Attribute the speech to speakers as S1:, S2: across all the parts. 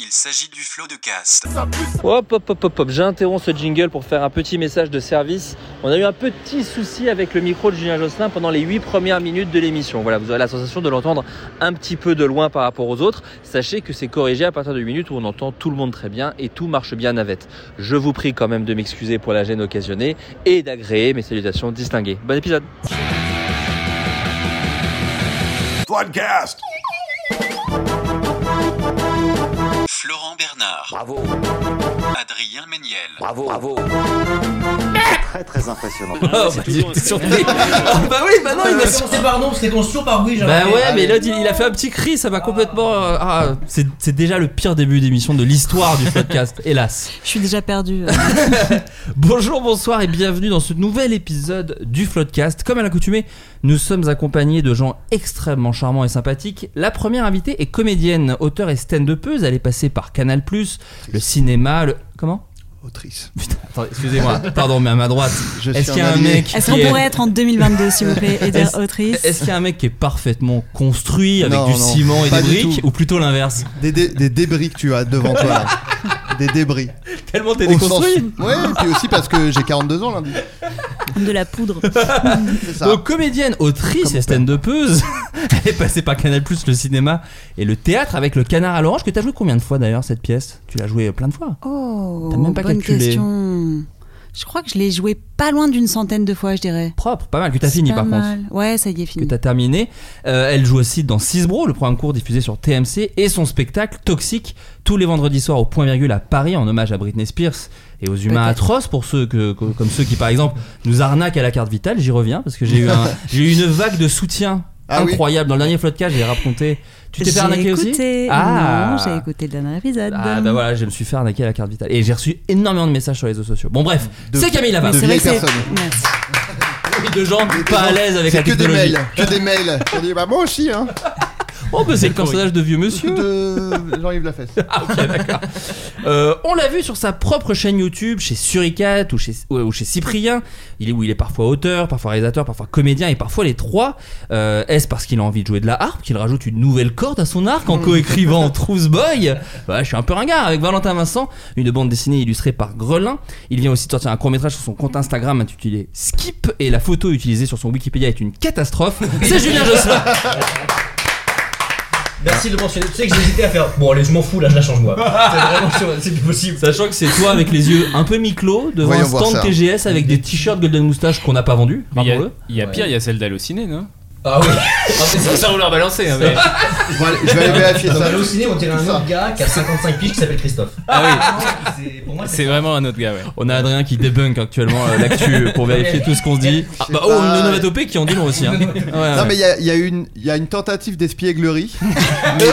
S1: Il s'agit du flot de cast.
S2: Hop, hop, hop, hop, hop. J'interromps ce jingle pour faire un petit message de service. On a eu un petit souci avec le micro de Julien Josselin pendant les 8 premières minutes de l'émission. Voilà, vous avez la sensation de l'entendre un petit peu de loin par rapport aux autres. Sachez que c'est corrigé à partir de minutes où on entend tout le monde très bien et tout marche bien navette. Je vous prie quand même de m'excuser pour la gêne occasionnée et d'agréer mes salutations distinguées. Bon épisode
S3: Podcast.
S1: Florent Bernard.
S4: Bravo,
S1: Adrien Méniel.
S4: bravo, bravo.
S5: Très très impressionnant.
S6: Oh, bah, il était surpris. bah oui, bah non,
S7: Ah,
S6: il
S5: Euh,
S6: m'a sur-
S7: par non, c'était commencé toujours par oui, Ah. genre.
S6: Bah ouais, mais là, il il a fait un petit cri, ça m'a complètement. euh, Ah, c'est c'est déjà le pire début d'émission de l'histoire du podcast, hélas.
S8: Je suis déjà perdue.
S6: Bonjour, bonsoir et bienvenue dans ce nouvel épisode du Floodcast. Comme à l'accoutumée, nous sommes accompagnés de gens extrêmement charmants et sympathiques. La première invitée est comédienne, auteure et stand-upeuse. Elle est passée par Canal+, le cinéma, le... Comment
S5: Autrice.
S6: Putain, attendez, excusez-moi. Pardon, mais à ma droite,
S5: Je
S6: est-ce
S5: suis
S6: qu'il y a un
S5: allié.
S6: mec
S8: Est-ce
S6: qui
S8: qu'on
S6: est-
S8: pourrait être en 2022, s'il vous plaît, et dire
S6: Est-ce-
S8: autrice
S6: Est-ce qu'il y a un mec qui est parfaitement construit avec
S5: Non,
S6: du
S5: non,
S6: ciment et
S5: pas
S6: des
S5: du
S6: briques
S5: tout.
S6: ou plutôt l'inverse
S5: Des, dé- des débris que tu as devant toi là. Des débris.
S6: Tellement t'es
S5: Au sens-
S6: déconstruit
S5: Ouais, et puis aussi parce que j'ai 42 ans lundi.
S8: De la poudre.
S5: C'est ça.
S6: Donc comédienne, autrice
S5: Comme
S6: et stand-upeuse, elle est passée par Canal+, le cinéma et le théâtre avec Le Canard à l'orange, que t'as joué combien de fois d'ailleurs cette pièce Tu l'as joué plein de fois
S8: Oh,
S6: T'as même pas
S8: bonne
S6: calculé.
S8: question. Je crois que je l'ai joué pas loin d'une centaine de fois, je dirais.
S6: Propre, pas mal, que t'as
S8: C'est
S6: fini
S8: pas
S6: par contre.
S8: mal. Ouais, ça y est,
S6: Que
S8: fini.
S6: t'as terminé. Euh, elle joue aussi dans Cisbro, le programme court diffusé sur TMC, et son spectacle Toxique, tous les vendredis soirs au point virgule à Paris, en hommage à Britney Spears et aux humains
S8: Peut-être.
S6: atroces, pour ceux que, que- comme ceux qui par exemple nous arnaquent à la carte vitale, j'y reviens, parce que j'ai eu, un- j'ai eu une vague de soutien
S5: Ah oui.
S6: incroyable. Dans le dernier podcast, j'ai raconté. Tu t'es fait arnaquer
S8: J'ai
S6: aussi
S8: écouté.
S6: Ah.
S8: Non, j'ai écouté le dernier épisode.
S6: Ah bah voilà, je me suis fait arnaquer à la carte vitale. Et j'ai reçu énormément de messages sur les réseaux sociaux. Bon bref,
S5: De-
S6: c'est Camille
S5: de
S6: Laval.
S5: vieilles
S8: c'est-
S5: personnes.
S8: Merci.
S6: De gens
S5: Des
S6: pas à
S5: gens-
S6: l'aise avec
S5: c'est
S6: la
S5: que des
S6: technologie.
S5: mails, que des mails. On dit bah moi aussi hein.
S6: Oh bah c'est le personnage de vieux monsieur.
S5: De Jean-Yves Lafesse.
S6: Euh, on l'a vu sur sa propre chaîne YouTube, chez Suricat ou chez, ou- ou chez Cyprien. Il est où il est parfois auteur, parfois réalisateur, parfois comédien et parfois les trois. Euh, Est-ce parce qu'il a envie de jouer de la harpe qu'il rajoute une nouvelle corde à son arc en coécrivant Trousse Boy Bah, je suis un peu ringard avec Valentin Vincent, une bande dessinée illustrée par Grelin. Il vient aussi de sortir un court métrage sur son compte Instagram intitulé Skip et la photo utilisée sur son Wikipédia est une catastrophe. C'est Julien Josselin.
S7: Merci de le mentionner. Tu sais que j'hésitais à faire. Bon, allez, je m'en fous, là, je la change moi. C'est vraiment sûr, c'est plus possible.
S6: Sachant que c'est toi avec les yeux un peu mi-clos devant
S5: Voyons
S6: un
S5: voir
S6: stand
S5: ça. hein.
S6: TGS avec des t-shirts Golden Moustache qu'on n'a pas vendu.
S9: Il y a,
S6: rappelons-le.
S9: il y a pire, il y a celle d'Hallociné, non
S7: Ah oui. Ah, mais c'est ça.
S9: Ça, on l'a rebalancé. hein, mais-
S5: Je vais aller- je vais aller vérifier
S7: Dans
S5: ça.
S7: le ciné, on dirait un autre gars qui a 55 piges qui s'appelle Christophe.
S9: Ah
S7: C'est- Pour moi,
S9: oui, c'est vraiment un autre gars, ouais.
S6: On a Adrien qui débunk actuellement euh, l'actu pour vérifier tout ce qu'on se dit. Ah, bah oh,
S5: pas.
S6: une onomatopée qui en dit long aussi. hein. Ouais,
S5: Non
S6: ouais.
S5: mais il y a, il y a une il y a une tentative d'espièglerie mais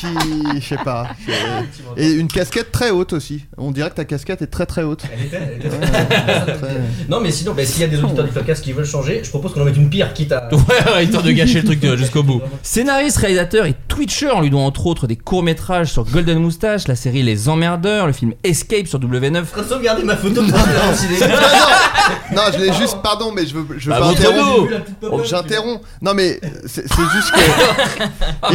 S5: qui je sais pas c'est- et une casquette très haute aussi. On dirait que ta casquette est très très haute.
S7: Elle était- elle était-
S5: Très-
S7: Non, mais sinon, bah, s'il y a des auditeurs du podcast qui veulent changer, je propose qu'on en mette une pire, quitte à.
S6: Ouais, ouais, histoire de gâcher le truc euh, jusqu'au bout. Scénariste, réalisateur et twitcher, on lui doit entre autres des courts-métrages sur Golden Moustache, la série Les Emmerdeurs, le film Escape sur W9.
S7: Sauvegardez ma photo de dans le ciné.
S5: Non, je l'ai juste pardon mais je veux je veux
S6: Bah,
S5: pas
S6: montre-nous.
S5: interrompre.
S7: J'ai vu la petite pop-up,
S5: Oh, J'interromps. Non mais c'est c'est juste que.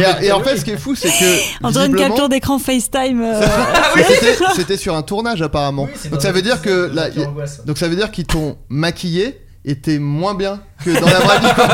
S5: et, et en fait, ce qui est fou, c'est que.
S8: On dirait une
S5: visiblement,
S8: capture d'écran FaceTime. euh,
S7: Ah
S5: c'était- C'était sur un tournage apparemment.
S7: Oui, c'est
S5: donc
S7: dans
S5: ça
S7: la
S5: veut dire
S7: petite
S5: que
S7: pop-up
S5: là,
S7: qui
S5: y-
S7: angoisse.
S5: donc ça veut dire qu'ils t'ont maquillé. était moins bien que dans la vraie vie. quoi.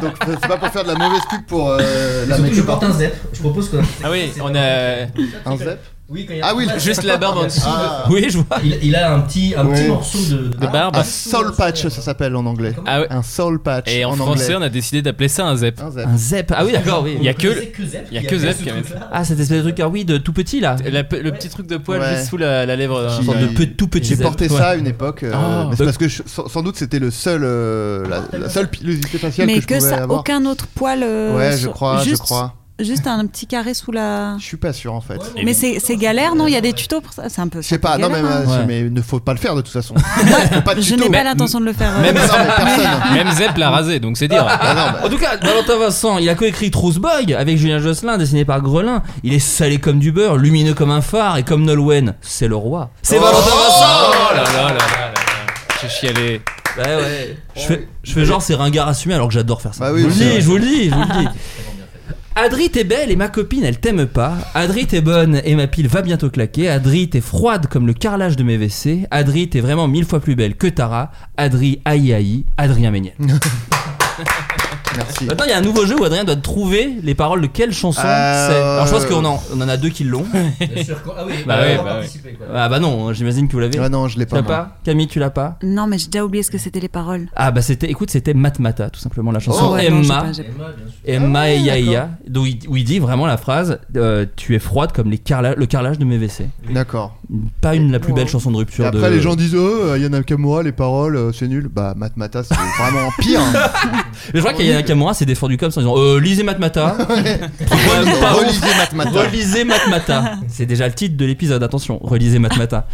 S5: Donc euh, c'est pas pour faire de la mauvaise pub pour euh, la
S7: Surtout,
S5: make
S7: je porte un zep. Je propose que.
S9: Ah oui, on a.
S5: Un zep
S7: Oui, quand il y a
S5: Ah oui, le-
S9: Juste la barbe en dessous.
S5: Ah.
S9: Oui, je vois.
S7: Il, il a un petit, un petit
S5: Oui.
S7: morceau de.
S9: De barbe.
S5: Un soul patch, ça s'appelle en anglais.
S9: Ah ouais.
S5: Un soul patch.
S9: Et en,
S5: anglais.
S9: français, on a décidé d'appeler ça un zep.
S5: Un zep.
S6: Un zep. Ah oui, d'accord, oui.
S9: Il y a que le-
S7: Zep.
S9: il y a que Zep
S7: ce
S9: qui a mis ça.
S7: truc-là.
S6: Ah, cette espèce de truc, ah oui, de tout petit là.
S9: La pe- le petit truc de poil
S5: Ouais.
S9: juste sous la, la lèvre.
S5: Qui-
S9: d'un-
S6: Une sorte de pe- tout petit
S5: J'ai
S6: zep.
S5: porté
S6: Ouais.
S5: ça à une époque, euh,
S9: Ah,
S5: mais c'est
S9: donc-
S5: parce que je- sans, sans doute c'était le seul, euh, la, la seule pilosité faciale
S8: Mais
S5: que,
S8: que,
S5: je pouvais
S8: ça,
S5: avoir.
S8: aucun autre poil. euh,
S5: Ouais, je
S8: sur-
S5: crois,
S8: juste,
S5: je crois.
S8: Juste un petit carré sous la.
S5: Je suis pas sûr en fait.
S9: Et-
S8: Mais c'est c'est galère, non Il y a des tutos pour ça. C'est un peu.
S5: Je sais pas, non mais,
S8: galère, hein.
S5: mais-
S6: Ouais.
S5: mais ne faut pas le faire de toute façon. Faut pas de
S8: Je
S5: tuto.
S8: n'ai
S9: Mais-
S8: pas l'intention de le faire. euh,
S5: Ah, Même non, mais personne. hein.
S9: Même Zep l'a rasé, donc c'est dire.
S5: Ah non, bah,
S6: En tout cas, Valentin Vincent, il a coécrit Trousse Boy avec Julien Josselin, dessiné par Grelin. Il est salé comme du beurre, lumineux comme un phare et comme Nolwenn, c'est le roi.
S7: Oh,
S6: C'est Valentin Vincent
S9: Oh là là là là là. J'ai chialé.
S7: Bah
S6: Ouais, ouais. Je fais, je fais genre c'est ringard assumé alors que j'adore faire ça.
S5: Bah oui,
S6: je vous le
S5: c'est
S6: dis,
S5: vrai. Ah.
S6: je vous le dis, je vous le dis. Adri t'es belle et ma copine elle t'aime pas. Adri t'es bonne et ma pile va bientôt claquer. Adri t'es froide comme le carrelage de mes WC. Adri t'es vraiment mille fois plus belle que Tara. Adri aïe aïe. Adrien Méniel.
S5: Mmh. merci.
S6: Maintenant il y a un nouveau jeu où Adrien doit trouver les paroles de quelle chanson
S5: Euh,
S6: c'est. Alors je pense qu'on en, on en a deux qui l'ont.
S7: Bien sûr, quoi. Ah oui,
S6: Bah
S7: bah,
S9: oui,
S7: on va
S9: bah oui.
S7: participer, quoi.
S6: Ah bah non, j'imagine que vous l'avez.
S5: Ah non, je l'ai
S6: tu
S5: pas.
S6: l'as
S5: non.
S6: pas Camille tu l'as pas
S8: Non, mais j'ai déjà oublié ce que c'était les paroles.
S6: Ah bah c'était, écoute c'était Matmata tout simplement la chanson.
S5: Oh,
S8: ouais, non, j'ai
S6: Emma.
S8: pas- Ah, j'ai pas.
S7: Emma, bien sûr.
S6: Emma et Yaya, d'où il- où il dit vraiment la phrase euh, Tu es froide comme les carla- le carrelage de mes WC.
S5: D'accord.
S6: Pas une la plus
S8: Wow.
S6: belle chanson de
S5: Et
S6: rupture de.
S5: après les gens disent oh Yana Nakamura les paroles euh, c'est nul. Bah Matmata c'est vraiment pire. hein.
S6: Mais je
S8: Oh,
S6: crois qu'il y a un caméra s'est défendu comme ça en disant euh, Lisez Matmata. Ouais, pas ouf.
S5: Relisez Matmata.
S6: Relisez Matmata. C'est déjà le titre de l'épisode, attention, relisez Matmata.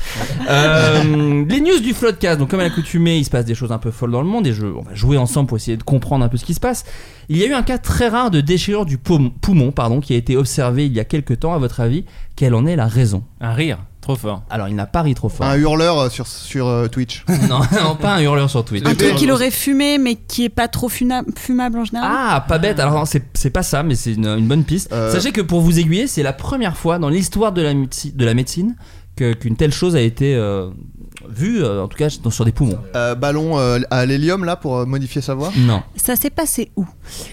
S6: Euh, les news du Floodcast, donc comme à l'accoutumée, il se passe des choses un peu folles dans le monde et je, on va jouer ensemble pour essayer de comprendre un peu ce qui se passe. Il y a eu un cas très rare de déchirure du poumon, poumon pardon, qui a été observé il y a quelques temps, à votre avis, quelle en est la raison
S9: Un rire, trop fort.
S6: Alors il n'a pas ri trop fort.
S5: Un hurleur euh, sur sur euh, Twitch.
S6: non, non, pas un hurleur sur Twitch.
S8: Un
S5: Bébé.
S8: truc qu'il aurait fumé, mais qui est pas trop funa- fumable en général.
S6: Ah, pas bête. Alors, non, c'est c'est pas ça, mais c'est une, une bonne piste.
S5: Euh.
S6: Sachez que pour vous aiguiller, c'est la première fois dans l'histoire de, la médeci- de la médecine que- qu'une telle chose a été euh, vue, euh, en tout cas dans- sur des poumons.
S5: Euh, ballon euh, à l'hélium là pour euh, modifier sa voix.
S6: Non.
S8: Ça s'est passé où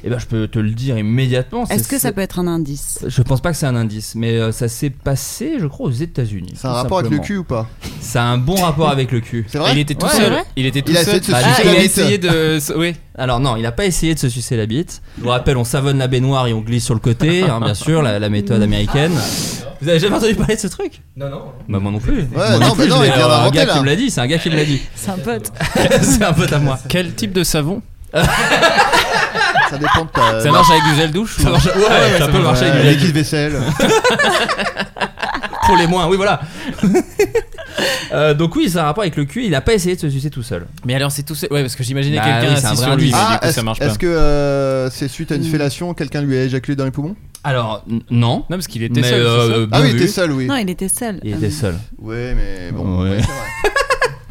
S6: Eh ben, je peux te le dire immédiatement. c'est-
S8: Est-ce que ça
S6: c'est-
S8: peut être un indice
S6: Je pense pas que c'est un indice, mais euh, ça s'est passé, je crois, aux États-Unis.
S5: C'est un
S6: tout
S5: rapport avec le
S6: simplement.
S5: cul ou pas
S6: Ça a un bon rapport avec le cul.
S5: C'est vrai
S9: il était tout
S6: Ouais,
S9: seul.
S8: ouais.
S9: Il était tout
S5: Il a
S9: seul.
S5: essayé de se
S6: Ah,
S5: sucer
S9: il
S5: la
S9: a
S5: bite.
S9: essayé de. Oui.
S6: Alors non, il n'a pas essayé de se sucer la bite. Je vous rappelle, on savonne la baignoire et on glisse sur le côté, hein, bien sûr, la, la méthode américaine. Vous avez jamais entendu parler de ce truc
S7: Non, non.
S6: Bah moi non plus. Moi
S5: non, bah
S6: plus,
S5: non,
S6: je l'ai-
S5: il vient
S6: euh, un
S5: d'inventer,
S6: gars
S5: là.
S6: qui me l'a dit, c'est un gars qui me l'a dit.
S8: C'est un pote.
S6: c'est un pote à moi.
S9: Quel type de savon
S5: Ça dépend de ta.
S9: Ça marche avec du gel douche
S6: Ça marche- ouais, ça peut marcher avec du
S5: Ouais,
S6: gel
S5: liquide vaisselle.
S6: pour les moins, oui voilà. Euh, donc oui, ça a un rapport avec le cul, il a pas essayé de se sucer tout seul.
S9: Mais alors c'est tout seul. Ouais, parce que j'imaginais
S6: Bah
S9: quelqu'un
S6: oui, c'est un
S9: assis
S6: vrai
S9: sur lui,
S6: indice.
S9: mais du
S5: Ah,
S9: coup
S5: est-ce
S9: ça marche pas.
S5: est-ce que euh, c'est suite à une fellation, quelqu'un lui a éjaculé dans les poumons
S6: Alors n- non,
S9: Non, parce qu'il était
S6: mais
S9: seul. c'est ça
S6: euh, bien
S5: Ah oui,
S6: vu.
S5: t'es seul, oui.
S8: Non, il était seul.
S6: Il était seul.
S5: Ouais, mais bon.
S6: Ouais.
S5: ouais, c'est vrai.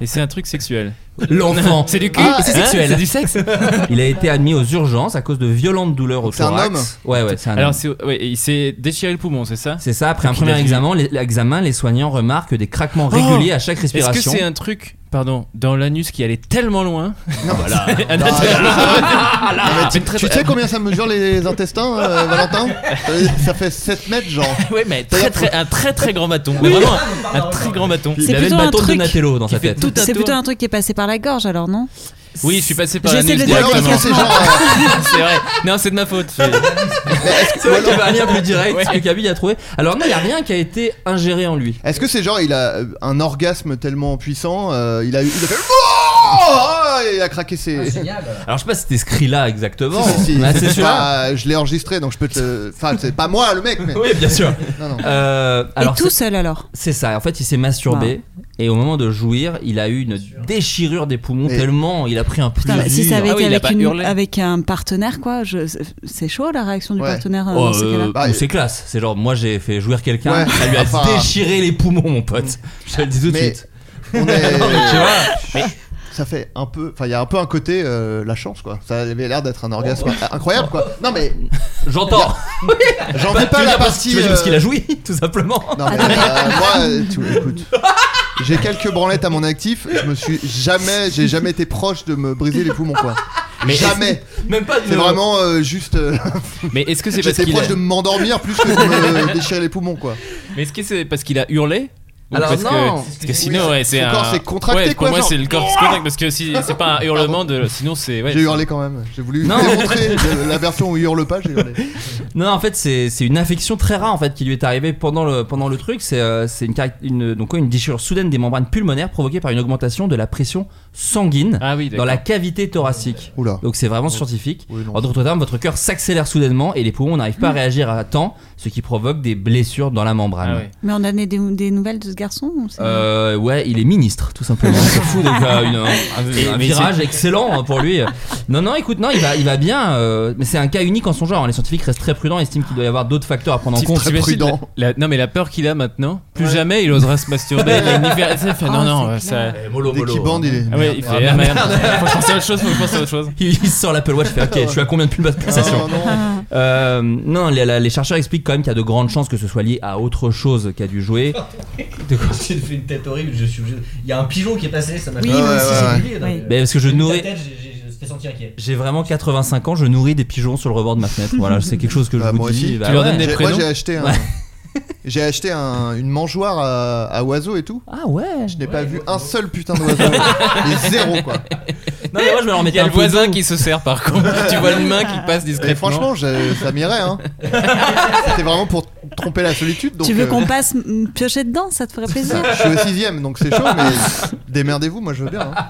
S9: Et c'est un truc sexuel.
S6: L'enfant.
S9: C'est du cul
S5: Ah,
S9: C'est
S6: hein,
S9: sexuel.
S6: c'est
S9: du sexe
S6: Il a été admis aux urgences à cause de violentes douleurs au
S5: C'est un
S6: thorax. Ouais ouais, c'est un
S9: Alors
S6: homme.
S9: c'est- ouais, il s'est déchiré le poumon, c'est ça
S6: C'est ça, après un
S9: Donc, il a
S6: premier
S9: dû-
S6: examen les, l'examen, les soignants remarquent des craquements réguliers à chaque
S9: Oh Est-ce que
S6: respiration.
S9: c'est un truc, pardon, dans l'anus qui allait tellement loin
S5: Non,
S9: Un
S5: Non,
S9: atelier-
S5: non,
S6: Ah,
S5: mais tu,
S9: C'est très-
S5: tu sais combien ça mesure les intestins, euh, Valentin Euh, Ça fait 7 mètres, genre.
S9: Ouais, mais très, très, un très très grand bâton. Mais vraiment
S10: Ah,
S9: un, un très grand bâton.
S8: C'est
S6: Il avait le
S8: plutôt un
S6: bâton de
S8: truc
S6: Donatello dans
S9: qui
S6: sa
S9: fait
S6: tête.
S9: tout un
S8: C'est
S9: tour.
S8: plutôt un truc qui est passé par la gorge, alors non
S9: Oui, je suis passé par
S8: J'essaie
S9: l'anus
S8: de le
S5: Ou alors, est-ce que
S9: directement.
S5: c'est genre. euh,
S9: C'est vrai. Non, c'est de ma faute.
S6: C'est vrai qu'il y avait un lien plus direct
S9: Ouais.
S6: que Camille a trouvé. Alors non, il n'y a rien qui a été ingéré en lui.
S5: Est-ce que c'est genre, il a euh, un orgasme tellement puissant, euh, il a eu. Il a fait. Ah, et il a craqué ses.
S7: Génial.
S6: Alors je sais pas si c'était ce cri-là exactement.
S5: Si, si, si.
S6: mais c'est sûr.
S5: Bah, je l'ai enregistré donc je peux te le. Enfin, c'est pas moi le mec, mais.
S6: Oui, bien sûr.
S5: Non, non.
S6: Euh, alors
S8: Et tout
S6: c'est-
S8: seul alors
S6: c'est ça. En fait, il s'est masturbé et au moment de jouir, il a eu une déchirure des poumons
S5: Mais-
S6: tellement il a pris un plus.
S8: Putain, si ça avait
S9: Ah oui,
S8: été
S9: il a
S8: avec,
S9: pas
S8: une-
S9: hurlé.
S8: avec un partenaire, quoi, je- c'est chaud la réaction du
S5: Ouais.
S8: partenaire euh,
S6: Oh,
S8: dans ce cas-là.
S6: euh,
S5: Bah,
S6: ou
S5: il-
S6: c'est classe. C'est genre moi j'ai fait jouir quelqu'un,
S5: Ouais,
S6: ça lui a
S5: enfin- Mm.
S6: déchiré les poumons, mon pote. Je te le dis tout de
S5: Mais-
S6: suite.
S5: On
S6: Tu
S5: est.
S6: vois
S5: Ça fait un peu. Enfin, il y a un peu un côté euh, la chance quoi. Ça avait l'air d'être un orgasme
S6: Oh.
S5: incroyable quoi. Non mais
S6: J'entends.
S5: j'en veux
S6: Tu
S5: pas
S6: veux
S5: la
S6: dire parce-
S5: partie.
S6: tu veux dire parce
S5: euh,
S6: qu'il a joui, tout simplement.
S5: Non mais euh, moi, euh, tu- écoute. J'ai quelques branlettes à mon actif. Je me suis jamais, j'ai jamais été proche de me briser les poumons quoi.
S11: Mais
S5: jamais.
S6: Même pas.
S5: C'est vraiment euh, juste. euh,
S11: Mais est-ce que c'est parce
S5: J'étais
S11: qu'il a...
S5: proche de m'endormir plus que de me déchirer les poumons quoi.
S11: Mais est-ce que c'est parce qu'il a hurlé Ou
S6: Alors
S11: parce que-
S6: non.
S11: parce que sinon, ouais, c'est
S5: Son
S11: un.
S5: corps s'est contracté,
S11: ouais,
S5: quoi,
S11: Pour moi,
S5: genre.
S11: c'est le corps qui se contracte parce que si c'est pas un hurlement de. Sinon, c'est. Ouais,
S5: J'ai hurlé quand même. J'ai voulu
S6: Non.
S5: démontrer le- la version où il hurle pas. J'ai hurlé.
S6: Non, en fait, c'est c'est une infection très rare en fait qui lui est arrivée pendant le, pendant le truc. C'est euh, c'est une, caract- une, donc, ouais, une déchirure soudaine des membranes pulmonaires provoquée par une augmentation de la pression sanguine
S11: Ah oui,
S6: dans
S11: d'accord.
S6: la cavité thoracique.
S5: Oula.
S6: Donc c'est vraiment scientifique.
S5: Oui, non.
S6: En d'autres termes, votre cœur s'accélère soudainement et les poumons n'arrivent pas à réagir à temps, ce qui provoque des blessures dans la membrane.
S11: Mmh. Ah ouais.
S8: Mais on a des, des nouvelles de ce garçon on sait-
S6: Euh, ouais, il est ministre, tout simplement. C'est fou, donc euh, une- un,
S11: Et-
S6: un
S11: mais
S6: virage excellent hein, pour lui. Non, non, écoute, non, il va, il va bien. euh, mais c'est un cas unique en son genre. hein. Les scientifiques restent très prudents, estiment qu'il doit y avoir d'autres facteurs à prendre en
S11: Type
S6: compte.
S11: très
S5: prudent.
S11: La- non, mais la peur qu'il a maintenant, plus jamais il osera se masturber. ni faire- tu sais, il fait, non,
S8: Ah,
S11: non,
S8: c'est
S11: ça.
S6: Eh,
S5: Dès qu'il bande, il est.
S11: Ah ouais, il
S6: Ah,
S11: fait. Ah, merde. Faut que je pense à autre chose, faut que je pense à autre chose.
S6: Il il sort l'Apple Watch, il fait ok, je suis à combien de pulsations
S5: Non, non.
S6: Euh, non, les, la- les chercheurs expliquent quand même qu'il y a de grandes chances que ce soit lié à autre chose qu'à du
S11: Oh,
S6: jouet. De quoi
S10: J'ai fait une tête horrible, je suis obligé. de- Il y a un pigeon qui est passé, ça m'a
S8: Oui,
S10: fait-
S8: mais
S5: ouais,
S8: aussi,
S5: ouais,
S8: c'est
S5: ouais.
S8: oublié, non,
S10: Oui.
S8: mais-
S11: Ben,
S6: Mais parce que je
S10: J'ai vu ta
S6: nourris.
S10: tête, j'ai- j'ai- je t'ai senti inquiet.
S6: J'ai vraiment 85 ans, je nourris des pigeons sur le rebord de ma fenêtre. Voilà, c'est quelque chose que je
S5: Bah,
S6: vous
S5: moi
S6: dis.
S5: aussi.
S6: bah
S11: Tu leur
S6: ouais.
S11: donnes des
S5: J'ai- Moi
S11: prénoms
S5: j'ai acheté un.
S6: Ouais.
S5: J'ai acheté un- une mangeoire à, à oiseaux et tout.
S6: Ah ouais.
S5: Je n'ai pas vu un seul putain d'oiseau. Mais zéro quoi.
S6: Non mais moi je me leur
S11: Il
S6: mettais
S11: y a
S6: un
S11: le
S6: peu d'eau.
S11: voisin qui se sert par contre. Tu vois une main qui passe
S5: Et
S11: discrètement.
S5: franchement, j'ai- ça m'irait. Hein. C'était vraiment pour tromper la solitude. Donc,
S8: tu veux
S5: euh,
S8: qu'on passe mm, piocher dedans Ça te ferait plaisir
S5: Je suis au sixième, donc c'est chaud, mais démerdez-vous, moi je veux bien. hein.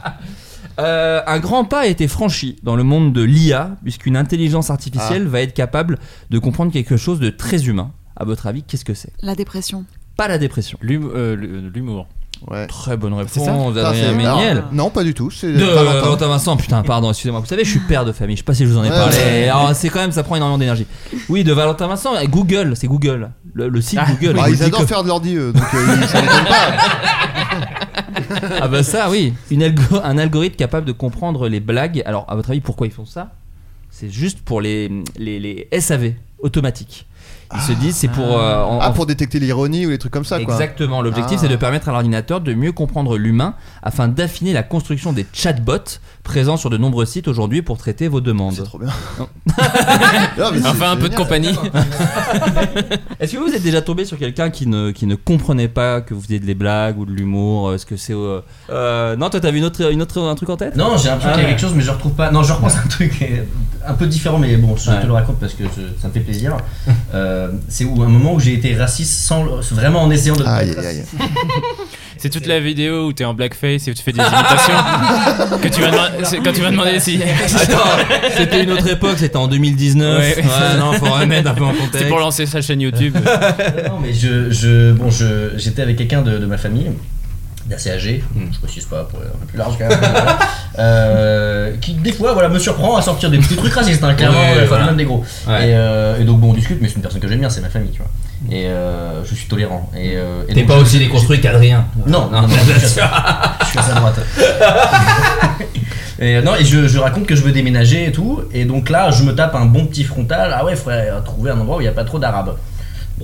S6: Euh, un grand pas a été franchi dans le monde de l'IA, puisqu'une intelligence artificielle
S5: Ah.
S6: va être capable de comprendre quelque chose de très humain. À votre avis, qu'est-ce que c'est
S8: La dépression.
S6: Pas la dépression.
S11: L'hum- euh, l'humour.
S5: Ouais.
S6: Très bonne
S11: C'est ça
S6: réponse,
S5: Putain,
S6: Adrien
S5: c'est-
S6: Méniel.
S5: alors, Non, pas du tout. C'est
S6: De euh,
S5: Valentin.
S6: Valentin Vincent, putain, pardon, excusez-moi. Vous savez, je suis père de famille, je sais pas si je vous en ai
S5: Ouais,
S6: parlé.
S5: ouais.
S6: Alors, c'est quand même, ça prend énormément d'énergie. Oui, de Valentin Vincent, et Google, c'est Google. Le, le site Google.
S5: Ah,
S6: Il
S5: ils
S6: dit
S5: adorent
S6: que-
S5: faire de l'ordi, eux, donc euh, ils- ça m'étonne pas.
S6: Ah bah ça, oui. Une algo- un algorithme capable de comprendre les blagues. Alors, à votre avis, pourquoi ils font ça C'est juste pour les, les, les SAV automatiques. Ils se disent, c'est pour... euh, en-
S5: Ah,
S6: en-
S5: pour détecter l'ironie ou les trucs comme ça, quoi.
S6: Exactement, l'objectif
S5: Ah.
S6: c'est de permettre à l'ordinateur de mieux comprendre l'humain afin d'affiner la construction des chatbots présents sur de nombreux sites aujourd'hui pour traiter vos
S5: C'est
S6: demandes.
S5: trop bien.
S6: Non.
S5: Non, mais c'est-
S11: Enfin, un
S5: c'est
S11: peu de
S5: génial.
S11: compagnie.
S6: Est-ce que vous êtes déjà tombé sur quelqu'un qui ne, qui ne comprenait pas que vous faisiez des blagues ou de l'humour Est-ce que c'est... euh, euh, non, toi t'avais une autre, une autre, un truc en tête
S10: Non, j'ai un truc
S6: Ah,
S10: avec
S6: ouais.
S10: quelque chose, mais je retrouve pas. Non, je repense à un truc euh, un peu différent, mais bon, je
S6: Ouais.
S10: te le raconte parce que je- ça me fait plaisir. Euh, c'est où un moment où j'ai été raciste sans le- vraiment en essayant de. le
S5: Aïe,
S10: être
S5: aïe, aïe.
S10: raciste.
S11: C'est toute la vidéo où t'es en blackface et où tu fais des imitations. que tu vas demander- c'est quand tu vas demander si.
S6: Attends, c'était une autre époque, c'était en 2019.
S11: Ouais, ouais.
S6: non, faut remettre un peu en contexte.
S11: C'est pour lancer sa chaîne YouTube.
S10: Non, mais je, je- bon, je, j'étais avec quelqu'un de, de ma famille d'assez âgé, je précise pas pour un peu plus large quand même, voilà, euh, qui des fois voilà me surprend à sortir des petits trucs racistes, hein, clairement,
S6: Ouais,
S10: enfin,
S6: voilà.
S10: même des gros.
S6: Ouais.
S10: Et, euh, et donc bon on discute, mais c'est une personne que j'aime bien, c'est ma famille, tu vois. Et euh, je suis tolérant. Et, euh, et
S6: T'es
S10: donc,
S6: pas
S10: je-
S6: aussi déconstruit qu'Adrien. Bah
S10: Non, non, non, je suis à je suis à sa droite. Et, euh, non, et je, je raconte que je veux déménager et tout, et donc là, je me tape un bon petit frontal. Ah ouais, il faudrait euh, trouver un endroit où il n'y a pas trop d'arabes.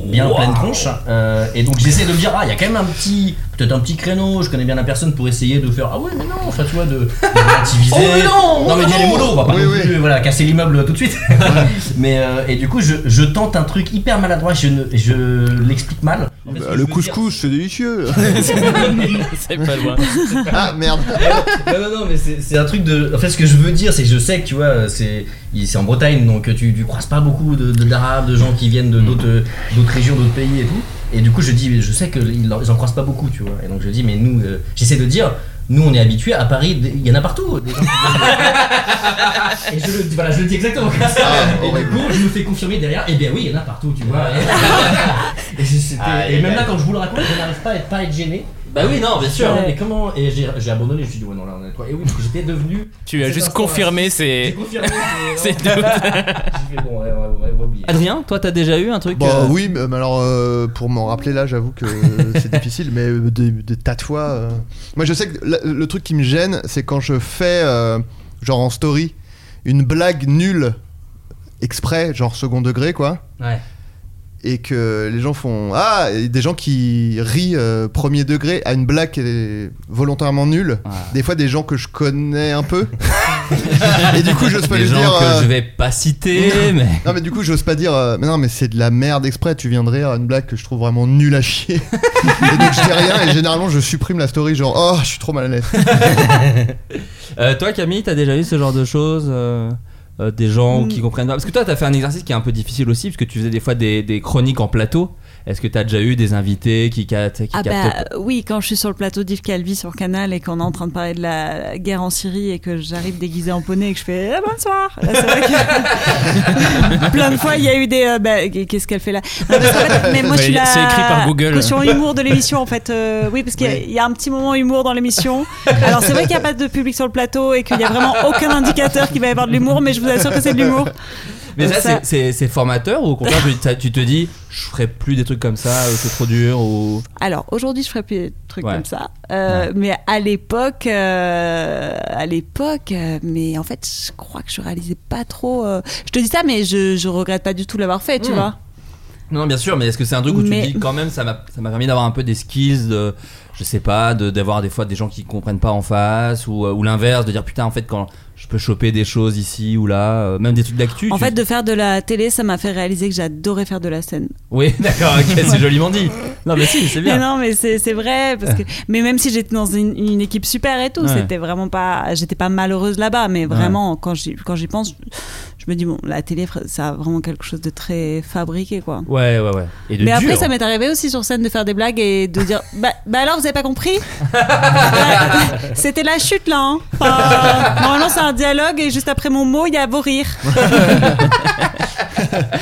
S10: Bien pleine tronche. euh, et donc j'essaie de me dire, ah, il y a quand même un petit, peut-être un petit créneau, je connais bien la personne pour essayer de faire, ah ouais, mais non, enfin, tu vois, de, de relativiser.
S6: Oh, mais non,
S10: non, mais il y a
S6: non.
S10: les molos, on va pas
S5: Oui,
S10: non
S5: oui.
S10: plus, voilà, casser l'immeuble tout de suite. mais, euh, et du coup, je, je tente un truc hyper maladroit, je, ne- je l'explique mal. En fait, ce que
S5: Bah,
S10: je
S5: le
S10: veux dire,
S5: couscous, c'est délicieux.
S11: c'est pas loin.
S5: ah merde.
S10: non, non, non, mais c'est c'est un truc de. En fait, ce que je veux dire, c'est que je sais que tu vois, c'est il- c'est en Bretagne, donc tu, tu croises pas beaucoup de- de- d'arabes, de, gens qui viennent
S5: Mm.
S10: de- d'autres d'autres régions, d'autres pays et tout. Et du coup, je dis, je sais qu'ils en, ils en croisent pas beaucoup, tu vois. Et donc, je dis, mais nous, euh, j'essaie de dire, nous, on est habitués à Paris, des- il y en a partout. des gens qui viennent de- et je le, voilà, je le dis exactement comme ça.
S5: Ah,
S10: et du
S5: horrible.
S10: coup, je me fais confirmer derrière, et bien oui, il y en a partout, tu vois. Et, je- c'était-
S5: Ah,
S10: et
S5: ben.
S10: même là, quand je vous le raconte, je n'arrive pas à être, pas à être gêné.
S6: Bah oui, non, bien sûr.
S10: Ouais, Ah, Mais comment Et j'ai j'ai abandonné, je me suis dit, ouais, non, là, on est toi. Et oui, parce que j'étais devenu.
S11: Tu as
S10: Cet
S11: juste
S10: instant-là,
S11: confirmé
S10: J'ai
S11: ces.
S10: confirmé.
S11: ces
S10: C'est
S11: doutes.
S10: J'ai fait, bon, ouais, ouais, ouais, on va oublier.
S6: Adrien, toi t'as déjà eu un truc
S5: Bah
S6: euh,
S5: oui, mais mais alors euh, pour m'en rappeler là, j'avoue que c'est difficile, mais euh, des, des tas de fois. euh. Moi, je sais que la- le truc qui me gêne, c'est quand je fais euh, genre en story une blague nulle exprès, genre second degré quoi.
S6: Ouais.
S5: et que les gens font ah et des gens qui rient euh, premier degré à une blague qui est volontairement nulle des fois des gens que je connais un peu et du coup j'ose pas
S6: Des
S5: lui
S6: gens
S5: dire
S6: que
S5: euh,
S6: je vais pas citer, mais.
S5: non mais du coup j'ose pas dire euh, mais non mais c'est de la merde exprès tu viens de rire à une blague que je trouve vraiment nulle à chier et donc je dis rien et généralement je supprime la story genre oh je suis trop mal à l'aise
S6: Euh, toi, Camille, t'as déjà eu ce genre de choses euh, euh, Des gens
S8: Hmm.
S6: qui comprennent pas Parce que toi, t'as fait un exercice qui est un peu difficile aussi, parce que tu faisais des fois des, des chroniques en plateau. Est-ce que t'as déjà eu des invités qui, ca- qui
S8: Ah
S6: captent
S8: bah oui, quand je suis sur le plateau d'Yves Calvi sur Canal et qu'on est en train de parler de la guerre en Syrie et que j'arrive déguisée en poney et que je fais Eh, bonsoir. Là, c'est vrai que- plein de fois il y a eu des euh, bah, qu'est-ce qu'elle fait là Non, parce qu'en fait, Mais moi je suis
S10: Ouais,
S8: la
S10: c'est écrit par Google.
S8: caution humour de l'émission en fait. Euh, oui parce qu'il y a- il y, a un petit moment humour dans l'émission. Alors c'est vrai qu'il n'y a pas de public sur le plateau et qu'il n'y a vraiment aucun indicateur qu'il va y avoir de l'humour, mais je vous assure que c'est de l'humour.
S6: Mais ça,
S8: euh, Ça-
S6: c'est- c'est c'est formateur ou au contraire, tu- ça- tu te dis, je ferai plus des trucs comme ça, euh, c'est trop dur ou.
S8: Alors aujourd'hui, je ferais plus des trucs
S6: Ouais.
S8: comme ça. Euh, Mais à l'époque, euh, à l'époque, euh, mais en fait, je crois que je réalisais pas trop. euh, Je te dis ça, mais je, je regrette pas du tout de l'avoir fait, tu
S6: Mm.
S8: vois.
S6: Non, non, bien sûr, mais est-ce que c'est un truc où
S8: Mais-
S6: tu dis quand même ça m'a ça m'a permis d'avoir un peu des skills de je sais pas de- d'avoir des fois des gens qui comprennent pas en face ou, euh, ou l'inverse de dire putain en fait quand je peux choper des choses ici ou là euh, même des trucs d'actu
S8: En
S6: tu-
S8: fait, de faire de la télé, ça m'a fait réaliser que j'adorais faire de la scène.
S6: oui d'accord ok c'est joliment dit non mais si c'est bien
S8: Mais non, mais c'est c'est vrai. Parce que, mais même si j'étais dans une, une équipe super et tout,
S6: Ouais.
S8: c'était vraiment pas. J'étais pas malheureuse là-bas, mais vraiment, quand j'y quand j'y pense, je, je me dis, bon, la télé, ça a vraiment quelque chose de très fabriqué, quoi.
S6: ouais ouais ouais et de
S8: Mais après,
S6: dur.
S8: ça m'est arrivé aussi sur scène de faire des blagues et de dire Bah, bah alors, vous avez pas compris C'était la chute là. Hein. Enfin, normalement, c'est un dialogue et juste après mon mot, il y a vos rires.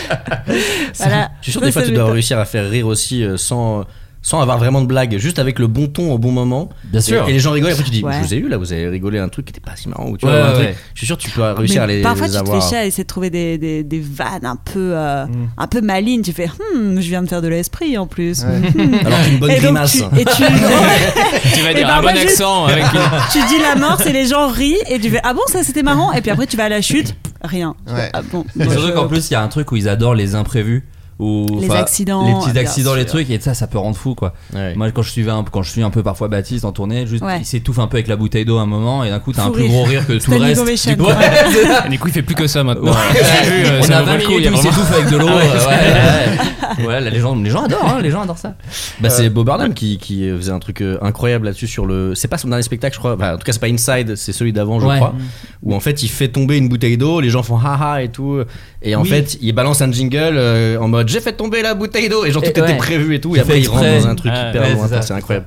S8: voilà.
S4: Je suis sûr
S8: Ça,
S4: que des fois
S8: ça
S4: tu dois
S8: m'étonne.
S4: réussir à faire rire aussi euh, sans sans avoir vraiment de blague, juste avec le bon ton au bon moment.
S6: bien sûr
S4: Et, et les gens rigolent. Après tu dis,
S8: Ouais.
S4: je vous ai eu là, vous avez rigolé un truc qui était pas si marrant ou tu
S6: Ouais,
S4: vois, un
S6: ouais,
S4: truc.
S6: ouais.
S4: Je suis sûr que tu
S6: Ah
S4: dois réussir à
S8: Mais
S4: les,
S8: parfois,
S4: les
S8: tu te
S4: avoir.
S8: fais chier à essayer de trouver des, des, des vannes un peu, euh, un peu malines. Tu fais Hum, je viens de faire de l'esprit en plus. Hmm.
S4: Alors qu'une bonne
S8: et donc,
S4: grimace.
S8: tu- et tu,
S10: Tu vas
S8: Et
S10: dire un
S8: parfois,
S10: bon
S8: juste-
S10: accent avec une-
S8: tu dis la mort, c'est les gens rient et tu fais Ah bon, ça c'était marrant. Et puis après, tu vas à la chute, rien.
S5: Ouais.
S8: Ah bon,
S6: Et
S8: bon,
S6: surtout
S8: je-
S6: qu'en plus, il y a un truc où ils adorent les imprévus. Ou,
S8: Les
S6: enfin,
S8: accidents, euh,
S6: les petits accidents,
S8: bien
S6: les trucs, et ça, ça peut rendre fou quoi.
S4: Ouais.
S6: Moi, quand je suivais un, quand je suis un peu parfois Baptiste en tournée, juste
S8: Ouais.
S6: il s'étouffe un peu avec la bouteille d'eau un moment, et d'un coup, t'as un
S8: Fou
S6: plus
S8: rire.
S6: gros rire que tout le
S8: Standing
S6: reste.
S8: ovation,
S6: Tu-
S8: quoi.
S6: c'est ça.
S10: Et Du coup, il fait plus que ça
S6: Ouais.
S10: maintenant. J'ai vu, euh,
S6: On
S10: ça
S6: a
S10: vaut
S6: 20
S10: le coup, il
S6: minutes
S10: y a
S6: où il
S10: vraiment-
S6: s'étouffe avec de l'eau. euh, ouais, ouais, ouais. Ouais, là, les gens, les gens adorent, hein, les gens adorent ça.
S4: Bah, c'est Bob Burnham qui, qui faisait un truc euh, incroyable là-dessus sur le. C'est pas son dernier spectacle, je crois. Enfin, en tout cas, c'est pas Inside, c'est celui d'avant, je
S6: Ouais.
S4: crois. Où en fait, il fait tomber une bouteille d'eau, les gens font haha et tout. Et en
S6: Oui.
S4: fait, il balance un jingle euh, en mode j'ai fait tomber la bouteille d'eau. Et genre, tout
S6: Et
S4: était
S6: ouais.
S4: prévu et tout.
S6: Il
S4: Et après,
S6: fait
S4: il rentre
S6: exprès.
S4: dans un truc
S10: Ah,
S4: hyper
S6: ouais,
S4: lointain,
S6: c'est ça.
S4: c'est incroyable.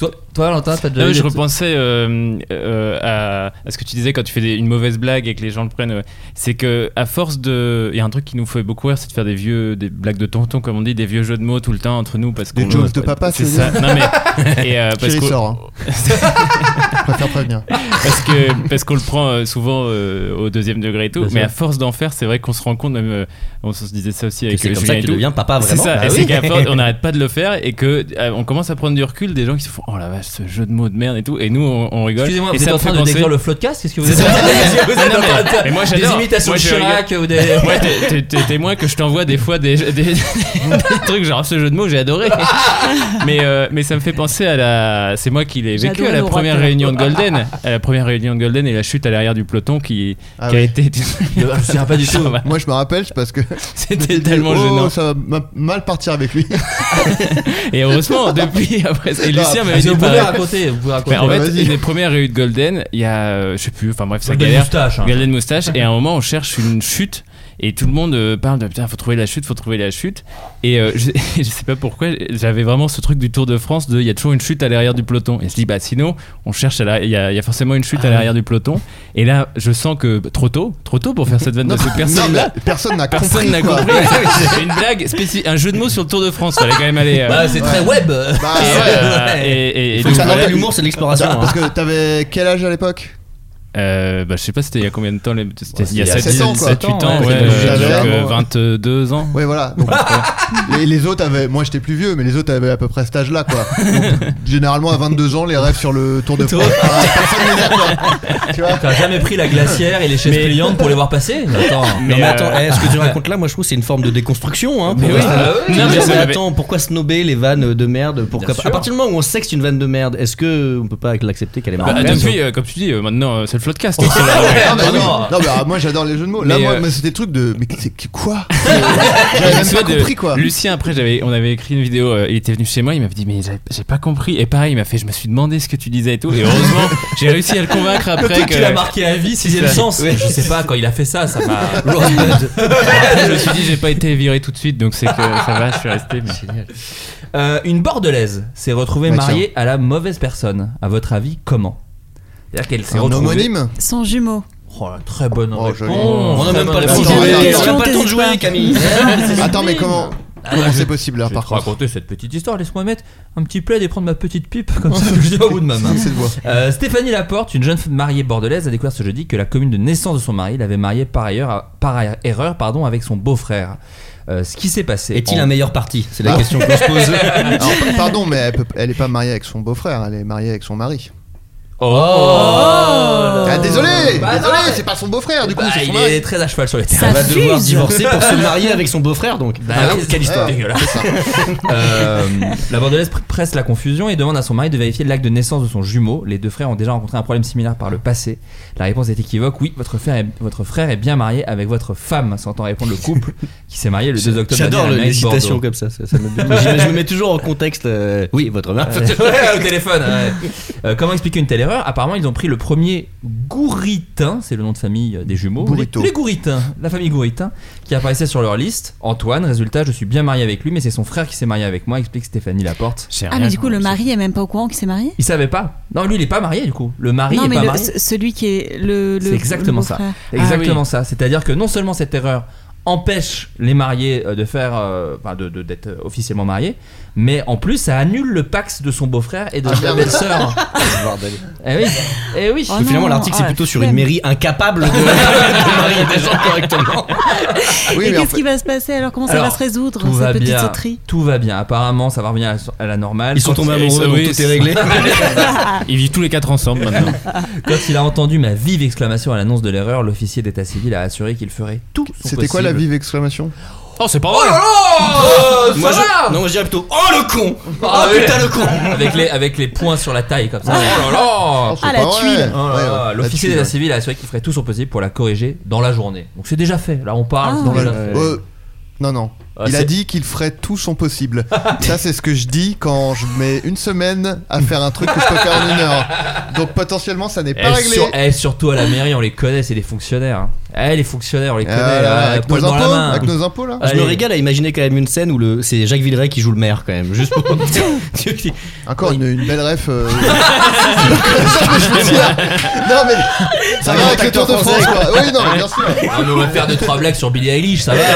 S6: Toi, toi Valentin, t'as déjà
S10: Non,
S6: eu
S10: mais je
S6: des-
S10: repensais euh, euh, à, à ce que tu disais quand tu fais des- une mauvaise blague et que les gens le prennent. euh, c'est que à force de, il y a un truc qui nous fait beaucoup rire, c'est de faire des vieux, des blagues de tonton comme on dit, des vieux jeux de mots tout le temps entre nous parce
S5: Des
S10: qu'on-
S5: jokes de papa,
S10: c'est
S5: tu veux
S10: ça. Non mais et, euh, parce
S5: Thierry
S10: qu'on-
S5: sort, hein. je préfère prévenir
S10: parce que parce qu'on le prend euh, souvent euh, au deuxième degré et tout.
S6: Bien
S10: mais
S6: sûr.
S10: à force d'en faire, c'est vrai qu'on se rend compte même. euh, on se disait ça aussi
S4: Et
S10: avec
S4: c'est
S10: euh,
S4: comme
S10: Julien
S4: ça
S10: et
S4: qu'il
S10: tout.
S4: devient papa,
S10: C'est
S4: vraiment.
S10: ça,
S4: Bah
S10: et
S4: oui.
S10: c'est qu'à force, on n'arrête pas de le faire et que euh, on commence à prendre du recul des gens qui se font oh la vache ce jeu de mots de merde et tout et nous on, on rigole.
S6: Excusez-moi,
S10: et
S6: vous
S10: ça
S6: êtes en
S10: me fait
S6: train de
S10: penser-
S6: décrire le floodcast Qu'est-ce que vous
S10: C'est
S6: êtes en
S10: ça.
S6: train de dire Vous êtes
S10: Non,
S6: en train de-
S10: mais- mais moi,
S6: Des
S10: j'adore.
S6: imitations
S10: Moi,
S6: de
S10: je
S6: Chirac ou des.
S10: Ouais, t'es- t'es t'es témoin que je t'envoie des fois des, des- des trucs genre ce jeu de mots, j'ai adoré. Mais, euh, mais ça me fait penser à la. C'est moi qui l'ai
S8: J'ai
S10: vécu
S8: adoré
S10: à la
S8: nos
S10: première
S8: rappeurs.
S10: réunion de Golden. À la première réunion de Golden et la chute à l'arrière du peloton qui,
S5: Ah
S10: qui a
S5: oui.
S10: été.
S6: Je me souviens pas du tout.
S10: Ça va.
S5: moi je me rappelle c'est parce que
S10: C'était tellement
S5: oh,
S10: gênant.
S5: ça va ma- mal partir avec lui
S10: Et heureusement, depuis, après ça. Et
S5: Non,
S10: Lucien m'avait
S6: Parce que
S10: dit
S6: Vous pouvez
S10: pareil.
S6: raconter, vous pouvez
S10: Mais
S6: raconter.
S10: en fait,
S5: Vas-y.
S10: une des premières réunies de Golden, il y a. euh, Je sais plus, enfin bref, ça
S6: Des
S10: galère.
S6: moustaches, hein.
S10: Golden Moustache. Et à un moment, on cherche une chute. Et tout le monde euh, parle de putain, faut trouver la chute, faut trouver la chute. Et euh, je, je sais pas pourquoi, j'avais vraiment ce truc du Tour de France de il y a toujours une chute à l'arrière du peloton. Et je dis, bah sinon, on cherche, à la- il y, a il y a forcément une chute
S5: Ah
S10: à l'arrière du peloton. Et là, je sens que bah, trop tôt, trop tôt pour faire cette vanne de cette
S5: non,
S10: personne
S5: mais
S10: là.
S5: personne n'a
S10: Personne
S5: compris,
S10: n'a
S5: quoi.
S10: compris. C'est une blague spécifique, un jeu de mots sur le Tour de France. Fallait quand même aller. euh,
S6: Bah, c'est très web.
S5: Bah,
S10: et,
S5: ouais.
S10: euh, et- et- et
S4: Faut
S10: donc,
S4: que ça
S10: voilà.
S5: Bah,
S4: rentre à l'humour, c'est de l'exploration.
S5: Parce
S4: hein.
S5: que t'avais quel âge à l'époque
S9: Euh, bah, je sais pas, c'était il y a combien de temps les- C'était
S5: Ouais,
S9: il y a
S5: c'était
S9: 7,
S5: il y a
S9: 8
S5: sept ans,
S9: ans,
S5: quoi.
S9: ouais,
S5: Ouais,
S9: euh,
S5: j'avais
S9: donc, euh,
S5: vraiment-
S9: 22 ans.
S5: Ouais, voilà. Donc, euh, les, les autres avaient. Moi, j'étais plus vieux, mais les autres avaient à peu près cet âge-là, quoi. Donc, généralement, à 22 ans, les rêves sur le Tour de France. Ah, personne les a, quoi. Tu vois
S6: T'as jamais pris la glacière et les chaises
S9: Mais-
S6: pliantes pour les voir passer Attends.
S7: Non mais attends,
S9: euh,
S7: eh, ce que tu racontes là, moi je trouve que c'est une forme de déconstruction. Hein, pour
S9: oui.
S7: rester-
S9: Ah oui.
S7: Je veux
S9: Non, mais
S7: dire,
S9: ça
S7: mais
S9: m'avait-
S7: attends, pourquoi snober les vannes de merde pourquoi
S6: Bien
S7: pas-
S6: sûr.
S7: À partir du moment où on sait que c'est une vanne de merde, est-ce que on peut pas l'accepter qu'elle est
S9: Bah,
S7: marrante
S9: depuis, euh, comme tu dis, euh, maintenant, euh, c'est le floodcast.
S5: Ah, mais
S6: non,
S5: oui.
S6: non.
S5: Non, mais ah, moi, j'adore les jeux de mots. Là,
S9: Mais,
S5: moi,
S9: euh,
S5: mais c'est des trucs de. Mais c'est c'est quoi J'avais même pas
S9: Soit de-
S5: compris, quoi.
S9: Lucien, après, j'avais, on avait écrit une vidéo. euh, il était venu chez moi, il m'avait dit, mais j'ai, j'ai pas compris. Et pareil, il m'a fait, je me suis demandé ce que tu disais et tout. Et heureusement, j'ai réussi à le convaincre
S6: Le
S9: après
S6: truc
S9: que.
S6: qu'il a marqué à vie, c'est le
S9: ça.
S6: sens. Je sais pas, quand il a fait ça, ça m'a.
S9: Après, je me suis dit, j'ai pas été viré tout de suite, donc c'est que ça va, je suis resté. mais-
S6: Euh, une bordelaise s'est retrouvée
S5: Bah,
S6: mariée à la mauvaise personne. À votre avis, comment C'est-à-dire qu'elle s'est
S5: Un
S6: retrouvée.
S5: homonyme
S8: Son jumeau.
S6: Oh, la très bonne
S5: Oh,
S6: réponse.
S5: joli.
S7: On n'a
S6: Très
S7: même pas
S6: bonne
S7: le temps de
S5: Attends,
S7: jouer,
S5: attends,
S7: on n'a
S8: attends.
S7: pas le temps de jouer, Camille.
S5: Attends, mais comment Comment c'est possible, là,
S6: Je vais
S5: par
S6: te
S5: contre
S6: raconter cette petite histoire. Laisse-moi mettre un petit plaid et prendre ma petite pipe comme ça. je dis au bout de ma main.
S5: C'est de voix.
S6: Euh, Stéphanie Laporte, une jeune femme mariée bordelaise, a découvert ce jeudi que la commune de naissance de son mari l'avait mariée par ailleurs, à- par ailleurs- erreur, pardon, avec son beau-frère. Euh, ce qui s'est passé.
S7: Est-il
S6: en-
S7: un meilleur parti C'est
S5: Ah.
S7: la question qu'on se pose.
S5: Alors, pa- pardon, mais elle, peut- elle est pas mariée avec son beau-frère, elle est mariée avec son mari.
S6: Oh
S5: Ah, désolé,
S6: Bah,
S5: désolé,
S6: non.
S5: c'est pas son beau-frère, du coup,
S6: Bah,
S5: c'est son
S6: il
S5: mari.
S6: est très à cheval sur les
S8: Ça
S7: Elle
S6: termes.
S7: va devoir
S8: fuse.
S7: divorcer pour se marier avec son beau-frère donc.
S6: Bah, oui, quelle histoire dégueulasse. Euh, la bordelaise pr- presse la confusion et demande à son mari de vérifier l'acte de naissance de son jumeau. Les deux frères ont déjà rencontré un problème similaire par le passé. La réponse est équivoque. Oui, votre frère est, votre frère est bien marié avec votre femme, s'entend répondre le couple qui s'est marié le 2 octobre.
S7: J'adore
S6: dernier à
S7: le- les
S6: Metz,
S7: citations
S6: Bordeaux.
S7: comme ça. ça- ça me- je, je me mets toujours en contexte. euh, Oui, votre mère.
S6: Ouais, au téléphone. ouais. Euh, comment expliquer une telle erreur Apparemment, ils ont pris le premier Gouritin, c'est le nom de famille euh, des jumeaux.
S5: Bourrito.
S6: Les, les Gouritins, la famille Gouritin, qui apparaissait sur leur liste. Antoine, résultat, je suis bien marié avec lui, mais c'est son frère qui s'est marié avec moi, explique Stéphanie Laporte.
S9: J'ai
S8: Ah,
S9: rien
S8: mais du coup, le
S9: compris.
S8: mari est même pas au courant qu'il s'est marié
S6: Il savait pas. Non, lui, il est pas marié du coup. Le mari
S8: Non,
S6: est
S8: mais
S6: pas
S8: le-
S6: marié.
S8: ce- celui qui est le. le-
S6: C'est exactement
S8: le
S6: ça.
S8: beau-frère.
S6: C'est Exactement ça. C'est-à-dire que non seulement cette erreur empêche les mariés euh, de faire, euh, enfin, de- de- d'être euh, officiellement mariés, mais en plus ça annule le pax de son beau-frère
S7: Ah,
S6: et de sa
S5: merde.
S6: belle-sœur. eh oui, eh oui.
S8: Oh
S7: Donc finalement,
S8: non,
S7: l'article
S8: oh,
S7: c'est
S8: la
S7: plutôt sur une
S8: flemme.
S7: mairie incapable de, de marier des gens correctement.
S5: Oui,
S8: Ah, Et
S5: mais en
S8: qu'est-ce
S5: fait-
S8: qui va se passer alors Comment ça
S6: Alors,
S8: va se résoudre
S6: Tout va
S8: cette petite
S6: bien.
S8: sauterie
S6: Tout va bien. Apparemment, ça va revenir à la, à la normale.
S7: Ils sont
S6: Quand-
S7: tombés
S9: Et ça,
S7: amoureux, donc
S9: oui,
S7: tout
S9: c'est-
S7: est réglé.
S9: Ils vivent tous les quatre ensemble maintenant.
S6: Quand il a entendu ma vive exclamation à l'annonce de l'erreur, l'officier d'état civil a assuré qu'il ferait tout son possible.
S5: C'était quoi la vive exclamation
S9: Oh, c'est pas vrai!
S7: Oh, Moi, je, non, moi, je dirais plutôt Oh le con Oh
S6: Ah oui.
S7: putain le con
S6: avec les, avec les points sur la taille comme ça.
S5: Ah,
S6: Oh là là
S5: c'est pas
S8: Ah, la
S5: vrai.
S8: tuile.
S6: Oh là
S5: Ouais, ouais,
S6: là,
S5: la
S6: L'officier
S5: tuile,
S6: d'état
S5: ouais.
S6: civil a assuré qu'il ferait tout son possible pour la corriger dans la journée. Donc c'est déjà fait. Là on parle.
S8: Ah.
S6: c'est
S5: Dans la-
S6: déjà fait.
S5: Euh, non, non.
S6: Ah,
S5: il a
S6: c'est-
S5: dit qu'il ferait tout son possible. Ça, c'est ce que je dis quand je mets une semaine à faire un truc que je peux faire en une heure. Donc potentiellement, ça n'est
S6: Eh,
S5: pas réglé.
S6: sur- eh, surtout à la mairie, on les connaît, c'est des fonctionnaires. Eh, les fonctionnaires, on les
S5: Ah, là,
S6: connaît. ouais,
S5: avec,
S6: poil
S5: nos
S6: dans la
S5: impôts,
S6: main.
S5: avec nos impôts, là
S7: Ah, Je
S6: Allez.
S7: me régale à imaginer quand même une scène où le, c'est Jacques Villeray qui joue le maire quand même. Juste pour...
S5: Encore une, une belle ref. euh, c'est ça que je veux dire. Non, mais ça va avec le Tour de France, quoi. Oui, non, mais bien sûr.
S6: Ah, mais on va faire deux trois blagues sur Billie Eilish, ça va. là,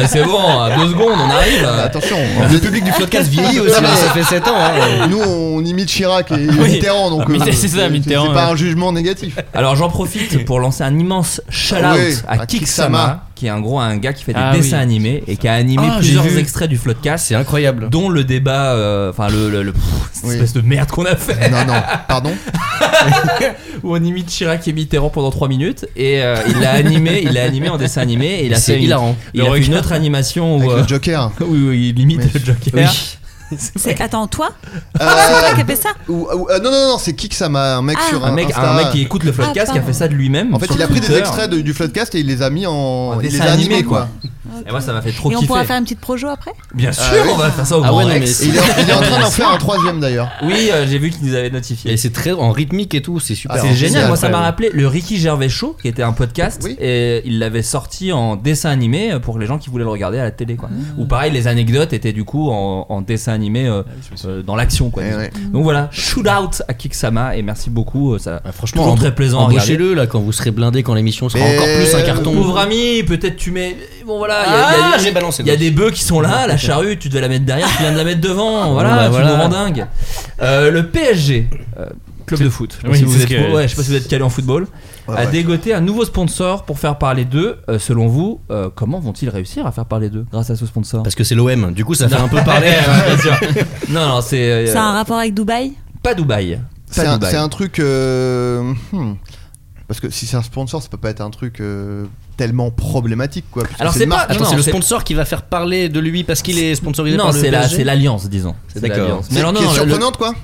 S6: là, c'est bon, à deux secondes, on arrive.
S5: Attention,
S7: le public du podcast vieillit aussi,
S5: Non, mais-
S7: hein, ça fait 7 ans. hein.
S5: nous on imite Chirac et Mitterrand,
S6: Ah,
S5: donc
S9: Mais
S5: euh,
S9: c'est ça, Mitterrand,
S5: c'est pas
S9: ouais.
S5: un jugement négatif.
S6: Alors j'en profite pour lancer un immense shout-out
S5: Oui,
S6: à
S5: à
S6: Kiksama,
S5: Kiksama,
S6: qui est en gros un gars qui fait des
S9: Ah oui,
S6: dessins animés et qui a animé
S7: Ah, j'ai
S6: plusieurs
S7: vu.
S6: extraits du Floodcast.
S7: C'est incroyable.
S6: dont le débat, euh, enfin le, le, le- pff, cette
S5: Oui.
S6: espèce de merde qu'on a fait,
S5: Non, non, pardon.
S6: où on imite Chirac et Mitterrand pendant 3 minutes, et euh, il l'a animé, il l'a animé en dessin animé, et il a
S7: C'est
S6: fait une,
S7: hilarant.
S6: il a fait une autre animation où,
S5: Avec
S6: euh,
S5: le Joker.
S6: où- où il imite le Joker.
S8: C'est- Attends, toi Ah,
S5: Euh,
S8: C'est toi qui as fait ça
S5: Ou- ou- euh, non, non, non, c'est Kiksama, un mec
S8: Ah.
S5: sur
S6: Un mec,
S5: Insta.
S6: un mec qui écoute le podcast
S8: Ah,
S6: qui a fait ça de lui-même.
S5: En fait,
S6: sur
S5: il a pris des
S6: Twitter.
S5: extraits de- du Floodcast et il les a mis en.
S6: En
S5: il les
S6: dessin
S5: a
S6: animé,
S5: animés,
S6: quoi.
S5: quoi.
S6: Et moi, ça m'a fait trop
S8: Et on
S6: kiffer.
S8: pourra faire une petite projo après
S6: Bien sûr,
S5: Ah ouais.
S6: on va faire ça au
S7: Ah
S6: Grand
S7: ouais, non,
S6: Rex.
S7: mais
S5: Et il est, il est en train d'en faire un troisième d'ailleurs.
S6: Oui, euh, j'ai vu qu'ils nous avaient notifié.
S7: Et c'est très en rythmique et tout, c'est super.
S5: Ah,
S6: C'est
S5: Alors,
S6: génial,
S5: c'est
S6: moi ça m'a
S7: incroyable.
S6: rappelé le Ricky Gervais Show qui était un podcast
S5: Oui.
S6: et il l'avait sorti en dessin animé euh, pour les gens qui voulaient le regarder à la télé quoi. Ou pareil, les anecdotes étaient du coup en, en dessin animé euh, euh, dans l'action quoi.
S5: Eh
S6: disons.
S5: ouais.
S6: Donc voilà, shoot out à Kiksama et merci beaucoup, euh, ça
S7: Bah, franchement,
S6: toujours
S7: embau-
S6: très plaisant à regarder.
S7: Embauchez-le là quand vous serez blindé, quand l'émission sera
S5: Mais-
S7: encore plus un
S6: Ton
S7: carton.
S6: pauvre ami, peut-être tu mets bon voilà, il y a- il y a-
S7: Ah, j'ai balancé.
S6: il y a
S7: donc.
S6: des bœufs qui sont là, la charrue, tu devais la mettre derrière, tu viens de la mettre devant, voilà,
S7: bah
S6: tu
S7: voilà.
S6: nous rends dingue. Euh, le PSG, euh, club de foot. Je sais pas
S9: Oui,
S6: si vous
S9: c'est
S6: êtes,
S9: ce que-
S6: ouais, je sais pas si vous êtes calé en football.
S9: Ouais,
S6: a
S9: ouais.
S6: dégoté un nouveau sponsor pour faire parler d'eux. Euh, selon vous, euh, comment vont-ils réussir à faire parler d'eux grâce à ce sponsor Parce
S7: que c'est l'OM. Du coup, ça fait un peu parler. hein,
S6: non, non, c'est. euh,
S8: Ça a un rapport avec Dubaï
S6: Pas Dubaï.
S5: C'est
S6: Pas
S5: un,
S6: Dubaï.
S5: c'est un truc. euh, hmm. Parce que si c'est un sponsor, ça peut pas être un truc euh, tellement problématique quoi. puisque
S6: Alors, c'est
S5: une
S6: pas-
S5: marque.
S6: non,
S7: Attends,
S6: non,
S7: euh, c'est le
S6: c'est-
S7: sponsor qui va faire parler de lui parce qu'il est sponsorisé
S6: Non,
S7: par le
S6: c'est la-
S7: PSG
S6: c'est l'Alliance, disons. C'est
S7: D'accord.
S6: l'Alliance. Mais alors, non,
S5: qui est
S6: non, le-
S5: surprenante quoi.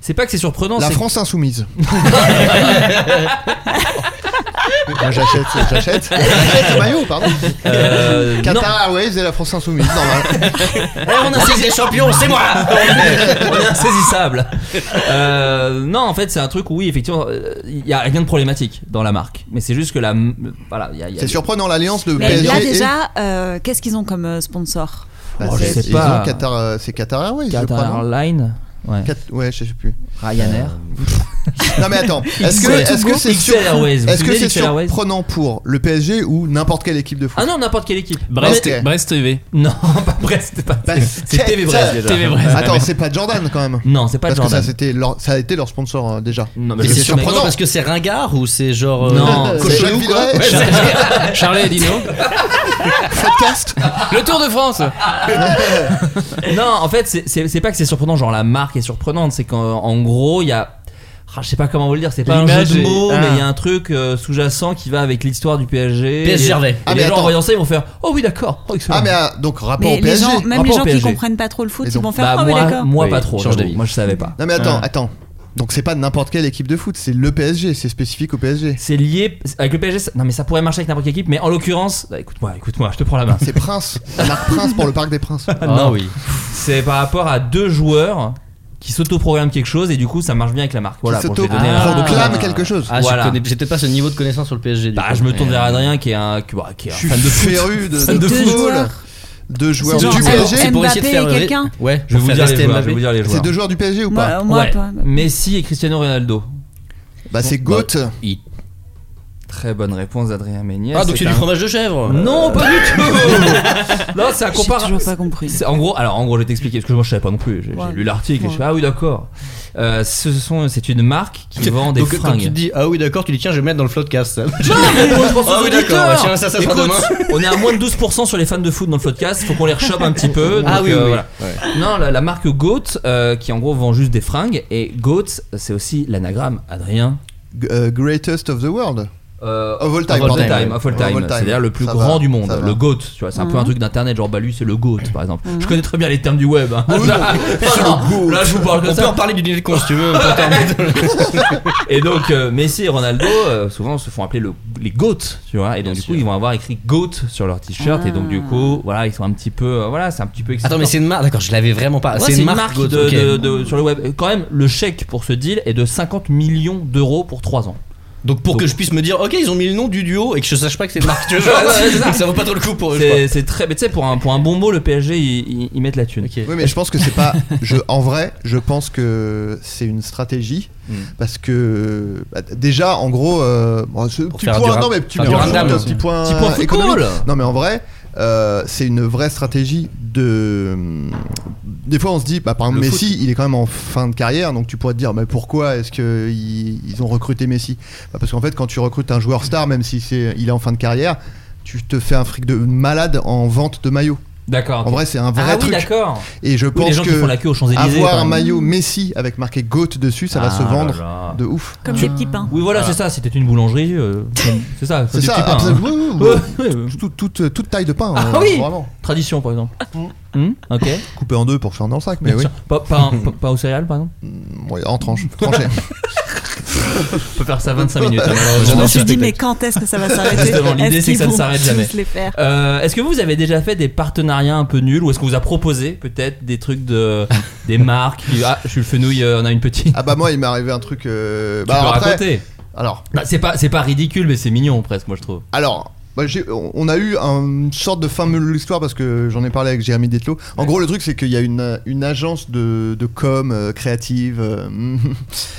S6: C'est pas que c'est surprenant.
S5: La
S6: c'est-
S5: France insoumise. Moi j'achète, j'achète, j'achète ce maillot, pardon.
S6: Euh,
S5: Qatar Airways et la France insoumise, normal.
S6: on a saisi les champions, c'est moi On est insaisissable Euh, Non, en fait, c'est un truc où, oui, effectivement, euh, il n'y a rien de problématique dans la marque. Mais c'est juste que la. Voilà, il y a- il y a-
S5: C'est surprenant l'alliance de
S8: Mais
S5: PSG.
S8: là
S5: et-
S8: déjà, euh, qu'est-ce qu'ils ont comme euh, sponsor
S5: Bah,
S6: Oh, je
S5: c'est-
S6: sais
S5: ils
S6: pas.
S5: ont Qatar, euh, c'est Qatar Airways, je crois,
S6: Qatar
S5: non
S6: Airlines Ouais.
S5: Quat- Ouais, je sais plus. Euh,
S6: Ryanair.
S5: Non mais attends, est-ce que
S6: XL,
S5: est-ce que c'est
S6: XL
S5: sur-
S6: Airways, vous vous
S5: est-ce que
S6: souvenez
S5: c'est
S6: d'XL Airways
S5: surprenant pour le PSG ou n'importe quelle équipe de foot
S6: Ah non, n'importe quelle équipe.
S9: Brest,
S5: Ok.
S9: Brest TV.
S6: Non, pas Brest, bah, c'est pas.
S5: Bah,
S6: C'est TV Brest déjà.
S9: TV Brest.
S5: Attends, c'est pas Jordan quand même.
S6: Non, c'est pas
S5: Parce
S6: Jordan.
S5: que ça, c'était leur- ça a été leur sponsor euh, déjà.
S6: Non,
S7: Mais
S6: je-
S7: c'est
S5: c'est
S7: surprenant
S5: surprenant.
S7: parce que c'est ringard Ah, ou c'est
S9: Oh,
S7: genre. euh,
S6: Non,
S5: C'est Jacques
S7: cochelou, quoi
S5: Villeray,
S9: Charlie et Dino.
S5: podcast.
S9: Le Tour de France.
S6: non, en fait, c'est- c'est c'est pas que c'est surprenant, genre la marque est surprenante, c'est qu'en en gros, il y a. Ah, je sais pas comment vous le dire, c'est pas un
S9: L'image
S6: jeu de
S9: est-
S6: mots,
S9: ah.
S6: mais il y a un truc euh, qui va avec l'histoire du PSG.
S7: PS
S6: Et-
S7: Gervais.
S6: Et,
S5: Ah, mais
S6: les gens en
S5: attends.
S6: voyant ça, ils vont faire Oh oui, d'accord. Oh, excellent.
S5: Ah mais ah, donc rapport
S8: Mais
S5: au
S8: les
S5: PSG.
S8: gens, même
S6: Rapport
S8: les
S6: au
S8: gens qui
S6: PSG.
S8: comprennent pas trop le foot,
S5: Et
S8: ils vont
S5: donc,
S8: faire
S6: bah,
S8: Ah oui,
S6: moi,
S8: d'accord.
S6: moi
S9: Oui,
S6: pas trop.
S9: change
S6: j'avoue.
S9: d'avis.
S6: Moi, je savais pas.
S5: Non mais attends,
S9: Ah.
S5: attends. Donc c'est pas n'importe quelle équipe de foot, c'est le PSG, c'est spécifique au PSG.
S6: C'est lié avec le PSG. ça- Non, mais ça pourrait marcher avec n'importe quelle équipe, mais en l'occurrence, Bah, écoute-moi, écoute-moi, je te prends la main.
S5: C'est Prince, la marque Prince pour le Parc des Princes.
S6: Ah oui. C'est par rapport à deux joueurs qui s'autoprogramment quelque chose et du coup ça marche bien avec la marque. Voilà,
S5: qui
S6: bon, je vais
S5: s'auto-proclame
S6: donner un-
S7: Ah.
S5: quelque chose.
S7: Ah, je
S6: Voilà.
S7: connais- j'ai peut-être pas ce niveau de connaissance sur le PSG. du
S6: Bah,
S7: coup.
S6: je me tourne
S7: Mais-
S6: vers Adrien qui est un, qui, bah, qui est un
S5: Je suis
S6: fan de foot.
S5: féru de,
S6: Fan de
S8: Deux
S6: foot.
S8: joueurs.
S5: deux joueurs
S8: C'est
S5: du
S8: genre-
S5: PSG.
S8: C'est
S7: C'est pour essayer de
S8: Mbappé
S7: faire
S8: et
S7: ré-
S8: quelqu'un
S7: Ouais,
S6: Je vais, vous
S7: faire
S6: dire les
S7: rester
S6: joueurs, je
S7: Mbappé.
S6: vais vous dire les
S5: C'est
S6: joueurs.
S5: deux joueurs du PSG ou pas
S8: Moi, moi
S6: Ouais.
S8: pas.
S6: Messi et Cristiano Ronaldo.
S5: Bah c'est Goat.
S6: Très bonne réponse d'Adrien Méniel.
S7: Ah, donc c'est du
S6: un-
S7: fromage de chèvre
S6: Non, pas du tout Non, c'est un
S8: J'ai
S6: comparatif.
S8: toujours pas compris.
S6: C'est- En gros, alors en gros, je vais t'expliquer parce que moi je savais pas non plus. J'ai j'ai
S8: Ouais.
S6: lu l'article et je
S8: Ouais.
S6: fais ah oui d'accord. Euh, ce sont, c'est une marque qui vend des
S7: Donc quand
S6: fringues.
S7: tu te dis ah oui d'accord, tu dis tiens je vais mettre dans le floodcast. ça.
S6: Non, mais bon, je pense
S7: Ah
S6: aux
S7: oui,
S6: auditeurs.
S7: d'accord, tiens, ça, ça sera
S6: Écoute,
S7: demain.
S6: On est à moins de 12% sur les fans de foot dans le podcast. Faut qu'on les rechoppe un petit peu.
S7: Ah
S6: donc,
S7: oui,
S6: euh,
S7: oui,
S6: voilà. Non, la, la marque Goat, euh, qui en gros vend juste des fringues. Et Goat, c'est aussi l'anagramme Adrien.
S5: G- euh, greatest of the world.
S6: Euh,
S5: Of all time,
S6: Of all
S5: pardon.
S6: time, of all
S5: Of all
S6: time.
S5: time.
S6: C'est-à-dire le plus
S5: Ça
S6: grand
S5: va,
S6: du
S5: ça
S6: monde,
S5: va.
S6: le GOAT. Tu vois, c'est un peu
S7: Mhm.
S6: un truc d'internet, genre bah lui c'est le GOAT par exemple. Je connais très bien les termes du web. hein. Là, non, là, je vous parle comme
S7: On peut en
S6: ça.
S7: parler du dîner de con si tu veux. pour terminer.
S6: Et donc euh, Messi et Ronaldo euh, souvent se font appeler le- les GOAT, tu vois. Et donc du coup ils vont avoir écrit GOAT sur leur t-shirt et donc du coup voilà ils sont un petit peu euh, voilà c'est un petit peu
S7: Ah. Attends mais c'est une marque. D'accord, je l'avais vraiment pas.
S5: Ah,
S6: Ouais, c'est une marque,
S7: Gaud,
S6: de-
S7: ok.
S6: de- de- sur le web. Et Quand même, le chèque pour ce deal est de 50 millions d'euros pour 3 ans.
S7: Donc pour
S6: Donc-
S7: que je puisse me dire ok ils ont mis le nom du duo et que je sache pas que c'est une marque. tu vois,
S6: Ouais, ouais, c'est ça.
S7: genre, ça vaut pas trop le coup pour eux. je
S6: C'est c'est très. Mais tu sais, pour un, pour un bon mot, le PSG, ils, ils- ils mettent la thune.
S7: crois. Ok.
S5: Oui mais je pense que c'est pas. Je, en vrai, je pense que c'est une stratégie
S7: Mm.
S5: parce que bah, déjà en gros, euh, bon, ce petit
S7: faire du
S5: point.
S7: rap-
S5: Non mais petit
S7: faire du
S5: point.
S7: rap
S5: un
S7: d'âme.
S5: Petit point.
S6: Petit point football.
S5: économique. Non mais en vrai. euh, c'est une vraie stratégie de. Des fois, on se dit, bah, par exemple,
S7: Le
S5: Messi, il est quand même en fin de carrière, donc tu pourrais te dire, mais pourquoi est-ce qu'ils ils ont recruté Messi Bah, Parce qu'en fait, quand tu recrutes un joueur star, même si c'est, il est en fin de carrière, tu te fais un fric de malade en vente de maillots.
S6: D'accord.
S5: En vrai, c'est un vrai
S6: ah oui,
S5: truc.
S6: d'accord.
S5: Et je
S6: Oui, les
S5: pense
S6: gens qui font la
S5: que
S6: queue aux Champs-Élysées.
S5: avoir un
S6: par exemple.
S5: maillot Messi avec marqué GOAT dessus, ça va
S6: Ah
S5: se
S6: là
S5: vendre
S6: là.
S5: de ouf.
S8: Comme hein. des petits pains.
S6: Oui, voilà, c'est ça. C'était une boulangerie. euh, comme- c'est ça.
S5: Ah. C'est
S6: des
S5: ça,
S6: petits pains,
S5: absolument. Oui, oui, oui.
S6: hein. Ouais, ouais, ouais.
S5: Tout- toute, toute taille de pain,
S6: Ah
S5: euh,
S6: oui.
S5: vraiment.
S6: Tradition, par exemple. Hmm, ok.
S5: Coupé en deux pour faire dans le sac, Mm. mais oui.
S6: Pas, pas, pas- pas aux céréales, par exemple.
S5: Ouais, en tranche, tranché.
S6: On peut faire ça 25 minutes. hein,
S8: Je
S6: malheureusement.
S8: me suis dit, mais quand est-ce que ça va s'arrêter
S6: Justement, l'idée,
S8: Est-ce
S6: c'est que
S8: qu'ils
S6: ça ne
S8: vont
S6: s'arrête
S8: tous
S6: jamais.
S8: les faire
S6: Euh, est-ce que vous avez déjà fait des partenariats un peu nuls ou est-ce qu'on vous a proposé peut-être des trucs de des marques qui- Ah, je suis le fenouil, euh, on a une petite.
S5: ah bah moi, il m'est arrivé un truc. euh,
S6: Tu
S5: bah
S6: peux
S5: alors après,
S6: raconter.
S5: alors,
S6: Bah, c'est pas c'est pas ridicule mais c'est mignon presque moi je trouve.
S5: alors. bah, j'ai- on on a eu une sorte de fameuse histoire parce que j'en ai parlé avec Jérémy Detlo. En gros, le truc, c'est qu'il y a une, une agence de, de com euh, créative euh,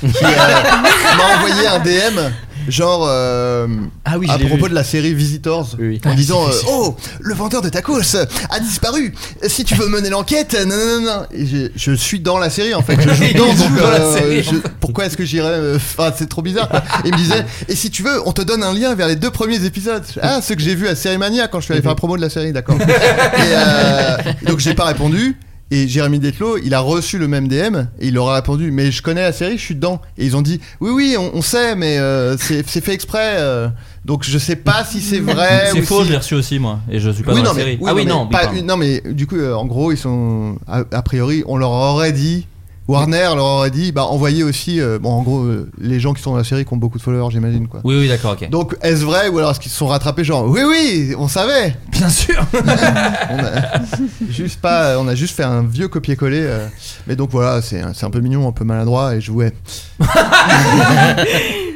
S5: qui euh, m'a envoyé un DM Genre, euh,
S12: Ah oui, je
S5: à
S12: l'ai
S5: propos
S12: vu.
S5: de la série Visitors, en
S12: Ah,
S5: disant
S12: si,
S5: euh,
S12: si, si.
S5: Oh, le vendeur de tacos a disparu. Si tu veux mener l'enquête, non, non, non, non. Et j'ai- Je suis dans la série en fait. Je joue
S12: Il
S5: dans,
S12: joue
S5: donc,
S12: dans la
S5: euh,
S12: série,
S5: je- pourquoi est-ce que j'irais euh, Enfin, c'est trop bizarre. quoi. Et il me disait Et si tu veux, on te donne un lien vers les deux premiers épisodes. Ah, ceux que j'ai vus à Série Mania quand je suis
S12: Mhm.
S5: allé faire la promo de la série, d'accord. Et, euh, donc j'ai pas répondu. Et Jérémy Detlo, il a reçu le même DM et il leur a répondu Mais je connais la série, je suis dedans. Et ils ont dit Oui, oui, on, on sait, mais euh, c'est c'est fait exprès. euh, donc je sais pas si c'est vrai.
S12: C'est
S5: ou
S12: faux,
S5: si-
S12: je l'ai reçu aussi, moi. Et je suis pas
S5: oui,
S12: dans
S5: non,
S12: la
S5: mais-
S12: série.
S5: oui,
S12: ah oui,
S5: mais
S12: non.
S5: pas-
S12: oui, pardon.
S5: non, mais du coup, euh, en gros, ils sont. A, a priori, on leur aurait dit. Warner leur aurait dit Bah, envoyez aussi. euh, bon, en gros, euh, les gens qui sont dans la série qui ont beaucoup de followers, j'imagine, quoi.
S6: Oui, oui, d'accord, ok.
S5: Donc, est-ce vrai ou alors est-ce qu'ils se sont rattrapés genre oui oui on savait
S6: bien sûr
S5: on a juste pas on a juste fait un vieux copier-coller euh, mais donc voilà c'est un, c'est un peu mignon un peu maladroit et je jouais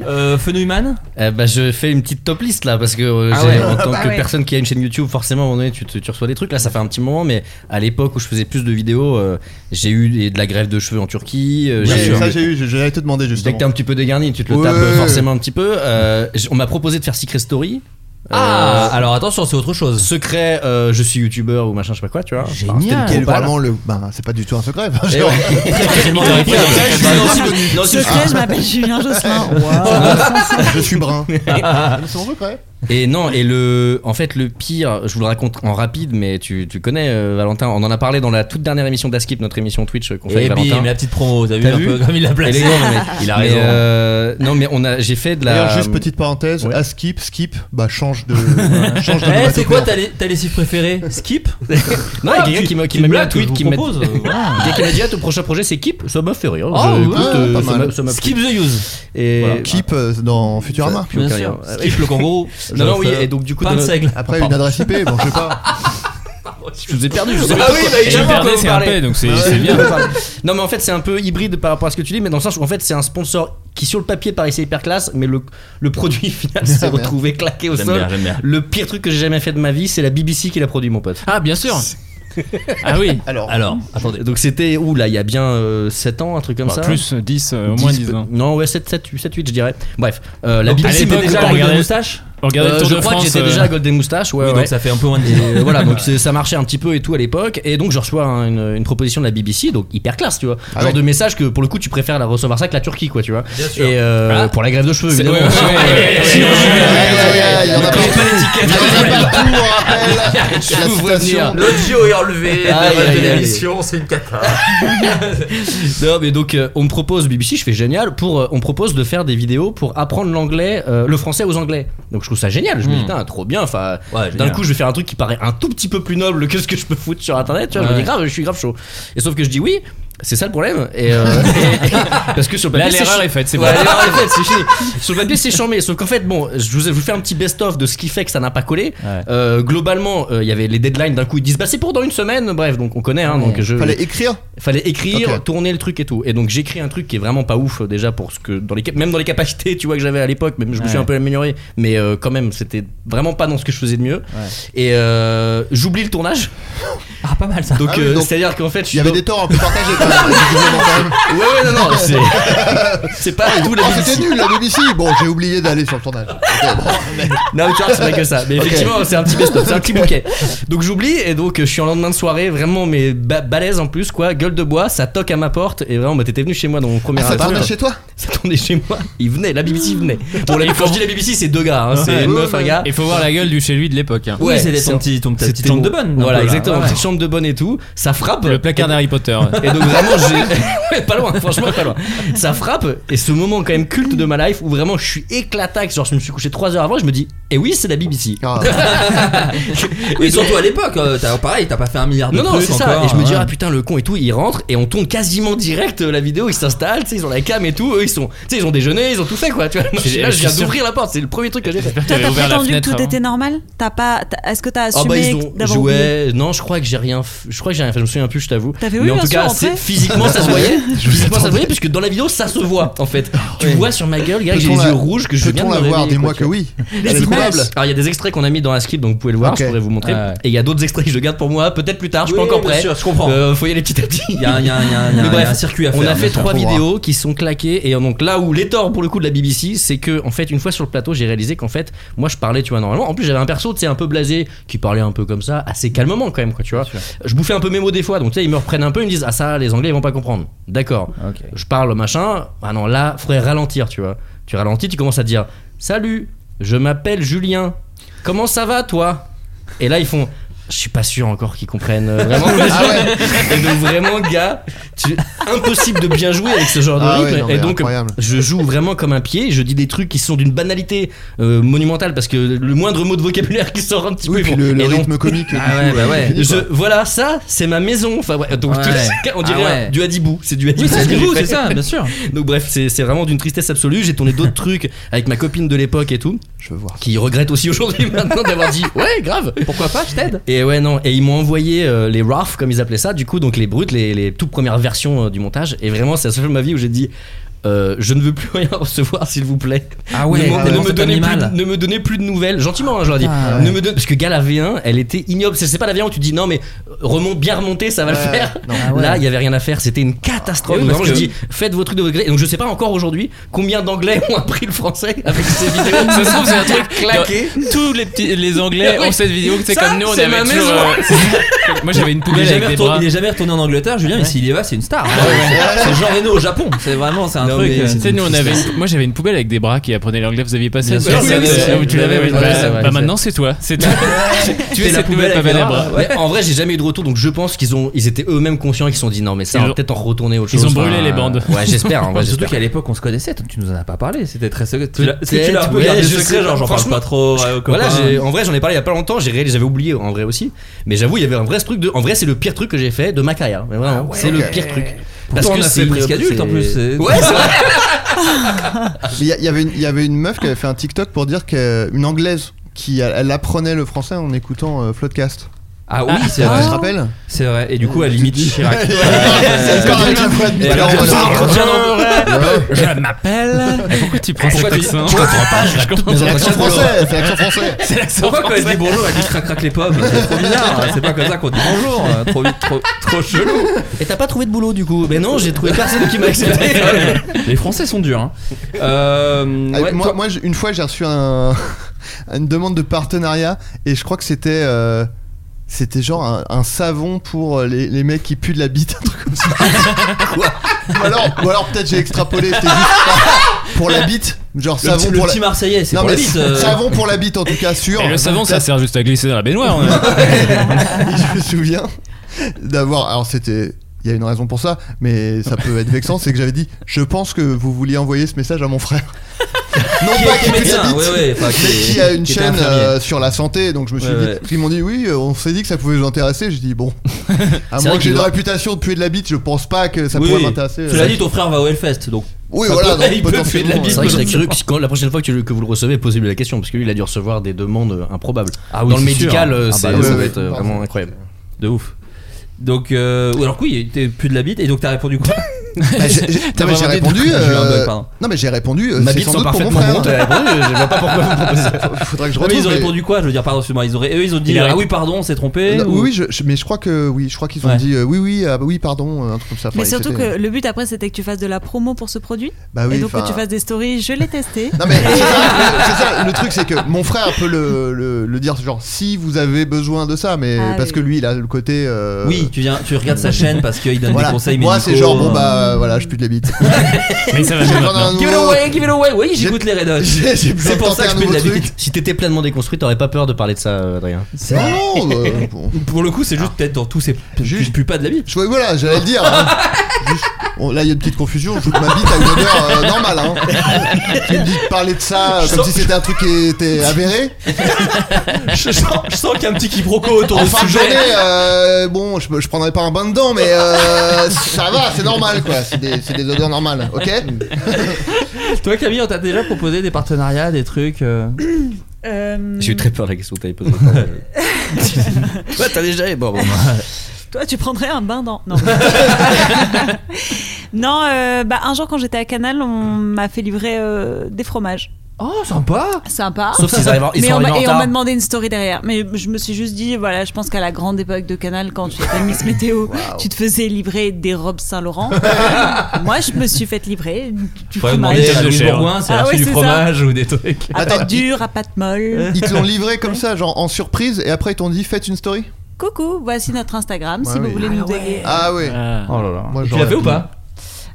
S6: Euh, Fenouillman
S10: Euh, bah, je fais une petite top list là parce que euh,
S6: Ah
S10: j'ai-
S6: ouais.
S10: en tant
S6: Bah
S10: que
S6: ouais.
S10: personne qui a une chaîne YouTube, forcément à un moment donné tu, te- tu reçois des trucs. Là, ça fait un petit moment, mais à l'époque où je faisais plus de vidéos, euh, j'ai eu des- de la grève de cheveux en Turquie. euh,
S5: Oui,
S10: j'ai eu-
S5: ça j'ai eu je- j'allais te demander
S10: Dès que t'es
S5: justement
S10: un petit peu dégarni, tu te le
S5: Ouais.
S10: tapes euh, forcément un petit peu. Euh, j- on m'a proposé de faire Secret Story.
S6: Ah,
S10: Euh,
S6: alors attention, c'est autre chose.
S10: Secret, euh, je suis youtubeur ou machin, je sais pas quoi, tu vois.
S6: Génial.
S10: C'était le
S5: Quel
S10: propal.
S5: vraiment le ben c'est pas du tout un secret
S10: Et
S5: genre.
S10: Eh ouais.
S12: Facilement vérifié.
S6: Bah,
S10: Non, c'est-
S8: Secret, je m'appelle Julien Josselin.
S5: je suis brun c'est mon secret
S10: Et non, et le, en fait, le pire, je vous le raconte en rapide, mais tu, tu connais euh, Valentin, on en a parlé dans la toute dernière émission d'Askip, notre émission Twitch euh, qu'on fait
S6: Et
S10: avec
S6: bim,
S10: Valentin.
S6: Eh la petite promo, t'as vu
S10: T'as
S6: un
S10: vu
S6: peu comme il l'a placé.
S10: Élégant, le mec.
S6: Il a
S10: Mais,
S6: raison.
S10: euh, non, mais on a, j'ai fait de la. euh,
S5: D'ailleurs, juste petite parenthèse
S10: ouais.
S5: à skip skip bah change de change
S6: Eh,
S5: de
S6: c'est quoi ta, lé- ta lessive préférée Skip
S10: Non, il y a quelqu'un qui m'a, qui m'a mis un tweet qui m'a,
S6: propose.
S10: quelqu'un qui m'a dit, ah, ton prochain projet, c'est Kip. Ça m'a fait rire.
S6: Ah,
S10: Je-
S6: ouais,
S10: écoute, euh,
S5: pas
S10: ça
S5: mal.
S10: m'a- ça m'a plu.
S6: Skip the use.
S10: Et.
S6: Voilà.
S5: keep euh, dans Futurama
S10: Plus aucun lien.
S6: Skip le kangourou.
S10: Non, non,
S6: Je-
S10: oui, et donc, du coup,
S6: Pas
S10: dans
S6: de
S10: notre-
S6: seigle.
S5: après une adresse IP bon je sais pas
S10: je vous ai perdu, je sais
S6: Ah
S10: pas
S6: oui,
S10: pourquoi.
S6: bah,
S13: Et
S6: évidemment,
S13: le
S6: quand
S13: Bernet,
S6: vous
S13: c'est un
S6: parlez.
S13: paix, donc c'est c'est bien.
S10: non mais en fait c'est un peu hybride par rapport à ce que tu dis mais dans le sens où en fait c'est un sponsor qui sur le papier paraissait hyper classe mais le, le produit final s'est
S5: merde.
S10: retrouvé claqué au
S6: J'aime bien,
S10: sol.
S6: j'aime bien.
S10: Le pire truc que j'ai jamais fait de ma vie c'est la BBC qui l'a produit mon pote.
S13: Ah, bien sûr. Ah oui.
S5: alors
S6: Alors, attendez.
S10: Donc c'était où là il y a bien 7 ans un truc comme
S13: Bah,
S10: ça
S13: Plus 10, euh, au moins 10 ans.
S10: Non ouais 7, 7, 8, 7, 8 je dirais. Bref, euh, la
S6: Donc,
S10: BBC
S13: à
S10: était
S13: l'époque,
S10: déjà
S13: quand on
S10: à Golden
S13: regardait-
S10: Moustache.
S13: Regardez
S10: Euh,
S13: le Tour
S10: je
S13: de
S10: crois
S13: France.
S10: que j'étais
S13: euh,
S10: déjà à Golden Moustache, ouais,
S6: Oui,
S10: ouais.
S6: donc ça fait un peu moins de
S10: Et euh, voilà, donc c'est- ça marchait un petit peu et tout à l'époque. Et donc je reçois un- une, une proposition de la BBC, donc hyper classe, tu vois.
S5: Ah
S10: Genre
S5: ouais.
S10: de message que pour le coup tu préfères la recevoir ça que la Turquie, quoi, tu vois.
S6: Bien sûr.
S10: Et euh,
S13: Ah.
S10: pour la grève de cheveux,
S13: c'est-
S10: évidemment.
S13: ouais, ouais, ouais, ouais,
S5: Ouais, ouais,
S13: ouais, ouais, ouais.
S5: ouais, il y en a partout. Il y en a partout, on rappelle. La
S10: Je vous vois
S5: citation.
S10: venir.
S6: L'audio est enlevé,
S10: Aïe, aïe, aïe.
S6: c'est une cata.
S10: Non, mais donc euh, on me propose BBC, je fais génial. Pour euh, on me propose de faire des vidéos pour apprendre l'anglais, euh, le français aux anglais. Donc je trouve ça génial. Je me dis
S6: Hmm.
S10: putain, trop bien. Enfin,
S6: Ouais,
S10: D'un
S6: génial.
S10: coup, je vais faire un truc qui paraît un tout petit peu plus noble que ce que je peux foutre sur internet. Tu vois, je me
S6: Ouais.
S10: dis grave, je suis grave chaud. Et sauf que je dis oui, c'est ça le problème. Et, euh, et- parce que sur le
S13: Là,
S10: papier, c'est
S13: l'erreur
S10: chi-
S13: est faite, c'est
S10: Ouais,
S13: bon.
S10: l'erreur est faite, c'est fini. Sur le papier, c'est charmé. Sauf qu'en fait, bon, je vous, ai- je vous fais un petit best-of de ce qui fait que ça n'a pas collé.
S13: Ouais.
S10: Euh, globalement, euh, il y avait les deadlines d'un coup. Ils disent, bah, c'est pour dans une semaine. Bref, donc on connaît. Hein, donc je,
S5: Fallait écrire.
S10: fallait écrire,
S5: Ok.
S10: tourner le truc et tout. Et donc j'écris un truc qui est vraiment pas ouf euh, déjà pour ce que dans les cap- même dans les capacités tu vois que j'avais à l'époque, même je me suis
S13: Ouais.
S10: un peu amélioré, mais euh, quand même c'était vraiment pas dans ce que je faisais de mieux. Et euh, j'oublie le tournage.
S6: Ah, pas mal ça.
S10: Donc,
S5: Ah oui,
S10: euh,
S5: donc,
S10: c'est-à-dire qu'en fait je
S5: Il
S10: suis
S5: y avait
S10: dans-
S5: des torts un peu partagés quand même. visiblement, quand même.
S10: Ouais ouais non non, c'est c'est pas du tout la
S5: Oh,
S10: BBC.
S5: c'était nul la BBC. Bon, j'ai oublié d'aller sur le tournage. Ok, bon.
S10: Non, mais tu vois, c'est pas que ça. Mais
S5: Ok.
S10: effectivement, c'est un petit best-of, c'est un petit bouquet. Donc j'oublie, et donc euh, je suis en lendemain de soirée, vraiment, mais ba- balèze en plus, quoi. Gueule de bois, ça toque à ma porte, et vraiment, bah, t'étais venu chez moi dans mon premier
S5: Ah, ça
S10: appart.
S5: tournait chez toi
S10: Ça tournait chez moi. Il venait, la BBC venait. Bon, la- quand je dis la BBC, c'est deux gars, hein, c'est
S13: Ouais.
S10: une meuf, un gars.
S13: Il faut voir la gueule du chez lui de l'époque. hein.
S10: Ouais,
S6: oui, c'était
S10: c'est-
S6: ton petit, ton, ta petite
S10: C'était
S6: chambre
S10: mon-
S6: de bonne. un
S10: Voilà,
S6: peu, là.
S10: exactement.
S6: Ouais.
S10: Petite chambre de bonne et tout. Ça frappe.
S13: Le placard d'Harry Potter.
S10: Et donc vraiment, j'ai... pas loin, franchement pas loin. Ça frappe, et ce moment quand même culte de ma life où vraiment je suis éclatax, genre je me suis couché 3 heures avant, je me dis, eh oui, c'est la BBC.
S5: Ah,
S6: Oui, surtout à l'époque, euh, t'as- pareil, t'as pas fait un milliard de
S10: Non, non,
S6: trucs
S10: c'est ça.
S6: encore, hein.
S10: Et je me dis,
S6: ouais.
S10: ah putain, le con et tout, il rentre et on tourne quasiment direct euh, la vidéo. Ils s'installent, tu sais, ils ont la cam et tout. Eux, ils sont, tu sais, ils ont déjeuné, ils ont tout fait quoi. Tu vois, moi, je, suis là,
S13: je
S10: je
S13: suis
S10: viens
S13: sûr.
S10: d'ouvrir la porte, c'est le premier truc que j'ai fait.
S13: J'espère que
S8: Toi,
S13: t'avais
S8: t'as
S13: ouvert la
S8: prétendu que
S13: fenêtre.
S8: tout
S13: avant.
S8: était normal T'as pas. t'as- Est-ce que t'as
S10: Ah bah ils
S8: assumé
S10: ont
S8: d'avoir oublié
S10: joué. Non, je crois que j'ai rien. f- Je crois que j'ai rien fait. Je me souviens plus. Je t'avoue.
S8: T'as fait oui,
S10: Mais en
S8: bien
S10: tout
S8: sûr,
S10: cas,
S8: après.
S10: c'est physiquement ça se voyait. Physiquement ça se voyait puisque dans la vidéo ça se voit en fait.
S6: Ah
S10: Tu vois sur ma gueule, gars, que j'ai les
S5: Peut-on la-
S10: yeux rouges, que je viens
S5: Peut-on
S10: de me
S5: la voir
S10: réveiller,
S5: Dis-moi
S10: quoi, tu
S5: que
S10: vois.
S5: oui.
S10: Les
S5: Elle est
S10: images.
S5: probable.
S10: Alors il y a des extraits qu'on a mis dans la script, donc vous pouvez le voir,
S5: Ok.
S10: je pourrais vous montrer.
S13: Ah ouais.
S10: Et il y a d'autres extraits que je garde pour moi, peut-être plus tard, je suis
S6: Oui,
S10: pas encore
S6: bien
S10: prêt.
S6: sûr, je comprends.
S10: Euh, faut y aller petit à petit.
S6: Il y a, un- il y a un- il y a un- il y a
S10: Mais
S6: un-
S10: bref,
S6: il y a un circuit à faire.
S10: On a
S6: bien
S10: fait
S6: sûr.
S10: trois
S5: On
S10: vidéos qui sont claquées et dire donc là où les torts pour le coup de la BBC, c'est que en fait une fois sur le plateau, j'ai réalisé qu'en fait moi je parlais tu vois normalement. En plus j'avais un perso tu sais un peu blasé qui parlait un peu comme ça, assez calmement quand même quoi tu vois. Je bouffais un peu mes mots des fois donc tu sais ils me reprennent un peu, ils me disent ah ça les Anglais ils vont pas comprendre. D'accord. Je parle machin. Ah non là faudrait ralentir tu vois. Tu ralentis, tu commences à dire salut, je m'appelle Julien. Comment ça va toi Et là ils font je suis pas sûr encore qu'ils comprennent euh, vraiment.
S14: Ah
S10: Et donc vraiment, gars, tu- impossible de bien jouer avec ce genre de
S5: Ah ouais,
S10: rythme.
S5: non, mais
S10: et donc,
S5: incroyable.
S10: je joue vraiment comme un pied. Je dis des trucs qui sont d'une banalité euh, monumentale parce que le moindre mot de vocabulaire qui sort un petit peu.
S5: puis
S10: ils font,
S5: le- le
S10: et non.
S5: rythme comique, du
S10: Ah ouais,
S5: coup, euh,
S10: bah
S5: il
S10: ouais.
S5: finit,
S10: Je-
S5: quoi.
S10: voilà, ça, c'est ma maison. Enfin, ouais, donc,
S6: Ouais.
S10: tout- on dirait
S6: Ah ouais.
S10: un- du Hadibou. C'est du Hadibou.
S6: Oui, c'est
S10: ce que j'ai
S6: Hadibou,
S10: fait.
S6: c'est ça, bien sûr.
S10: Donc, bref, c'est c'est vraiment d'une tristesse absolue. J'ai tourné d'autres trucs avec ma copine de l'époque et tout.
S5: Je veux voir.
S10: Qui regrette aussi aujourd'hui maintenant d'avoir dit ouais, grave.
S6: Pourquoi pas, je t'aide
S10: Et ouais, non, et ils m'ont envoyé euh, les RAF, comme ils appelaient ça, du coup, donc les brutes, les, les toutes premières versions euh, du montage. Et vraiment, c'est la seule fois de ma vie où j'ai dit. euh, je ne veux plus rien recevoir, s'il vous plaît.
S6: Ah ouais,
S10: ne, m'en-
S6: ah
S10: ne
S6: ouais,
S10: me
S6: cet
S10: donnez plus,
S6: animal.
S10: de- ne me donnez plus de nouvelles. Gentiment, hein, je leur dis.
S6: Ah
S10: Ne me don- Parce que gars, la V1, elle était ignoble. C'est c'est pas la V1 où tu dis non, mais euh, remonte, bien remonter, ça va le
S6: Ouais,
S10: faire.
S6: non. Ah ouais.
S10: Là, il y avait rien à faire. C'était une catastrophe.
S6: Ah oui, parce
S10: Vraiment, je
S6: que-
S10: dis faites vos trucs de votre gré. Et Donc, je sais pas encore aujourd'hui combien d'anglais ont appris le français avec ces vidéos.
S15: Ça se trouve, c'est un truc
S10: claqué.
S15: Tous les petits, les Anglais
S10: Ouais.
S15: ont cette vidéo. C'est
S10: Ça,
S15: comme nous, on
S10: c'est
S15: avait
S10: ma
S15: toujours.
S10: maison.
S15: euh, Moi, j'avais une
S6: Il est,
S15: poubelle
S6: jamais
S15: avec des
S6: retourné-
S15: bras.
S6: il est jamais retourné en Angleterre, Julien, mais s'il y va, c'est une star. C'est genre Reno au Japon. C'est vraiment, c'est un truc. euh,
S15: Tu sais, nous, on avait une- moi j'avais une poubelle avec des bras qui apprenait l'anglais, vous aviez pas ça
S6: Bien sûr,
S15: Ah oui,
S6: c'est
S15: oui,
S6: vrai,
S15: c'est-
S6: c'est-
S15: tu l'avais,
S6: ouais,
S15: oui.
S6: ouais,
S15: Bah,
S6: c'est
S15: bah,
S6: vrai, c'est
S15: maintenant c'est toi, c'est toi. tu es
S10: T'es la
S15: cette
S10: poubelle
S15: nouvelle
S10: avec
S15: poubelle
S10: les
S15: à
S10: rats.
S15: bras.
S10: Ouais, en vrai, j'ai jamais eu de retour, donc je pense qu'ils ont, ils étaient eux-mêmes conscients qu'ils se sont dit non, mais ça,
S15: Ils
S10: on va
S15: ont-
S10: peut-être en retourner autre
S15: ils
S10: chose.
S15: ont brûlé
S10: Enfin,
S15: les bandes.
S10: Ouais, j'espère. en vrai,
S6: Surtout
S10: j'espère.
S6: qu'à l'époque on se connaissait, toi, tu nous en as pas parlé, c'était très secret. Tu l'as- Est-ce que tu
S10: Peut-être,
S6: l'as hein, un peu
S10: ouais,
S6: gardé
S10: je
S6: secret,
S10: sais
S6: genre j'en parle
S10: Franchement,
S6: pas trop euh, aux
S10: Voilà,
S6: copains.
S10: j'ai- en vrai, j'en ai parlé il y a pas longtemps, j'ai réalisé, j'avais oublié en vrai aussi. Mais j'avoue, il y avait un vrai truc de. En vrai, c'est le pire truc que j'ai fait de ma carrière. Mais vraiment,
S5: Ah
S10: c'est le pire truc.
S6: Pourtant, on a fait
S10: une-
S6: presque adulte, en plus, c'est-
S10: Ouais, c'est vrai.
S5: Mais il y, a- il y avait une- il y avait une meuf qui avait fait un TikTok pour dire qu'une anglaise qui elle, elle apprenait le français en écoutant euh, Floodcast.
S6: Ah oui, c'est
S5: Tu
S6: vrai.
S5: te rappelles
S6: C'est vrai, et du coup, à limite Chirac.
S5: C'est
S6: Euh,
S5: encore la même fois de
S6: et alors,
S5: Mitterrand,
S6: je-
S5: alors.
S6: je-
S5: Ouais.
S6: je- je m'appelle.
S15: Pourquoi tu prends
S6: Pourquoi
S15: cet
S6: tu-
S15: accent
S6: tu comprends pas, je
S5: Mais C'est l'accent français, c'est l'accent français.
S15: C'est l'accent
S6: Pourquoi quand elle
S15: français.
S6: dit bonjour, elle dit crac crac les pommes C'est trop bizarre, hein, c'est pas comme ça qu'on dit bonjour. hein, Trop vite, trop, trop chelou.
S10: Et t'as pas trouvé de boulot du coup Ben non, j'ai trouvé personne qui m'a accepté.
S6: Les Français sont durs. Hein. Euh,
S5: Ah,
S6: ouais,
S5: moi,
S6: toi-
S5: moi, j'ai- une fois, j'ai reçu un- une demande de partenariat et je crois que c'était. euh, C'était genre un, un savon pour euh, les, les mecs qui puent de la bite, un truc comme ça. Quoi ou alors, ou alors peut-être j'ai extrapolé, c'était juste pour la bite, genre
S6: le,
S5: savon
S6: petit- le
S5: pour la
S6: petit Marseillais, c'est
S5: Non,
S6: pour
S5: mais
S6: la bite, euh.
S5: savon pour la bite en tout cas sûr.
S15: Et le savon, ça sert juste à glisser dans la baignoire. hein.
S5: Et je me souviens d'avoir. Alors, c'était. Il y a une raison pour ça, mais ça peut être vexant, c'est que j'avais dit Je pense que vous vouliez envoyer ce message à mon frère. Non
S6: Qui-
S5: pas
S6: qui
S5: qu'il
S6: est
S5: pue sa
S6: médecin,
S5: bite,
S6: ouais, ouais, enfin, qui
S5: mais
S6: est-
S5: qui a une
S6: qui était
S5: chaîne
S6: infirmier.
S5: euh, sur la santé, donc je me suis
S6: Ouais,
S5: dit.
S6: ouais.
S5: parce qu'ils m'ont dit Oui, euh, on s'est dit que ça pouvait vous intéresser. J'ai dit Bon, à
S10: vrai
S5: moins que j'ai
S10: qu'il
S5: une
S10: doit-
S5: réputation de puer de la bite, je pense pas que ça
S6: Oui,
S5: pourrait m'intéresser.
S6: Tu
S5: euh.
S6: l'as dit, ton frère va au Hellfest, donc.
S5: Oui,
S6: ça
S5: voilà,
S6: peut-
S5: donc
S6: il peut puer de la
S5: potentiellement,
S6: bite.
S10: C'est
S5: euh,
S10: vrai que je serais curieux que si- quand- la prochaine fois que, tu- que vous le recevez, posez-lui la question parce que lui il a dû recevoir des demandes improbables.
S6: Ah oui,
S10: Dans le
S6: c'est sûr.
S10: médical, euh,
S6: Ah
S10: c'est-
S6: bah oui,
S10: ça
S5: oui,
S10: va être euh,
S5: oui.
S10: vraiment incroyable.
S6: De ouf. Donc, euh, ou alors que oui, t'es plus de la bite, et donc t'as répondu quoi
S5: bah, j'ai- j'ai-
S15: T'as
S5: non, mais j'ai
S15: vraiment des
S5: répondu.
S6: trucs, j'ai eu un bug,
S5: euh,
S6: pardon.
S5: Non, mais j'ai répondu. euh,
S10: Ma
S5: C'est
S10: bite
S5: sans
S10: sont
S5: doute pour mon
S10: parfaitement
S5: frère.
S10: bonnes, t'as répondu, je vois pas pourquoi vous me proposez ça.
S5: Faudrait que je retrouve.
S6: Non, mais Ah ils ont
S5: mais-
S6: répondu quoi Je veux dire, pardon, excuse-moi, ils, auraient- eux, ils ont dit
S15: Il a
S6: Ah
S15: répondu-
S6: oui, pardon, on s'est trompé
S5: Non,
S6: ou-
S5: Oui, oui, je- je- mais je crois que oui, je crois qu'ils ont
S6: Ouais.
S5: dit euh, oui, oui, ah, bah oui, pardon, euh, un truc comme ça.
S8: Mais
S5: Enfin,
S8: surtout
S5: c'était-
S8: que le but après c'était que tu fasses de la promo pour ce produit
S10: Ah
S5: Bah oui,
S8: et donc que
S5: enfin-
S8: tu fasses des stories. Je l'ai testé.
S5: Non mais c'est ça, c'est ça, le truc c'est que mon frère peut le, le, le dire genre si vous avez besoin de ça, mais
S8: Ah
S5: parce
S8: oui.
S5: que lui il a le côté. euh,
S6: Oui, tu viens, tu regardes sa chaîne parce qu'il donne
S5: voilà.
S6: des conseils
S5: Moi c'est
S6: médicaux,
S5: genre bon
S6: euh.
S5: bah voilà, je pue de la bite.
S15: Mais ça va
S5: Je
S15: mieux
S5: vais
S15: maintenant.
S5: prendre un
S6: Give it
S5: nouveau-
S6: away, give it away. Oui,
S5: J'ai-
S6: j'écoute les Red Hot.
S5: J'ai- j'ai besoin
S6: C'est
S5: de
S6: pour
S5: tenter
S6: ça que je
S5: un
S6: fais de la
S5: nouveau
S6: bite.
S10: Si t'étais pleinement déconstruit, t'aurais pas peur de parler de ça, euh, Adrien.
S5: Non, non, euh, bon.
S6: Pour le coup, c'est juste peut-être dans tous ces.
S5: Juste-
S6: Tu pues pas de la bite.
S5: Je, voilà, j'allais le dire. hein. Juste- on- là il y a une petite confusion, je trouve que ma bite a une odeur euh, normale. Hein. Tu me dis de parler de ça euh, comme si c'était un truc qui était avéré.
S6: Je sens, Oh, je sens qu'il y a un petit quiproquo autour
S5: En
S6: du
S5: fin de journée,
S6: sujet.
S5: euh, bon, je, je prendrai pas un bain dedans, mais euh, ça va, c'est normal quoi. C'est des, c'est des odeurs normales, ok
S6: Toi, Camille, on t'a déjà proposé des partenariats, des trucs. euh,
S8: Euh,
S10: J'ai eu très peur de la question que t'avais posée. Pardon. ouais, t'as déjà. Bon, bon.
S8: Toi, tu prendrais un bain dans. Non. non, euh, bah, un jour, quand j'étais à Canal, on m'a fait livrer euh, des fromages.
S4: Oh, sympa
S8: Sympa
S10: Sauf s'ils arrivent en- ils
S8: Mais
S10: sont
S8: on m'a- Et on
S10: arrivés en
S8: m'a
S10: retard.
S8: demandé une story derrière. Mais je me suis juste dit, voilà, je pense qu'à la grande époque de Canal, quand tu étais Miss Météo, tu te faisais livrer des robes Saint-Laurent. Moi, je me suis fait livrer du
S4: Faudrait
S8: fromage.
S4: demander à Louis Bourgoin, c'est
S8: Ah
S4: reçu
S8: ouais,
S4: du
S8: c'est ça.
S4: fromage ou des trucs.
S8: À pâte dure, à pâte molle.
S5: Ils te l'ont livré comme ça, genre en surprise, et après ils t'ont dit faites une story
S8: Coucou, voici notre Instagram si
S5: Ouais,
S8: vous
S5: oui.
S8: voulez
S5: Ah
S8: nous
S5: ouais.
S8: déguer.
S5: Ah ouais.
S4: Oh là là.
S5: Moi,
S4: tu
S5: j'aurais
S4: l'as fait ou
S5: pu.
S4: pas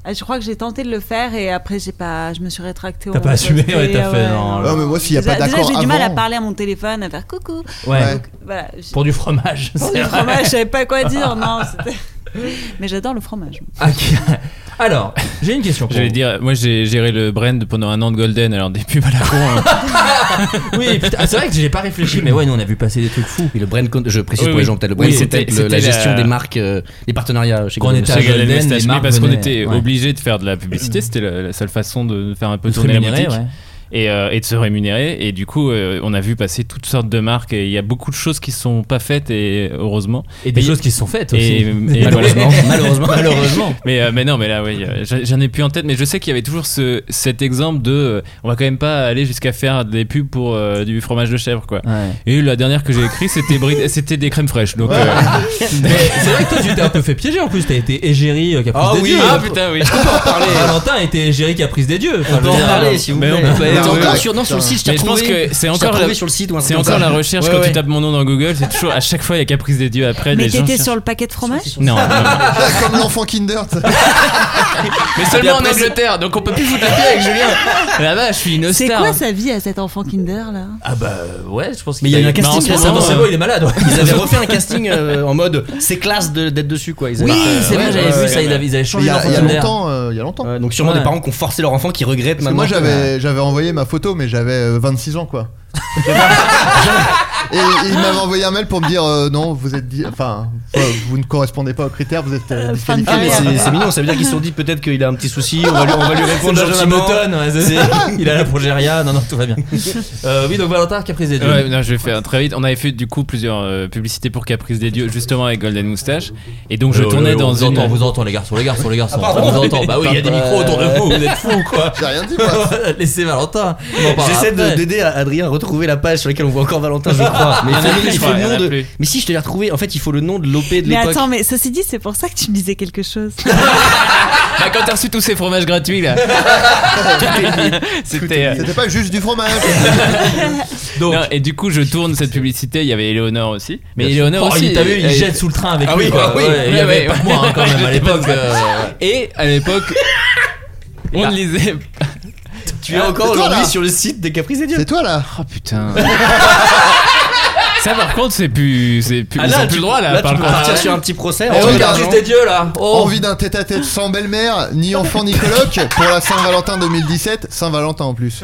S8: Ah, je crois que j'ai tenté de le faire et après j'ai pas, je me suis rétractée.
S4: T'as
S8: on
S4: pas
S8: m'a
S4: assumé,
S8: posté,
S4: ouais, t'as fait, non,
S8: non,
S4: non.
S8: non.
S4: mais moi, s'il y a
S8: ah Déjà-
S4: pas d'accord
S8: Déjà, j'ai du mal à
S4: avant-
S8: parler à mon téléphone, à faire coucou.
S4: Ouais.
S8: Donc, voilà, j'ai-
S4: Pour du fromage.
S8: Pour
S4: c'est
S8: du
S4: vrai.
S8: fromage, je savais pas quoi dire, non. c'était- Mais j'adore le fromage.
S4: Ok. Alors, j'ai une question pour
S6: Je vais
S4: vous.
S6: dire, moi j'ai géré le brand pendant un an de Golden, alors des pubs à la con. hein.
S4: oui, putain, ah, c'est vrai que j'ai pas réfléchi, mais ouais, nous on a vu passer des trucs fous.
S10: le brand, con- je précise
S6: Oui,
S10: pour
S6: oui.
S10: les gens, peut-être le
S6: Oui,
S10: brand, c'était
S6: c'était-
S10: le- la
S6: c'était
S10: gestion
S6: la-
S10: des marques, euh, les partenariats chez
S4: Quand on
S10: Golden.
S4: était à
S6: Chez Golden
S4: Golden,
S6: West,
S4: les
S6: mais
S4: marques
S6: parce qu'on
S4: venaient,
S6: était
S4: ouais.
S6: obligé de faire de la publicité, c'était la, la seule façon de faire un peu
S4: De se
S6: tourner la
S4: rémunérer,
S6: boutique.
S4: ouais.
S6: Et, euh, et de se rémunérer et du coup euh, on a vu passer toutes sortes de marques et il y a beaucoup de choses qui sont pas faites et heureusement
S4: Et des choses qui se sont faites aussi.
S6: et voilà.
S4: Malheureusement. Malheureusement. Malheureusement.
S6: mais, euh, mais non, mais là, oui, euh, j'en j'en ai plus en tête, mais je sais qu'il y avait toujours ce, cet exemple de. euh, on va quand même pas aller jusqu'à faire des pubs pour euh, du fromage de chèvre, quoi. Et la dernière que j'ai écrite, c'était bri- c'était des crèmes fraîches. Donc, euh,
S4: Mais c'est vrai que toi tu t'es un peu fait piéger en plus, t'as été égérie euh, caprice
S6: Ah
S4: des
S6: oui,
S4: dieux.
S6: ah putain, oui.
S4: Je peux pas en parler. Valentin a été égérie caprice des dieux. Enfin,
S10: peut
S4: je veux
S10: en
S4: dire, euh,
S10: parler, si vous
S4: mais
S10: voulez.
S4: on peut-
S10: Mais
S4: ouais,
S10: encore
S4: ouais.
S10: sur- non, sur le site, je t'ai
S6: Mais je pense
S10: retrouvé.
S6: que c'est
S10: Je t'ai
S6: encore, la,
S10: retrouvé sur le site ou un truc
S6: c'est
S10: comme
S6: encore
S10: ça.
S6: la recherche
S10: Ouais,
S6: quand
S10: ouais.
S6: tu tapes mon nom dans Google, c'est toujours à chaque fois il y a Caprice des Dieux après.
S8: Mais
S6: les gens
S8: t'étais
S6: cherchent-
S8: sur le paquet de fromage
S6: Non, non, non.
S5: Ah, Comme l'enfant Kinder. t'sais.
S6: mais
S8: Et
S6: seulement en
S8: après, c'est-
S6: Angleterre, donc on peut plus foutre la paix avec Julien. Là-bas, je suis une
S8: C'est
S6: star.
S8: quoi sa vie à cet enfant Kinder là
S4: Ah bah euh, ouais, je pense qu'il
S10: Mais il y a eu un
S4: Bah, en
S10: casting
S4: ce moment,
S10: récemment. hein.
S4: Son cerveau il est malade. ouais.
S10: Ils avaient refait un casting euh, en mode c'est classe de- d'être dessus quoi. Ils
S4: Oui,
S10: avaient- euh,
S4: c'est vrai,
S10: ouais,
S4: j'avais
S10: ouais,
S4: vu
S10: ouais.
S4: ça, ils avaient- ils avaient changé
S5: Il y a,
S4: leur
S5: il y a
S4: formulaire.
S5: longtemps. euh, il y a longtemps.
S10: Ouais, donc sûrement
S4: Ouais.
S10: des parents qui ont forcé leur enfant qui regrettent
S5: Parce que
S10: maintenant.
S5: moi
S10: que-
S5: j'avais j'avais envoyé ma photo, mais j'avais euh, 26 ans quoi. Et il m'avait envoyé un mail pour me dire euh, non, vous êtes di- enfin euh, vous ne correspondez pas aux critères, vous êtes euh,
S8: fin de
S5: disqualifié.
S10: Ah, mais c'est-
S5: Voilà.
S10: c'est mignon, ça veut dire qu'ils se sont dit peut-être qu'il a un petit souci, on va lui, on va lui répondre
S4: C'est le gentil
S10: gentiment.
S4: motone, ouais, c'est- il a la progéria, non non tout va bien. Euh, oui donc Valentin caprice des dieux.
S6: Ouais, non, je vais faire très vite. On avait fait du coup plusieurs euh, publicités pour Caprice des Dieux, justement avec Golden Moustache. Et donc je
S4: Euh,
S6: tournais
S4: euh,
S6: dans
S4: vous
S6: une.
S4: entend, vous entend les garçons, les garçons, les garçons.
S10: Ah,
S4: on
S10: pardon.
S4: vous entend. Bah oui, il y a des micros autour de vous, vous êtes fous quoi.
S5: J'ai rien dit moi.
S4: Laissez Valentin. on en parlera
S10: J'essaie de-
S4: après.
S10: d'aider à- Adrien à retrouver la page sur laquelle on voit encore Valentin, je crois. Mais
S6: Il y en a
S10: faut-
S6: plus,
S10: il
S6: je
S10: faut
S6: crois,
S10: le
S6: il y en
S10: nom
S6: a
S10: de-
S6: plus.
S10: Mais si, je te l'ai retrouvé. En fait, il faut le nom de l'OP de
S8: Mais
S10: l'époque.
S8: attends, mais ceci dit, c'est pour ça que tu me disais quelque chose.
S6: Bah, quand t'as reçu tous ces fromages gratuits là. C'était. euh,
S5: C'était pas juste du fromage.
S4: Donc,
S6: non, et du coup, je tourne cette publicité. Il y avait Eleonore aussi. Mais Eleonore
S4: Oh,
S6: aussi.
S4: il- T'as vu, il
S6: elle-
S4: jette sous le train avec
S6: Ah
S4: lui.
S6: oui,
S4: quoi.
S6: ah oui,
S4: Ouais, il y
S6: ouais,
S4: avait
S6: ouais.
S4: pas de moi hein, quand même à l'époque. euh,
S6: Et à l'époque, on ne lisait.
S10: tu es
S5: Ah, c'est
S10: encore
S5: toi,
S10: aujourd'hui
S5: là.
S10: sur le site des Caprices des Dieux.
S5: C'est toi là.
S6: Oh putain. Ça par contre, c'est plus, c'est plus,
S10: Ah,
S6: ils
S10: là,
S6: ont plus
S10: tu-
S6: le droit là.
S10: là,
S6: par
S10: tu peux
S6: contre.
S10: partir sur un petit procès.
S5: Eh
S10: en
S5: oui,
S10: mode-
S5: Caprice
S4: Caprice des dieux là. Oh.
S5: Envie d'un tête-à-tête sans belle-mère, ni enfant ni coloc pour la Saint-Valentin 2017, Saint-Valentin en plus.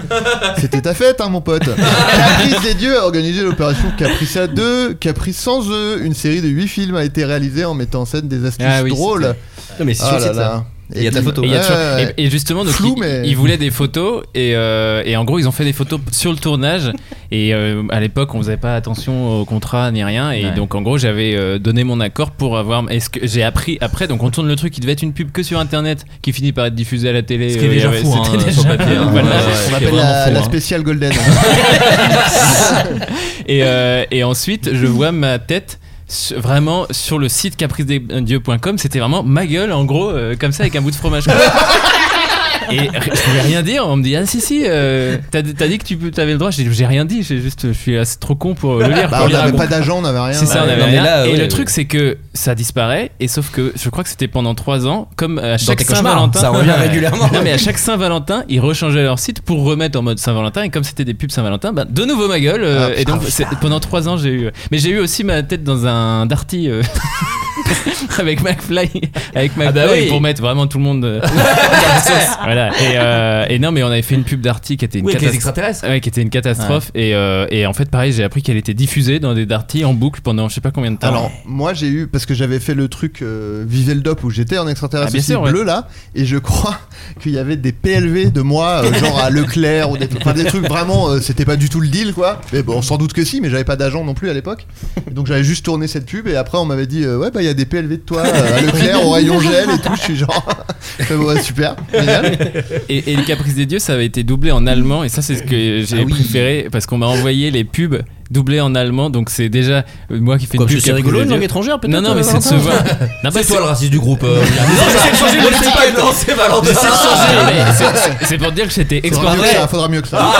S5: C'était ta fête, hein, mon pote. Caprice des dieux a organisé l'opération Caprice à 2, Caprice sans eux. Une série de 8 films a été réalisée en mettant en scène des astuces
S6: Ah oui,
S5: drôles.
S10: Non, mais c'est
S5: Ah
S10: sur le
S5: là
S10: site,
S5: là.
S10: ça. Et il y a ta photo.
S6: Et, il y a toujours-
S5: Ouais, ouais.
S6: et- et justement, donc,
S5: Flou,
S6: ils,
S5: mais-
S6: ils voulaient des photos et, euh, et en gros, ils ont fait des photos sur le tournage. Et euh, à l'époque, on faisait pas attention au contrat ni rien. Et
S4: Ouais.
S6: donc, en gros, j'avais euh, donné mon accord pour avoir. Est-ce que j'ai appris après Donc, on tourne le truc. Il devait être une pub que sur Internet, qui finit par être diffusée à la télé.
S4: Ce qui est
S6: Euh, il y
S4: déjà
S6: avait-
S4: fou hein,
S6: c'était
S4: sur
S6: déjà-
S4: papier. hein.
S6: Voilà.
S4: Ouais, ouais,
S5: On
S4: c'est
S5: l'appelle
S4: vraiment
S5: la,
S4: fou,
S5: la
S4: hein.
S5: spéciale Golden.
S6: Et, euh, et ensuite, je vois ma tête su- vraiment sur le site capricesdesdieux.com. C'était vraiment ma gueule, en gros, euh, comme ça, avec un bout de fromage. Et r- je pouvais rien dire, on me dit Ah si si, euh, t'as t'as dit que tu peux- t'avais le droit, j'ai dit, j'ai rien dit, j'ai juste, je suis assez trop con pour le lire.
S5: Bah,
S6: pour
S5: on
S6: lire à
S5: n'avait
S6: gauche.
S5: pas d'agent, on n'avait rien.
S6: C'est ça, on
S10: ouais.
S6: avait
S10: Non, mais
S6: rien.
S10: là,
S6: et
S10: ouais,
S6: le
S10: ouais.
S6: truc, c'est que ça disparaît. Et sauf que je crois que c'était pendant 3 ans, comme à chaque
S10: tes cauchemars,
S6: Saint-Valentin.
S10: ça revient régulièrement.
S6: Non, mais à chaque Saint-Valentin, ils rechangeaient leur site pour remettre en mode Saint-Valentin. Et comme c'était des pubs Saint-Valentin, bah, de nouveau ma gueule. euh,
S5: Ah,
S6: et donc,
S5: putain.
S6: c'est- pendant 3 ans, j'ai eu. euh, Mais j'ai eu aussi ma tête dans un Darty. euh, avec McFly, avec McFly
S4: bah oui.
S6: pour mettre vraiment tout le monde. euh, dans la sauce. voilà. Et, euh, et non, mais on avait fait une pub Darty qui était une
S4: Oui, avec les
S6: catastrophe.
S4: extraterrestres.
S6: Ouais, qui était une catastrophe. Et, euh, et en fait, pareil, j'ai appris qu'elle était diffusée dans des Darty en boucle pendant je sais pas combien de temps.
S5: Alors, moi j'ai eu, parce que j'avais fait le truc euh, Vivez le Dop où j'étais en extraterrestre
S6: Ah, bien
S5: aussi,
S6: sûr, ouais.
S5: bleu là, et je crois qu'il y avait des PLV de moi, euh, genre à Leclerc ou des, trucs- enfin, des trucs vraiment, euh, c'était pas du tout le deal quoi. Mais bon, sans doute que si, mais j'avais pas d'agent non plus à l'époque. Donc j'avais juste tourné cette pub et après on m'avait dit, euh, ouais, bah il y a des PLV de toi euh, à Leclerc au rayon gel et tout. Je suis genre, ouais, super, génial.
S9: Et, et les Caprices des Dieux, ça avait été doublé en allemand, et ça, c'est ce que j'ai
S5: Ah oui.
S9: préféré parce qu'on m'a envoyé les pubs doublées en allemand, donc c'est déjà euh, moi qui fais
S10: Quoi,
S9: une pub.
S10: parce que c'est
S9: Caprices
S10: rigolo,
S9: des
S10: une
S9: Dieux.
S10: langue étrangère, peut-être,
S9: Non, non, mais
S10: euh,
S9: c'est de se
S10: Valentin
S9: voir. Non,
S6: C'est
S9: mais
S6: toi le raciste du groupe. euh, Yann.
S9: Non, j'essaie de changer
S6: Non,
S9: le
S6: c'est
S9: type.
S6: pas- non, c'est Valentin.
S9: J'essaie de changer,
S10: Ah,
S6: Non, mais c'est-
S9: mais c'est- C'est pour dire que j'étais
S5: Faudra mieux que
S9: exporté.
S5: ça, faudra mieux que ça.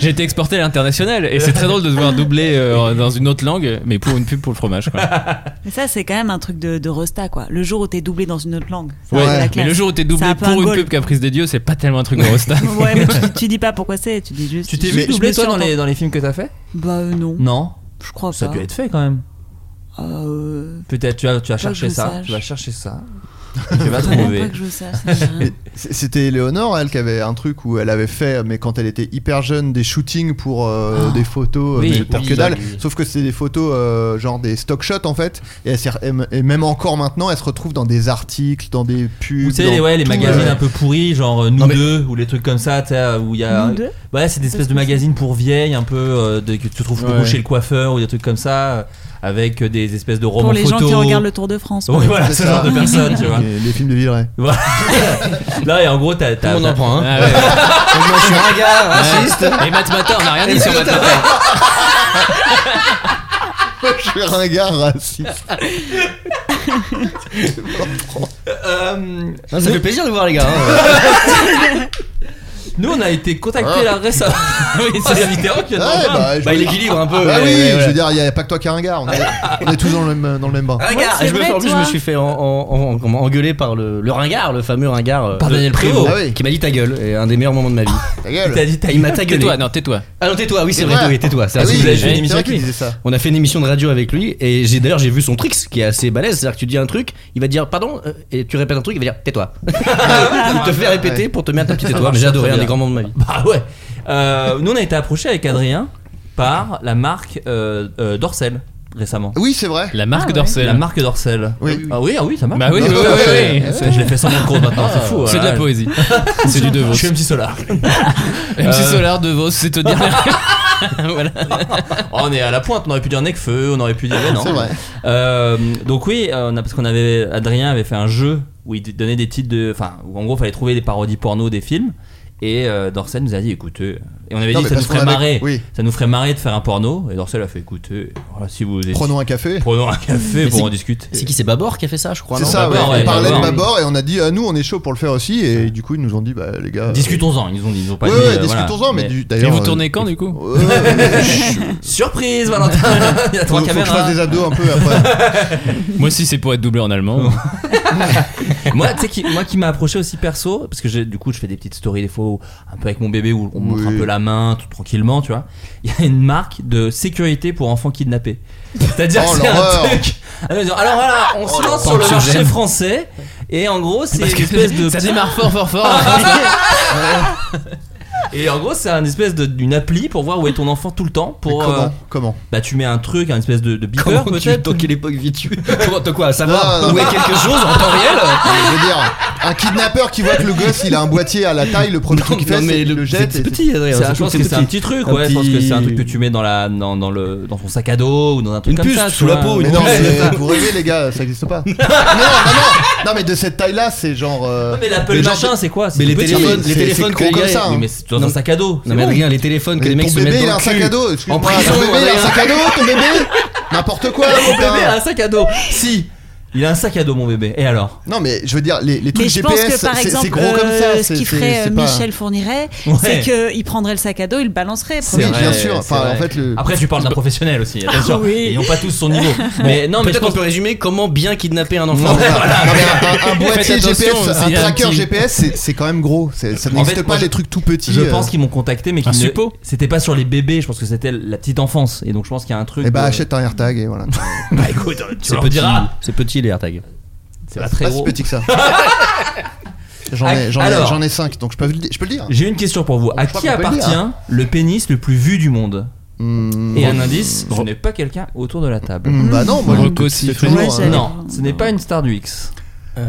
S9: J'ai été exporté à l'international et c'est très drôle de se voir doubler euh, dans une autre langue, mais pour une pub pour le fromage. Quoi.
S8: Mais ça, c'est quand même un truc de, de Rosta, quoi. Le jour où t'es doublé dans une autre langue. ça,
S9: Ouais.
S8: c'est la
S9: Mais
S8: classe.
S9: le jour où t'es doublé
S8: C'est un peu un
S9: pour une
S8: goal.
S9: pub Caprice des Dieux, c'est pas tellement un truc gros staff.
S8: Ouais, mais tu, tu dis pas pourquoi c'est, tu dis juste.
S9: Tu t'es
S8: je-
S9: vu
S8: je me
S9: doublé,
S8: suis
S9: toi, dans les-
S8: entend-
S6: Dans les films que t'as fait
S8: Bah euh, non.
S6: Non.
S8: Je crois
S6: Ça a
S8: pas.
S6: dû être fait quand même.
S8: Euh,
S6: Peut-être tu vas, tu vas
S8: Pas que
S6: chercher
S8: je
S6: ça.
S8: sache.
S6: Tu vas chercher ça. Et tu vas trouver.
S8: pas que je sache, ça me
S6: Mm.
S8: dit rien.
S5: Mais c- C'était Léonore, elle, qui avait un truc où elle avait fait, mais quand elle était hyper jeune, des shootings pour euh, des photos,
S6: Ah. Oui,
S5: mais
S6: oui,
S5: pour que dalle.
S6: oui.
S5: Sauf que c'était des photos, euh, genre des stock shots en fait. Et, elle s'est re- et m- et même encore maintenant, elle se retrouve dans des articles, dans des pubs.
S6: Vous savez, les,
S5: dans
S6: ouais, les
S5: tout,
S6: magazines
S5: euh,
S6: un peu pourris, genre euh, Nous deux, ou les trucs comme ça, tu sais, où il y a.
S8: Nous deux
S6: Ouais, c'est des espèces de magazines pour vieilles, un peu, euh, de- que tu trouves beaucoup
S9: Ouais.
S6: chez le coiffeur, ou des trucs comme ça, euh, avec euh, des espèces de romans
S8: Pour les gens
S6: photos.
S8: qui regardent le Tour de France.
S6: Ouais,
S8: par
S6: voilà,
S8: exemple.
S6: ce genre de personnes, tu vois.
S5: Les, les films de Villeray.
S6: Voilà. Là, et en gros, t'as. t'as-
S10: Tout le monde en
S6: t'as-
S10: prend, hein.
S9: Ah ouais.
S10: Moi, je suis un gars raciste.
S9: Et Matt Matin, on a rien dit sur Matt Matin.
S5: Je suis un gars raciste.
S6: Euh,
S10: Non, ça fait plaisir de vous voir, les gars. hein.
S6: nous, on a été contactés là récemment. oui, c'est Mitterrand qui a
S5: Ouais,
S6: demandé.
S5: bah, je
S10: Bah,
S5: veux
S10: il
S5: dire-
S10: équilibre un peu.
S5: Bah
S10: ouais,
S5: oui,
S10: ouais,
S5: je
S10: ouais.
S5: veux dire, il n'y a pas que toi qui as un gars. On est, on est tous dans le même, dans le même bain.
S10: Ringard,
S8: Ouais,
S10: je me
S8: c'est
S10: fais- en
S8: vrai,
S10: plus, je
S8: toi.
S10: me suis fait en- en- en- comment, engueuler par le, le ringard, le fameux ringard. euh,
S6: Par
S10: de-
S6: Daniel Prévost.
S5: Ah oui.
S10: Qui m'a dit ta gueule. Et un des meilleurs moments de ma vie.
S5: Ta
S6: Il
S5: gueule.
S6: t'a dit, t'as
S10: Il m'a ta gueule.
S9: Tais-toi, non, tais-toi.
S10: Ah non, tais-toi, oui, c'est
S5: C'est
S10: vrai,
S5: vrai.
S10: oui, tais-toi. c'est
S5: Ah
S10: un
S5: oui,
S10: sujet.
S6: avez joué une
S5: c'est vrai
S6: émission avec
S5: qu'il
S6: lui.
S5: disait ça.
S10: On a fait une émission de radio avec lui et j'ai d'ailleurs j'ai vu son tricks qui est assez balèze, c'est-à-dire que tu dis un truc, il va te dire pardon euh, et tu répètes un truc, il va dire tais-toi. il te fait répéter pour te mettre un petit tais-toi. Mais j'ai adoré un des grands moments de ma vie.
S6: Bah ouais. Euh, nous, on a été approchés avec Adrien par la marque euh, euh, Dorcel récemment.
S5: Oui, c'est vrai.
S9: La marque
S8: Ah ouais.
S9: d'Orsel.
S6: La marque Dorcel.
S5: Oui, oui, oui.
S6: Ah oui, ah oui, ça marche.
S9: Bah oui, oui, oui,
S5: Ah,
S9: oui,
S5: ouais.
S9: oui.
S6: Je l'ai fait sans mon compte maintenant, c'est fou.
S9: C'est de la
S6: voilà.
S9: poésie. C'est du De Vos.
S6: Je suis MC Solar. Euh.
S9: MC Solar, De Vos, c'est te dire. voilà.
S6: Oh, on est à la pointe, on aurait pu dire Necfeu, on aurait pu dire mais non.
S5: C'est vrai.
S6: Euh, donc oui, euh, on a, parce qu'on avait Adrien avait fait un jeu où il donnait des titres de, enfin, où en gros, fallait trouver des parodies porno des films. Et euh, Dorcel nous a dit, écoutez, et on avait
S5: Non,
S6: dit
S5: mais
S6: ça nous
S5: parce qu'on
S6: ferait
S5: avait-
S6: marrer,
S5: oui.
S6: ça nous ferait marrer de faire un porno. Et Dorcel a fait, écoutez, voilà, si vous êtes-
S5: Prenons un café.
S6: prenons un café
S10: Mais
S6: pour
S10: c'est-
S6: en discuter.
S10: C'est qui c'est Babor qui a fait ça, je crois.
S5: C'est
S10: non bah
S5: ça,
S6: Babor,
S5: ouais.
S6: ouais,
S5: on parlait
S6: Babor.
S5: de Babor et on a dit, ah, nous, on est chaud pour le faire aussi. Et du coup, ils nous ont dit, bah, les gars.
S6: Discutons-en, ils ont dit, ils ont pas
S5: Ouais,
S6: dit.
S5: ouais,
S6: euh, voilà.
S5: discutons-en, mais, du-
S9: Et
S5: d'ailleurs.
S9: vous
S5: euh,
S9: tournez quand du coup
S5: Ouais, ouais, ouais.
S6: Surprise, Valentin Il y a
S5: faut,
S6: trois
S5: faut que je
S6: caméras.
S5: fasse des abdos un peu après. Oh,
S9: Moi aussi, c'est pour être doublé en allemand.
S6: moi, tu sais, qui, moi qui m'a approché aussi perso, parce que j'ai- du coup, je fais des petites stories des fois, où- un peu avec mon bébé, où on
S5: Oui.
S6: montre un peu la main, tout tranquillement, tu vois. Il y a une marque de sécurité pour enfants kidnappés. C'est-à-dire
S5: Oh,
S6: que c'est un
S5: l'horreur.
S6: truc. Alors voilà, on se lance sur le
S9: que
S6: marché
S9: j'aime.
S6: français, et en gros, c'est une espèce de.
S9: Ça démarre fort, fort, fort.
S6: Et en gros, c'est un espèce de- d'une appli pour voir où est ton enfant tout le temps.
S5: Mais
S6: Pour, euh,
S5: comment Comment
S6: bah, tu mets un truc, un espèce de, de beeper
S10: Comment tu,
S6: peut-être.
S10: dans quelle époque vis-tu Comment- de quoi
S5: Non,
S10: Savoir
S5: non,
S10: où est
S5: non.
S10: quelque chose en temps réel
S5: Je veux dire, un kidnappeur qui voit que le gosse il a un boîtier à la taille, le premier truc qu'il fait, c'est le jette.
S10: C'est
S5: et
S10: petit, Adrien.
S6: C'est un- je pense que c'est un
S10: petit.
S6: petit truc,
S10: Un
S6: ouais. Je pense que
S10: petit-
S6: c'est un truc que tu mets dans la dans, dans le dans ton sac à dos ou dans un truc
S10: Une
S6: comme
S10: puce
S6: ça. tu
S10: sous la
S6: vois.
S10: peau,
S5: Mais
S10: une
S5: non,
S10: Ouais,
S5: mais
S10: c'est ça.
S5: vous rêvez, les gars, ça n'existe pas. non, non, non, non, non, mais de cette taille-là, c'est genre. euh,
S6: Non, mais l'Apple
S5: les gens-
S6: machin, c'est quoi C'est
S10: Mais les
S6: tout petit.
S10: téléphones,
S5: c'est-
S10: les téléphones
S5: c'est
S10: que les
S5: gros comme
S10: gars-
S5: ça, hein.
S6: Oui, mais c'est dans un
S10: Non.
S6: sac à dos. c'est
S10: Non mais
S6: bon.
S10: Adrien, les téléphones que
S5: mais
S10: les mecs
S5: ton
S10: se mettent
S5: bébé, il a
S10: dans
S5: un
S10: le
S5: sac
S10: cul.
S5: à dos. excuse-moi,
S10: En prison,
S5: ton bébé, il a
S10: Adrien.
S5: un sac à dos, ton bébé. N'importe quoi,
S6: Mon bébé a
S5: putain.
S6: un sac à dos. Si, il a un sac à dos, mon bébé. Et alors
S5: Non, mais je veux dire, les, les
S8: Mais
S5: trucs
S8: je pense
S5: GPS,
S8: que par
S5: c'est-
S8: exemple,
S5: c'est gros comme
S8: euh,
S5: ça.
S8: ce
S5: c'est-
S8: qu'il
S5: c'est-
S8: ferait
S5: c'est
S8: euh,
S5: pas-
S8: Michel Fourniret,
S6: Ouais.
S8: c'est qu'il prendrait le sac à dos, il le balancerait.
S5: Oui,
S8: premier.
S6: C'est vrai,
S5: bien sûr.
S6: c'est
S5: Enfin, en
S6: vrai.
S5: fait,
S10: Euh.
S5: le.
S6: Après, tu parles d'un professionnel aussi. Attention,
S8: oui.
S6: ils n'ont pas tous son niveau. Mais non, mais je
S10: Ah Peut-être qu'on
S6: pense.
S10: peut résumer comment bien kidnapper un enfant.
S5: Non, mais un, un boîtier
S9: Faites attention,
S5: GPS,
S9: s'il
S5: un
S9: y a un
S5: tracker
S9: petit-
S5: GPS, c'est- c'est quand même gros. C'est- Ça n'existe
S6: fait, moi,
S5: pas
S6: je-
S5: les trucs tout petits.
S6: Je
S5: euh.
S6: pense qu'ils m'ont contacté, mais qu'ils ne-
S9: suppôt.
S6: c'était pas sur les bébés. Je pense que c'était la petite enfance. Et donc, je pense qu'il y a un truc.
S5: Eh bah,
S6: de-
S5: achète un AirTag et voilà.
S6: Bah, écoute, tu
S10: ben, C'est
S6: leur
S10: petit,
S6: diras.
S10: c'est petit les AirTags.
S6: C'est pas très
S5: pas si
S6: gros.
S5: Ah, petit que ça. J'en ai, j'en ai-
S6: Alors.
S5: j'en ai 5, donc je peux, le di- je peux le dire.
S6: J'ai une question pour vous.
S5: Je
S6: À
S5: crois
S6: qui
S5: qu'on peut le
S6: appartient
S5: dire, hein.
S6: le pénis le plus vu du monde
S5: Hmm,
S6: Et un indice, ce n'est pas quelqu'un autour de la table.
S5: hmm, bah non, moi je
S9: Rocco
S5: c'est
S9: Siffredi.
S5: toujours,
S8: Ouais,
S5: hein.
S8: j'avais-
S6: Non, ce n'est pas une star du X.
S5: Hmm,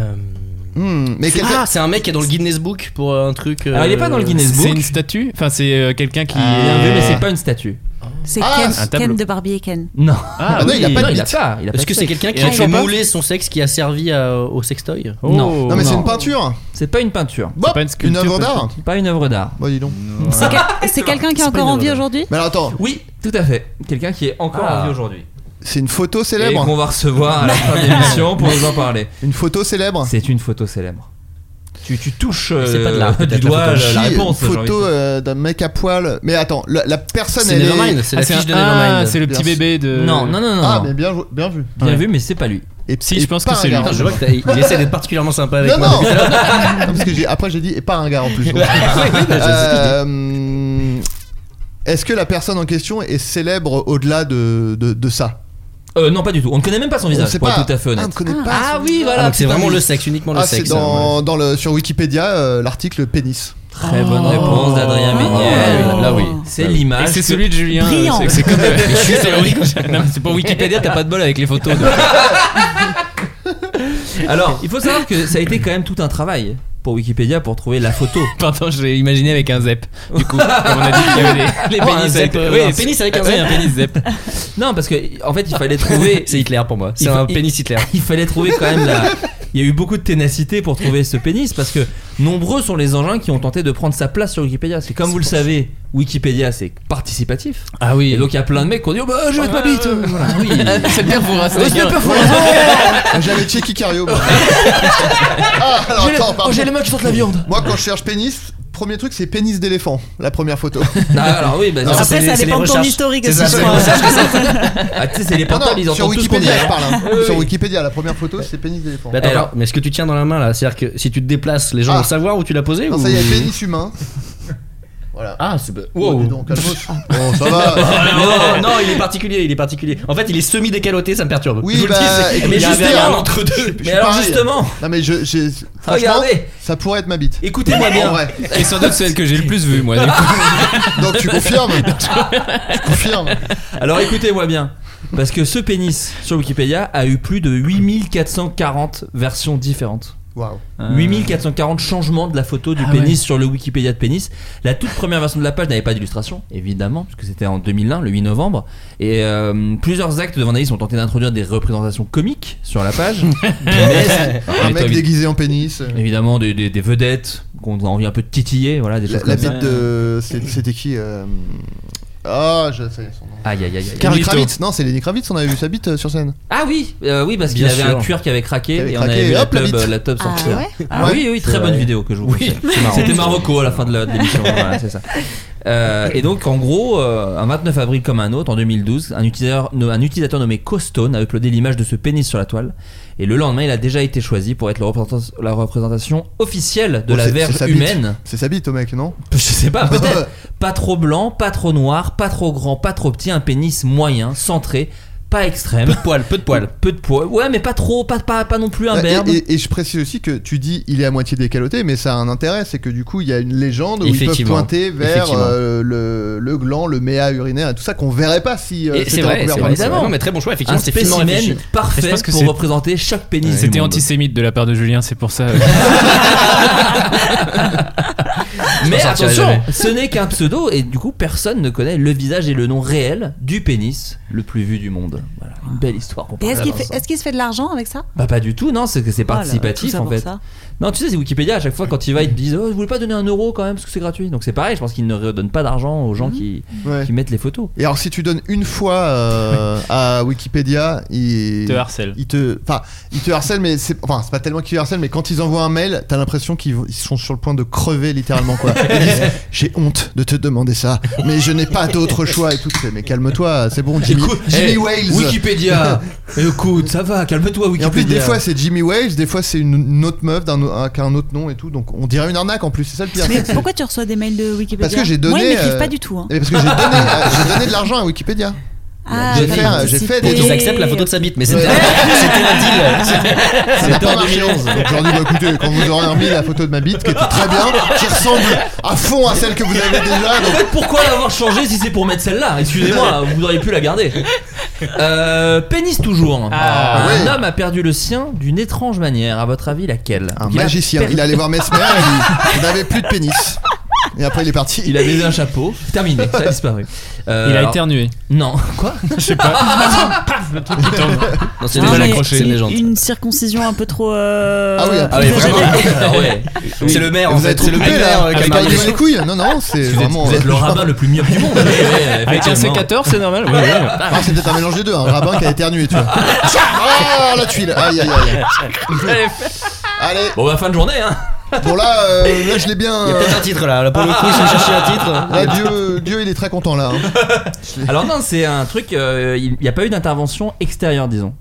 S5: mais
S10: Mais
S5: quelqu'un.
S10: ah, c'est un mec qui est dans le Guinness Book pour un truc. euh,
S6: Alors, il est pas dans le Guinness
S9: C'est
S6: Book.
S5: Ah.
S9: une statue Enfin, c'est euh, quelqu'un qui
S6: Bien
S9: est.
S6: vu, mais c'est pas une statue.
S8: C'est
S10: Ah,
S8: Ken,
S10: un tableau.
S8: Ken de Barbier et Ken.
S6: Non.
S10: Ah,
S8: Ah non,
S10: oui.
S8: il a pas de
S10: il a
S8: bite.
S10: pas. il a pas
S8: Est-ce
S10: de
S8: que c'est
S10: sexe.
S8: quelqu'un
S10: Et
S8: qui
S10: Il a fait
S8: fait pas
S10: mouler son sexe qui a servi à- au sextoy
S6: Oh. Non.
S5: Non, mais c'est une
S6: peinture. C'est pas une peinture.
S5: C'est pas une sculpture, une œuvre d'art
S6: peut-être. Pas une œuvre d'art.
S5: Bah dis donc.
S8: C'est quel- C'est quelqu'un qui est
S6: C'est pas
S8: encore
S6: une
S8: en vie
S6: œuvre.
S8: aujourd'hui
S5: Mais alors attends,
S6: Oui, tout à fait. Quelqu'un qui est encore
S5: Ah.
S6: en vie aujourd'hui.
S5: c'est une photo
S6: Et
S5: célèbre.
S6: qu'on va recevoir à la fin de l'émission pour nous en parler.
S5: Une photo célèbre
S6: C'est une photo célèbre. Tu, tu touches
S5: C'est
S6: euh, du doigt la, la réponse. j'ai
S5: Une
S6: envie de
S5: photo euh, d'un mec à poil. Mais attends, la, la personne
S6: C'est
S5: elle
S6: Nevermind,
S5: est.
S6: c'est la Ah, c'est fiche un- de Nevermind. ah, c'est le
S5: Bien
S6: petit
S5: sûr.
S6: bébé de- Non, non, non, non,
S5: Ah,
S6: non.
S5: mais bien, jou- bien vu.
S6: Bien vu, mais c'est pas lui.
S5: Et
S9: Si,
S5: et
S9: je pense que
S5: pas
S9: c'est
S5: un
S9: lui.
S5: gars.
S9: Je vois que t'as-
S10: il essaie d'être particulièrement sympa avec
S5: non,
S10: moi.
S5: Non, Parce que j'ai- après j'ai dit et pas un gars en plus. donc. Euh, Est-ce que la personne en question est célèbre au-delà de, de, de ça
S6: Euh, non, pas du tout. On ne connaît même pas son
S5: On
S6: visage,
S5: sait
S6: pour
S5: pas.
S6: être tout à fait honnête.
S5: Ah, on ne connaît pas
S6: Ah
S5: son
S6: oui,
S5: visage.
S6: voilà.
S5: Ah, donc c'est
S6: putain,
S5: vraiment
S6: oui.
S10: le sexe, uniquement le
S5: Ah, c'est
S10: sexe. hein,
S5: dans, dans le, sur Wikipédia, euh, l'article pénis.
S6: Très bonne réponse d'Adrien Méniel.
S9: là, oui.
S6: C'est l'image.
S9: Et c'est
S6: que-
S9: celui de Julien. euh,
S6: Brillant.
S9: c'est- C'est comme.
S6: Mais je suis
S9: c'est
S6: théorique.
S9: Non, mais c'est pour Wikipédia, t'as pas de bol avec les photos. donc.
S6: Alors, il faut savoir que ça a été quand même tout un travail pour Wikipédia pour trouver la photo.
S9: Pardon, je l'ai imaginé avec un zep. Du coup, comme on a dit qu'il y avait les, les
S6: Oh, un
S9: pénis avec
S6: zep, euh,
S9: oui,
S6: un
S9: c'est-
S6: pénis avec un
S9: oui,
S6: zep.
S9: un pénis zep.
S6: Non, parce que en fait, il fallait trouver.
S10: C'est Hitler pour moi. C'est
S6: Il fa-
S10: un
S6: il-
S10: pénis Hitler.
S6: Il fallait trouver quand même la. Il y a eu beaucoup de ténacité pour trouver ce pénis parce que nombreux sont les engins qui ont tenté de prendre sa place sur Wikipédia. C'est comme vous le savez, Wikipédia c'est participatif.
S9: Ah oui.
S6: Et donc il y a plein de mecs qui ont dit oh, bah, je vais mettre ma bite. Voilà.
S9: Oui. C'est bien pour
S6: Oh, c'est bien pour vous.
S5: Ah, J'avais checké Kikario. moi. ah, alors
S6: J'ai le-
S5: attends, pardon.
S6: oh, j'ai les mains qui sentent la viande.
S5: Moi, quand je cherche pénis, premier truc, c'est pénis d'éléphant, la première photo.
S6: Ah, alors oui, bah,
S10: Non,
S6: ça,
S10: c'est les- c'est les recherches. C'est ça,
S6: aussi,
S10: c'est
S6: je
S10: les
S6: crois.
S10: recherches que ça.
S6: Ah, tu sais, c'est les
S5: Ah non,
S6: portables, ils
S5: sur
S6: entendent tout ce qu'on dit.
S5: Wikipédia, je
S6: hein.
S5: parle. hein.
S6: Oui, Bah,
S5: Sur
S6: oui.
S5: Wikipédia, la première photo, c'est pénis d'éléphant.
S10: Mais attends,
S6: Alors-
S10: attends, mais ce que tu tiens dans la main là, c'est-à-dire que si tu te déplaces, les gens
S5: Ah.
S10: vont savoir où tu l'as posé
S5: Non,
S10: ou...
S5: ça y est, pénis humain. Voilà.
S10: Ah, c'est. pas-
S5: Oh, dis
S10: Wow.
S5: donc, calmos. Bon, ça va.
S10: Ah, non, non, il est particulier, il est particulier. En fait, il est semi-décaloté, ça me perturbe.
S5: Oui,
S10: Je vous le
S5: bah,
S10: dis, c'est-
S5: écoute,
S10: mais
S5: il y
S10: juste
S5: avait un-
S10: un entre deux.
S5: Je
S6: Mais
S5: suis
S6: alors
S5: pareil.
S6: justement,
S5: Non, mais je. j'ai- franchement,
S6: Regardez.
S5: Ça pourrait être ma bite.
S6: écoutez-moi bien.
S5: En vrai.
S9: Et sans doute celle que j'ai le plus vue, moi. du coup.
S5: Donc tu confirmes Tu confirmes
S6: Alors écoutez-moi bien. Parce que ce pénis sur Wikipédia a eu plus de 8440 versions différentes.
S5: Waouh.
S6: 8440 changements de la photo du
S9: Ah
S6: pénis
S9: ouais.
S6: sur le Wikipédia de pénis. La toute première version de la page n'avait pas d'illustration, évidemment, puisque c'était en 2001, le 8 novembre. Et euh, plusieurs actes de vandalisme ont tenté d'introduire des représentations comiques sur la page. mais,
S5: Un
S6: mais
S5: mec
S6: évi-
S5: déguisé en pénis. euh,
S6: évidemment, des, des- des vedettes qu'on a envie un peu de titiller, voilà, des
S5: La,
S6: choses
S5: la
S6: comme ça.
S5: bite de. c'est- C'était qui euh, Ah, je sais son nom.
S6: Aïe, aïe, aïe, aïe.
S5: Lenny Kravitz, non, c'est Lenny Kravitz, on avait vu sa bite euh, sur scène.
S6: Ah oui, euh, oui, parce qu'il
S10: Bien
S6: avait
S10: sûr.
S6: un cuir qui avait craqué
S5: Qui avait
S6: et on
S5: craqué,
S6: avait vu
S5: et
S6: la
S5: hop, la
S6: tub,
S5: bite.
S6: la tub
S8: Ah
S6: sortir.
S8: ouais
S6: Ah oui, oui, très
S10: C'est
S6: bonne
S10: vrai.
S6: vidéo que je vous
S10: Oui,
S6: conseille. C'était Marocco à la fin de la- de l'émission. voilà, c'est ça. Euh, et donc, en gros, euh, un 29 avril comme un autre, en 2012, un utilisateur, no- un utilisateur nommé Costone a uploadé l'image de ce pénis sur la toile. Et le lendemain, il a déjà été choisi pour être le représentant- la représentation officielle de
S5: Bon,
S6: la
S5: Oh, c'est-
S6: verge
S5: c'est sa bite.
S6: humaine.
S5: C'est sa bite au mec, non
S6: Je sais pas, peut-être. pas trop blanc, pas trop noir, pas trop grand, pas trop petit, un pénis moyen, centré, pas extrême.
S10: Peu de poils, peu de poils. Bah,
S6: Peu de poids. Ouais, mais pas trop, pas, pas, pas non plus un
S5: Ah,
S6: berbe.
S5: et, et- et je précise aussi que tu dis il est à moitié décaloté, mais ça a un intérêt, c'est que du coup il y a une légende où ils peuvent
S10: Effectivement.
S5: pointer vers
S10: Effectivement.
S5: euh, le, le gland, le méa urinaire et tout ça qu'on verrait pas si euh,
S10: Et
S5: c'était
S10: C'est vrai,
S5: recouvert
S10: c'est
S5: par
S10: vrai,
S5: le
S10: c'est
S5: sang.
S10: vrai. Non, mais très bon choix,
S6: Un
S10: effectivement, c'est finement réfléchi.
S6: spécimen
S9: Et je
S6: parfait
S9: pense que
S6: pour
S9: c'est-
S6: représenter chaque pénis.
S9: C'était
S6: du monde.
S9: antisémite de la part de Julien, c'est pour ça.
S6: Mais
S10: Je m'en sortirai
S6: Eh, attention,
S10: jamais.
S6: ce n'est qu'un pseudo et du coup personne ne connaît le visage et le nom réel du pénis le plus vu du monde. Voilà, une belle histoire. qu'on
S8: Et est-ce
S6: partage
S8: qu'il fait-
S6: ensemble.
S8: est-ce qu'il se fait de l'argent avec ça
S6: Bah pas du tout, non, c'est que c'est participatif
S8: Voilà, tout ça
S6: en
S8: pour
S6: fait.
S8: ça.
S6: Non, tu sais, c'est Wikipédia, à chaque fois quand il va, ils te disent Oh, vous voulez pas donner un euro quand même parce que c'est gratuit. Donc c'est pareil, je pense qu'ils ne redonnent pas d'argent aux gens qui,
S5: Mhm. Ouais.
S6: qui mettent les photos.
S5: Et alors si tu donnes une fois euh, à Wikipédia, il
S9: Te harcèle.
S5: il te, enfin, il te harcèle, mais c'est, enfin, c'est pas tellement qu'ils te harcèlent, mais quand ils envoient un mail, t'as l'impression qu'ils vont- ils sont sur le point de crever littéralement quoi. Ils disent, J'ai honte de te demander ça, mais je n'ai pas d'autre choix et tout. Tu fais, Mais calme-toi, c'est bon, Jimmy, Jimmy
S6: Eh,
S5: Wales.
S6: Wikipédia Écoute, ça va, calme-toi,
S5: Et
S6: Wikipédia.
S5: en plus, des fois, c'est Jimmy Wales, des fois, c'est une, une autre meuf d'un, o- avec un autre nom et tout. Donc, on dirait une arnaque en plus, c'est ça le pire.
S8: Mais
S5: C'est-
S8: pourquoi tu reçois des mails de Wikipédia
S5: Parce que j'ai
S8: Moi,
S5: donné,
S8: ils m'écrivent
S5: euh,
S8: pas du tout. hein.
S5: Mais parce que j'ai donné, euh, j'ai donné de l'argent à Wikipédia.
S8: Ah,
S5: j'ai
S8: t'as
S5: fait un- j'ai
S8: participé.
S5: fait des
S10: Et ils acceptent la photo de sa bite, mais c'était
S5: Ouais.
S10: c'était un deal. C'était-
S5: Ça n'a pas marché. Donc, je leur dis, bah, écoutez, quand vous aurez remis la photo de ma bite, qui était très bien, qui ressemble à fond à celle que vous avez déjà,
S6: En
S5: donc
S6: fait, pourquoi l'avoir changé si c'est pour mettre celle-là Excusez-moi, vous auriez pu la garder. Euh, pénis toujours.
S9: Ah,
S6: un
S5: oui.
S6: homme a perdu le sien d'une étrange manière. À votre avis, laquelle
S5: Un
S6: Donc, il a
S5: magicien.
S6: perdu-
S5: Il allait voir Mesmer et il dit On n'avait plus de pénis. Et après, il est parti.
S6: Il a baisé un chapeau. Terminé, ça a disparu. Euh,
S9: Il a
S6: alors-
S9: éternué.
S6: Non. Quoi
S9: Je sais pas.
S6: Attends, paf, le truc qui tombe.
S9: Non,
S10: Ah,
S9: c'est
S8: Non,
S9: déjà
S8: mais
S9: l'accroché,
S8: c'est
S9: les gens.
S8: Une circoncision un peu trop. euh,
S5: Ah oui, un peu. Ah oui,
S8: exagérée.
S5: vraiment. Ah ouais.
S10: C'est le maire, en
S5: Vous
S10: fait.
S5: êtes
S10: C'est le
S5: coupé,
S10: maire,
S5: là,
S10: euh,
S5: qui a
S10: avec
S5: pas
S10: un
S5: aimé
S10: marteau.
S5: les couilles. Non, non, c'est
S10: Vous êtes-
S5: vraiment.
S10: vous êtes le
S6: rabbin le plus mûr du monde.
S9: Avec un C14, c'est normal. ouais, ouais.
S5: Ah, c'est peut-être un mélange des deux, un rabbin qui a éternué, tu vois. Ah, la tuile. Aïe, aïe, aïe. Allez.
S6: Bon, bah, fin de journée, hein.
S5: Bon, là, euh, là, je l'ai bien.
S10: Il y a peut-être
S5: euh,
S10: un titre là. Là, Pour le coup, si vous cherchez un Euh, titre.
S5: Là, Dieu, Dieu, il est très content, là. hein.
S6: Alors non, c'est un truc. euh, il n'y a pas eu d'intervention extérieure, disons.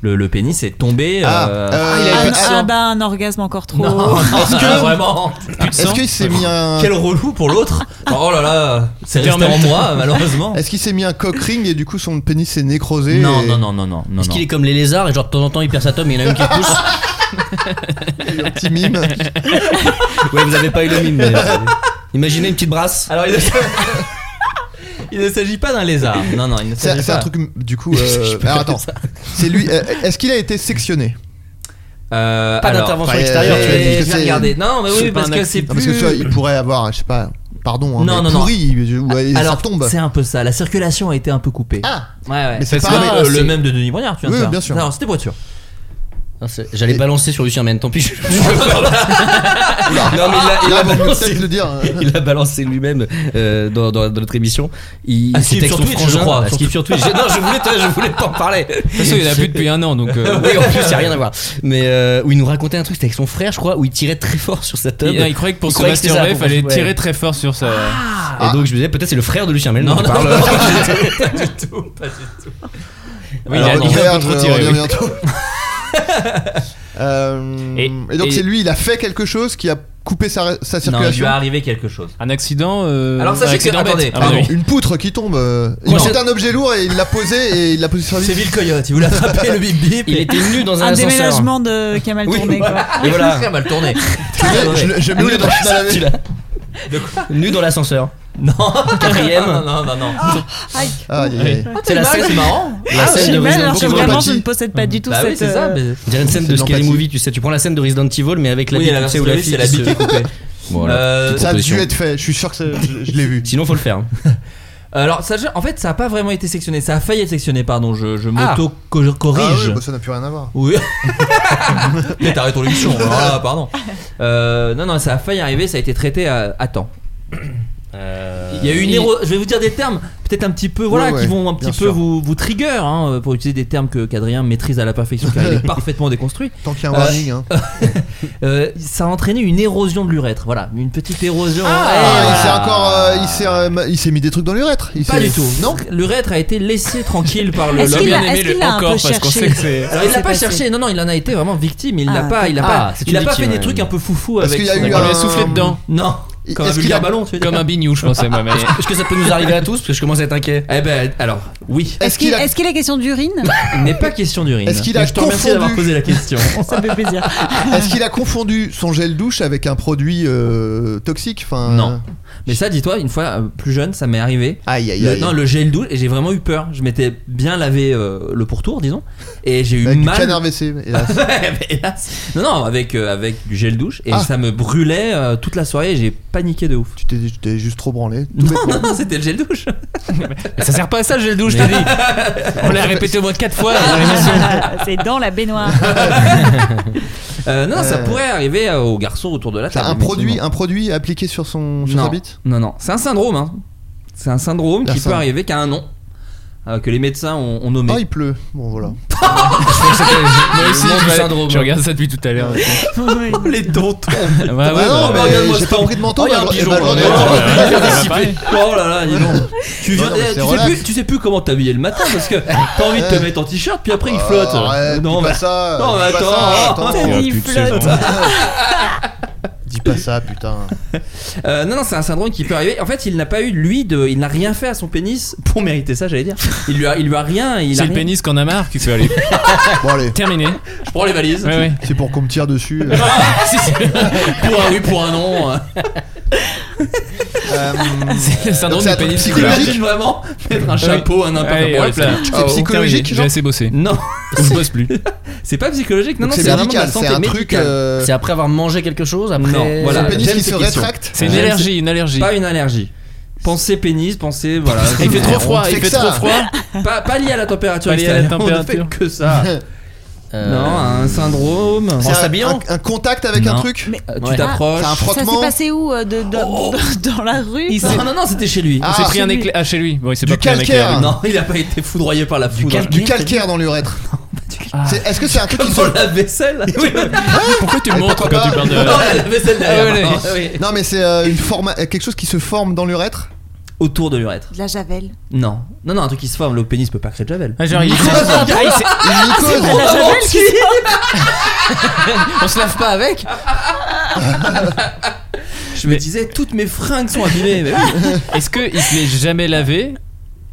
S6: Le, le pénis est tombé.
S5: Ah,
S6: euh,
S5: euh, il a eu
S8: Ah,
S5: pas de
S8: non,
S5: sang.
S8: ah bah un orgasme encore trop.
S6: Non,
S5: Est-ce que-
S6: vraiment.
S5: Est-ce qu'il s'est mis un.
S6: Quel relou pour l'autre. Oh là là, c'est resté en moi, malheureusement.
S5: Est-ce qu'il s'est mis un cock ring et du coup son pénis s'est nécrosé
S6: Non,
S5: et-
S6: non, non, non, non, non.
S10: Est-ce
S6: non.
S10: qu'il est comme les lézards et genre de temps en temps il perd sa tome et il y en a une qui pousse
S5: Un petit mime.
S10: Ouais, vous avez pas eu le mime, mais. Imaginez une petite brasse.
S6: Alors il ne s'agit- il ne s'agit pas d'un lézard. Non, non, il ne
S5: C'est
S6: s'agit
S5: c'est un
S6: pas.
S5: truc du coup. euh,
S6: pas
S5: alors attends, c'est lui. euh, Est-ce qu'il a été sectionné
S6: Euh,
S10: Pas
S6: alors-
S10: d'intervention
S5: Enfin,
S10: extérieure,
S5: euh,
S10: tu as dit.
S6: Je vais
S5: que c'est-
S6: regarder. Non, mais
S9: c'est
S6: oui,
S9: pas
S6: parce
S9: un
S6: que
S9: accident.
S6: c'est
S5: Non, parce que
S6: plus.
S5: tu vois, il pourrait avoir, je sais pas. Pardon, hein,
S6: Non,
S5: mais
S6: non, non.
S5: pourri, ou euh, ça
S6: Alors,
S5: tombe.
S6: c'est un peu ça. La circulation a été un peu coupée.
S5: Ah,
S6: ouais, ouais.
S5: mais c'est
S9: Parce
S5: pas.
S9: que-
S5: mais-
S6: Euh, le
S9: c'est-
S6: même de Denis Brogniart, tu viens de
S5: Oui,
S6: faire.
S5: bien sûr.
S6: Non, c'était voiture.
S10: Non, Ah, c'est- J'allais balancer sur Lucien, mais tant pis. je-
S6: Ah,
S10: Ah,
S5: Oula.
S10: Non, mais il l'a- il
S5: Là,
S10: l'a
S5: vaut mieux
S10: balancé.
S5: peut-être le dire.
S10: Il l'a balancé lui-même euh, dans, dans, dans notre émission. Il
S6: Ah,
S10: c'était
S6: skip
S10: avec
S6: sur
S10: son
S6: Twitch, je
S10: frangin.
S6: crois.
S10: Ah, skip sur Twitch. Je- non, je voulais, te- je voulais pas en parler.
S9: De toute façon, il en a plus depuis un an, donc. euh,
S10: Oui, en plus, il a rien à voir. Mais euh, où il nous racontait un truc, c'était avec son frère, je crois, où il tirait très fort sur sa table.
S9: Il, non, il croyait que pour
S10: Il
S9: se
S10: croyait que c'était ça,
S9: masturber, il
S10: pour-
S9: fallait
S10: ouais.
S9: tirer très fort sur sa.
S10: Et donc, je me disais, peut-être c'est le frère de Lucien, mais
S6: Ah, Non,
S10: non,
S6: non,
S10: parle.
S6: non, pas du tout, pas du tout.
S9: Oui, il
S5: Alors,
S9: a- il a un
S5: Auberge,
S9: peu
S5: euh,
S9: trop
S5: on
S9: tiré.
S5: revient
S9: oui.
S5: bientôt. Euh,
S9: Et-
S5: et, donc
S9: et-
S5: c'est lui, il a fait quelque chose qui a coupé sa, sa
S6: Non, il lui
S5: circulation.
S6: est arrivé quelque chose.
S9: Un accident. euh,
S6: Alors, sachez
S9: un
S6: que-
S9: accident bête,
S6: attendez,
S9: à mon
S5: Pardon,
S9: avis.
S5: une poutre qui tombe. euh, Il
S10: Moi,
S5: portait
S10: je-
S5: un objet lourd et il l'a posé et il l'a posé sur lui.
S6: C'est Ville Coyote, il voulait attraper le bip bip.
S10: Il était nu dans un,
S8: Un
S10: ascenseur.
S8: déménagement de qui a mal
S10: Oui,
S8: tourné quoi.
S10: Et voilà.
S6: Très mal tourné.
S5: Je- je mets
S10: Nu
S5: les
S6: Ah,
S10: dans
S5: dans le
S10: l'ascenseur. Tu
S5: canal
S10: l'as. Nu dans l'ascenseur.
S6: Non,
S10: Quatrième.
S6: Non, non, non, non.
S9: Ah,
S8: Aïe.
S5: à laver. Aïe, aïe, aïe.
S10: C'est la scène.
S6: C'est marrant.
S10: La
S8: Je
S10: scène
S8: suis
S10: de
S8: mal,
S10: Resident
S8: Ah, alors que
S10: Evil.
S8: vraiment
S5: l'empathie.
S8: je ne possède pas du tout
S6: Bah oui,
S8: cette.
S6: c'est ça.
S8: euh,
S6: mais-
S10: On dirait une scène
S5: C'est
S10: de
S5: de
S10: Scary
S5: l'empathie.
S10: Movie, tu sais, tu prends la scène de Resident Evil, mais avec la
S6: Oui,
S10: bite,
S6: la
S10: tu sais,
S6: version
S10: où la
S6: Scary,
S10: fille
S6: c'est la
S10: qui
S6: bite qui
S10: se-
S6: est coupée.
S10: Voilà.
S6: Euh,
S5: Ça a
S10: proposition.
S5: dû être fait. Je suis sûr que ça- je, je l'ai vu.
S10: Sinon, faut le faire. hein.
S6: Alors ça, en fait, ça a pas vraiment été sectionné. Ça a failli être sectionné, pardon. Je, je
S10: Ah.
S6: m'auto
S5: Ah
S6: corrige.
S5: oui, bah, ça n'a plus rien à voir.
S6: oui. Mais t'arrêtes ton émission. alors là, pardon. Euh, non, non, ça a failli arriver. Ça a été traité à, à temps. Il y a eu une
S9: il-
S6: éro- Je vais vous dire des termes, peut-être un petit peu, voilà,
S5: Ouais, ouais,
S6: qui vont un
S5: bien
S6: petit peu
S5: sûr.
S6: vous, vous trigger, hein, pour utiliser des termes que qu'Adrien maîtrise à la perfection, car il est parfaitement déconstruit.
S5: Tant qu'il y a un warning. hein.
S6: Ah. Euh, ça a entraîné une érosion de l'urètre. Voilà, une petite érosion.
S5: Ah, il
S6: Ouais,
S5: s'est
S6: voilà.
S5: encore. euh, il s'est, euh, ma- il s'est mis des trucs dans l'urètre. Il
S6: Pas
S5: s'est-
S6: du tout.
S5: Non
S6: L'urètre a été laissé tranquille par le.
S8: Est-ce
S9: L'a
S8: qu'il
S6: lobby.
S8: a-
S9: bien aimé
S8: est-ce qu'il
S9: le
S8: l'a un peu
S9: encore parce qu'on
S8: cherché
S9: sait que c'est.
S6: Alors, il
S8: Ça
S6: l'a
S8: s'est
S6: pas
S8: passé.
S6: cherché, non, non, il en a été vraiment victime, il n'a
S8: Ah,
S6: pas, il a
S10: d'accord.
S6: pas,
S10: Ah, c'est
S6: il a
S10: une
S6: pas fait
S10: victime,
S6: des
S10: ouais.
S6: trucs un peu foufou
S5: Est-ce
S6: avec.
S5: qu'il y a
S6: son-
S5: eu
S9: On lui a
S5: un-
S9: soufflé dedans.
S6: Non,
S5: Est-ce
S6: comme un
S5: qu'il
S6: vulgaire
S5: a-
S6: ballon, tu veux dire.
S9: Comme un bignou, je pensais moi. Mais...
S10: Est-ce que ça peut nous arriver à tous Parce que je commence à être inquiet.
S6: Eh ben, alors, oui,
S5: Est-ce
S8: Est-ce qu'il
S5: qu'il a-
S8: est-ce qu'il est question d'urine
S6: il n'est pas question d'urine.
S5: Est-ce qu'il a
S6: Mais Je te remercie d'avoir
S5: confondu
S6: posé la question.
S8: Ça me fait plaisir.
S5: Est-ce qu'il a confondu son gel douche avec un produit euh, toxique enfin,
S6: Non. Mais ça, dis-toi, une fois euh, plus jeune, ça m'est arrivé.
S5: Aïe aïe
S6: Le,
S5: aïe.
S6: non, le gel douche, et j'ai vraiment eu peur. Je m'étais bien lavé euh, le pourtour, disons, et j'ai eu
S5: Avec du
S6: mal.
S5: canard WC. hélas.
S6: Ouais, mais hélas. Non, non, avec, euh, avec du gel douche, et
S5: Ah.
S6: ça me brûlait euh, toute la soirée, et j'ai paniqué de ouf.
S5: Tu t'es- tu t'es juste trop branlé. tout
S6: Non,
S5: bêtement.
S6: non, non, c'était le gel douche.
S9: Mais ça sert pas à ça, je le douche, je t'ai dit. On l'a répété au moins 4 fois.
S6: Ah,
S8: C'est dans la baignoire.
S6: Euh, non, non, ça
S5: Euh.
S6: pourrait arriver euh, aux garçons autour de la
S5: T'as
S6: table.
S5: un produit,
S6: effectivement.
S5: un produit appliqué sur son sur
S6: non.
S5: sa bite
S6: non, non, c'est un syndrome. hein. C'est un syndrome
S5: La
S6: qui peut
S5: syndrome.
S6: arriver, qui a un nom. euh, que les médecins ont, ont nommé.
S5: Ah, il pleut. Bon voilà.
S9: Moi aussi,
S10: nom
S9: je
S10: du
S9: vais-
S10: syndrome.
S9: je regarde ça depuis tout à l'heure.
S8: Oui.
S6: les tontons
S9: Ah bah ouais,
S5: Ah non,
S9: bah,
S5: mais
S6: regarde-moi
S5: j'ai
S6: ce
S5: pas
S6: temps.
S5: pris de manteau.
S6: Oh, y a
S5: bah,
S6: un
S5: je-
S6: pigeon,
S5: bah, je- bah,
S6: là.
S9: ouais,
S5: je-
S9: ouais, ouais, ouais, pareil.
S6: Oh là là, dis donc. Tu, viens,
S5: Non, non, mais
S6: eh,
S5: c'est
S6: tu sais
S5: relax.
S6: plus, tu sais plus comment t'habiller le matin parce que t'as envie de te mettre en t-shirt puis après il flotte.
S5: Bah, Arrête,
S6: non,
S5: dis
S6: mais
S5: pas ça.
S6: non, mais
S5: dis pas
S6: attends,
S5: ça,
S6: attends.
S5: attends.
S9: Ah,
S8: Il
S9: plus de
S8: flotte.
S9: saison.
S5: Dis pas ça, putain.
S6: Euh, non, non, c'est un syndrome qui peut arriver. En fait, il n'a pas eu lui de, il n'a rien fait à son pénis pour mériter ça, j'allais dire. Il lui a, il lui a rien. Il a
S9: C'est le
S6: rien.
S9: pénis qu'on a marre qui fait aller.
S5: Bon allez,
S9: Terminé.
S6: Je prends les valises.
S9: Ouais, ouais.
S5: c'est pour qu'on me tire dessus.
S6: Si, si. pour un oui, pour un non.
S5: Euh,
S9: C'est le syndrome
S5: Donc, c'est
S9: du
S5: un truc
S9: pénis. Ah
S5: psychologique. Ah,
S6: Imagine vraiment mettre un chapeau, un impact.
S9: Allez,
S6: pour
S9: hop là.
S6: les-
S10: Ah,
S5: C'est psychologique,
S9: J'ai
S5: genre
S9: assez bossé.
S6: Non,
S9: Je bosse plus.
S6: c'est pas psychologique. Non,
S5: donc
S6: non,
S5: c'est
S6: c'est vraiment de la
S5: médical,
S6: santé
S5: c'est un truc.
S6: médicale.
S5: euh,
S10: C'est après euh, avoir mangé quelque chose Après.
S6: Non, Voilà,
S5: C'est le pénis
S6: j'aime
S5: qui
S6: ces
S5: se
S6: questions.
S5: rétracte
S9: C'est une
S6: J'aime
S9: allergie,
S6: ces-
S9: une allergie.
S6: Pas une allergie. Pensez pénis, pensez voilà.
S9: Il fait trop froid,
S6: On ne
S9: il
S6: que
S9: fait
S6: ça.
S9: trop froid.
S6: Pas, pas lié à la température
S9: Pas lié à la
S6: extérieure, On
S9: température.
S6: ne fait que ça. Non, un syndrome.
S5: C'est un- un, un contact avec un
S6: Non.
S5: truc
S6: Mais- Euh, tu Ouais. t'approches.
S5: C'est un
S8: Ça
S5: frottement
S8: s'est passé où euh, de- de- de- Dans la rue
S6: Oh Il
S8: enfin,
S6: s'est- non, non, non, c'était chez lui.
S5: Ah,
S9: il s'est pris
S5: c'est
S9: un
S5: lui.
S9: éclair. Ah, chez lui. Bon, il s'est
S5: Du
S9: pas pris un
S5: calcaire.
S9: éclair.
S6: Non, il a pas été foudroyé par la foudre.
S5: Cal- du calcaire dans l'urètre. C'est- Est-ce que c'est un truc qui
S6: Comme
S5: se...
S6: dans la vaisselle.
S9: Pourquoi tu
S5: Eh,
S9: me montres
S5: pourquoi
S9: quand
S5: pas
S9: tu parles de.
S6: Non, la vaisselle derrière.
S9: Ah,
S6: Non, oui.
S5: Non mais c'est euh, une forme quelque chose qui se forme dans l'urètre.
S6: Autour de l'urètre.
S8: De la javel.
S6: Non, non, non, un truc qui se forme. Le pénis peut pas créer de javel.
S9: Ah, genre, il- Ah, il s'est-
S5: Une mycose.
S8: La javel
S6: menti.
S8: qui sort
S6: On se lave pas avec Je me disais, toutes mes fringues sont abîmées. mais oui.
S9: Est-ce qu'il s'est jamais lavé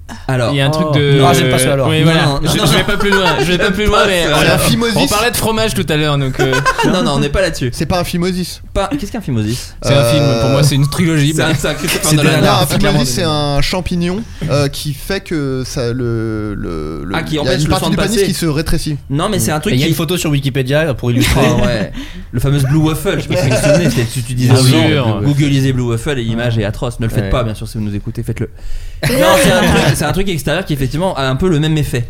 S6: Alors,
S9: Il y a un
S6: oh.
S9: truc de.
S10: Non, j'aime pas
S4: Euh,
S10: ça, alors.
S9: Oui,
S6: Non,
S9: voilà.
S6: non,
S9: je,
S6: non,
S9: je vais
S6: non.
S9: pas plus loin. Je vais pas
S6: J'aime
S9: plus
S6: pas
S9: loin,
S6: ça.
S9: mais.
S6: C'est
S9: on-
S5: un phimosis.
S9: On parlait de fromage tout à l'heure, donc. euh,
S6: Non, non, on n'est pas là-dessus.
S5: C'est pas un phimosis.
S6: Pas... Qu'est-ce qu'un phimosis
S9: c'est un film. Pour moi, c'est une trilogie.
S6: C'est un
S9: mais-
S6: sacrifice
S9: C'est de la
S5: Non,
S9: larve,
S5: un
S9: Ah, c'est clairement
S5: phimosis
S9: de
S5: c'est
S9: la
S5: un champignon euh, qui fait que ça le le, le-
S6: Ah, qui
S5: il y a
S6: empêche
S5: une
S6: le sang
S5: partie
S6: de
S5: du pénis
S6: passer.
S5: qui se rétrécit.
S6: Non, mais c'est un truc
S10: Et il y a
S6: qui.
S10: une photo sur Wikipédia pour illustrer.
S6: Ah, ouais. Le fameux Blue Waffle, je sais pas si vous vous souvenez, c'était- tu, tu disais
S9: Bien
S6: aux gens,
S9: sûr. hein.
S6: euh, googlisez Blue Waffle et l'image est atroce. Ne le faites
S10: Ouais.
S6: pas, bien sûr, si vous nous écoutez, faites-le. Non, c'est un, truc- c'est un truc extérieur qui effectivement a un peu le même effet.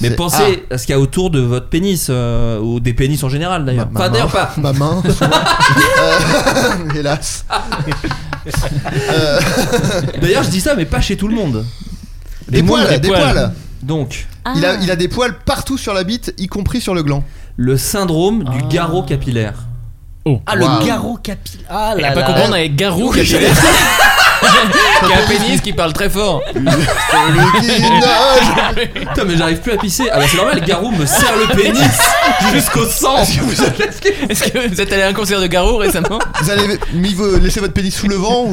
S6: Mais
S5: C'est-
S6: pensez à ce qu'il y a autour de votre pénis, euh, ou des pénis en général d'ailleurs.
S5: Ma- ma
S6: Enfin,
S5: main-
S6: d'ailleurs, pas.
S5: Ma main. Euh, hélas.
S6: D'ailleurs, je dis ça, mais pas chez tout le monde.
S5: Des,
S9: moules,
S5: poils,
S9: des
S5: des
S9: poils.
S5: poils.
S6: Donc,
S8: Ah.
S5: Il, a, il a des poils partout sur la bite, y compris sur le gland.
S6: le syndrome du garrot capillaire.
S10: Ah,
S5: Waouh.
S10: le garrot capillaire. Ah
S9: Elle
S10: là
S9: a pas
S10: là.
S9: comprendre avec Garou qui a qui a un pénis qui parle très fort.
S5: Celui qui
S6: Ah,
S5: nage.
S6: Putain, mais j'arrive plus à pisser. Ah bah, c'est normal, Garou me serre le pénis jusqu'au sang.
S9: Est-ce que vous êtes allé à un concert de Garou récemment
S5: Vous allez mis vos- laisser votre pénis sous le vent ou...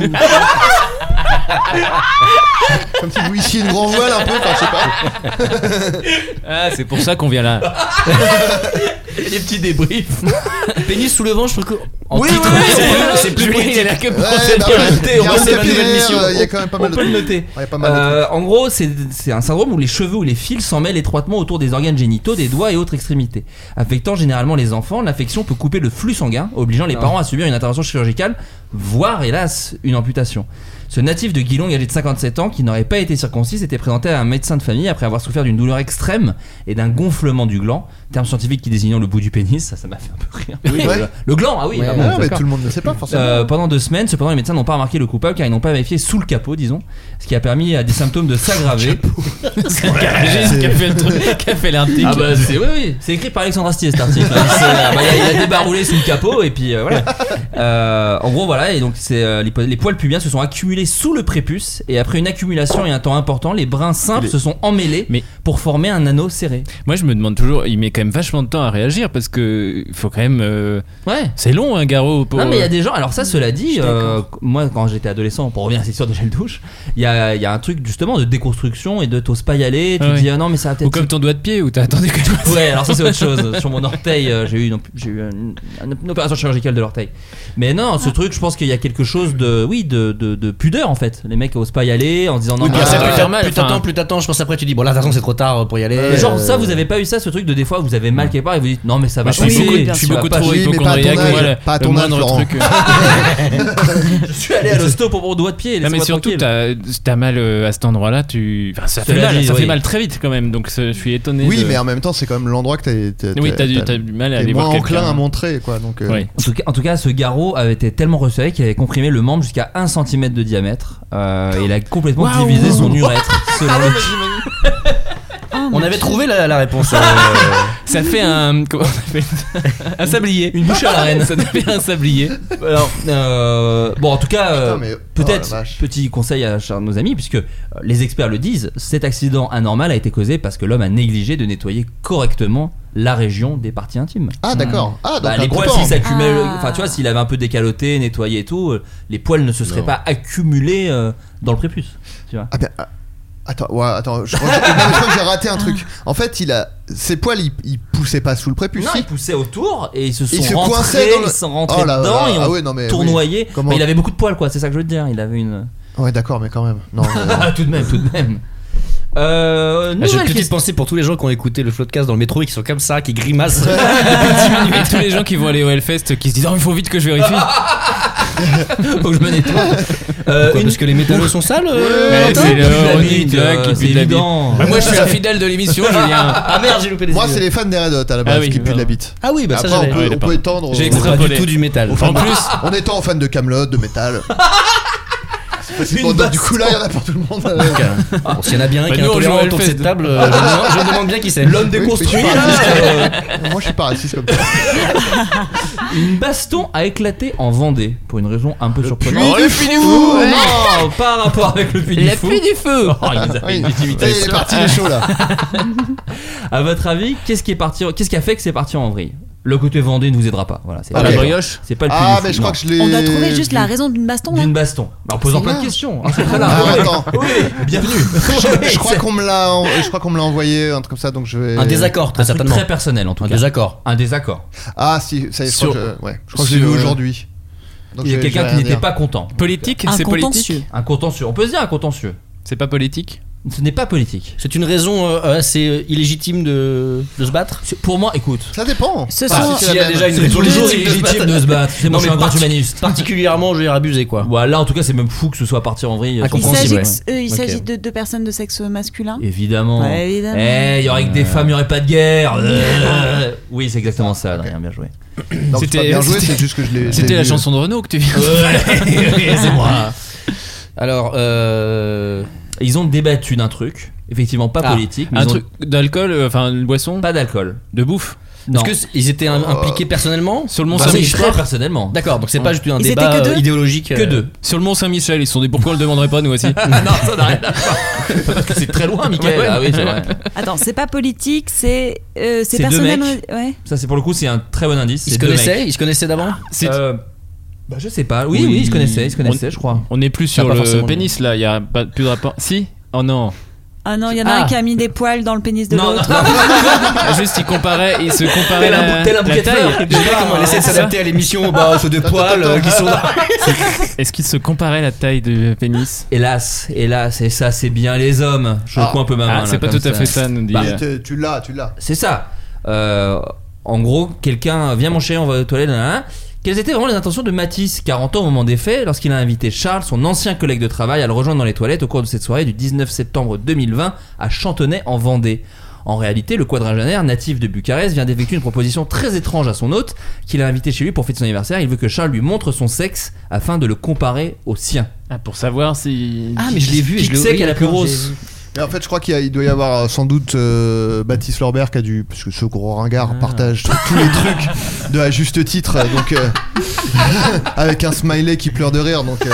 S5: Comme si vous hissiez une grand voile un peu, enfin je sais pas.
S9: Ah, c'est pour ça qu'on vient là.
S6: Les petits débris.
S10: Pénis sous le vent, je trouve que.
S9: Oh,
S10: en
S6: Oui,
S10: titre,
S6: oui, oui,
S10: c'est
S6: oui,
S10: plus-
S6: oui.
S10: c'est plus
S9: Julien,
S10: politique.
S9: il est là que pour
S5: Ouais,
S9: cette
S5: bah,
S9: vérité.
S5: il y a
S6: on
S5: un
S6: sait ma nouvelle
S5: capillaire,
S6: mission.
S5: euh, Il y a quand même pas
S6: On
S5: mal de
S6: peut le
S5: trucs.
S6: noter.
S5: Ouais, il y a pas mal de
S6: Euh, en gros, c'est c'est un syndrome où les cheveux ou les fils s'en mêlent étroitement autour des organes génitaux, des doigts et autres extrémités. Affectant généralement les enfants, l'infection peut couper le flux sanguin, obligeant les parents à subir une intervention chirurgicale, voire hélas une amputation. Ce natif de Guilong, âgé de 57 ans, qui n'aurait pas été circoncis, s'était présenté à un médecin de famille après avoir souffert d'une douleur extrême et d'un gonflement du gland, terme scientifique qui désignant le bout du pénis, ça ça m'a fait un peu rire.
S5: Oui, ouais.
S6: Le gland, ah oui,
S5: Ouais,
S6: ah bon,
S5: non, mais
S6: d'accord.
S5: tout le monde ne sait pas forcément.
S6: Euh, pendant deux semaines, cependant, les médecins n'ont pas remarqué le coupable car ils n'ont pas vérifié sous le capot, disons, ce qui a permis à des symptômes de s'aggraver.
S9: Juste qui a fait le truc, qui a fait l'article.
S6: Ah bah c'est oui, oui. c'est écrit par Alexandre Astier cet article. Hein. C'est, euh, bah, il, a, il a débarroulé sous le capot et puis euh, voilà. Euh, en gros voilà et donc c'est euh, les, po- les poils pubiens se sont accumulés sous le prépuce et après une accumulation et un temps important, les brins simples se sont emmêlés
S9: Mais-
S6: pour former un anneau serré.
S9: Moi, je me demande toujours, il met quand même vachement de temps à réagir parce que il faut quand même. euh,
S6: Ouais.
S9: C'est long, un garrot. Pour... euh,
S6: Non mais il y a des gens, alors ça cela dit,
S9: suis
S6: euh, moi quand j'étais adolescent, pour revenir à cette histoire de gel douche, il y a, il y a un truc justement de déconstruction et de t'oses pas y aller, tu
S9: Ah
S6: te
S9: oui.
S6: dis ah non mais ça va
S9: Ou
S6: peut-être...
S9: comme ton doigt de euh, pied où t'as attendu que.
S6: Ouais alors ça c'est autre chose, sur mon orteil euh, j'ai eu, une, j'ai eu une, une opération chirurgicale de l'orteil. Mais non,
S9: Ah.
S6: ce truc je pense qu'il y a quelque chose de, oui, de, de, de pudeur en fait, les mecs osent pas y aller en disant non
S10: Oui,
S6: mais euh,
S10: puis
S9: ça
S10: après,
S9: peut faire mal,
S10: Plus
S9: enfin.
S10: t'attends, plus t'attends. Je pense après, tu dis, bon là, de toute façon, c'est trop tard pour y aller.
S6: Mais Genre ça
S10: Euh,
S6: vous avez pas eu ça ce truc de des fois vous avez mal quelque part et vous dites non mais ça va
S9: Moi, je suis
S6: passer,
S9: beaucoup,
S6: ça
S9: je suis
S6: va
S9: beaucoup
S6: pas
S9: trop
S5: Oui, mais pas à
S9: hypochondriaque.
S5: ton âge,
S9: moi, le-
S5: pas à
S9: le
S5: ton âge,
S9: moindre
S5: Laurent.
S9: truc, euh,
S6: Je suis allé à l'hosto pour mon doigt de pied.
S9: Non mais
S6: laissez-moi
S9: surtout
S6: tranquille.
S9: t'as t'as mal euh, à cet endroit-là, tu enfin, ça fait
S6: Cela
S9: mal,
S6: dit,
S9: ça
S6: oui.
S9: fait mal très vite quand même, donc c'est- je suis étonné.
S5: Oui,
S9: euh, de-
S5: mais en même temps, c'est quand même l'endroit que t'as- t'as- t'as
S9: oui t'as du, t'as du mal à
S5: t'es
S9: aller
S5: moins
S9: voir
S5: enclin
S9: quelqu'un.
S5: à montrer, quoi. Donc, euh,
S9: Ouais.
S6: En tout, cas, en tout cas, ce garrot avait été tellement resserré qu'il avait comprimé le membre jusqu'à 1 cm de diamètre. Euh, et il a complètement
S9: Waouh. Ah
S6: divisé son urètre. selon le-
S8: Oh,
S10: On
S8: mais-
S10: avait trouvé la, la réponse. euh,
S9: Ça fait un comment on appelle ça un sablier,
S6: Une bouche à la reine.
S9: ça devient un sablier.
S6: Alors, euh, bon, en tout cas, euh,
S5: Putain, mais- oh,
S6: peut-être
S5: la vache.
S6: petit conseil à chacun de nos amis, puisque euh, les experts le disent, cet accident anormal a été causé parce que l'homme a négligé de nettoyer correctement la région des parties intimes.
S5: Ah, d'accord. Ah, donc
S6: Bah,
S5: un
S6: les
S5: gros
S6: poils
S5: pan.
S6: s'ils s'accumulent,
S8: Ah.
S6: enfin tu vois, s'il avait un peu décaloté, nettoyé et tout, euh, les poils ne se seraient
S10: Non.
S6: pas accumulés euh, dans le prépuce. Tu vois.
S5: Ah, ben, ah, Attends, ouais, attends, je crois que j'ai- non, mais je crois que j'ai raté un truc. En fait, il a ses poils, ils ils poussaient pas sous le prépuce.
S6: Non,
S5: si.
S6: ils poussaient autour et ils se sont
S5: Ils se
S6: rentrés,
S5: coinçaient dans le-
S6: ils sont rentrés
S5: Oh là là,
S6: dedans et ont
S5: ah ouais, non, mais oui.
S6: tournoyé.
S5: Comment-
S6: Mais il avait beaucoup de poils, quoi, c'est ça que je veux te dire. Il avait une.
S5: Ouais, d'accord, mais quand même. Non, mais-
S6: Ah, tout de même, tout de même.
S5: Ah,
S6: Euh,
S10: Ah, J'ai une
S6: nouvelle
S10: petite
S6: question.
S10: pensée pour tous les gens qui ont écouté le floodcast dans le métro et qui sont comme ça, qui grimacent.
S9: Et tous les gens qui vont aller au Hellfest qui se disent oh il faut vite que je vérifie.
S6: Faut que je me nettoie.
S5: Euh,
S10: Parce que les métallos sont sales euh,
S6: Mais
S10: Valentin
S6: c'est
S10: Pue
S6: le
S10: de la
S6: Ronny
S10: bite,
S6: Duck
S10: euh,
S6: qui pue
S10: c'est
S6: de la
S10: évident.
S6: bite. Bah, moi, je suis un
S9: fidèle de l'émission, Julien.
S10: Ah merde, j'ai loupé les
S5: Moi,
S10: yeux.
S5: c'est les fans des Red Hot à la base
S10: Ah oui,
S5: qui puent de la bite.
S10: Ah oui, bah ça,
S5: Après, on
S10: j'avais-
S5: peut,
S10: ouais,
S5: on
S10: d'accord.
S5: peut étendre.
S10: J'ai
S5: au-
S10: extrapolé. Pas du tout du métal.
S5: Au
S10: En
S5: fan-
S10: plus-
S5: en étant fan de Camelot, de métal.
S10: Une
S5: Bon, donc, du
S10: baston.
S5: coup, là, il y en a pour tout le monde.
S10: Donc, euh, bon, S'il y en a bien un
S5: Bah,
S10: qui est
S5: nous, on joue
S10: intolérant
S5: à
S10: autour de
S5: Hellfest.
S10: cette table, euh, je, me demande, je me demande bien qui c'est.
S5: L'homme déconstruit.
S10: Oui, mais je suis pas raciste,
S5: euh, Moi, je suis pas raciste comme ça.
S6: Une baston a éclaté en Vendée pour une raison un peu surprenante.
S5: puits Oh, du le puits du fou fou
S6: Non, oh, pas un rapport avec le puits
S5: Le
S6: du fou.
S5: puits du feu.
S6: Oh, il nous a fait une
S5: Oui.
S6: victimité.
S5: Ça y est, il est parti, il est chaud, là.
S6: À votre avis, qu'est-ce qui est parti Qu'est-ce qui a fait que c'est parti en vrille Le côté Vendée ne vous aidera pas. Voilà, c'est
S5: Ah,
S6: pas
S5: la
S6: le-
S5: brioche
S6: C'est pas le puits
S5: Ah,
S6: du fou,
S5: mais je crois
S6: non.
S5: que je l'ai.
S8: On a trouvé juste la raison d'une baston.
S6: D'une
S8: hein.
S6: baston. Bah, en posant
S8: C'est
S6: plein de
S8: là.
S6: questions. hein, c'est très
S5: Ah,
S6: large.
S5: attends.
S6: Oui, bienvenue.
S5: Je, je crois qu'on me l'a, en- je crois qu'on me l'a envoyé, un truc comme ça, donc je vais.
S10: Un désaccord, très
S6: Un truc
S10: certainement.
S6: très personnel en tout
S10: Un
S6: cas.
S10: désaccord.
S6: Un désaccord.
S5: Ah si, ça y est, je
S10: Sur-
S5: crois que, je- ouais, je crois que je l'ai
S10: sur-
S5: vu aujourd'hui. Donc
S6: Il y
S5: je
S6: a
S5: vais- je
S6: quelqu'un
S5: vais
S6: qui
S5: rien
S6: n'était
S5: dire.
S6: pas content.
S9: Politique,
S6: Un
S9: c'est
S6: contentieux.
S9: politique.
S6: Un contentieux. On peut se dire un contentieux.
S9: C'est pas politique
S6: Ce n'est pas politique.
S10: C'est une raison euh, assez euh, illégitime de, de se battre
S6: C'est- Pour moi, écoute.
S5: Ça dépend.
S8: Ce
S10: Ah,
S8: sont-
S10: si, s'il y a
S8: C'est
S10: déjà une
S6: C'est
S10: raison
S6: tous les jours
S10: illégitime de se
S6: illégitime
S10: battre.
S6: de se battre. C'est moi,
S10: Non,
S6: je suis
S10: mais
S6: un grand
S10: parti-
S6: humaniste.
S10: Particulièrement, je vais abusé quoi.
S6: Voilà, là en tout cas, c'est même fou que ce soit parti en vrille.
S8: Il
S10: Incompréhensible,
S8: s'agit
S10: ouais.
S8: euh, il
S10: Ok.
S8: s'agit de deux personnes de sexe masculin.
S6: Évidemment.
S8: Ouais, évidemment.
S6: Eh, il y aurait que
S10: Euh.
S6: des femmes, il n'y aurait pas de guerre. Euh, Oui, c'est exactement ça, Adrien, bien joué.
S5: Non, c'est pas bien joué,
S9: c'était-
S5: c'est juste que je l'ai. je
S9: C'était
S5: l'ai
S9: la
S5: vu.
S9: chanson de Renault que tu viens.
S6: Ouais, c'est moi.
S10: Alors, euh,
S6: Ils ont débattu d'un truc, effectivement pas
S10: Ah,
S6: politique, mais
S9: Un
S6: ils ont-
S9: truc d'alcool, euh, enfin une boisson,
S6: pas d'alcool.
S9: de bouffe.
S6: Non.
S10: est-ce qu'ils étaient
S5: Euh,
S10: im- impliqués personnellement
S9: Sur le Mont
S10: Bah,
S6: Oui,
S9: Saint-Michel.
S6: très personnellement.
S10: D'accord, donc c'est pas juste un
S8: Ils étaient
S10: débat
S8: que deux
S10: euh, idéologique. euh,
S6: Que deux.
S9: Sur le Mont Saint-Michel, ils se sont dit pourquoi on le demanderait pas nous aussi.
S6: Ah non, ça n'a rien à voir. Parce que c'est très loin, Michael.
S9: Ouais.
S6: Ah oui, c'est vrai.
S8: Attends, c'est pas politique, c'est euh,
S6: C'est deux
S8: personnel.
S6: mecs.
S8: Ouais.
S6: Ça, c'est pour le coup, c'est un très bon indice.
S10: Ils
S6: c'est
S10: se
S6: deux
S10: connaissaient
S6: mecs.
S10: Ils se connaissaient d'avant
S9: C'est-
S6: Euh, bah, je sais pas. Oui, oui, ils se connaissaient, ils se connaissaient,
S9: On-
S6: je crois.
S9: On est plus sur
S6: pas
S9: le
S6: forcément
S9: pénis là, il y a pas plus de rapport. Si Oh non.
S8: Ah non, il y en a
S9: Ah.
S8: un qui a mis des poils dans le pénis de
S6: Non,
S8: l'autre.
S9: Juste ils comparaient, ils se comparaient
S6: Tel un
S9: la,
S6: bout- tel un
S9: la
S6: bouquet de fleurs.
S9: taille.
S6: Je sais pas comment elle essaie de
S10: s'adapter à l'émission, bah, ceux de
S5: poils, euh, qui
S10: sont là.
S9: Est-ce qu'ils se comparaient la taille du pénis
S6: Hélas, hélas, et ça, c'est bien les hommes. Je
S5: Ah.
S6: coins un peu ma main.
S9: Ah,
S6: là,
S9: c'est pas
S6: comme
S9: tout à fait ça, nous dit.
S6: Bah,
S9: euh,
S5: Tu- Tu l'as, tu l'as.
S6: C'est ça. Euh, en gros, quelqu'un vient mon chéri, on va aux toilettes. nan, nan, nan. Quelles étaient vraiment les intentions de Matisse, 40 ans au moment des faits, lorsqu'il a invité Charles, son ancien collègue de travail, à le rejoindre dans les toilettes au cours de cette soirée du 19 septembre 2020 à Chantenay en Vendée En réalité, le quadragénaire, natif de Bucarest, vient d'effectuer une proposition très étrange à son hôte, qu'il a invité chez lui pour fêter son anniversaire. Il veut que Charles lui montre son sexe afin de le comparer au sien.
S9: ah, pour savoir si.
S10: Ah, mais je l'ai vu et
S6: Qui
S10: je l'ai
S6: c'est
S10: oui,
S6: qui a la plus
S10: d'accord,
S6: grosse
S5: Mais en fait, je crois qu'il y a- il doit y avoir euh, sans doute euh, Baptiste Lorbert qui a dû. Parce que ce gros ringard partage tous tous les trucs de à juste titre. euh, Donc, euh, avec un smiley qui pleure de rire. Donc, euh,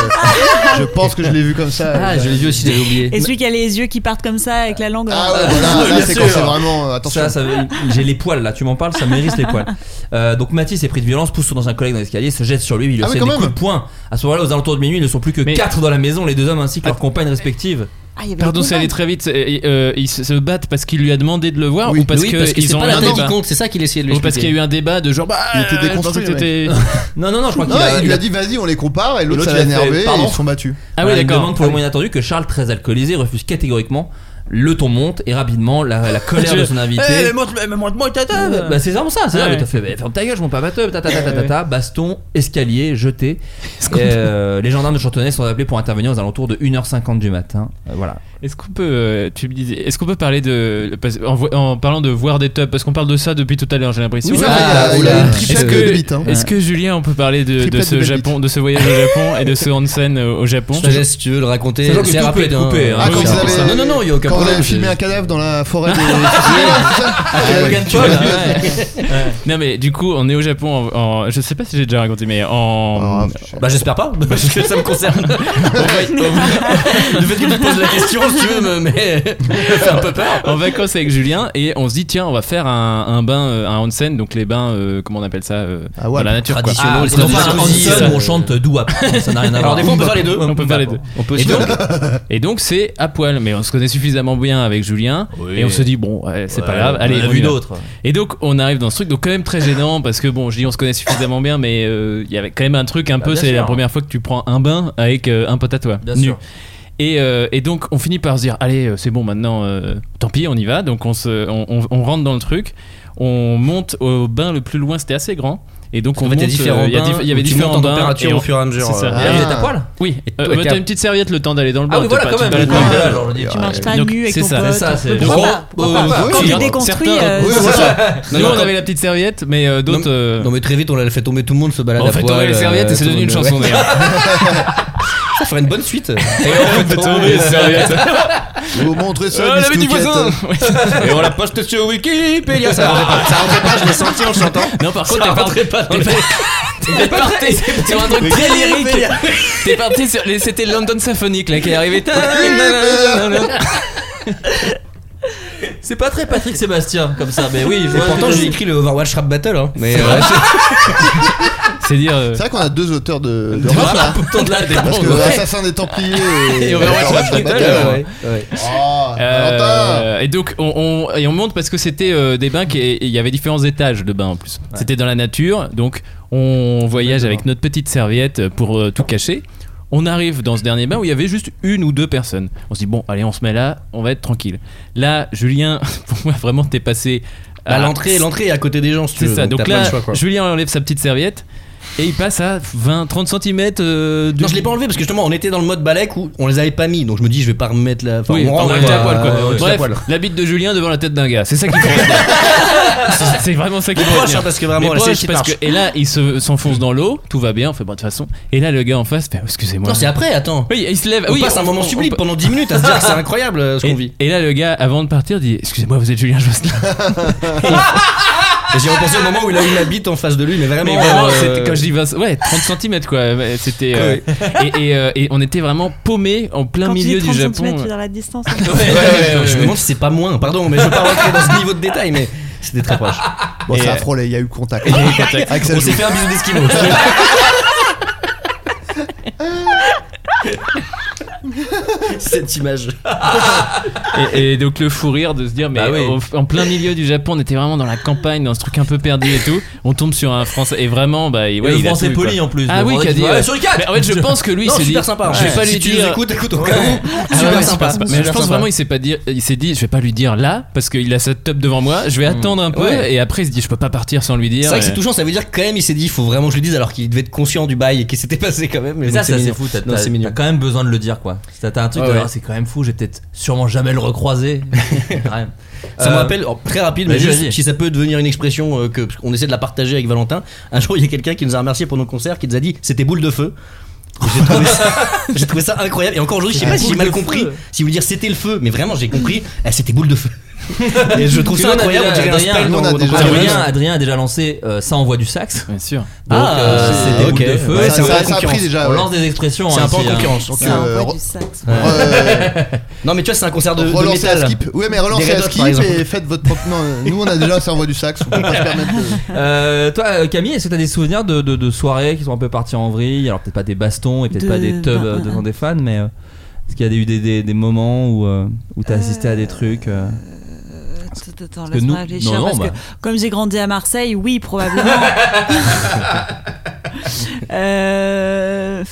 S5: je pense que je l'ai vu comme ça.
S10: Ah, je l'ai vu aussi, j'avais oublié.
S8: Et celui qui a les yeux qui partent comme ça avec la langue.
S5: Ah ouais, voilà, là,
S6: Bien
S5: c'est
S6: sûr.
S5: quand c'est vraiment. euh, attention.
S6: Ça, ça veut- j'ai les poils là, tu m'en parles, ça m'hérisse les poils. Euh, donc Mathis est pris de violence, pousse dans un collègue dans l'escalier, se jette sur lui, il lui
S5: Ah, mais
S6: enseigne
S5: quand
S6: des
S5: même.
S6: coups de poing. À ce moment-là, aux alentours de minuit, ils ne sont plus que
S9: Mais-
S6: 4 dans la maison, les deux hommes ainsi que leurs compagnes respectives.
S8: Ah, il y avait
S9: Pardon,
S8: le
S9: c'est allé
S8: combat.
S9: très vite. Et, euh, ils se se battent parce qu'il lui a demandé de le voir
S5: Oui.
S9: ou parce
S10: oui,
S9: que
S10: parce que
S9: ils
S10: c'est
S9: ont
S10: pas
S9: eu
S10: la
S9: un
S10: taille qui
S9: débat
S10: compte, c'est ça qu'il essayait de lui
S9: Ou parce qu'il y a
S10: expliquer.
S9: eu un débat de genre. Bah,
S5: Il était
S9: euh, je pensais que
S5: déconstruit,
S9: t'étais-
S6: Non, non, non, je crois
S5: Non,
S6: qu'il a,
S5: Ah il
S6: il
S5: lui
S6: a-
S5: a dit vas-y, on les compare. Et
S6: Et
S5: l'autre,
S6: l'autre,
S5: ça
S6: il
S5: l'a
S6: a fait,
S5: énervé. Et
S6: pardon.
S5: ils se sont battus.
S9: Ah
S10: Bah,
S9: oui,
S6: voilà, il
S9: d'accord.
S6: demande pour le moyen attendu que Charles, très alcoolisé, refuse catégoriquement. Le ton monte et rapidement la, la colère de son invité.
S9: Eh, mais
S6: Bah, c'est vraiment ça, c'est ça.
S9: Ouais.
S6: Mais t'as fait, bah, ferme ta gueule, je monte pas ma teub, ta ta ta ta ta ta, baston, escalier, jeté. Et, euh, les gendarmes de Chantenay sont appelés pour intervenir aux alentours de 1h50 du matin. Euh, voilà.
S9: Est-ce qu'on peut, euh, tu me disais, est-ce qu'on peut parler de, parce- en, vo- en parlant de voir des tubs, parce qu'on parle de ça depuis tout à l'heure, j'ai l'impression.
S5: Oui, ça,
S9: Ah,
S6: euh,
S5: il a- il a
S9: oula.
S5: une triplette
S9: Est-ce
S5: de
S9: que,
S5: bite, hein.
S9: est-ce que Julien, on peut parler de, de
S5: Triplette de
S9: ce
S5: belle
S9: Japon, de ce voyage au Japon et de ce Hansen euh, au Japon
S10: Je te laisse si tu veux le raconter.
S6: Sachant que
S10: C'est
S6: tout peut
S10: rapide.
S6: être coupé, hein.
S5: Ah,
S9: oui,
S5: quand
S9: oui,
S5: vous
S9: c'est
S5: avez.
S10: Non, non, non, il y a aucun
S5: Quand vous
S10: problème.
S5: avez filmé
S10: c'est-
S5: un cadavre dans la forêt des. Ah,
S10: Logan
S5: Tu vois,
S10: Paul,
S5: là,
S10: ouais.
S9: Non mais du coup, on est au Japon. En, en- je sais pas si j'ai déjà raconté, mais
S5: Ah,
S9: en,
S10: Bah, j'espère pas, parce que ça me concerne. Au vrai- au vrai- Le fait que tu poses la question, si tu veux, me met me fait un peu peur.
S9: en vacances avec Julien et on se dit tiens, on va faire un, un bain, euh, un onsen, donc les bains, euh, comment on appelle ça, euh,
S5: Ah ouais,
S9: dans la nature. quoi.
S10: traditionnel,
S9: Ah,
S10: c'est
S6: Ils ont
S10: dans
S6: pas un
S10: des
S9: jacuzzi,
S6: Hanson
S9: ça.
S6: où on chante Douap. Ça n'a rien à voir.
S10: Alors, des fois, on peut faire les deux.
S9: On peut faire les deux.
S10: On peut
S9: Et
S10: aussi.
S9: donc, et donc c'est à poil, mais on se connaît suffisamment bien avec Julien
S6: Oui.
S9: et on se dit bon, ouais, c'est pas grave, allez,
S6: on a
S9: on
S6: vu
S9: y va.
S6: d'autres.
S9: Et donc on arrive dans ce truc, donc quand même très gênant parce que bon, je dis on se connaît suffisamment bien, mais euh, il y avait quand même un truc un
S6: Bah,
S9: peu,
S6: bien
S9: c'est
S6: sûr.
S9: la première fois que tu prends un bain avec euh, un pote à toi,
S6: Bien
S9: nu.
S6: sûr.
S9: Et, euh, et donc on finit par se dire allez euh, c'est bon maintenant euh, tant pis on y va donc on, se, on, on- on rentre dans le truc on monte au bain le plus loin c'était assez grand Et donc
S10: En
S9: on
S10: fait, il y a
S9: monte,
S10: différents
S9: euh, il y a
S10: bains
S9: diff- il y avait
S10: où tu
S9: différents
S10: montes en
S9: bains
S10: température
S9: et
S10: au
S9: on-
S10: fur et à mesure.
S9: C'est ça.
S10: Ah,
S9: Et-
S10: vous êtes à poil
S9: Oui.
S10: Ah
S9: Euh,
S10: oui,
S9: bah,
S10: t'as-
S9: T'as une petite serviette le temps d'aller dans le
S10: Ah
S9: bain.
S10: oui,
S9: t'es
S10: voilà,
S9: pas-
S10: quand
S9: tu
S10: même.
S9: te balades
S10: Oui,
S9: pas.
S10: voilà, genre, je dis,
S9: Donc,
S10: tu marches pas
S9: donc,
S10: nu avec
S9: c'est
S10: ton
S9: ça,
S10: pote.
S9: C'est ça, c'est
S10: Pourquoi
S9: Donc,
S10: pas
S9: euh,
S10: Pourquoi pas
S9: oui,
S10: Quand tu
S9: certains-
S10: déconstruis,
S9: certains-
S10: euh,
S9: oui,
S10: c'est
S9: c'est
S10: ça.
S9: ça.
S10: Non,
S9: Nous,
S10: non,
S9: on avait la petite serviette, mais euh, d'autres. euh,
S10: Non mais très vite on l'a fait tomber tout le monde se balade
S9: En
S10: à
S9: fait, on
S10: poil,
S9: a les
S10: euh,
S9: serviettes et c'est
S10: tout le
S9: devenu une
S10: monde-
S9: chanson,
S10: ouais.
S9: d'ailleurs.
S10: Ça ferait une bonne suite. Et
S9: on fait tomber les serviettes.
S5: Je vais vous montrer ça,
S10: Ah,
S5: Miss
S10: la vie du
S5: Touquette.
S10: voisin. Et on la poste sur Wikipédia. Ça rentrait pas. Ça rentrait pas. Je l'ai senti en chantant.
S9: Non, par
S10: Ça
S9: contre, t'es
S10: rentrait pas dans le-
S9: T'es parti sur un truc très lyrique.
S10: Wikipédia.
S9: T'es parti sur. les- C'était London Symphonic là qui est arrivé.
S6: C'est pas très Patrick Sébastien comme ça, mais oui.
S10: Et pourtant j'ai écrit le Overwatch Rap Battle. hein. Mais
S6: C'est
S10: euh,
S6: vrai.
S9: C'est dire. euh,
S5: C'est vrai qu'on a deux auteurs de, de
S10: De
S5: rap, là.
S10: rap, hein. autant de la
S5: Parce que
S10: défendre, ouais.
S5: Assassin des Templiers et,
S9: Et on verra sur
S5: Overwatch
S9: Twitter,
S5: Battle,
S9: ouais.
S10: Ouais.
S5: Oh,
S9: Euh, et donc on, on- et on monte parce que c'était euh, des bains qui et il y avait différents étages de bains en plus. C'était dans la nature, donc on voyage avec notre petite serviette pour euh, tout cacher. On arrive dans ce dernier bain où il y avait juste une ou deux personnes. On se dit bon, allez, on se met là, on va être tranquille. Là, Julien, pour moi vraiment t'es passé
S10: Bah, l'entrée- l'entrée est à côté des gens, si tu
S9: C'est
S10: veux,
S9: ça.
S10: donc
S9: Donc,
S10: t'as pas
S9: là,
S10: le choix, quoi.
S9: Julien enlève sa petite serviette et il passe à 20 30 cm du
S10: Non, je l'ai pas enlevé parce que justement on était dans le mode balèque où on les avait pas mis donc je me dis je vais pas remettre la. Enfin,
S9: Oui,
S10: on
S9: enfin,
S10: rentre,
S9: on était à
S10: euh,
S9: poil, quoi.
S10: on était à
S9: Bref,
S10: poil.
S9: la bite de Julien devant la tête d'un gars, c'est ça qu'il faut. retenir. C'est- c'est vraiment ça qu'il
S10: Mais
S9: faut.
S10: proche,
S9: retenir.
S10: hein, parce que vraiment,
S9: Mais
S10: là, c'est
S9: proche,
S10: qui
S9: parce
S10: marche.
S9: que- et là il se- s'enfonce dans l'eau, tout va bien, fait bon, de toute façon. Et là le gars en face, fait, oh, excusez-moi.
S10: Non, c'est après, attends.
S9: Oui, il se lève.
S10: On
S9: oui,
S10: passe un moment sublime pendant 10 minutes à se dire que c'est incroyable euh, ce
S9: Et-
S10: qu'on vit.
S9: Et là le gars avant de partir dit excusez-moi, vous êtes Julien Josselin.
S10: Et J'ai repensé au moment où il a eu la bite en face de lui, mais vraiment.
S9: Mais vraiment,
S10: euh,
S9: c'était- quand je dis 20, ouais, 30 cm quoi. Ouais, C'était euh, et, et, euh, et on était vraiment paumé en plein
S8: Quand tu
S9: milieu
S8: dis 30
S9: du
S8: centimètres,
S9: Japon.
S6: euh.
S8: tu es dans la distance.
S10: Ouais, ouais, ouais, Euh, je me demande si c'est pas moins, pardon, mais je veux pas rentrer dans ce niveau de détail, mais c'était très proche.
S5: Bon,
S10: Et,
S5: ça a
S10: euh,
S5: frôlé, il y a eu contact.
S10: il y a eu contact.
S5: Avec sa
S10: On s'est
S5: joue.
S10: fait un bisou d'esquimau. Cette image.
S9: et, et donc le fou rire de se dire mais
S10: Bah oui.
S9: au- en plein milieu du Japon on était vraiment dans la campagne dans ce truc un peu perdu et tout on tombe sur un français et vraiment bah ouais,
S6: le
S9: il a
S6: Français
S9: tout eu,
S6: poli,
S9: quoi.
S6: en plus,
S9: ah
S6: le
S9: oui qui
S6: Français
S9: a
S6: qui
S9: dit
S6: dit,
S9: ouais.
S6: ouais, sur les quatre.
S9: mais en fait je pense que lui il
S10: Non,
S9: s'est
S10: super
S9: dit
S10: sympa.
S9: je vais
S10: Ouais,
S9: pas
S10: si
S9: lui
S10: tu nous
S9: dire
S10: écoutes, écoute au
S9: Ouais.
S10: cas où.
S9: Ah
S10: Super
S9: ouais, ouais,
S10: sympa.
S9: super mais
S10: Super
S9: je pense
S10: sympa.
S9: vraiment il s'est pas dire il s'est dit je vais pas lui dire là parce qu'il a sa top devant moi je vais attendre un peu
S10: Ouais.
S9: et après il se dit je peux pas partir sans lui
S10: C'est
S9: dire
S10: vrai que
S9: Et-
S10: c'est touchant, ça veut dire que quand même il s'est dit il faut vraiment que je lui dise alors qu'il devait être conscient du bail et qu'il s'était passé quand même. Mais,
S6: Mais
S10: bon,
S6: ça, ça, c'est
S10: mignon.
S6: fou. T'as
S10: Non,
S6: t'as-
S10: c'est
S6: t'as
S10: mignon.
S6: quand même besoin de le dire, quoi. T'as t'as un truc,
S10: Ouais,
S6: de
S10: ouais.
S6: dire, Ah, c'est quand même fou. J'ai peut-être sûrement jamais le recroiser. Quand même.
S10: Ça me
S6: Euh,
S10: rappelle, oh, très rapide, mais
S6: vas-y,
S10: juste,
S6: vas-y.
S10: si ça peut devenir une expression euh, que parce qu'on essaie de la partager avec Valentin. Un jour, il y a quelqu'un qui nous a remercié pour nos concerts, qui nous a dit c'était boule de feu. Et J'ai trouvé, ça- j'ai trouvé ça incroyable. Et encore aujourd'hui, je sais
S6: Ah,
S10: pas si
S6: boule
S10: j'ai mal
S6: de
S10: compris,
S6: feu.
S10: si vous dire c'était le feu, mais vraiment j'ai compris, eh, c'était boule de feu. Et je trouve
S6: Parce que
S10: ça
S6: nous, on a
S10: incroyable.
S6: déjà-
S10: on dirait
S6: Adrien,
S10: un spell
S6: nous, on
S10: dans-
S6: a
S10: dans-
S6: déjà-
S10: dans-
S6: Adrien, Adrien a déjà lancé euh, ça envoie du sax.
S9: bien sûr
S6: Donc
S10: Ah,
S6: euh, c'est des
S10: ok.
S6: boules de feu.
S10: Ouais,
S6: Donc,
S10: c'est un peu
S6: euh,
S10: en concurrence.
S5: déjà,
S6: On
S5: ouais.
S6: lance des expressions.
S10: C'est
S6: hein,
S10: un peu en
S6: ici, hein.
S10: concurrence. donc,
S8: Ça
S10: euh,
S8: envoie
S10: re-
S8: du sax.
S5: Euh,
S10: Non, mais tu vois, c'est un concert de, de
S5: Relancez à
S10: métal.
S5: skip. Oui, mais relancez
S10: Des Red
S5: à
S10: Hot,
S5: skip
S10: par exemple.
S5: et faites votre propre. Non, euh, nous on a déjà un cerveau du sax, on peut pas se permettre de.
S6: Euh, toi, euh, Camille, est-ce que t'as des souvenirs de, de- de soirées qui sont un peu parties en vrille Alors peut-être pas des bastons et peut-être
S8: De-
S6: pas des tubs
S8: bah,
S6: euh,
S8: euh,
S6: devant des fans, mais euh, est-ce qu'il y a eu des, des- des moments où, euh, où t'as assisté à des trucs euh,
S8: Attends, attends,
S6: que nous-
S8: laisse-moi réfléchir.
S6: non, non,
S8: parce
S6: bah.
S8: que comme j'ai grandi à Marseille, oui, probablement. Euh,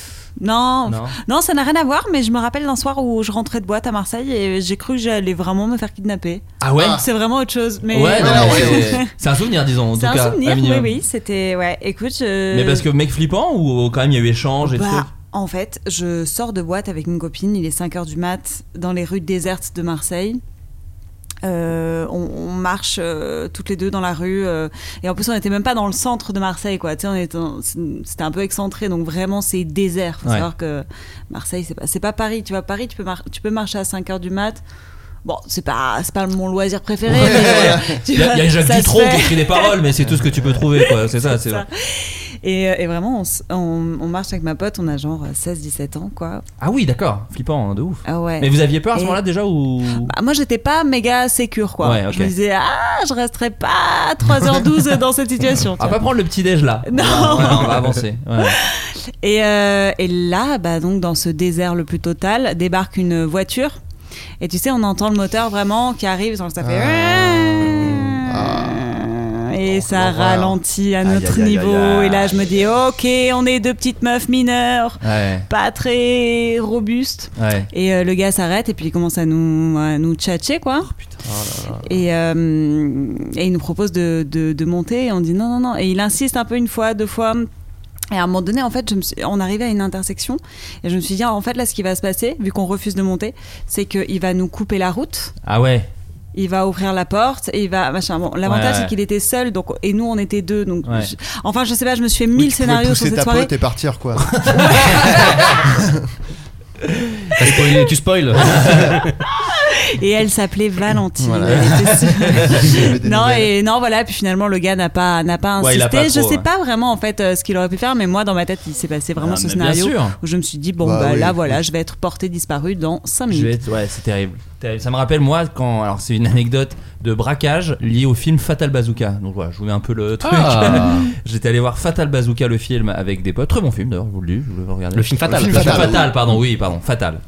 S8: Non,
S6: Non.
S8: non, ça n'a rien à voir, mais je me rappelle d'un soir où je rentrais de boîte à Marseille et j'ai cru que j'allais vraiment me faire kidnapper.
S6: Ah ouais
S8: C'est vraiment autre chose. Mais
S6: Ouais, non,
S5: Ah
S6: mais
S5: ouais.
S6: c'est- c'est un souvenir, disons. En
S8: c'est
S6: tout cas,
S8: un souvenir,
S6: un
S8: oui,
S6: minimum.
S8: oui, c'était. Ouais, écoute. je-
S6: Mais parce que mec flippant ou oh, quand même il y a eu échange et
S8: Bah,
S6: tout
S8: en fait, je sors de boîte avec une copine, il est 5h du mat, dans les rues désertes de Marseille. Euh, on, on marche euh, toutes les deux dans la rue euh, et en plus on n'était même pas dans le centre de Marseille quoi. Tu sais, on était en- c'était un peu excentré donc vraiment c'est désert. Faut
S6: Ouais.
S8: savoir que Marseille c'est pas c'est pas Paris. Tu vois Paris tu peux mar- tu peux marcher à 5h du mat. Bon c'est pas c'est pas mon loisir préféré. mais, euh, tu
S6: Il y, a-
S8: vois,
S6: il y a Jacques
S8: ça se
S6: Dutronc
S8: fait.
S6: qui écrit des paroles, mais c'est tout ce que tu peux trouver, quoi. C'est ça, c'est
S8: ça. Et, euh, et vraiment, on, s- on- on marche avec ma pote, on a genre 16-17 ans, quoi.
S6: Ah oui, d'accord, flippant, hein, de ouf.
S8: Ah ouais.
S6: Mais vous aviez peur à ce
S8: Et-
S6: moment-là déjà ou
S8: Bah, moi, j'étais pas méga sécure, quoi.
S6: Ouais, ok.
S8: Je me disais, ah, je resterai pas 3h12 dans cette situation. tu
S6: Ah,
S8: vois.
S6: pas prendre le petit déj là.
S8: Non.
S6: On va- on va avancer. Ouais.
S8: Et, euh, et là, bah, donc, dans ce désert le plus total, débarque une voiture. Et tu sais, on entend le moteur vraiment qui arrive, genre, ça fait. Ah. Et ça ralentit à notre
S6: Ah. Oh, aïe, aïe,
S8: niveau.
S6: aïe.
S8: Et là, je me dis, ok, on est deux petites meufs mineures,
S6: Ouais.
S8: pas très robustes.
S6: Ouais.
S8: Et euh, le gars s'arrête et puis il commence à nous, à nous tchatcher, quoi. Et, euh, et il nous propose de, de- de monter et on dit non, non, non. Et il insiste un peu une fois, deux fois. Et à un moment donné, en fait, je me suis- on arrivait à une intersection et je me suis dit, ah, en fait, là, ce qui va se passer, vu qu'on refuse de monter, c'est qu'il va nous couper la route
S6: Ah ouais.
S8: il va ouvrir la porte et il va machin. Bon, l'avantage
S6: Ouais, ouais.
S8: c'est qu'il était seul donc et nous on était deux donc
S5: Ouais.
S8: je- enfin je sais pas, je me suis fait mille
S5: Tu pouvais
S8: scénarios sur
S5: pousser
S8: cette
S5: ta
S8: soirée.
S5: pote et partir quoi.
S10: T'as spoilé, tu spoil.
S8: Et elle s'appelait Valentine.
S10: Voilà.
S8: Elle était
S10: Il y avait des
S8: non
S10: nouvelles.
S8: et non voilà puis finalement le gars n'a pas n'a pas
S10: Ouais, il
S8: insisté.
S10: a pas
S8: je
S10: trop,
S8: sais
S10: ouais.
S8: pas vraiment en fait euh, ce qu'il aurait pu faire mais moi dans ma tête il s'est passé vraiment
S6: Ah,
S8: ce
S6: mais
S8: scénario
S6: bien sûr.
S8: où je me suis dit bon bah,
S6: Bah oui.
S8: là voilà je vais être porté disparu dans 5 minutes.
S6: Je vais être- ouais, c'est terrible. Terrible. Ça me rappelle moi quand, alors c'est une anecdote de braquage liée au film Fatal Bazooka. Donc voilà, je vous mets un peu le truc.
S10: Ah.
S6: J'étais allé voir Fatal Bazooka le film avec des potes. Très bon film d'ailleurs, je vous le dis, je vous le regardez.
S10: Le film Fatal.
S6: Le film
S10: Le film
S6: Fatal.
S10: Fatal.
S6: Fatal, pardon, oui, pardon, Fatal.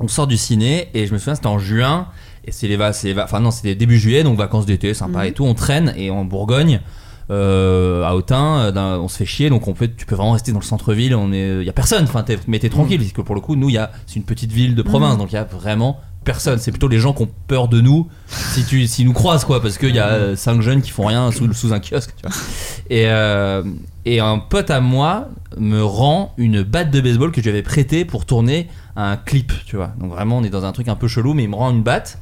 S6: On sort du ciné et je me souviens c'était en juin et c'est les va- c'est les va- enfin non c'était début juillet donc vacances d'été sympa
S10: Mhm.
S6: et tout. On traîne et en Bourgogne. euh, à Autun, euh, d'un- on se fait chier, donc on peut, tu peux vraiment rester dans le centre-ville. On est, y a personne. Enfin, t'es- mais t'es tranquille, parce que pour le coup, nous, il y a, c'est une petite ville de province,
S10: Mhm.
S6: donc il y a vraiment personne. C'est plutôt les gens qui ont peur de nous, si tu, si nous croisent quoi, parce qu'il y a euh, cinq jeunes qui font rien sous, sous un kiosque. Tu vois. Et euh, et un pote à moi me rend une batte de baseball que j'avais prêtée pour tourner un clip, tu vois. Donc vraiment, on est dans un truc un peu chelou, mais il me rend une batte.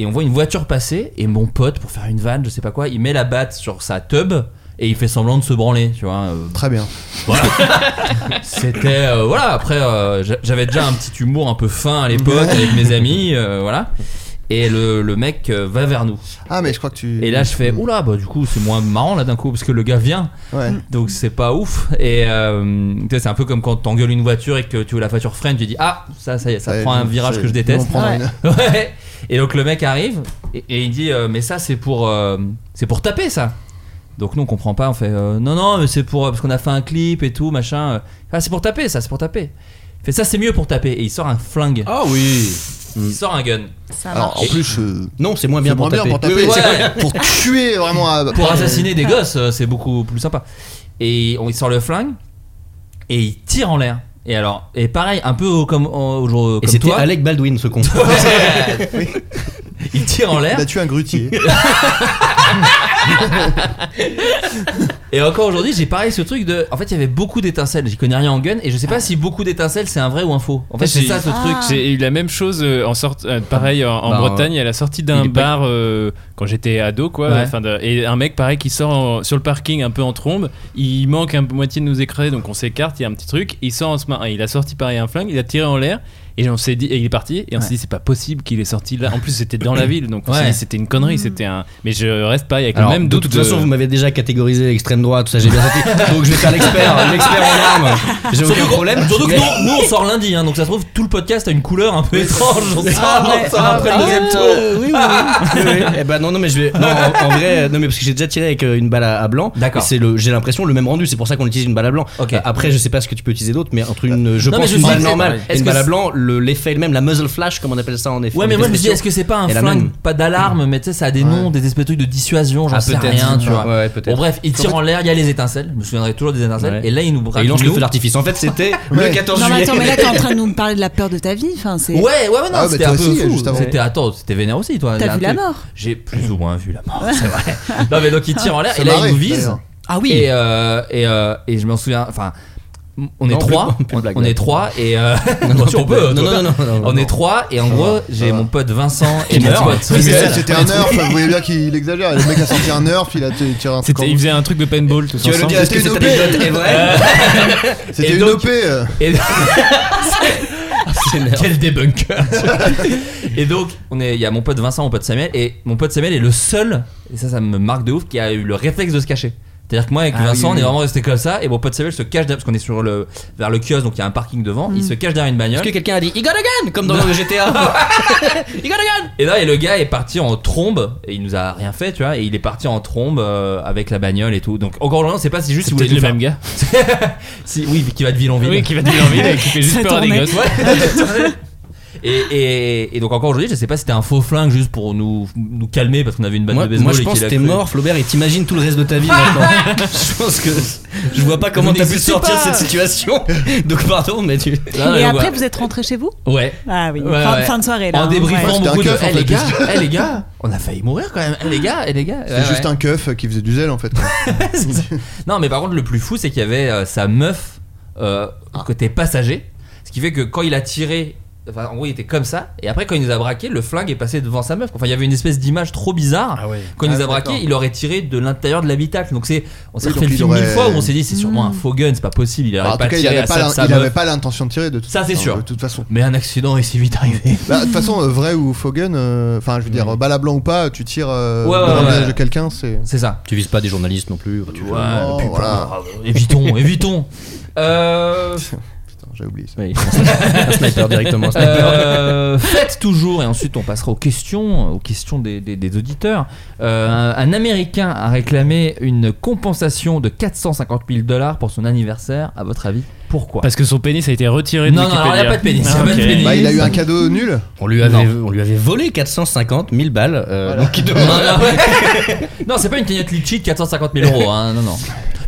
S6: Et on voit une voiture passer, et mon pote, pour faire une vanne, je sais pas quoi, il met la batte sur sa tub et il fait semblant de se branler, tu vois. euh,
S5: Très bien.
S6: voilà. C'était euh, voilà. Après, euh, j'a- j'avais déjà un petit humour un peu fin à l'époque avec mes amis, euh, voilà. Et le, le mec euh, va vers nous.
S5: Ah mais je crois que tu.
S6: Et là, je fais oula, bah du coup, c'est moins marrant là d'un coup parce que le gars vient.
S5: Ouais.
S6: Donc c'est pas ouf. Et euh, tu sais, c'est un peu comme quand t'engueules une voiture et que tu veux la voiture freine, tu dis ah ça ça y est, ça
S5: Ouais,
S6: prend un
S5: je-
S6: virage
S5: je-
S6: que je
S5: je vais en
S6: déteste.
S5: prendre une.
S6: Ouais. Et donc le mec arrive et, et il dit euh, mais ça c'est pour euh, c'est pour taper ça. Donc nous on comprend pas, on fait euh, non non mais c'est pour euh, parce qu'on a fait un clip et tout machin. euh. ah c'est pour taper ça, c'est pour taper. Il Fait ça c'est mieux pour taper et il sort un flingue.
S10: Ah oui.
S6: Il sort un gun.
S8: Ça
S5: Alors en plus. euh,
S10: Non, c'est moins
S5: c'est
S10: bien pour taper.
S6: Oui, oui,
S5: c'est
S6: ouais.
S5: pour tuer vraiment. à-
S6: pour assassiner des gosses, euh, c'est beaucoup plus sympa. Et on, il sort le flingue et il tire en l'air. Et alors, et pareil, un peu au- comme au- au- comme
S10: Et c'était
S6: toi.
S10: Alec Baldwin ce con.
S6: il tire en
S10: Bah,
S6: l'air.
S5: Il a tué un grutier.
S6: Et encore aujourd'hui, j'ai pareil ce truc de. En fait, il y avait beaucoup d'étincelles. J'y connais rien en gun et je sais
S10: Ah.
S6: pas si beaucoup d'étincelles c'est un vrai ou un faux. En fait, c'est
S9: J'ai-
S6: ça ce truc.
S9: J'ai eu la même chose euh, en sorte, euh, pareil en, en
S6: Bah,
S9: Bretagne à la sortie d'un
S6: il est pas-
S9: bar euh, quand j'étais ado quoi.
S6: Ouais.
S9: enfin, de- et un mec pareil qui sort en- sur le parking un peu en trombe, il manque un peu moitié de nous écraser donc on s'écarte, il y a un petit truc, il sort en se mar- il a sorti pareil un flingue, il a tiré en l'air. Et on s'est dit, et il est parti, et on s'est
S6: Ouais.
S9: dit c'est pas possible qu'il est sorti là. En plus c'était dans la ville, donc on s'est
S6: Ouais.
S9: dit, c'était une connerie, c'était un. Mais je reste pas avec
S10: Mm. Alors,
S9: le même
S10: de
S9: doute.
S10: toute façon, vous m'avez déjà catégorisé extrême droite, tout ça, j'ai bien senti. Donc je vais faire l'expert, l'expert en armes. J'ai
S6: Surtout
S10: aucun
S6: qu'on-
S10: problème.
S6: Surtout que
S10: Mais-
S6: nous, nous, on sort lundi, hein, donc ça se trouve tout le podcast a une couleur un peu étrange. On
S9: Ah,
S6: sort, on sort après le deuxième tour.
S10: oui, oui, oui. oui, oui. Eh ben non, non, mais je vais. Non, en, en vrai, euh, non, mais parce que j'ai déjà tiré avec euh, une balle à, à blanc.
S6: D'accord.
S10: Et C'est le, j'ai l'impression le même rendu. C'est pour ça qu'on utilise une balle à blanc. Euh, Après, je sais pas ce que tu peux utiliser d'autre, mais entre une, euh, je
S6: Non, mais
S10: pense
S6: je
S10: une
S6: sais
S10: balle
S6: que c'est
S10: normale
S6: pareil.
S10: et
S6: Est-ce
S10: une
S6: que
S10: balle à
S6: c'est-
S10: blanc, le- l'effet est le même, la muzzle flash, comme on appelle ça en effet.
S6: Ouais, mais
S10: en
S6: moi je me
S10: effets
S6: dis,
S10: spéciaux,
S6: est-ce que c'est pas un
S10: est la
S6: flingue
S10: même.
S6: Pas d'alarme, mais tu sais, ça a des noms, des espèces de trucs de dissuasion, j'en
S10: Ah,
S6: sais
S10: peut-être.
S6: rien, tu
S10: Ouais,
S6: vois.
S10: ouais, peut-être.
S6: Bon, bref, il tire
S10: Faut-
S6: en l'air, il y a les étincelles, je me souviendrai toujours des étincelles,
S10: Ouais.
S6: et là il nous braque.
S10: Et il lance le
S6: nous.
S10: feu d'artifice. En fait, c'était le
S5: Ouais.
S10: 14
S8: Non mais
S10: juillet.
S8: attends mais là t'es en train de nous parler de la peur de ta vie enfin c'est
S6: Ouais, ouais, ouais, non,
S5: Ah, mais
S6: c'était
S5: toi
S6: un peu
S5: aussi,
S6: fou.
S5: juste avant.
S6: C'était, attends, c'était vénère aussi, toi.
S8: T'as
S6: Il y a
S8: vu
S6: un
S8: la
S6: truc-
S8: mort
S6: J'ai plus ou moins vu la mort, c'est vrai. Non, mais donc il tire en l'air,
S5: Se
S6: et là
S5: marrer,
S6: il nous vise.
S5: d'ailleurs.
S6: Ah oui. Et, euh, et, euh, et je m'en souviens, enfin. On est
S10: Non, plus-
S6: trois,
S10: plus de
S6: on-
S10: blague,
S6: on
S10: là.
S6: est trois et euh,
S10: Non, non,
S6: si on
S10: plus de
S6: peut,
S10: blague.
S6: toi,
S10: Non, non, non,
S6: toi.
S10: non, non,
S6: on
S10: non.
S6: est trois et en gros j'ai mon pote Vincent et
S10: Qui
S6: mon
S10: meurt.
S6: pote.
S5: Oui, mais
S10: Michel.
S5: c'était un nerf, vous voyez bien qu'il exagère. Le mec a sorti un nerf, il a t- tiré un truc. en-
S9: C'était- il faisait un truc de paintball tout
S10: Tu vas le
S9: ensemble.
S10: dire, est-ce que
S5: C'était
S10: cette
S5: une
S10: anecdote est vraie
S5: C'était
S6: Et
S5: une
S6: donc-
S5: OP. euh.
S6: Et-
S10: C'est énervant.
S6: Quel débunker Et donc, on est- il y a mon pote Vincent, mon pote Samuel, et mon pote Samuel est le seul, et ça, ça me marque de ouf, qui a eu le réflexe de se cacher. C'est-à-dire que moi, avec
S9: Ah oui, oui,
S6: Vincent, on est
S9: oui.
S6: vraiment resté comme ça, et mon pote Samuel se cache derrière, parce qu'on est sur le, vers le kiosque, donc il y a un parking devant,
S9: Mm.
S6: il se cache derrière une bagnole.
S10: Est-ce que quelqu'un a dit He got a gun Comme dans le GTA. He got a gun
S6: Et là, et le gars est parti en trombe, et il nous a rien fait, tu vois, et il est parti en trombe euh, avec la bagnole et tout. Donc, encore aujourd'hui, on sait pas si juste il
S9: C'était
S6: voulait
S9: le
S6: tout faire.
S9: même gars.
S6: Si- oui, qui va de ville en ville.
S9: Oui, qui va te dire envie et qui fait juste
S8: Ça
S9: peur à des
S8: tournait.
S9: gosses.
S6: Ouais. Et, et- et donc encore aujourd'hui, je sais pas si c'était un faux flingue juste pour nous, nous calmer parce qu'on avait une balle
S10: Moi,
S6: de baseball.
S10: moi, je
S6: et
S10: pense
S6: qu'il
S10: que
S6: a
S10: t'es
S6: cru.
S10: mort, Flaubert, et t'imagines tout le reste de ta vie maintenant. je pense que je vois pas comment
S6: Vous
S10: t'as pu
S6: n'existez
S10: sortir de
S6: pas.
S10: cette situation. Donc, pardon, mais tu.
S6: Ah,
S8: Et après, vous êtes rentré chez vous
S6: Ouais.
S8: Ah oui,
S6: Ouais,
S8: fin,
S6: ouais.
S8: fin de soirée là.
S6: En
S8: hein, ouais.
S6: débriefant beaucoup de. Eh, les gars, eh, les gars,
S5: on a
S6: failli mourir quand même. Eh, les gars, eh, les gars.
S5: C'est
S6: Ouais,
S5: juste
S6: ouais.
S5: un keuf qui faisait du zèle en fait.
S6: Non, mais par contre, le plus fou, c'est qu'il y avait euh, sa meuf euh, côté passager. Ce qui fait que quand il a tiré. Enfin, en gros, il était comme ça. Et après, quand il nous a braqué, le flingue est passé devant sa meuf. Enfin, il y avait une espèce d'image trop bizarre. Quand il
S2: Ah,
S6: nous a
S2: d'accord.
S6: braqué, il aurait tiré de l'intérieur de l'habitacle. Donc, c'est. On s'est
S5: Oui,
S6: refait
S5: donc
S6: le
S5: il
S6: film mille
S5: aurait-
S6: fois où on s'est dit, c'est sûrement
S5: Hmm.
S6: un faux gun, c'est pas possible. Il
S5: Bah,
S6: aurait
S5: en
S6: pas
S5: tout cas, il
S6: tiré
S5: avait
S6: à
S5: pas
S6: sa,
S5: l'in-
S6: sa
S5: il avait
S6: meuf.
S5: pas l'intention de tirer de toute
S6: Ça, c'est
S5: façon,
S6: sûr.
S5: De toute façon.
S6: Mais un accident, il s'est vite arrivé.
S5: Bah, De toute façon, euh, vrai ou faux gun, euh, enfin, je veux dire, balle à blanc ou pas, tu tires euh,
S6: Ouais, ouais,
S5: dans le
S6: ouais.
S5: visage de quelqu'un, c'est.
S6: C'est ça.
S10: Tu vises pas des journalistes non plus. Tu
S6: Ouais,
S5: Oh,
S6: puis,
S5: voilà.
S6: euh, évitons, évitons. Euh...
S5: Putain, j'ai oublié ça.
S6: Un
S10: sniper directement, un sniper.
S6: Euh, faites toujours, et ensuite on passera aux questions, aux questions des, des- des auditeurs. Euh, un, un Américain a réclamé une compensation de 450 000 dollars pour son anniversaire. À votre avis, pourquoi
S9: Parce que son pénis a été retiré de
S6: Non, non, alors, il y a
S9: Wikipédia.
S6: pas de pénis, il y a
S9: Ah,
S6: pas de
S9: ok.
S6: pénis. Bah, il a eu un
S5: cadeau nul
S10: On lui avait, on lui avait volé 450 000 balles. euh, Donc, il
S6: Non,
S10: demande.
S6: non, ouais. Non, c'est pas une cagnotte Litchi de 450 000 euros. hein, Non, non.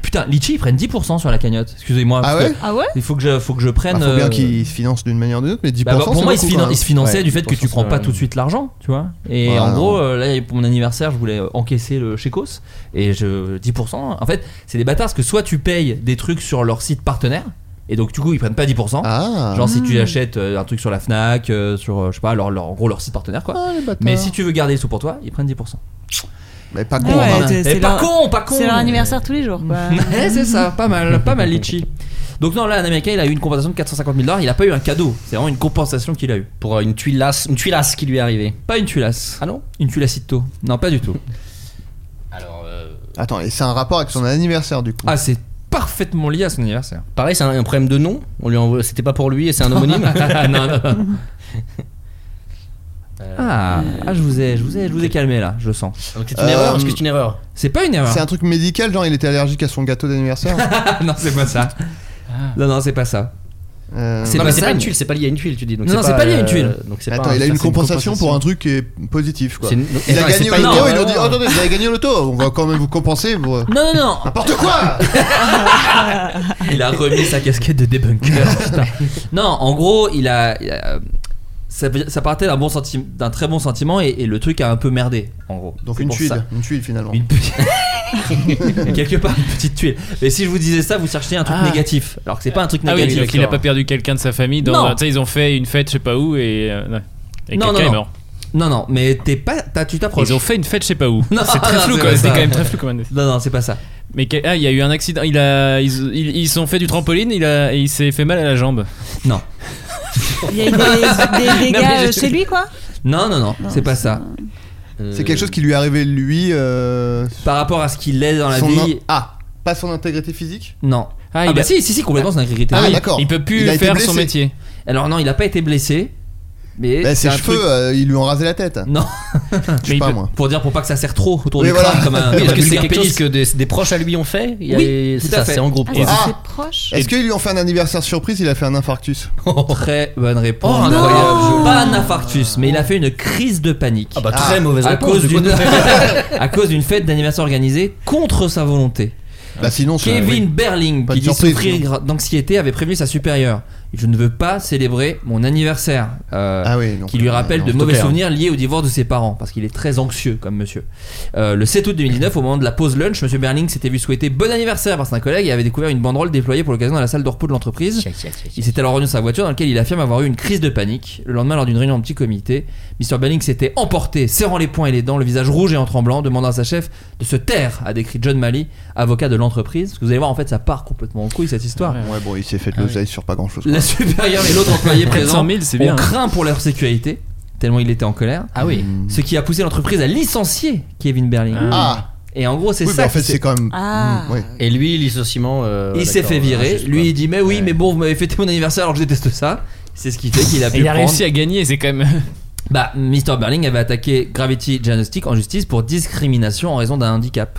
S6: Putain, Litchi, ils prennent 10% sur la cagnotte. Excusez-moi. parce
S5: Ah ouais
S6: que
S8: Ah ouais
S6: Il faut que je, faut que je prenne.
S5: Bah, faut bien
S6: euh,
S5: qu'il se finance d'une manière ou d'une autre, mais 10%.
S6: Bah, bah, pour
S5: c'est
S6: moi, il se,
S5: beaucoup,
S6: finan-
S5: quand même.
S6: il se finançait du fait que tu
S5: 10%,
S6: prends
S5: c'est
S6: pas
S5: quand
S6: tout de suite l'argent, tu vois. Et
S5: Ouais,
S6: en
S5: non.
S6: gros, euh, là, pour mon anniversaire, je voulais euh, encaisser le Checos et je 10%. En fait, c'est des bâtards parce que soit tu payes des trucs sur leur site partenaire. Et donc du coup ils prennent pas 10%.
S5: Ah.
S6: Genre si tu
S2: Hmm.
S6: achètes euh, un truc sur la Fnac, euh, sur euh, je sais pas, leur, leur- en gros leur site partenaire quoi.
S5: Ah, les bâtards.
S6: Mais si tu veux garder les sous pour toi, ils prennent 10%.
S5: Mais pas
S8: Ah
S5: con.
S8: ouais,
S5: hein.
S8: c'est-
S6: Eh,
S8: c'est
S6: pas
S8: leur-
S6: con, pas con.
S8: C'est leur anniversaire tous les jours. quoi.
S6: Ouais, c'est ça, pas mal, pas mal Litchi. Donc non là un américain il a eu une compensation de 450 000 dollars, il a pas eu un cadeau, c'est vraiment une compensation qu'il a eu.
S10: Pour euh, une tuilasse, une tuilasse qui lui est arrivée.
S6: Pas une tulasse.
S10: Ah non
S6: Une tulacito. Non, pas du tout. euh,
S5: Attends, et c'est un rapport avec son anniversaire du coup.
S6: Ah, c'est parfaitement lié à son anniversaire.
S10: Pareil, c'est un, un problème de nom. On lui envoie. C'était pas pour lui et c'est un homonyme.
S6: Non, non. Ah, ah, je vous ai, je vous ai, je vous ai calmé là, je le sens. Euh,
S10: Donc, c'est une erreur Est-ce que c'est une erreur
S6: C'est pas une erreur.
S5: C'est un truc médical, genre il était allergique à son gâteau d'anniversaire.
S6: non, c'est pas ça. Non, non, c'est pas ça.
S5: Euh,
S10: Non, mais c'est pas une tuile, c'est pas lié à une tuile, tu dis. Donc
S6: Non, non, c'est pas lié à une
S10: euh,
S6: tuile.
S10: donc c'est
S5: Attends,
S10: pas un-
S5: il a
S10: ça,
S5: une
S10: c'est
S5: compensation pour un truc qui est positif quoi.
S10: C'est une-
S5: Il
S10: Attends,
S5: a
S10: et
S5: gagné
S10: c'est
S5: au
S10: pas une
S5: loto,
S10: erreur.
S5: ils ont dit oh, attendez, vous avez gagné au loto, on va quand même vous compenser. vous.
S6: Non, non, non.
S10: Ah,
S5: N'importe quoi
S6: Il a remis sa casquette de débunker. putain. Non, en gros, il a. il a- euh, ça, ça partait d'un bon sentiment, d'un très bon sentiment, et, et le truc a un peu merdé, en gros.
S5: Donc
S6: C'est
S5: une
S6: pour
S5: tuile,
S6: ça.
S5: une tuile finalement.
S6: Une petite- quelque part une petite tuile. Mais si je vous disais ça, vous cherchiez un truc
S9: Ah.
S6: négatif, alors que c'est pas un truc
S9: Ah oui,
S6: négatif.
S9: donc il a pas perdu quelqu'un de sa famille.
S6: Non.
S9: Dans, tu sais, ils ont fait une fête, je sais pas où, et, euh, ouais. et
S6: non,
S9: quelqu'un
S6: non,
S9: est
S6: non.
S9: mort.
S6: Non, non, mais t'es pas, t'as- tu t'approches.
S9: Ils ont fait une fête, je sais pas où.
S6: Non,
S9: c'est très
S6: non,
S9: flou,
S6: c'est
S9: quoi.
S6: pas
S9: C'est
S6: ça.
S9: quand même très flou, quand même.
S6: Non, non, c'est pas ça.
S9: Mais quel- ah, il y a eu un accident. Il a, ils, ils, ils sont fait du trampoline. Il a, et il s'est fait mal à la jambe.
S6: Non.
S8: Il y a eu des, des
S9: Non,
S8: dégâts
S9: mais
S8: euh,
S9: je-
S8: chez lui quoi
S6: Non, non, non, c'est pas ça.
S10: Euh,
S5: C'est quelque chose qui lui est arrivé lui. euh,
S6: Par rapport à ce qu'il est dans la
S5: son
S6: vie,
S5: in- Ah, pas son intégrité physique
S6: non. Ah,
S9: il
S6: bah
S9: a-
S6: si, si, si, complètement son intégrité.
S5: Ah,
S6: Oui.
S5: d'accord.
S9: Il peut plus
S5: Il a été
S9: faire
S5: blessé.
S9: son métier.
S6: Alors non, il a pas été blessé, mais
S5: Bah, ses
S6: c'est un
S5: cheveux,
S6: truc-
S5: euh, ils lui ont rasé la tête.
S6: Non,
S5: Je sais
S9: Mais
S5: pas
S9: il peut-
S5: moi.
S6: pour dire pour pas que ça serre trop autour
S5: Oui,
S6: du
S5: voilà.
S6: crâne comme un.
S10: Oui,
S6: comme
S10: est-ce
S6: un
S10: que c'est
S6: vulgaire
S10: quelque chose
S6: pénis.
S10: que des, des proches à lui ont fait Il y a-
S6: Oui,
S10: c'est
S6: tout à
S10: ça,
S6: fait.
S10: c'est en groupe.
S8: Ah,
S10: quoi.
S8: c'est
S5: Ah.
S8: ses proches
S5: Est-ce qu'ils lui ont fait un anniversaire surprise Il a fait un infarctus.
S6: Très bonne réponse.
S10: Oh,
S6: incroyable.
S10: non
S6: Pas un infarctus, mais il a fait une crise de panique.
S10: Ah bah très mauvaise
S6: à
S10: réponse.
S6: cause
S10: du coup.
S6: d'une à cause d'une fête d'anniversaire organisée contre sa volonté.
S5: Bah sinon, c'est-
S6: Ah, Kevin
S5: oui.
S6: Berling,
S5: Pas
S6: qui
S5: de
S6: dit
S5: surprise,
S6: souffrir gra- d'anxiété, avait prévenu sa supérieure. Je ne veux pas célébrer mon anniversaire. euh,
S5: Ah oui, non.
S6: qui lui rappelle
S5: Non,
S6: de
S5: c'est
S6: mauvais
S5: clair.
S6: souvenirs liés au divorce de ses parents, parce qu'il est très anxieux comme monsieur. Euh, le 7 août 2019, au moment de la pause lunch, monsieur Berling s'était vu souhaiter bon anniversaire par un collègue et avait découvert une banderole déployée pour l'occasion dans la salle de repos de l'entreprise. Il s'est alors rendu dans sa voiture dans laquelle il affirme avoir eu une crise de panique. Le lendemain, lors d'une réunion en petit comité, Mr. Berling s'était emporté, serrant les poings et les dents, le visage rouge et en tremblant, demandant à sa chef de se taire, a décrit John Malley, avocat de l'entreprise. Parce que vous allez voir, en fait, ça part complètement en couille cette histoire.
S5: Ouais, bon, il s'est fait de l'oseille sur pas grand chose.
S6: La supérieure et l'autre employé
S9: 400
S6: présent
S9: 000, c'est
S6: on
S9: bien. hein.
S6: craint pour leur sécurité, tellement il était en colère.
S9: Ah oui.
S6: Ce qui a poussé l'entreprise à licencier Kevin Berling.
S5: Ah
S6: Et en gros, c'est
S5: Oui,
S6: ça.
S5: mais en
S6: que
S5: fait,
S6: c'est-
S5: c'est Ah, quand même. Mm,
S8: Ah
S5: Oui.
S10: Et lui, licenciement. euh,
S6: il s'est
S10: d'accord,
S6: fait
S10: euh,
S6: virer.
S10: juste,
S6: Lui,
S10: quoi.
S6: il dit Mais oui,
S10: Ouais.
S6: mais bon, vous m'avez fêté mon anniversaire alors je déteste ça. C'est ce qui fait qu'il a pu.
S9: Il a
S6: prendre-
S9: réussi à gagner. C'est quand même.
S6: Bah, Mr. Berling avait attaqué Gravity Diagnostic en justice pour discrimination en raison d'un handicap.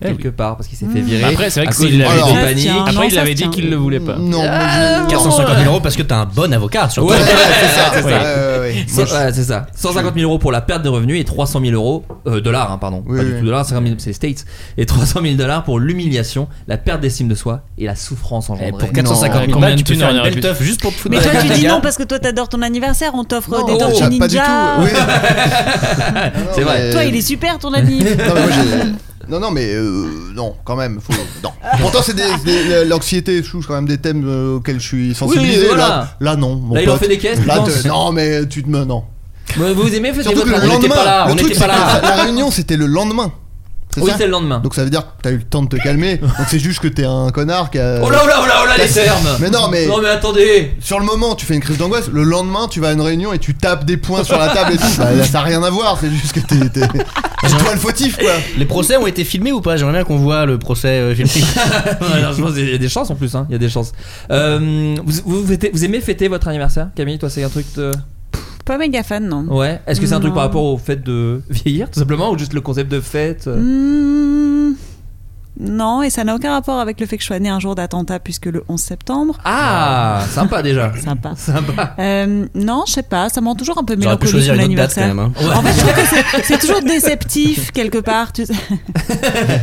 S6: quelque part parce qu'il s'est fait virer.
S10: Eh Bah, Après, c'est vrai
S6: à
S10: que
S6: cause
S10: s'il
S6: d'une
S10: l'avait
S6: fuite de
S10: dit-
S6: panique.
S10: Après, Non, il ça avait se dit tient. qu'il le voulait pas. Non, Ah, non. 450 000 euros parce que t'as un bon avocat, surtout.
S6: Ouais,
S10: Ouais,
S6: c'est ça.
S10: c'est
S6: c'est ça.
S10: ça. Ouais, ouais, ouais.
S6: C'est-
S10: Moi, je-
S6: ouais, c'est ça. 150 000 euros pour la perte de revenus et 300 000 euros euh, dollars, hein, pardon, pas du tout dollars, 50 000, c'est les States et 300 000 dollars pour l'humiliation, la perte d'estime de soi et la souffrance engendrée.
S10: Eh, pour 450 000 balles, tu peux faire une belle teuf juste pour te foutre
S8: Mais
S6: Ouais.
S8: toi, tu dis
S6: Gars.
S8: non parce que toi, t'adores ton anniversaire. On t'offre
S6: Non,
S8: des
S6: oh,
S8: tortues
S6: pas du
S8: ninja.
S5: tout, oui.
S6: C'est vrai.
S8: Toi, il est super ton ami.
S5: Non, mais moi, j'ai- non, non, mais euh, non, quand même. Faut... Non. Pourtant, c'est des, des- l'anxiété, je touche quand même des thèmes euh, auxquels je suis sensibilisé.
S6: Oui, voilà.
S5: là, là, non. mon
S6: Là, il en
S5: pote.
S6: fait des caisses, tu
S5: Là,
S6: penses
S5: te- Non, mais tu te me. Non.
S6: Mais Vous aimez faites
S5: Surtout
S6: votre
S5: que le
S6: on n'était
S5: lendemain,
S6: pas là,
S5: le
S6: on
S5: truc,
S6: n'était pas
S5: c'est
S6: là.
S5: que La réunion, c'était le lendemain.
S6: Oui,
S5: ça
S6: c'est le lendemain.
S5: Donc ça veut dire que t'as eu le temps de te calmer. Donc c'est juste que t'es un connard qui a.
S6: Oh là, oh là, oh là, oh là,
S5: qui a-
S6: les termes
S5: Mais non, mais.
S6: Non, mais attendez
S5: Sur le moment, tu fais une crise d'angoisse. Le lendemain, tu vas à une réunion et tu tapes des points sur la table et tout. Bah, là, ça n'a rien à voir. C'est juste que t'es. t'es- c'est toi le fautif, quoi.
S10: Les procès ont été filmés ou pas J'aimerais bien qu'on voit le procès euh, filmé.
S6: Ouais, non, je pense qu'il y a des chances en plus, hein, il y a des chances. Euh, vous, vous, fêtez- vous aimez fêter votre anniversaire, Camille Toi, c'est un truc de.
S8: Pas méga fan, non.
S6: Ouais. Est-ce que c'est un truc
S8: Non.
S6: par rapport au fait de vieillir, tout simplement, ou juste le concept de fête euh
S8: Hmm, Non, et ça n'a aucun rapport avec le fait que je sois née un jour d'attentat, puisque le 11 septembre.
S6: Ah, sympa déjà.
S8: Sympa.
S6: Sympa.
S8: Euh, non, je sais pas, ça me rend toujours un peu
S10: J'aurais pu
S8: mélancolique
S10: choisir
S8: mon
S10: une autre date, quand
S8: anniversaire.
S10: même. hein.
S8: En fait, je trouve que c'est- c'est toujours déceptif quelque part. tu sais.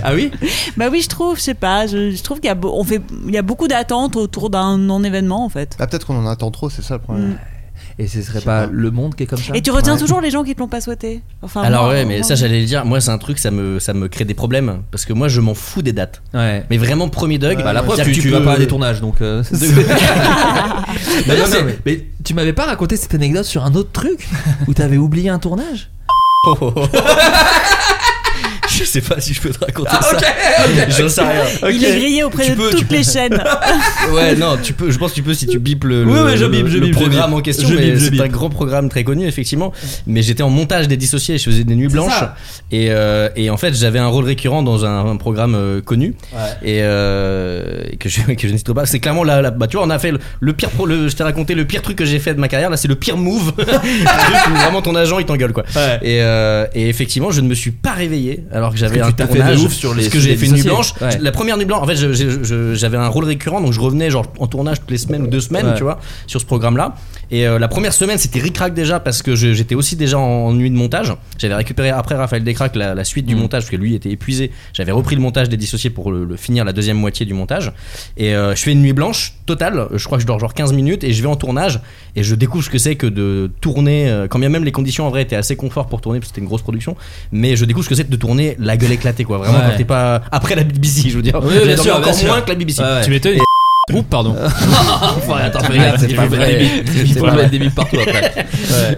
S6: Ah oui
S8: bah oui, je trouve, je sais pas, je, je trouve qu'il y a, be- on fait, il y a beaucoup d'attentes autour d'un non-événement en fait.
S5: Ah, peut-être qu'on en attend trop, c'est ça le problème.
S6: Mm. Et ce serait pas, le monde qui est comme ça
S8: Et tu retiens
S10: Ouais.
S8: toujours les gens qui te l'ont pas souhaité. Enfin,
S10: Alors
S8: Ah, moi,
S10: ouais, mais
S8: moi.
S10: ça j'allais le dire, moi c'est un truc, ça me, ça me crée des problèmes, parce que moi je m'en fous des dates.
S6: Ouais.
S10: Mais vraiment, premier dog,
S6: Bah, la preuve, tu, tu vas pas à des tournages donc. euh, c'est- D'ailleurs, c'est- mais, tu m'avais pas raconté cette anecdote sur un autre truc où t'avais oublié un tournage
S10: Je sais pas si je peux te raconter
S6: Ah,
S10: ça.
S6: ok, ok.
S10: J'en sais rien.
S8: Il est grillé auprès
S10: Tu
S8: de
S10: peux, tu
S8: toutes les chaînes.
S10: Ah, Ouais, non, tu peux, je pense que tu peux si tu bipes le,
S6: Oui,
S10: le-
S6: oui, je
S10: le-
S6: bip, je
S10: le
S6: bip, je
S10: programme
S6: bip.
S10: en question.
S6: Je
S10: mais
S6: bip, je
S10: c'est
S6: bip.
S10: un grand programme très connu, effectivement. Mais j'étais en montage des dissociés, je faisais des nuits blanches.
S6: ça.
S10: Et, euh, et en fait, j'avais un rôle récurrent dans un, un programme euh, connu. Et euh, que, je, que je ne cite pas. C'est clairement là, là- bah, tu vois, on a fait le, le pire. pro- le- je t'ai raconté le pire truc que j'ai fait de ma carrière. Là, c'est le pire move. Le truc où vraiment, ton agent, il t'engueule, quoi. Et, euh, et effectivement, je ne me suis pas réveillé alors que j'avais
S6: que
S10: un
S6: tu t'as fait de
S10: tournage.
S6: ouf sur les-
S10: parce que
S6: sur
S10: j'ai
S6: les
S10: fait une nuit
S6: dissociés.
S10: blanche.
S6: Ouais.
S10: La première nuit blanche, en fait, je- je- je- j'avais un rôle récurrent, donc je revenais genre en tournage toutes les semaines ou deux semaines,
S6: Ouais.
S10: tu vois, sur ce programme-là. Et euh, la première semaine, c'était Ricrac déjà parce que je- j'étais aussi déjà en, en nuit de montage. J'avais récupéré après Raphaël Descrac la, la suite
S6: Mm.
S10: du montage parce que lui était épuisé. J'avais repris le montage des dissociés pour le, le finir la deuxième moitié du montage. Et euh, je fais une nuit blanche totale. Je crois que je dors genre 15 minutes et je vais en tournage et je découvre ce que c'est que de tourner. euh, quand bien même les conditions en vrai étaient assez confort pour tourner parce que c'était une grosse production, mais je découvre ce que c'est de tourner la gueule éclatée quoi. Vraiment
S9: Ouais.
S10: quand t'es pas après la BBC, je veux dire.
S9: Oui,
S10: J'ai
S9: bien
S10: dormi
S9: sûr,
S10: encore
S9: bien sûr.
S10: moins que la BBC.
S9: Ouais, ouais. Tu m'étonnes. Oups, pardon.
S10: Enfin, attends,
S9: C'est
S10: fais gaffe,
S9: pas
S10: il faut
S9: vrai.
S10: mettre des bips.
S9: C'est
S10: Il
S9: pas
S10: faut
S9: vrai.
S10: mettre des bips partout après.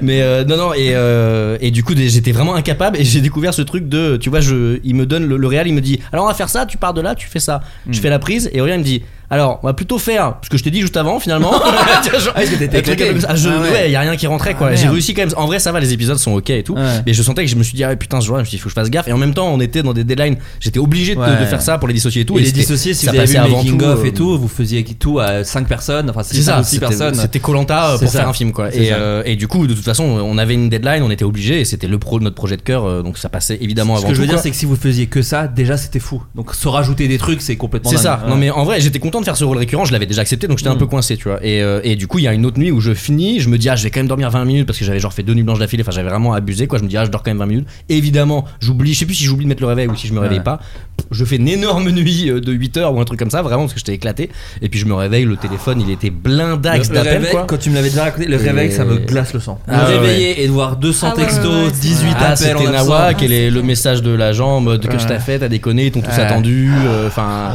S10: Mais euh, non, non, et, euh, et du coup, des- j'étais vraiment incapable et j'ai découvert ce truc de, tu vois, je, il me donne le, le réel, il me dit, alors on va faire ça, tu pars de là, tu fais ça.
S9: Hmm.
S10: Je fais la prise et Aurélien il me dit, alors on va plutôt faire ce que je t'ai dit juste avant finalement. Tu vois, genre,
S6: Ah, est-ce que t'étais
S10: un truc
S6: éclaté
S10: comme ça. Ah, je-
S6: Ah ouais.
S10: Ouais, il y a rien qui rentrait quoi.
S6: Ah,
S10: j'ai
S6: merde.
S10: réussi quand même. En vrai, ça va, les épisodes sont ok et tout.
S6: Ouais.
S10: Mais je sentais que je me suis dit, ah ouais, putain, ce jour-là, je me suis dit, faut que je fasse gaffe. Et en même temps, on était dans des deadlines, j'étais obligé de,
S6: Ouais.
S10: de faire ça pour les dissocier et tout.
S6: Et les
S10: c'était-
S6: dissociés, si
S10: ça
S6: vous avez vu
S10: passait
S6: le
S10: avant
S6: making
S10: tout,
S6: of et
S10: euh,
S6: tout, vous faisiez tout à 5 personnes, enfin
S10: c'est
S6: 6
S10: ça,
S6: ou 6
S10: c'était-
S6: personnes.
S10: C'était Colanta euh,
S6: C'est
S10: pour
S6: ça.
S10: faire un film quoi.
S6: C'est
S10: Et,
S6: ça.
S10: euh, et du coup, de toute façon, on avait une deadline, on était obligé, et c'était le pro de notre projet de cœur, euh, donc ça passait évidemment
S6: Ce
S10: avant
S6: que je veux
S10: tout,
S6: dire,
S10: quoi.
S6: c'est que si vous faisiez que ça, déjà c'était fou. Donc se rajouter des trucs, c'est complètement.
S10: C'est
S6: dingue.
S10: ça. Non mais en vrai, j'étais content de faire ce rôle récurrent. Je l'avais déjà accepté, donc j'étais un
S6: Mm.
S10: peu coincé, tu vois. Et, euh, et du coup, il y a une autre nuit où je finis, je me dis ah, je vais quand même dormir 20 minutes parce que j'avais genre fait deux nuits blanches d'affilée. Enfin, j'avais vraiment abusé, quoi. Je me dis ah, je dors quand même 20 minutes. Évidemment, j'oublie. Je sais plus si j'oublie de mettre le réveil ou si je me réveille pas. Je fais une énorme nuit euh, de 8 heures ou un truc comme ça, vraiment parce que j'étais éclaté. Et puis je me réveille, le téléphone, il était
S6: Le,
S10: blindax
S6: le
S10: d'appels,
S6: réveil,
S10: quoi.
S6: quand tu me l'avais déjà raconté, le
S10: Et-
S6: réveil, ça me glace le sang.
S10: Ah,
S6: me
S10: ouais,
S6: réveiller
S10: ouais.
S6: et de voir 200 textos, 18
S10: Ah,
S6: appels en
S10: C'était
S6: absence.
S10: Nawa, quel est le message de l'agent en mode que
S6: Ouais.
S10: je t'ai fait, t'as déconné, ils t'ont tous
S6: Ouais. Ah.
S10: attendu. euh, Enfin.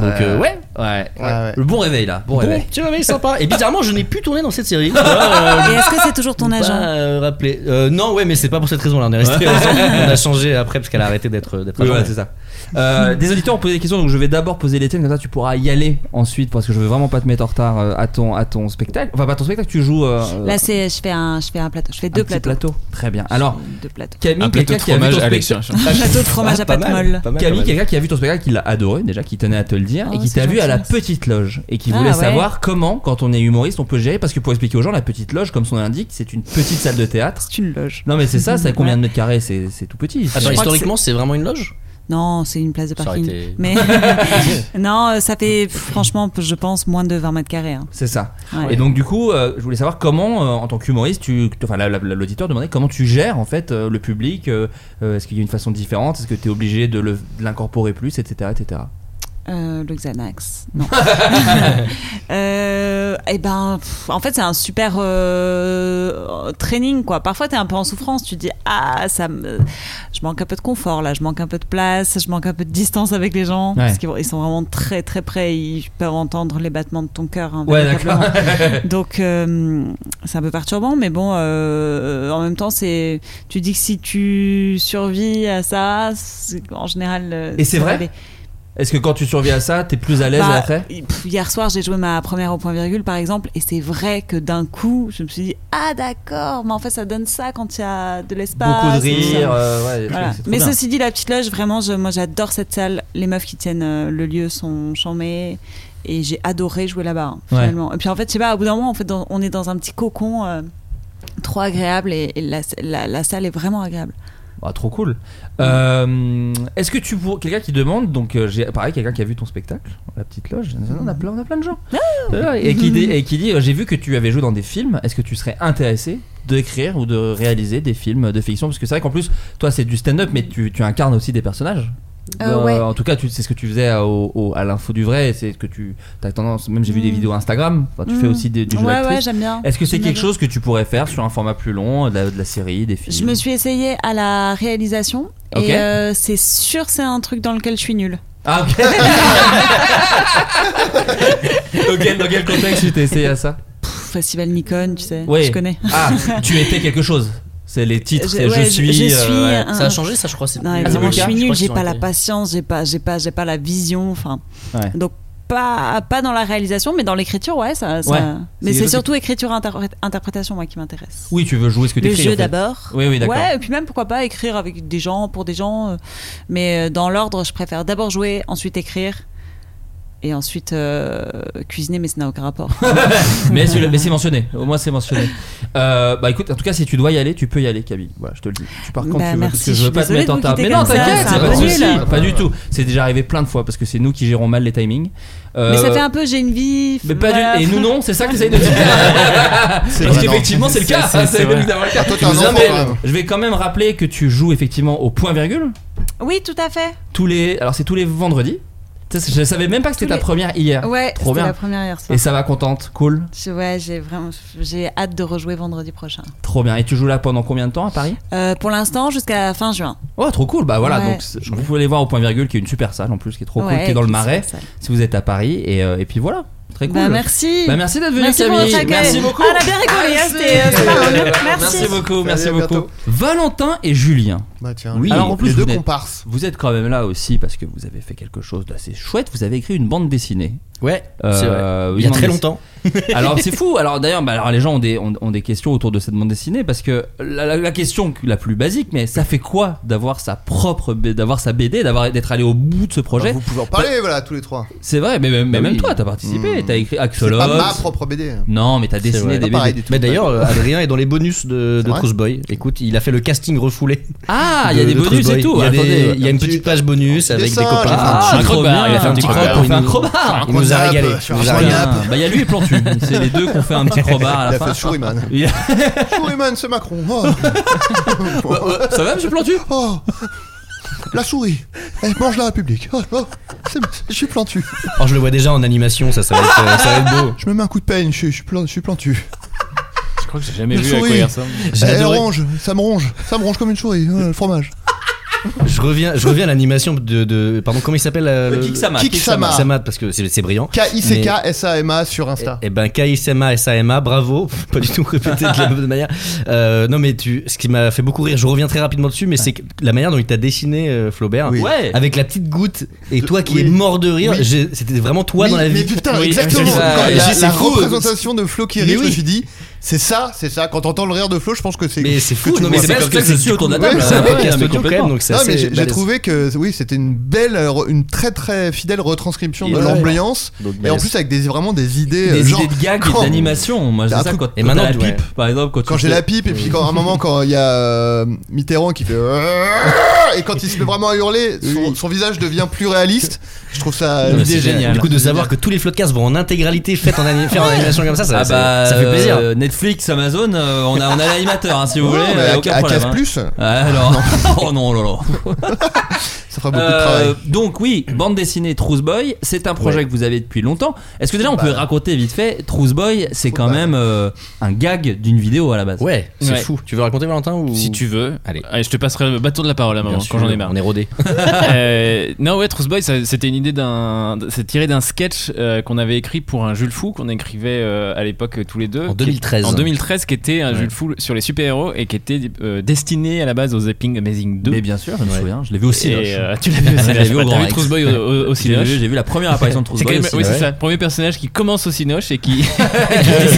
S10: donc, euh, ouais.
S6: ouais.
S5: Ah,
S10: ouais.
S6: Le bon réveil là, bon,
S10: Bon,
S6: réveil.
S10: petit réveil sympa. Et bizarrement, je n'ai plus tourné dans cette série. euh,
S8: Et est-ce que c'est toujours
S10: Bah,
S8: ton agent
S10: rappelé. Euh, non, ouais, mais c'est pas pour cette raison-là. On est resté
S6: Ouais.
S10: ensemble. On a changé après parce qu'elle a arrêté d'être d'être
S6: Oui,
S10: agent.
S6: voilà, c'est ça. Euh, des auditeurs ont posé des questions, donc je vais d'abord poser les tiennes, comme ça tu pourras y aller ensuite, parce que je veux vraiment pas te mettre en retard euh, à ton, à ton spectacle. Enfin, pas à ton spectacle, tu joues. euh,
S8: Là, c'est, je fais un, je fais un plateau, je fais
S6: un
S8: deux
S6: petit
S8: plateaux.
S6: plateau. Très bien. Alors,
S8: Deux plateaux.
S6: Camille,
S9: Un plateau
S6: quelqu'un
S9: de
S6: qui a vu
S9: fromage
S6: ton
S9: à
S6: spectacle.
S9: l'exchange.
S8: Un plateau de fromage à
S10: pas
S8: pâte
S10: mal,
S8: molle.
S10: pas mal,
S6: Camille,
S10: pas mal.
S6: quelqu'un qui a vu ton spectacle, qui l'a adoré déjà, qui tenait à te le dire,
S8: Oh,
S6: et qui
S8: c'est
S6: t'a vu
S8: gentil,
S6: à la
S8: merci.
S6: petite loge, et qui
S8: Ah,
S6: voulait
S8: ouais.
S6: savoir comment, quand on est humoriste, on peut gérer, parce que pour expliquer aux gens, la petite loge, comme son nom l'indique, c'est une petite salle de théâtre.
S8: C'est une loge.
S6: Non mais c'est ça, c'est combien de mètres carrés C'est c'est tout petit.
S10: Attends, historiquement, c'est vraiment une loge
S8: Non, c'est une place de
S10: Ça aurait
S8: parking.
S10: été-
S8: Mais non, euh, ça fait pff, franchement, je pense, moins de 20 mètres carrés. hein.
S6: C'est ça.
S8: Ouais.
S6: Et donc du coup, euh, je voulais savoir comment, euh, en tant qu'humoriste, tu, enfin la- la- l'auditeur demandait comment tu gères en fait euh, le public. euh, euh, Est-ce qu'il y a une façon différente Est-ce que tu es obligé de le- de l'incorporer plus, etc., etc.
S8: Euh, le Xanax, non. euh, et ben, pff, en fait, c'est un super euh, training, quoi. Parfois, t'es un peu en souffrance, tu te dis ah, ça, me... je manque un peu de confort là, je manque un peu de place, je manque un peu de distance avec les gens,
S6: Ouais.
S8: parce qu'ils vont- ils sont vraiment très très près, ils peuvent entendre les battements de ton cœur. hein,
S6: Ouais,
S8: véritablement.
S6: d'accord.
S8: Donc, euh, c'est un peu perturbant, mais bon, euh, en même temps, c'est, tu dis que si tu survis à ça, c'est- en général, euh,
S6: Et c'est
S8: ça va
S6: vrai
S8: aller.
S6: Est-ce que quand tu surviens à ça, t'es plus à l'aise
S8: Bah,
S6: après
S8: y- pff, Hier soir, j'ai joué ma première au point virgule, par exemple, et c'est vrai que d'un coup, je me suis dit ah d'accord, mais en fait, ça donne ça quand il y a de l'espace.
S6: Beaucoup de
S8: tout ça.
S6: rire, euh, ouais, je
S8: Voilà.
S6: trouve que c'est trop
S8: Mais
S6: bien.
S8: ceci dit, la petite loge, vraiment, je- moi, j'adore cette salle. Les meufs qui tiennent euh, le lieu sont chambées. Et j'ai adoré jouer là-bas, hein,
S16: Ouais.
S8: finalement. Et puis en fait, je sais pas, au bout d'un moment, en fait, dans- on est dans un petit cocon euh, trop agréable et, et la, la- la salle est vraiment agréable.
S6: Bah, trop cool. Euh, Est-ce que tu pour quelqu'un qui demande donc euh, j'ai pareil quelqu'un qui a vu ton spectacle la petite loge on a plein on a plein de gens
S8: Ah.
S6: euh, et qui dit, et qui dit euh, j'ai vu que tu avais joué dans des films est-ce que tu serais intéressé d'écrire ou de réaliser des films de fiction parce que c'est vrai qu'en plus toi c'est du stand-up mais tu, tu incarnes aussi des personnages
S8: Euh, ouais.
S6: En tout cas, tu- c'est ce que tu faisais à, au- au- à l'info du vrai. C'est ce que tu as tendance. Même j'ai vu des
S8: Mm.
S6: vidéos Instagram. Enfin, tu fais
S8: Mm.
S6: aussi des, du jeu
S8: Ouais, ouais,
S6: d'actrice.
S8: j'aime bien.
S6: Est-ce que c'est
S8: J'aime
S6: quelque
S8: bien.
S6: chose que tu pourrais faire sur un format plus long, de la, de la série, des films
S8: Je me suis essayée à la réalisation
S6: Mm. Ok.
S8: et euh, c'est sûr, c'est un truc dans lequel je suis nulle.
S6: Ah ok. Dans quel- dans quel contexte tu t'es essayé à ça
S8: Pff, Festival Nikon, tu sais,
S6: Ouais.
S8: je connais.
S6: Ah, tu étais quelque chose. C'est les titres.
S8: Je-
S6: c'est
S8: ouais,
S6: je suis.
S8: je
S6: euh,
S8: suis
S6: ouais.
S8: un- Non,
S6: Ah, c'est
S8: vraiment,
S6: le
S8: je
S6: cas
S8: suis
S6: Je
S8: nulle,
S6: crois qu'ils
S8: j'ai
S6: ont
S8: pas la
S6: été-
S8: patience, j'ai pas, j'ai pas, j'ai pas la vision. Enfin,
S6: Ouais.
S8: donc pas, pas dans la réalisation, mais dans l'écriture, ouais, ça. ça-
S6: Ouais. C'est
S8: Mais
S6: quelque
S8: c'est
S6: chose
S8: surtout écriture interpré- interprétation, moi, qui m'intéresse.
S6: Oui, tu veux jouer ce que tu
S8: Le
S6: écris.
S8: jeu d'abord.
S6: Oui, oui, d'accord.
S8: Ouais, et puis même pourquoi pas écrire avec des gens, pour des gens. euh, Mais euh, dans l'ordre, je préfère d'abord jouer, ensuite écrire. Et ensuite euh, cuisiner, mais ça n'a aucun rapport.
S6: mais c'est mais c'est mentionné. Au moins, c'est mentionné. Euh, bah écoute, en tout cas, si tu dois y aller, tu peux y aller, Camille. Voilà, je te le dis. Tu pars quand
S8: Bah,
S6: tu veux,
S8: merci,
S6: parce que
S8: je
S6: je veux
S8: suis
S6: pas te
S8: désolée
S6: mettre en
S8: de vous
S6: retard. Mais
S8: quitter
S6: non,
S8: comme ça,
S6: t'inquiète,
S8: c'est
S6: c'est
S8: un
S6: pas de
S8: peu nul.
S6: souci. Pas du tout. C'est déjà arrivé plein de fois parce que c'est nous qui gérons mal les timings. Euh,
S8: mais ça fait un peu, j'ai une vie.
S6: Mais pas
S8: voilà.
S6: du Et nous non, c'est ça que j'essaye de dire. Parce
S9: vrai,
S6: qu'effectivement,
S9: non.
S6: c'est le cas. hein,
S9: C'est- c'est-
S6: C'est
S9: c'est vrai.
S6: évidemment le cas.
S9: Ah, toi,
S6: Je
S9: t'es un
S6: vous
S9: enfant,
S6: appelle.
S9: quand même.
S6: Je vais quand même rappeler que tu joues effectivement au point virgule
S8: Oui, tout à fait.
S6: tous les. Alors c'est tous les vendredis. Ça, c'est- Je savais même pas que c'était
S8: Tous
S6: ta
S8: les- Ah
S6: première hier.
S8: Ouais,
S6: Ah, trop
S8: c'était
S6: bien.
S8: la première hier soir.
S6: Et ça va contente, cool,
S8: Je- Ouais, j'ai vraiment, j'ai hâte de rejouer vendredi prochain.
S6: trop bien. Et tu joues là pendant combien de temps à Paris
S8: Euh, pour l'instant, jusqu'à fin juin.
S6: Oh, trop cool. Bah voilà,
S8: Ouais.
S6: donc c'est- vous pouvez aller voir au point virgule qui est une super salle en plus, qui est trop cool,
S8: Ouais,
S6: qui est dans le
S8: qui est
S6: marais.
S8: super salle.
S6: Si vous êtes à Paris et, euh, et puis voilà, très cool.
S8: Bah, merci.
S6: Bah, merci d'être venu
S8: Merci pour
S6: Camille.
S8: votre accueil.
S6: Merci beaucoup.
S8: Ah, on a bien rigolé, hein, c'était, euh, super, hein. Merci.
S6: beaucoup, merci
S5: Salut, à
S6: beaucoup.
S5: bientôt.
S6: Valentin et Julien.
S5: Bah, tiens.
S6: oui,
S5: Alors, en plus,
S6: les
S5: vous
S6: deux
S5: n'êtes-
S6: comparses. Vous êtes quand même là aussi parce que vous avez fait quelque chose d'assez chouette. Vous avez écrit une bande dessinée.
S10: Ouais,
S6: Euh,
S10: c'est vrai.
S6: une
S10: Il y a
S6: bande
S10: très
S6: dessi-
S10: longtemps.
S6: alors c'est fou. Alors d'ailleurs, bah, alors, les gens ont des, ont, ont des questions autour de cette bande dessinée parce que la, la- la question la plus basique, mais ça fait quoi d'avoir sa propre, B- d'avoir sa BD, d'avoir d'être allé au bout de ce projet
S10: Ah,
S5: Vous pouvez en
S10: Bah,
S5: parler, voilà, tous les trois.
S6: C'est vrai, mais, mais
S5: Bah
S6: même
S5: oui.
S6: toi, t'as participé,
S5: Mmh.
S6: t'as écrit
S5: C'est
S6: Axolot.
S5: pas ma propre BD.
S6: Non, mais t'as
S10: C'est
S6: dessiné
S10: vrai.
S6: des
S10: Pas pareil
S6: BD.
S10: du tout. Mais d'ailleurs, euh, Adrien est dans les bonus de, de
S6: vrai
S10: Crossboy. Écoute, il a fait le casting refoulé.
S6: Ah,
S10: de-
S6: il y a des
S10: de
S6: bonus
S10: Crossboy.
S6: et tout.
S10: Il y a, des-
S6: Attendez.
S10: il y a une petite page bonus avec des
S6: dessin,
S10: copains.
S6: j'ai fait un Ah, petit- un crowbar, il a fait un petit crowbar. Il
S10: crowbar,
S6: a fait un
S10: nous-
S6: crowbar.
S10: Il nous a régalé. Il nous a régalé.
S6: Bah, il y a lui et Plantu. C'est les deux qui ont fait un petit crowbar à la
S5: Il a
S6: fin.
S5: fait Shuriman.
S6: Il a-
S5: Shuriman, c'est Macron. Oh.
S6: Ça va, monsieur Plantu
S5: Oh. La souris. Elle mange la République. Oh, oh. C'est- Je suis plantu.
S10: Alors, Oh, je le vois déjà en animation, ça, ça va être, euh, ça va être beau.
S5: Je me mets un coup de peigne, je, suis- je suis plan- je suis plantu.
S10: Je crois que j'ai jamais
S5: La souris.
S10: J'ai
S5: Elle
S10: adoré.
S5: ronge, ça me ronge. Ça me ronge comme une souris, euh, le fromage.
S10: Je reviens, je reviens à l'animation de, de- Pardon, comment il s'appelle euh,
S5: Le
S10: le-
S5: Kiksama. Kiksama.
S10: Kiksama. parce que c'est c'est brillant.
S5: K-I-C-K-S-A-M-A sur Insta.
S10: Eh ben KISMA, SAMA, bravo. Faut Pas du tout répété de la bonne manière. Euh, non, mais tu, ce qui m'a fait beaucoup rire, je reviens très rapidement dessus, mais c'est que la manière dont il t'a dessiné euh, Flaubert,
S5: Oui. Ouais.
S10: avec la petite goutte, et toi qui
S5: oui.
S10: es mort de rire,
S5: Oui.
S10: j'ai- c'était vraiment toi
S5: Oui,
S10: dans la vie.
S5: Mais putain,
S10: Oui.
S5: exactement.
S10: Je-
S5: Quand
S10: je-
S5: la,
S10: c'est
S5: la
S10: fou.
S5: représentation de Flo qui rit,
S10: Mais
S5: je me
S10: oui.
S5: suis dit, C'est ça, c'est ça. Quand t'entends le rire de Flo, je pense que c'est.
S10: Mais c'est
S5: que
S10: fou,
S5: tu
S10: non, mais
S5: vois.
S10: c'est
S5: Ouais,
S10: pas comme ça que je suis autour de la table,
S5: ouais,
S10: c'est
S5: c'est
S10: un
S5: vrai,
S10: podcast
S5: mais
S10: audio quand même, donc c'est
S5: Non, mais
S10: assez
S5: j'ai- j'ai
S10: balèze.
S5: trouvé que oui, c'était une belle, euh, re- une très très fidèle retranscription de
S10: Ouais.
S5: l'ambiance.
S10: Donc,
S5: Et en
S10: balèze.
S5: plus avec des vraiment des idées,
S6: Des
S5: euh, genre,
S6: idées de gags
S5: quand-
S6: et d'animation. Moi,
S5: T'as
S6: c'est
S5: un
S6: ça
S5: truc-
S6: quand quand t'as la pipe, par exemple. Quand, tu
S5: quand j'ai
S6: fais-
S5: la pipe et puis quand à un moment quand il y a euh, Mitterrand qui fait et quand il se met vraiment à hurler, son, son visage devient plus réaliste. Je trouve ça
S10: Non, mais c'est Du coup, de savoir que tous les floodcasts vont en intégralité faits en, ani- faits en animation comme ça, ça,
S6: Ah
S10: ça-
S6: bah,
S10: ça fait plaisir.
S6: euh, Netflix, Amazon, euh, on a, on a l'animateur hein, si vous
S10: Ouais,
S6: voulez.
S10: mais
S6: euh,
S10: à-
S6: aucun
S10: à
S6: problème.
S10: Case
S6: hein.
S10: Plus
S6: Ouais, alors. oh non, lolo.
S5: ça fera
S6: beaucoup Euh, Donc, oui, bande dessinée Trousse Boy, c'est un projet que vous avez depuis longtemps. Est-ce que déjà
S10: Bah.
S6: on peut raconter vite fait Trousse Boy, c'est quand même euh, un gag d'une vidéo à la base
S10: Ouais, c'est fou. Tu veux raconter Valentin ou
S4: Si tu veux. Allez. je te passerai le bâton de la parole à un
S10: Bien
S4: moment
S10: sûr,
S4: quand j'en ai marre.
S10: on est rodé. Ah.
S4: Euh, non ouais, Trousse Boy, ça- c'était une idée d'un, c'est tiré d'un sketch euh, qu'on avait écrit pour un Jules Fou qu'on écrivait euh, à l'époque euh, tous les deux.
S10: En
S4: Qui-
S10: 2013.
S4: en 2013, qui était un
S10: Ouais.
S4: Jules Fou sur les super héros et qui était euh, destiné à la base aux Zapping Amazing 2.
S6: Mais bien sûr, je me
S4: Ouais.
S6: souviens, je l'ai vu au
S4: Et,
S6: Cinoche.
S4: euh, tu l'as vu
S6: Je
S4: au Cinoche.
S6: l'ai vu au
S4: T'as
S6: Grand
S4: vu
S6: Rex.
S4: Trousse Boy au, au- au
S6: J'ai vu-
S4: Cinoche.
S6: j'ai vu la première apparition de Trousse
S4: C'est
S6: Boy
S4: quand même-
S6: au
S4: Oui,
S6: Cinoche.
S4: c'est ça. Premier personnage qui commence au Cinoche et qui.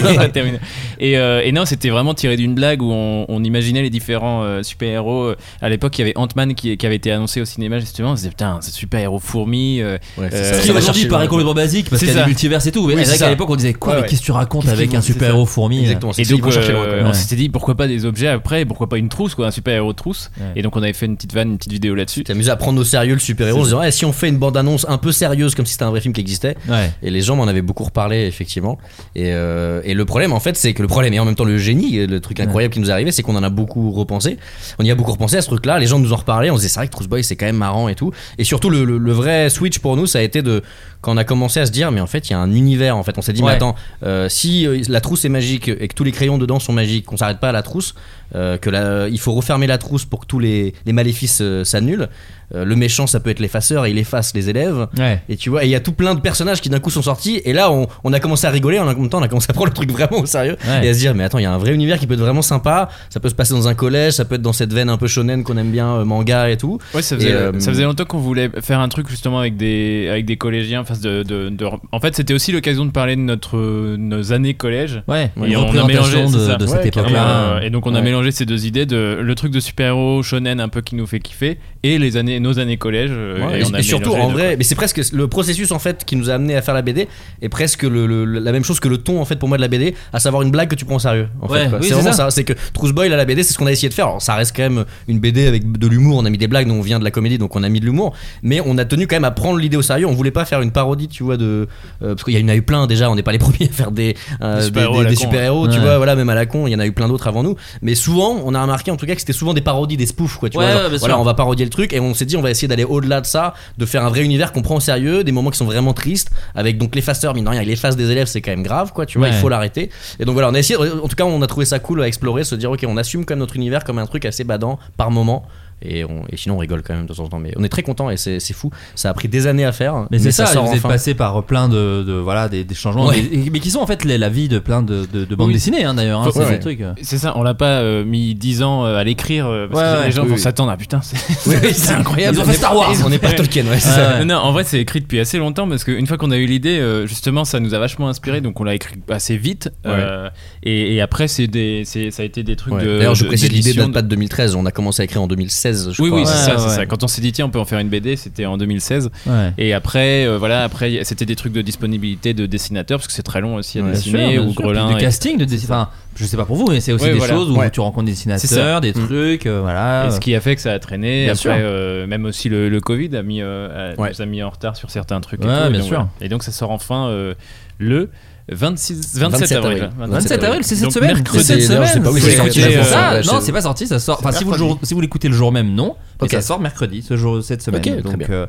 S4: qui va terminer. et, euh, et non, c'était vraiment tiré d'une blague où on, on imaginait les différents euh, super-héros. À l'époque, il y avait Ant-Man qui, qui avait été annoncé au cinéma, justement. On se disait, putain, c'est super-héros fourmi. euh,
S6: c'est
S4: euh,
S6: ça. Ce qui
S4: ça va
S6: aujourd'hui
S4: chercher
S6: paraît
S4: loin.
S6: complètement basique, parce
S4: C'est
S6: qu'il y a des
S4: ça.
S6: multivers et tout. Mais
S4: Oui,
S6: c'est vrai
S4: c'est
S6: qu'à
S4: ça.
S6: l'époque, on disait, quoi,
S4: Ouais,
S6: mais
S4: ouais.
S6: qu'est-ce que tu racontes
S4: Qu'est-ce
S6: avec
S4: qu'ils
S6: un
S4: vont- c'est ça.
S6: super-héros fourmi
S4: hein. Et donc,
S6: euh,
S4: euh,
S6: ouais.
S4: on s'était dit pourquoi pas des objets après, pourquoi pas une trousse, quoi, un super-héros trousse. Et donc, on avait fait une petite vanne, une petite vidéo là-dessus.
S10: T'es amusé à prendre au sérieux le super-héros en se disant Eh, si on fait une bande-annonce un peu sérieuse comme si c'était un vrai film qui existait.
S6: Ouais.
S10: Et les gens m'en avaient beaucoup reparlé, effectivement. Et, euh, et le problème, en fait, c'est que le problème, et en même temps le génie, euh, le truc incroyable qui nous est arrivé, c'est qu'on en a beaucoup repensé. On y a beaucoup repensé à ce truc-là. Les gens nous en reparlaient. On se disait C'est vrai que Trousse Boy, c'est quand même marrant et tout. Et surtout, le, le- le vrai switch pour nous, ça a été de. Quand on a commencé à se dire Mais en fait, il y a un univers. En fait, on s'est dit
S6: Ouais.
S10: Mais attends, euh, si euh, la trousse est magique et que tous les crayons dedans sont magiques, qu'on s'arrête pas à la trousse, euh, que la- il faut refermer la trousse pour que tous les, les maléfices euh, s'annulent. Euh, le méchant, ça peut être l'effaceur et il efface les élèves.
S6: Ouais.
S10: Et tu vois, et il y a tout plein de personnages qui d'un coup sont sortis. Et là, on, on a commencé à rigoler. En même temps, on a commencé à prendre le truc vraiment au sérieux
S6: Ouais.
S10: et à se dire, mais attends, il y a un vrai univers qui peut être vraiment sympa. Ça peut se passer dans un collège, ça peut être dans cette veine un peu shonen qu'on aime bien, euh, manga et tout.
S4: Ouais, ça faisait,
S10: Et, euh,
S4: ça faisait longtemps qu'on voulait faire un truc justement avec des, avec des collégiens. Enfin, de, de- de- en fait, c'était aussi l'occasion de parler de notre, nos années collège.
S6: Ouais,
S4: et
S6: une
S4: on a
S6: représentation
S4: mélangé
S6: de-
S4: c'est ça.
S6: de cette
S4: Ouais,
S6: époque-là.
S4: carrément. Euh, Et donc, on a
S6: Ouais.
S4: mélangé ces deux idées de le truc de super-héros, shonen un peu qui nous fait kiffer, et les années, nos années collège. euh,
S10: Ouais,
S4: et on a
S10: et, et surtout
S4: mélangé les
S10: en
S4: deux,
S10: vrai, mais c'est presque le processus en fait qui nous a amené à faire la BD est presque le- le- la même chose que le ton en fait pour moi de la BD, à savoir une blague que tu prends au sérieux. En
S6: Ouais,
S10: fait, quoi.
S6: oui,
S10: c'est
S6: c'est
S10: vraiment
S6: ça.
S10: ça. C'est que Trousse Boy là, la BD, c'est ce qu'on a essayé de faire. Alors, ça reste quand même une BD avec de l'humour. On a mis des blagues, nous on vient de la comédie, donc on a mis de l'humour, mais on a tenu quand même à prendre l'idée au sérieux. On voulait pas faire une parodie, tu vois, de euh, parce qu'il y en a eu plein déjà. On n'est pas les premiers à faire des euh,
S4: Des
S10: des-
S4: super-héros
S10: des-
S4: à la
S10: des
S4: con, ouais.
S10: super-héros, tu
S4: Ouais.
S10: vois, voilà, même à la con. Il y en a eu plein d'autres avant nous, mais souvent on a remarqué en tout cas que c'était souvent des parodies, des spoofs, quoi. Tu
S6: Ouais,
S10: vois, genre,
S6: ouais, bien sûr.
S10: voilà, on va parodier le truc et on s'est dit on va essayer d'aller au-delà de ça, de faire un vrai univers qu'on prend au sérieux, des moments qui sont vraiment tristes, avec donc l'effaceur, mine de rien, il efface des élèves, c'est quand même grave, quoi, tu vois,
S6: Ouais.
S10: il faut l'arrêter. Et donc voilà, on a essayé, en tout cas, on a trouvé ça cool à explorer, se dire, ok, on assume quand même notre univers comme un truc assez badant par moment. Et, on- et sinon on rigole quand même de temps en temps mais on est très content et c'est c'est fou ça a pris des années à faire
S6: Mais c'est ça,
S10: sort
S6: vous êtes
S10: enfin.
S6: passé par euh, plein de, de- voilà des, des changements,
S10: Ouais.
S6: mais, mais qui sont en fait les- la vie de plein de, de- de bandes
S4: Oui.
S6: dessinées hein, d'ailleurs. hein,
S4: Faut-
S6: c'est
S4: ouais,
S6: ce
S4: ouais.
S6: truc.
S4: C'est ça, on l'a pas euh, mis 10 ans euh, à l'écrire euh, parce
S6: Ouais,
S4: que
S6: ouais.
S4: les gens
S6: Oui,
S4: vont
S6: oui.
S4: s'attendre à putain, c'est
S6: Oui, oui,
S4: c'est incroyable.
S6: Ils ont fait Star Wars.
S10: on n'est pas
S4: Ouais.
S10: Tolkien ouais, c'est ça.
S4: Non, non, en vrai, c'est écrit depuis assez longtemps parce qu'une fois qu'on a eu l'idée, euh, justement, ça nous a vachement inspiré donc on l'a écrit assez vite. euh, et, et après, c'est des, c'est- ça a été des trucs
S10: Ouais.
S4: de.
S10: D'ailleurs, je
S4: de-
S10: précise, l'idée
S4: d'édition,
S10: date pas de 2013. On a commencé à écrire en 2016, je
S4: oui,
S10: crois.
S4: oui, c'est
S10: Ouais,
S4: ça,
S10: ouais.
S4: c'est ça. Quand on s'est dit, tiens, on peut en faire une BD, c'était en 2016.
S6: Ouais.
S4: Et après, euh, voilà, après, y- c'était des trucs de disponibilité de dessinateurs, parce que c'est très long aussi à
S6: Bien sûr,
S4: dessiner,
S6: bien
S4: ou
S6: sûr.
S4: Grelin.
S6: Puis
S4: et-
S6: de casting, de dessin. Enfin, je sais pas pour vous, mais c'est aussi
S4: Ouais,
S6: des
S4: voilà.
S6: choses où
S4: Ouais.
S6: tu rencontres des
S4: C'est ça. Mm.
S6: dessinateurs, des trucs, euh, voilà.
S10: Ah,
S4: Et ce qui a fait que ça a traîné.
S6: Bien
S4: Après,
S6: sûr.
S4: euh, même aussi le, le Covid a mis, euh, a-
S6: Ouais.
S4: nous a mis en retard sur certains trucs.
S6: Ouais,
S4: et, tout,
S6: bien
S4: et donc,
S6: sûr.
S4: voilà. Et donc ça sort enfin euh, le 26, 27,
S10: 27
S4: avril.
S10: avril.
S6: 27 avril, c'est cette
S4: Donc,
S6: semaine.
S4: mercredi.
S6: C'est cette
S10: D'ailleurs, je sais
S6: semaine.
S10: pas où
S6: Vous
S10: c'est
S6: l'écoutez,
S10: sorti,
S6: euh,
S10: c'est
S6: ça,
S10: mercredi.
S6: non, c'est pas sorti, ça sort. Enfin, si vous, le jour- si vous l'écoutez le jour même, non. Mais ça sort mercredi, ce jour, cette semaine.
S10: Ok, très
S6: donc,
S10: bien.
S6: euh,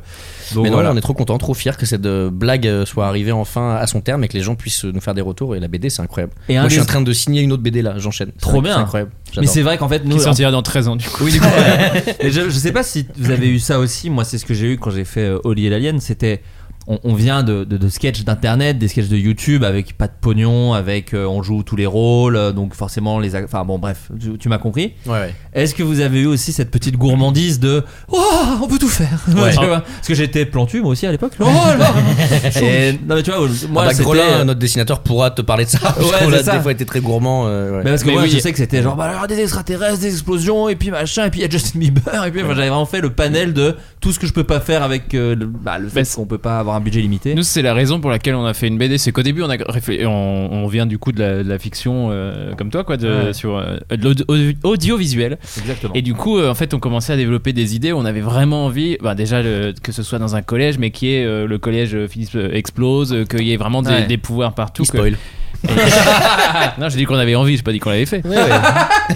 S6: donc
S10: mais non,
S6: voilà.
S10: on est trop content, trop fier que cette euh, blague euh, soit arrivée enfin à son terme et que les gens puissent euh, nous faire des retours. Et la BD, c'est incroyable.
S6: Et un
S10: Moi, je suis
S6: des-
S10: en train de signer une autre BD là, j'enchaîne. C'est
S6: Trop
S10: inc-
S6: bien.
S10: c'est incroyable.
S6: Mais
S10: J'adore.
S6: c'est vrai qu'en fait, nous.
S4: Qui sortira dans 13 ans, du coup.
S6: Oui, du coup. Et je, je sais pas si vous avez eu ça aussi. Moi, c'est ce que j'ai eu quand j'ai fait euh, Oli et l'Alien. C'était. on, on vient de, de, de sketchs d'internet, des sketchs de YouTube avec pas de pognon, avec euh, on joue tous les rôles, euh, donc forcément les. ac- Enfin bon, bref, tu, tu m'as compris.
S10: Ah
S6: Est-ce que vous avez eu aussi cette petite gourmandise de oh on peut tout faire
S17: Ouais.
S6: Tu vois Parce que j'étais plantu moi aussi à l'époque. Oh, alors Et- non mais tu vois, moi
S10: Ah bah,
S6: c'était-
S10: Grelin, notre dessinateur, pourra te parler de ça.
S6: Ouais,
S10: parce qu'on
S6: c'est
S10: a
S6: ça.
S10: des fois été très gourmand. euh, ouais.
S6: Mais parce que
S10: Mais
S6: moi
S10: oui.
S6: je sais que c'était genre bah alors des extraterrestres, des explosions et puis machin et puis il y a Justin Bieber et puis enfin, j'avais vraiment fait le panel de tout ce que je peux pas faire avec euh, le, bah, le fait qu'on peut pas avoir un budget limité.
S4: Nous, c'est la raison pour laquelle on a fait une BD. C'est qu'au début, on, a réflé- on, on vient du coup de la, de la fiction, euh, comme toi, quoi, de,
S6: Ouais.
S4: sur euh, de l'audio- audio- audiovisuel.
S6: Exactement.
S4: Et du coup, euh, en fait, on commençait à développer des idées. On avait vraiment envie, bah, déjà, le- que ce soit dans un collège, mais qui est le collège euh, Philippe euh, explose, euh, qu'il y ait vraiment des,
S10: Ouais.
S4: des pouvoirs partout.
S10: Il spoil.
S4: Et- non, j'ai dit qu'on avait envie, j'ai pas dit qu'on l'avait fait. Et,
S6: euh,
S5: On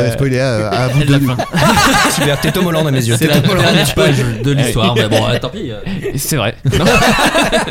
S5: vous a spoilé à- à vous
S4: de la
S5: deux.
S4: fin.
S10: Super, t'es Tom Holland à mes yeux.
S4: C'est
S10: T'es
S4: la
S10: Tom Holland.
S4: dernière page de l'histoire,
S10: Ouais.
S4: mais bon, euh, tant pis. euh. C'est vrai. Non.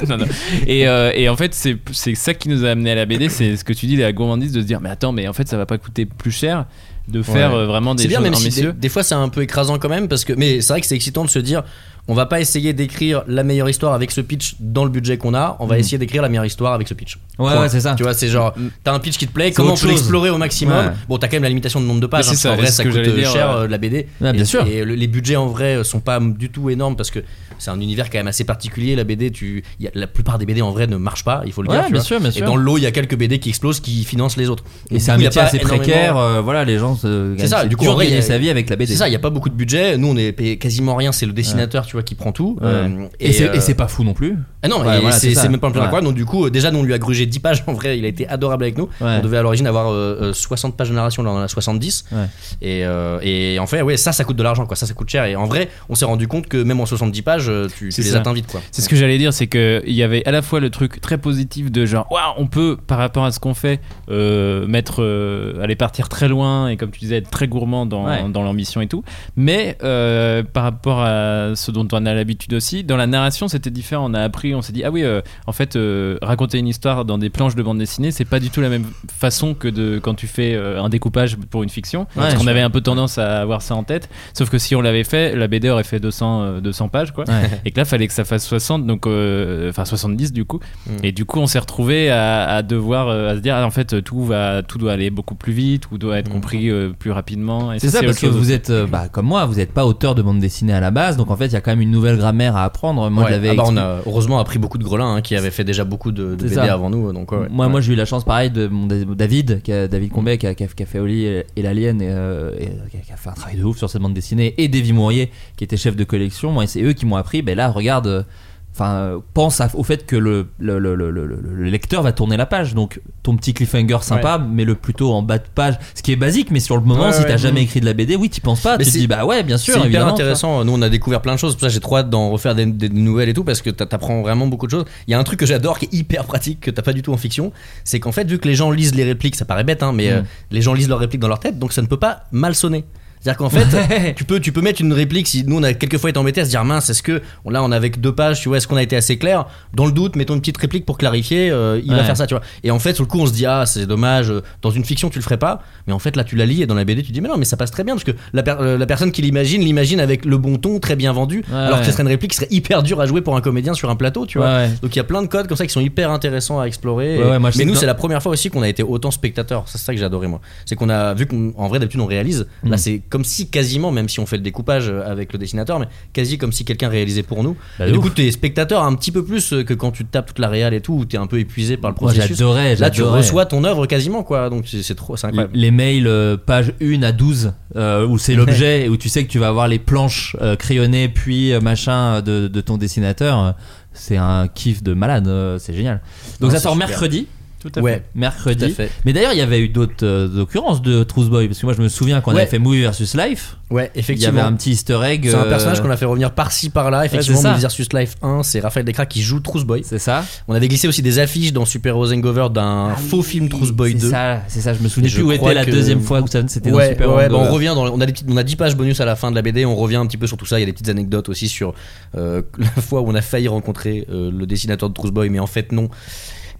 S4: Non, non. Et, euh, et en fait, c'est c'est ça qui nous a amené à la BD, c'est ce que tu dis, la gourmandise de se dire, mais attends, mais en fait, ça va pas coûter plus cher de faire
S10: Ouais.
S4: euh, vraiment des
S10: C'est bien,
S4: choses
S10: même si des,
S4: ambitieuses.
S10: des fois c'est un peu écrasant quand même, parce que mais c'est vrai que c'est excitant de se dire, on va pas essayer d'écrire la meilleure histoire avec ce pitch dans le budget qu'on a, on va
S6: Mm.
S10: essayer d'écrire la meilleure histoire avec ce pitch.
S6: Ouais,
S10: Point.
S6: ouais, c'est ça.
S10: Tu vois, c'est genre, t'as un pitch qui te plaît,
S6: Mm, C'est
S10: comment on
S6: autre
S10: peut
S6: chose.
S10: l'explorer au maximum.
S6: Ouais.
S10: Bon, t'as quand même la limitation de nombre de pages,
S6: Mais
S10: hein,
S6: c'est
S10: parce
S6: ça,
S10: qu'en vrai
S6: c'est ce
S10: ça
S6: que
S10: coûte
S6: j'allais
S10: euh,
S6: dire,
S10: cher
S6: ouais.
S10: euh, de la BD.
S6: Ouais, bien
S10: et,
S6: sûr.
S10: Et le- les budgets en vrai sont pas du tout énormes parce que c'est un univers quand même assez particulier. La BD, tu, y a- la plupart des BD en vrai ne marchent pas, il faut le
S6: Ouais,
S10: dire. tu
S6: bien
S10: vois.
S6: sûr, bien
S10: Et
S6: sûr.
S10: dans l'eau, il y a quelques BD qui explosent, qui financent les autres.
S6: Et
S10: Donc,
S6: c'est un
S10: du coup, y a
S6: métier
S10: pas
S6: assez
S10: énormément-
S6: précaire, euh, voilà, les gens se
S10: c'est ça,
S6: c'est
S10: du coup,
S6: dur
S10: en vrai,
S6: gagner
S10: y a-
S6: sa vie avec la BD.
S10: C'est ça, il n'y a pas beaucoup de budget. Nous, on est payé quasiment rien. C'est le dessinateur, tu vois, qui prend tout. Euh,
S6: Ouais. Et c'est- et c'est pas fou non plus.
S10: Ah non,
S6: Ouais,
S10: et
S6: voilà,
S10: c'est
S6: c'est ça.
S10: c'est même pas un plan
S6: Ouais.
S10: incroyable. Donc, du coup, euh, déjà, nous, on lui a grugé 10 pages. En vrai, il a été adorable avec nous.
S6: Ouais.
S10: On devait à l'origine avoir euh, euh, 60 pages de narration, là, on en a 70.
S6: Ouais.
S10: Et, euh, et en fait, ouais, ça, ça coûte de l'argent, quoi. Ça, ça coûte cher. Et en vrai, on s'est rendu compte que même en 70 pages, euh, tu, tu
S4: C'est
S10: les
S4: ça.
S10: atteins vite, quoi.
S4: C'est ce que j'allais dire, c'est que il y avait à la fois le truc très positif de genre, waouh, on peut par rapport à ce qu'on fait euh, mettre, euh, aller partir très loin et comme tu disais être très gourmand dans,
S6: Ouais.
S4: dans l'ambition et tout. Mais euh, par rapport à ce dont on a l'habitude aussi, dans la narration c'était différent. On a appris, on s'est dit ah oui, euh, en fait euh, raconter une histoire dans des planches de bande dessinée, c'est pas du tout la même façon que de quand tu fais euh, un découpage pour une fiction. parce
S6: je
S4: qu'on
S6: vois.
S4: avait un peu tendance à avoir ça en tête. Sauf que si on l'avait fait, la BD aurait fait 200, euh, 200 pages quoi
S6: Ouais.
S4: et que là fallait que ça fasse 60 donc euh, enfin 70 du coup
S6: Mm.
S4: et du coup on s'est retrouvé à, à devoir euh, à se dire ah, en fait tout va tout doit aller beaucoup plus vite tout doit être compris euh, plus rapidement et
S6: Mm. C'est ça, parce
S4: autre
S6: que
S4: chose
S6: vous
S4: aussi.
S6: êtes, euh, bah, comme moi, vous n'êtes pas auteur de bande dessinée à la base, donc en fait, il y a quand même une nouvelle grammaire à apprendre. Moi,
S10: Ouais.
S6: je l'avais
S10: Ah bah, on
S6: expli-
S10: a heureusement appris beaucoup de Grelin, hein, qui avait fait déjà beaucoup de, de
S6: C'est
S10: BD
S6: ça.
S10: avant nous. Donc, ouais, ouais.
S6: Moi, moi j'ai eu la chance, pareil, de mon Da- David, qui a- David Combet, qui a, qui a- qui a fait Oli et, et l'Alien, et, euh, et, euh, qui a- qui a fait un travail de ouf sur cette bande dessinée, et Davy Mourier, qui était chef de collection. Moi, et c'est eux qui m'ont appris, ben là, regarde, euh, enfin, euh, pense à- au fait que le, le, le- le- le- le- le lecteur va tourner la page. Donc, ton petit cliffhanger sympa, mets-le plutôt en bas de page, ce qui est basique, mais sur le moment,
S10: Ouais,
S6: si
S10: ouais,
S6: t'as
S10: ouais.
S6: jamais écrit de la BD, oui, t'y penses pas,
S10: Mais
S6: tu te
S10: c'est-
S6: dis, bah ouais, bien sûr,
S10: C'est hyper
S6: évidemment,
S10: intéressant. Nous, on a découvert plein de choses. C'est Pour ça, que j'ai trop hâte d'en refaire des, des nouvelles et tout parce que t'a- t'apprends vraiment beaucoup de choses. Il y a un truc que j'adore qui est hyper pratique que t'as pas du tout en fiction. C'est qu'en fait, vu que les gens lisent les répliques, ça paraît bête, hein, mais
S6: Mm.
S10: euh, les gens lisent leurs répliques dans leur tête, donc ça ne peut pas mal sonner. C'est-à-dire qu'en fait, tu peux, tu peux mettre une réplique. Si nous, on a quelquefois été embêtés à se dire mince, est-ce que là, on avait que deux pages, tu vois, est-ce qu'on a été assez clair Dans le doute, mettons une petite réplique pour clarifier. euh, il va
S6: Ouais.
S10: faire ça, tu vois. Et en fait, sur le coup, on se dit ah, c'est dommage. euh, Dans une fiction, tu le ferais pas, mais en fait, là, tu la lis et dans la BD, tu dis mais non, mais ça passe très bien parce que la, per- euh, la personne qui l'imagine l'imagine avec le bon ton, très bien vendu.
S6: Ouais,
S10: alors que
S6: ouais.
S10: ce serait une réplique qui serait hyper dure à jouer pour un comédien sur un plateau, tu vois.
S6: Ouais, ouais.
S10: Donc il y a plein de codes comme ça qui sont hyper intéressants à explorer.
S6: Ouais,
S10: Et-
S6: ouais, moi, je
S10: mais
S6: sais
S10: nous,
S6: que-
S10: c'est la première fois aussi qu'on a été autant spectateurs. Ça, C'est ça que j'ai adoré moi. C'est qu'on a vu qu'en vrai d'habitude on réalise. Là,
S6: Mm.
S10: c'est comme si quasiment, même si on fait le découpage euh, avec le dessinateur, mais quasi comme si quelqu'un réalisait pour nous.
S6: Bah,
S10: Et du
S6: ouf.
S10: coup, t'es spectateur un petit peu plus euh, que quand tu tapes toute la réal et tout, où t'es un peu épuisé par le
S6: Moi,
S10: processus.
S6: j'adorais,
S10: Là, tu
S6: j'adorais.
S10: reçois ton œuvre quasiment quoi. Donc c'est c'est trop, c'est incroyable.
S6: les mails euh, page 1 à 12 euh, où c'est l'objet et où tu sais que tu vas avoir les planches euh, crayonnées puis euh, machin de, de ton dessinateur euh, c'est un kiff de malade euh, c'est génial donc
S10: Non,
S6: ça
S10: c'est
S6: sort
S10: super.
S6: mercredi
S10: Tout à Ouais. fait.
S6: mercredi
S10: Tout à fait.
S6: mais d'ailleurs il y avait eu d'autres euh, occurrences de Truth Boy parce que moi je me souviens quand on
S10: Ouais.
S6: avait fait Movie versus Life
S10: Ouais, effectivement.
S6: il y avait un petit easter egg
S10: C'est un
S6: euh,
S10: personnage qu'on a fait revenir par-ci par-là. Effectivement,
S6: c'est ça.
S10: Movie versus Life 1, c'est Raphaël Descraques qui joue Trousse Boy.
S6: C'est ça.
S10: On avait glissé aussi des affiches dans Super Rose Hangover d'un faux film Trousse Boy
S6: Ah c'est
S10: 2.
S6: ça, c'est ça, je me souviens
S10: Et
S6: plus où
S10: crois
S6: était la
S10: que-
S6: deuxième fois où ça c'était dans
S10: Ouais,
S6: Super
S10: ouais, bah
S6: Hangover.
S10: on revient dans- on a des petites- on a 10 pages bonus à la fin de la BD, on revient un petit peu sur tout ça, il y a des petites anecdotes aussi sur euh, la fois où on a failli rencontrer euh, le dessinateur de Trousse Boy mais en fait non.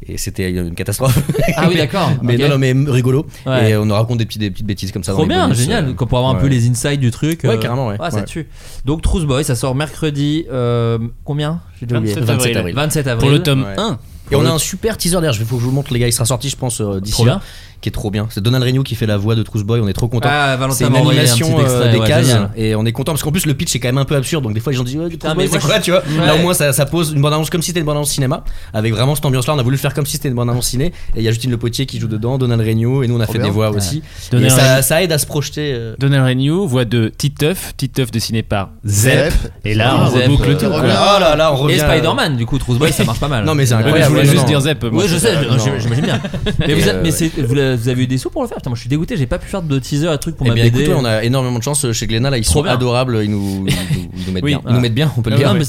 S10: et c'était une catastrophe.
S4: Ah oui,
S10: Mais-
S4: d'accord,
S10: Mais
S4: ok.
S10: non, non, mais rigolo.
S4: Ouais.
S10: Et on nous raconte des, petits- des petites bêtises comme ça.
S4: Trop
S10: dans les
S4: bien,
S10: bonus,
S4: génial.
S10: euh,
S4: Qu'on pourra avoir un peu
S10: ouais.
S4: les insides du truc.
S10: Ouais,
S4: euh,
S10: carrément, ouais.
S4: ça
S10: Ouais.
S4: tue. Donc Truth Boy, ça sort mercredi. euh, combien J'ai déjà oublié.
S10: 27 avril.
S4: 27 avril.
S10: Pour le tome 1. Et
S4: Pour
S10: on
S4: le-
S10: a un super teaser d'ailleurs, il faut que je vous le montre les gars, il sera sorti je pense euh, d'ici
S4: Trop
S10: là,
S4: bien.
S10: qui est trop bien. C'est Donald Renew qui fait la voix de Trousse Boy, on est trop content.
S4: Ah, Valentin
S10: c'est une
S4: m'a envoyé un
S10: animation
S4: petit extrait,
S10: euh, des
S4: ouais,
S10: cases
S4: génial.
S10: et on est content parce qu'en plus le pitch est quand même un peu absurde donc des fois les gens disent ouais, Trousse
S4: mais
S10: Boy, c'est
S4: moi,
S10: quoi
S4: je-
S10: tu vois
S4: Ouais.
S10: Là au moins ça, ça pose une bande annonce comme si c'était une bande annonce cinéma avec vraiment cette ambiance là, on a voulu le faire comme si c'était une bande annonce ciné et il y a Justine Le Potier qui joue dedans, Donald Renew et nous on a
S9: Trop
S10: fait
S9: bien.
S10: des voix
S9: Ouais.
S10: aussi. Et
S9: Donald
S10: ça,
S9: Renew.
S10: ça aide à se projeter. euh,
S9: Donald Renew, voix de Titeuf, Titeuf dessiné par
S10: Zep.
S9: Zep. Et là, on
S10: Zep,
S9: reboucle
S10: euh,
S9: le tout.
S10: revient. Ah là là, on revient,
S4: Et Spider-Man, du coup, Truth Boy, ça marche pas mal.
S10: Non, mais c'est
S4: Ouais,
S10: incroyable.
S4: je voulais
S10: Non,
S4: juste
S10: non.
S4: dire Zep.
S10: moi,
S4: Oui, je
S10: c'est-
S4: sais,
S10: euh,
S4: je-
S10: non.
S4: j'imagine bien.
S10: Et,
S4: Mais, vous, a-
S10: euh,
S4: mais c'est- vous, la- vous avez eu des sous pour le faire Putain, moi je suis dégoûté, j'ai pas pu faire de teaser et trucs pour
S10: Eh
S4: ma
S10: bien,
S4: BD.
S10: écoutez, on a énormément de chance euh, chez Glénat. Là, ils
S4: Trop
S10: sont
S4: bien. Ah.
S10: adorables. Ils nous, ils nous- ils nous mettent
S9: Oui.
S10: bien. Ils nous mettent bien, on peut le
S9: Ouais,
S10: dire.
S9: ouais.
S10: Ouais.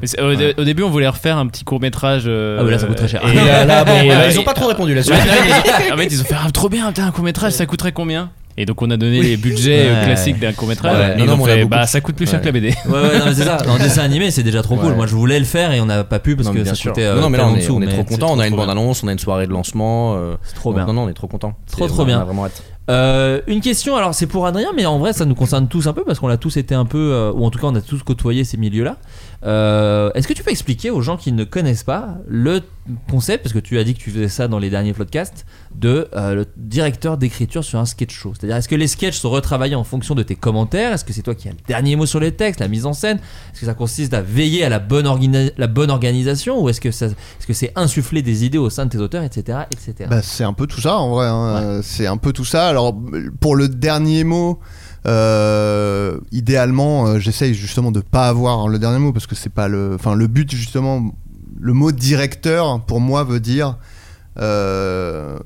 S9: Mais c'est- Au, au début, on voulait refaire un petit court métrage.
S10: Ah, mais là, ça coûte très cher.
S9: Et,
S10: Et là, là, bon,
S9: et,
S10: là,
S9: euh,
S10: ils ont
S9: et-
S10: pas trop répondu là-dessus.
S9: Ouais, ils ont- en fait, ils ont fait ah, trop bien, putain, un court métrage, ça coûterait combien Et donc, on a donné les budgets euh,
S4: Ouais.
S9: classiques d'un court métrage.
S4: Ouais.
S9: et
S4: Non,
S9: ils
S4: non,
S9: ont
S4: mais on a
S9: fait,
S4: beaucoup-
S9: bah, ça coûte plus cher
S4: Ouais.
S9: que la BD.
S4: Ouais, ouais, non, mais c'est ça. En dessin animé, c'est déjà trop cool.
S10: Ouais.
S4: Moi je voulais le faire et on n'a pas pu parce
S10: Non, mais
S4: que
S10: bien
S4: ça
S10: sûr.
S4: coûtait. euh,
S10: non, non, mais là,
S4: tellement
S10: on
S4: de
S10: est,
S4: sous,
S10: on est
S4: mais
S10: trop
S4: c'est
S10: content. On a une
S4: trop bien.
S10: bande annonce, on a une soirée de lancement. euh,
S4: trop
S10: non,
S4: bien.
S10: Non, non, on est trop content.
S4: Trop
S10: C'est-
S4: trop
S10: on a-
S4: bien.
S10: On a vraiment hâte.
S4: Euh, une question, alors c'est pour Adrien, mais en vrai ça nous concerne tous un peu parce qu'on l'a tous été un peu, euh, ou en tout cas on a tous côtoyé ces milieux-là. Euh, Est-ce que tu peux expliquer aux gens qui ne connaissent pas le concept, parce que tu as dit que tu faisais ça dans les derniers podcasts, de euh, le directeur d'écriture sur un sketch show C'est-à-dire, est-ce que les sketchs sont retravaillés en fonction de tes commentaires Est-ce que c'est toi qui as le dernier mot sur les textes, la mise en scène Est-ce que ça consiste à veiller à la bonne, organi- la bonne organisation Ou est-ce que ça- est-ce que c'est insuffler des idées au sein de tes auteurs, etc. etc.
S5: Bah, c'est un peu tout ça en vrai. hein. Euh, C'est un peu tout ça. Alors pour le dernier mot, euh, idéalement, euh, j'essaye justement de pas avoir hein, le dernier mot parce que c'est pas le. Enfin, le but justement, le mot directeur pour moi veut dire. euh,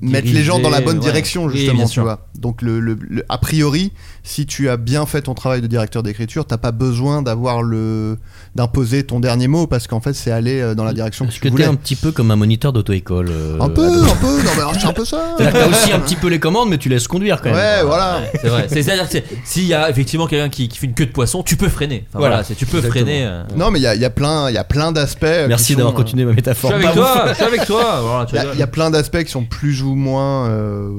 S5: mettre les gens dans la bonne
S4: ouais.
S5: direction
S4: Oui,
S5: justement
S4: bien
S5: tu
S4: sûr.
S5: vois donc le, le- le- a priori si tu as bien fait ton travail de directeur d'écriture t'as pas besoin d'avoir le d'imposer ton dernier mot parce qu'en fait c'est aller euh, dans la direction que
S10: Parce
S5: tu
S10: que t'es
S5: voulais
S10: un petit peu comme un moniteur d'auto-école. euh,
S5: un peu,
S10: ado.
S5: un peu, non mais alors, c'est un peu ça.
S10: C'est-à-dire que T'as aussi un petit peu les commandes, mais tu laisses conduire quand même.
S5: Ouais, voilà.
S4: C'est vrai. C'est- C'est-à-dire que c'est- s'il y a effectivement quelqu'un qui, qui fait une queue de poisson, tu peux freiner. Enfin, voilà,
S10: Voilà.
S4: c'est- tu peux
S10: Exactement.
S4: freiner. euh.
S5: Non mais il y a, il y a plein, il y a plein d'aspects. euh,
S10: Merci d'avoir continué ma
S4: Je
S10: métaphore.
S4: suis avec
S10: Pas
S4: toi,
S10: ouf.
S4: je suis avec toi. Voilà, tu
S5: Il y, a-
S4: rigoles.
S5: il y a plein d'aspects qui sont plus ou moins euh,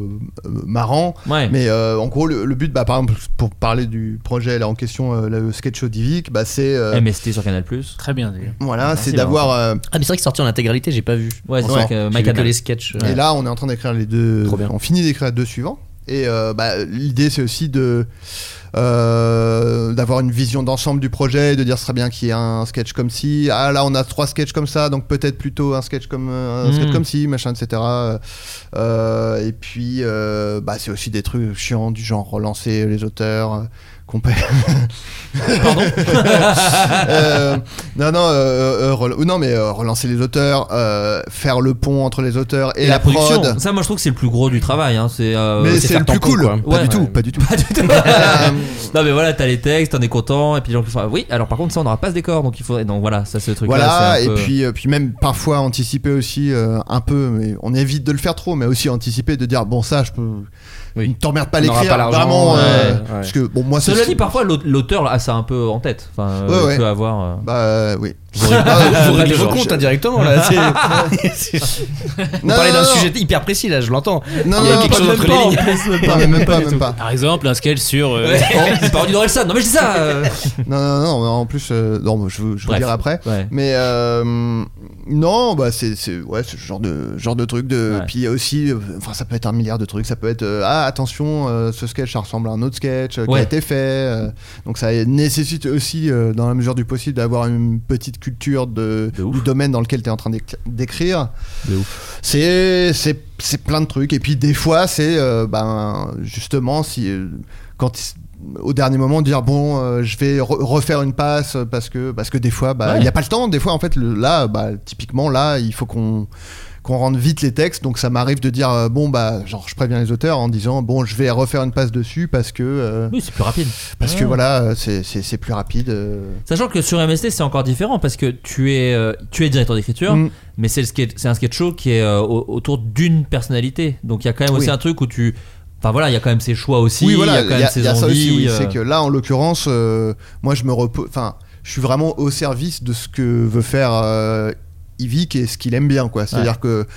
S5: euh, marrants,
S4: Ouais.
S5: mais euh, en gros le, le but, bah, par exemple pour parler du projet là en question, euh, le sketch show Divic, bah c'est euh,
S4: MST sur Canal
S9: Très bien, d'ailleurs.
S5: voilà,
S4: Merci,
S5: c'est d'avoir euh,
S10: Ah, mais c'est vrai que c'est sorti en intégralité, j'ai pas vu.
S4: Ouais, c'est
S10: Encore.
S4: vrai que, euh,
S10: J'ai
S4: Mike
S10: vu que
S4: Adam.
S10: les sketchs.
S5: Et là, on est en train d'écrire les deux.
S10: euh. Trop bien.
S5: On finit d'écrire les deux suivants. Et euh, bah, l'idée, c'est aussi de euh, d'avoir une vision d'ensemble du projet, de dire ce serait bien qu'il y ait un sketch comme ci. Ah là, on a trois sketchs comme ça, donc peut-être plutôt un sketch comme euh,
S10: Hmm.
S5: un
S4: Mm.
S5: sketch comme ci, machin, etc. Euh, et puis, euh, bah, c'est aussi des trucs chiants du genre relancer les auteurs. euh, qu'on paie.
S4: Pardon
S5: Euh, non, non, euh, euh, rel- non, mais euh, relancer les auteurs, euh, faire le pont entre les auteurs et, la, prod.
S4: Ça, moi, je trouve que c'est le plus gros du travail. hein. C'est, euh,
S5: Mais c'est
S4: faire
S5: le plus
S4: tampon,
S5: cool.
S10: hein.
S4: quoi.
S5: Pas
S4: Ouais.
S5: du tout, pas du tout. Euh,
S4: Pas du tout. non, mais voilà, t'as les textes, t'en es content, et puis les gens qui font, ah oui, alors par contre, ça, on n'aura pas ce décor, donc il faudrait. Donc voilà, ça, c'est le truc.
S5: Voilà, et puis, euh, puis même parfois anticiper aussi euh, un peu, mais on évite de le faire trop, mais aussi anticiper de dire bon ça je peux,
S10: Oui.
S5: t'emmerde pas
S10: On n'aura
S5: l'écrire,
S10: pas l'argent,
S5: vraiment, euh,
S10: ouais, ouais.
S5: parce que bon moi c'est
S4: Cela dit, parfois, l'aute- l'auteur a ça un peu en tête. Enfin, euh,
S5: Ouais, ouais.
S4: peut avoir. euh,
S5: bah euh, oui.
S4: Vous aurez-
S5: Ah,
S10: Vous réglez
S5: je-
S10: vos comptes
S5: je-
S10: indirectement là. c'est- c'est- On
S5: Non,
S10: parlait
S5: non,
S10: d'un
S5: non.
S10: sujet hyper précis là, je l'entends.
S5: Non,
S10: Il y a
S5: non,
S10: quelque chose
S5: pas
S10: entre
S5: même
S10: les
S5: pas,
S10: lignes.
S5: en plus, même pas, même pas, même pas.
S9: Par exemple, un sketch sur. euh,
S4: Oh, C'est pas du Dorelsan, non mais je dis ça euh.
S5: Non, non, non, en plus, euh, non, je, vous- je vous
S4: Bref.
S5: dirai après.
S4: Ouais.
S5: Mais euh, non, bah c'est c'est- ouais, ce genre de, genre de truc. De,
S4: Ouais.
S5: Puis il y a aussi, euh, enfin, ça peut être un milliard de trucs. Ça peut être, euh, ah, attention, euh, ce sketch, ça ressemble à un autre sketch euh, qui
S4: Ouais.
S5: a été fait. euh, donc ça nécessite aussi, euh, dans la mesure du possible, d'avoir une petite culture de,
S4: De ouf.
S5: du domaine dans lequel tu es en train d'éc- d'écrire. C'est c'est- c'est plein de trucs. Et puis des fois, c'est euh, ben, justement, si, euh, quand au dernier moment dire bon euh, je vais re- refaire une passe parce que parce que des fois bah il
S4: Ouais.
S5: n'y a pas le temps des fois en fait le- là bah typiquement là il faut qu'on qu'on rende vite les textes donc ça m'arrive de dire euh, bon bah genre je préviens les auteurs en disant bon je vais refaire une passe dessus parce que euh,
S4: Oui, c'est plus rapide.
S5: parce que
S4: Ah.
S5: voilà euh, c'est c'est- c'est plus rapide euh.
S4: Sachant que sur MST c'est encore différent parce que tu es euh, tu es directeur d'écriture,
S5: Mm.
S4: mais c'est le skate- c'est un sketch show qui est euh, au- autour d'une personnalité. Donc il y a quand même aussi
S5: Oui.
S4: un truc où tu enfin voilà, il y a quand même ses choix aussi,
S5: oui voilà
S4: il y a quand même ses
S5: ça aussi
S4: envies.
S5: oui.
S4: euh,
S5: c'est que là en l'occurrence euh, moi je me repose enfin je suis vraiment au service de ce que veut faire euh, il vit qu'est- ce qu'il aime bien, quoi. C'est-à-dire
S16: Ouais.
S5: que,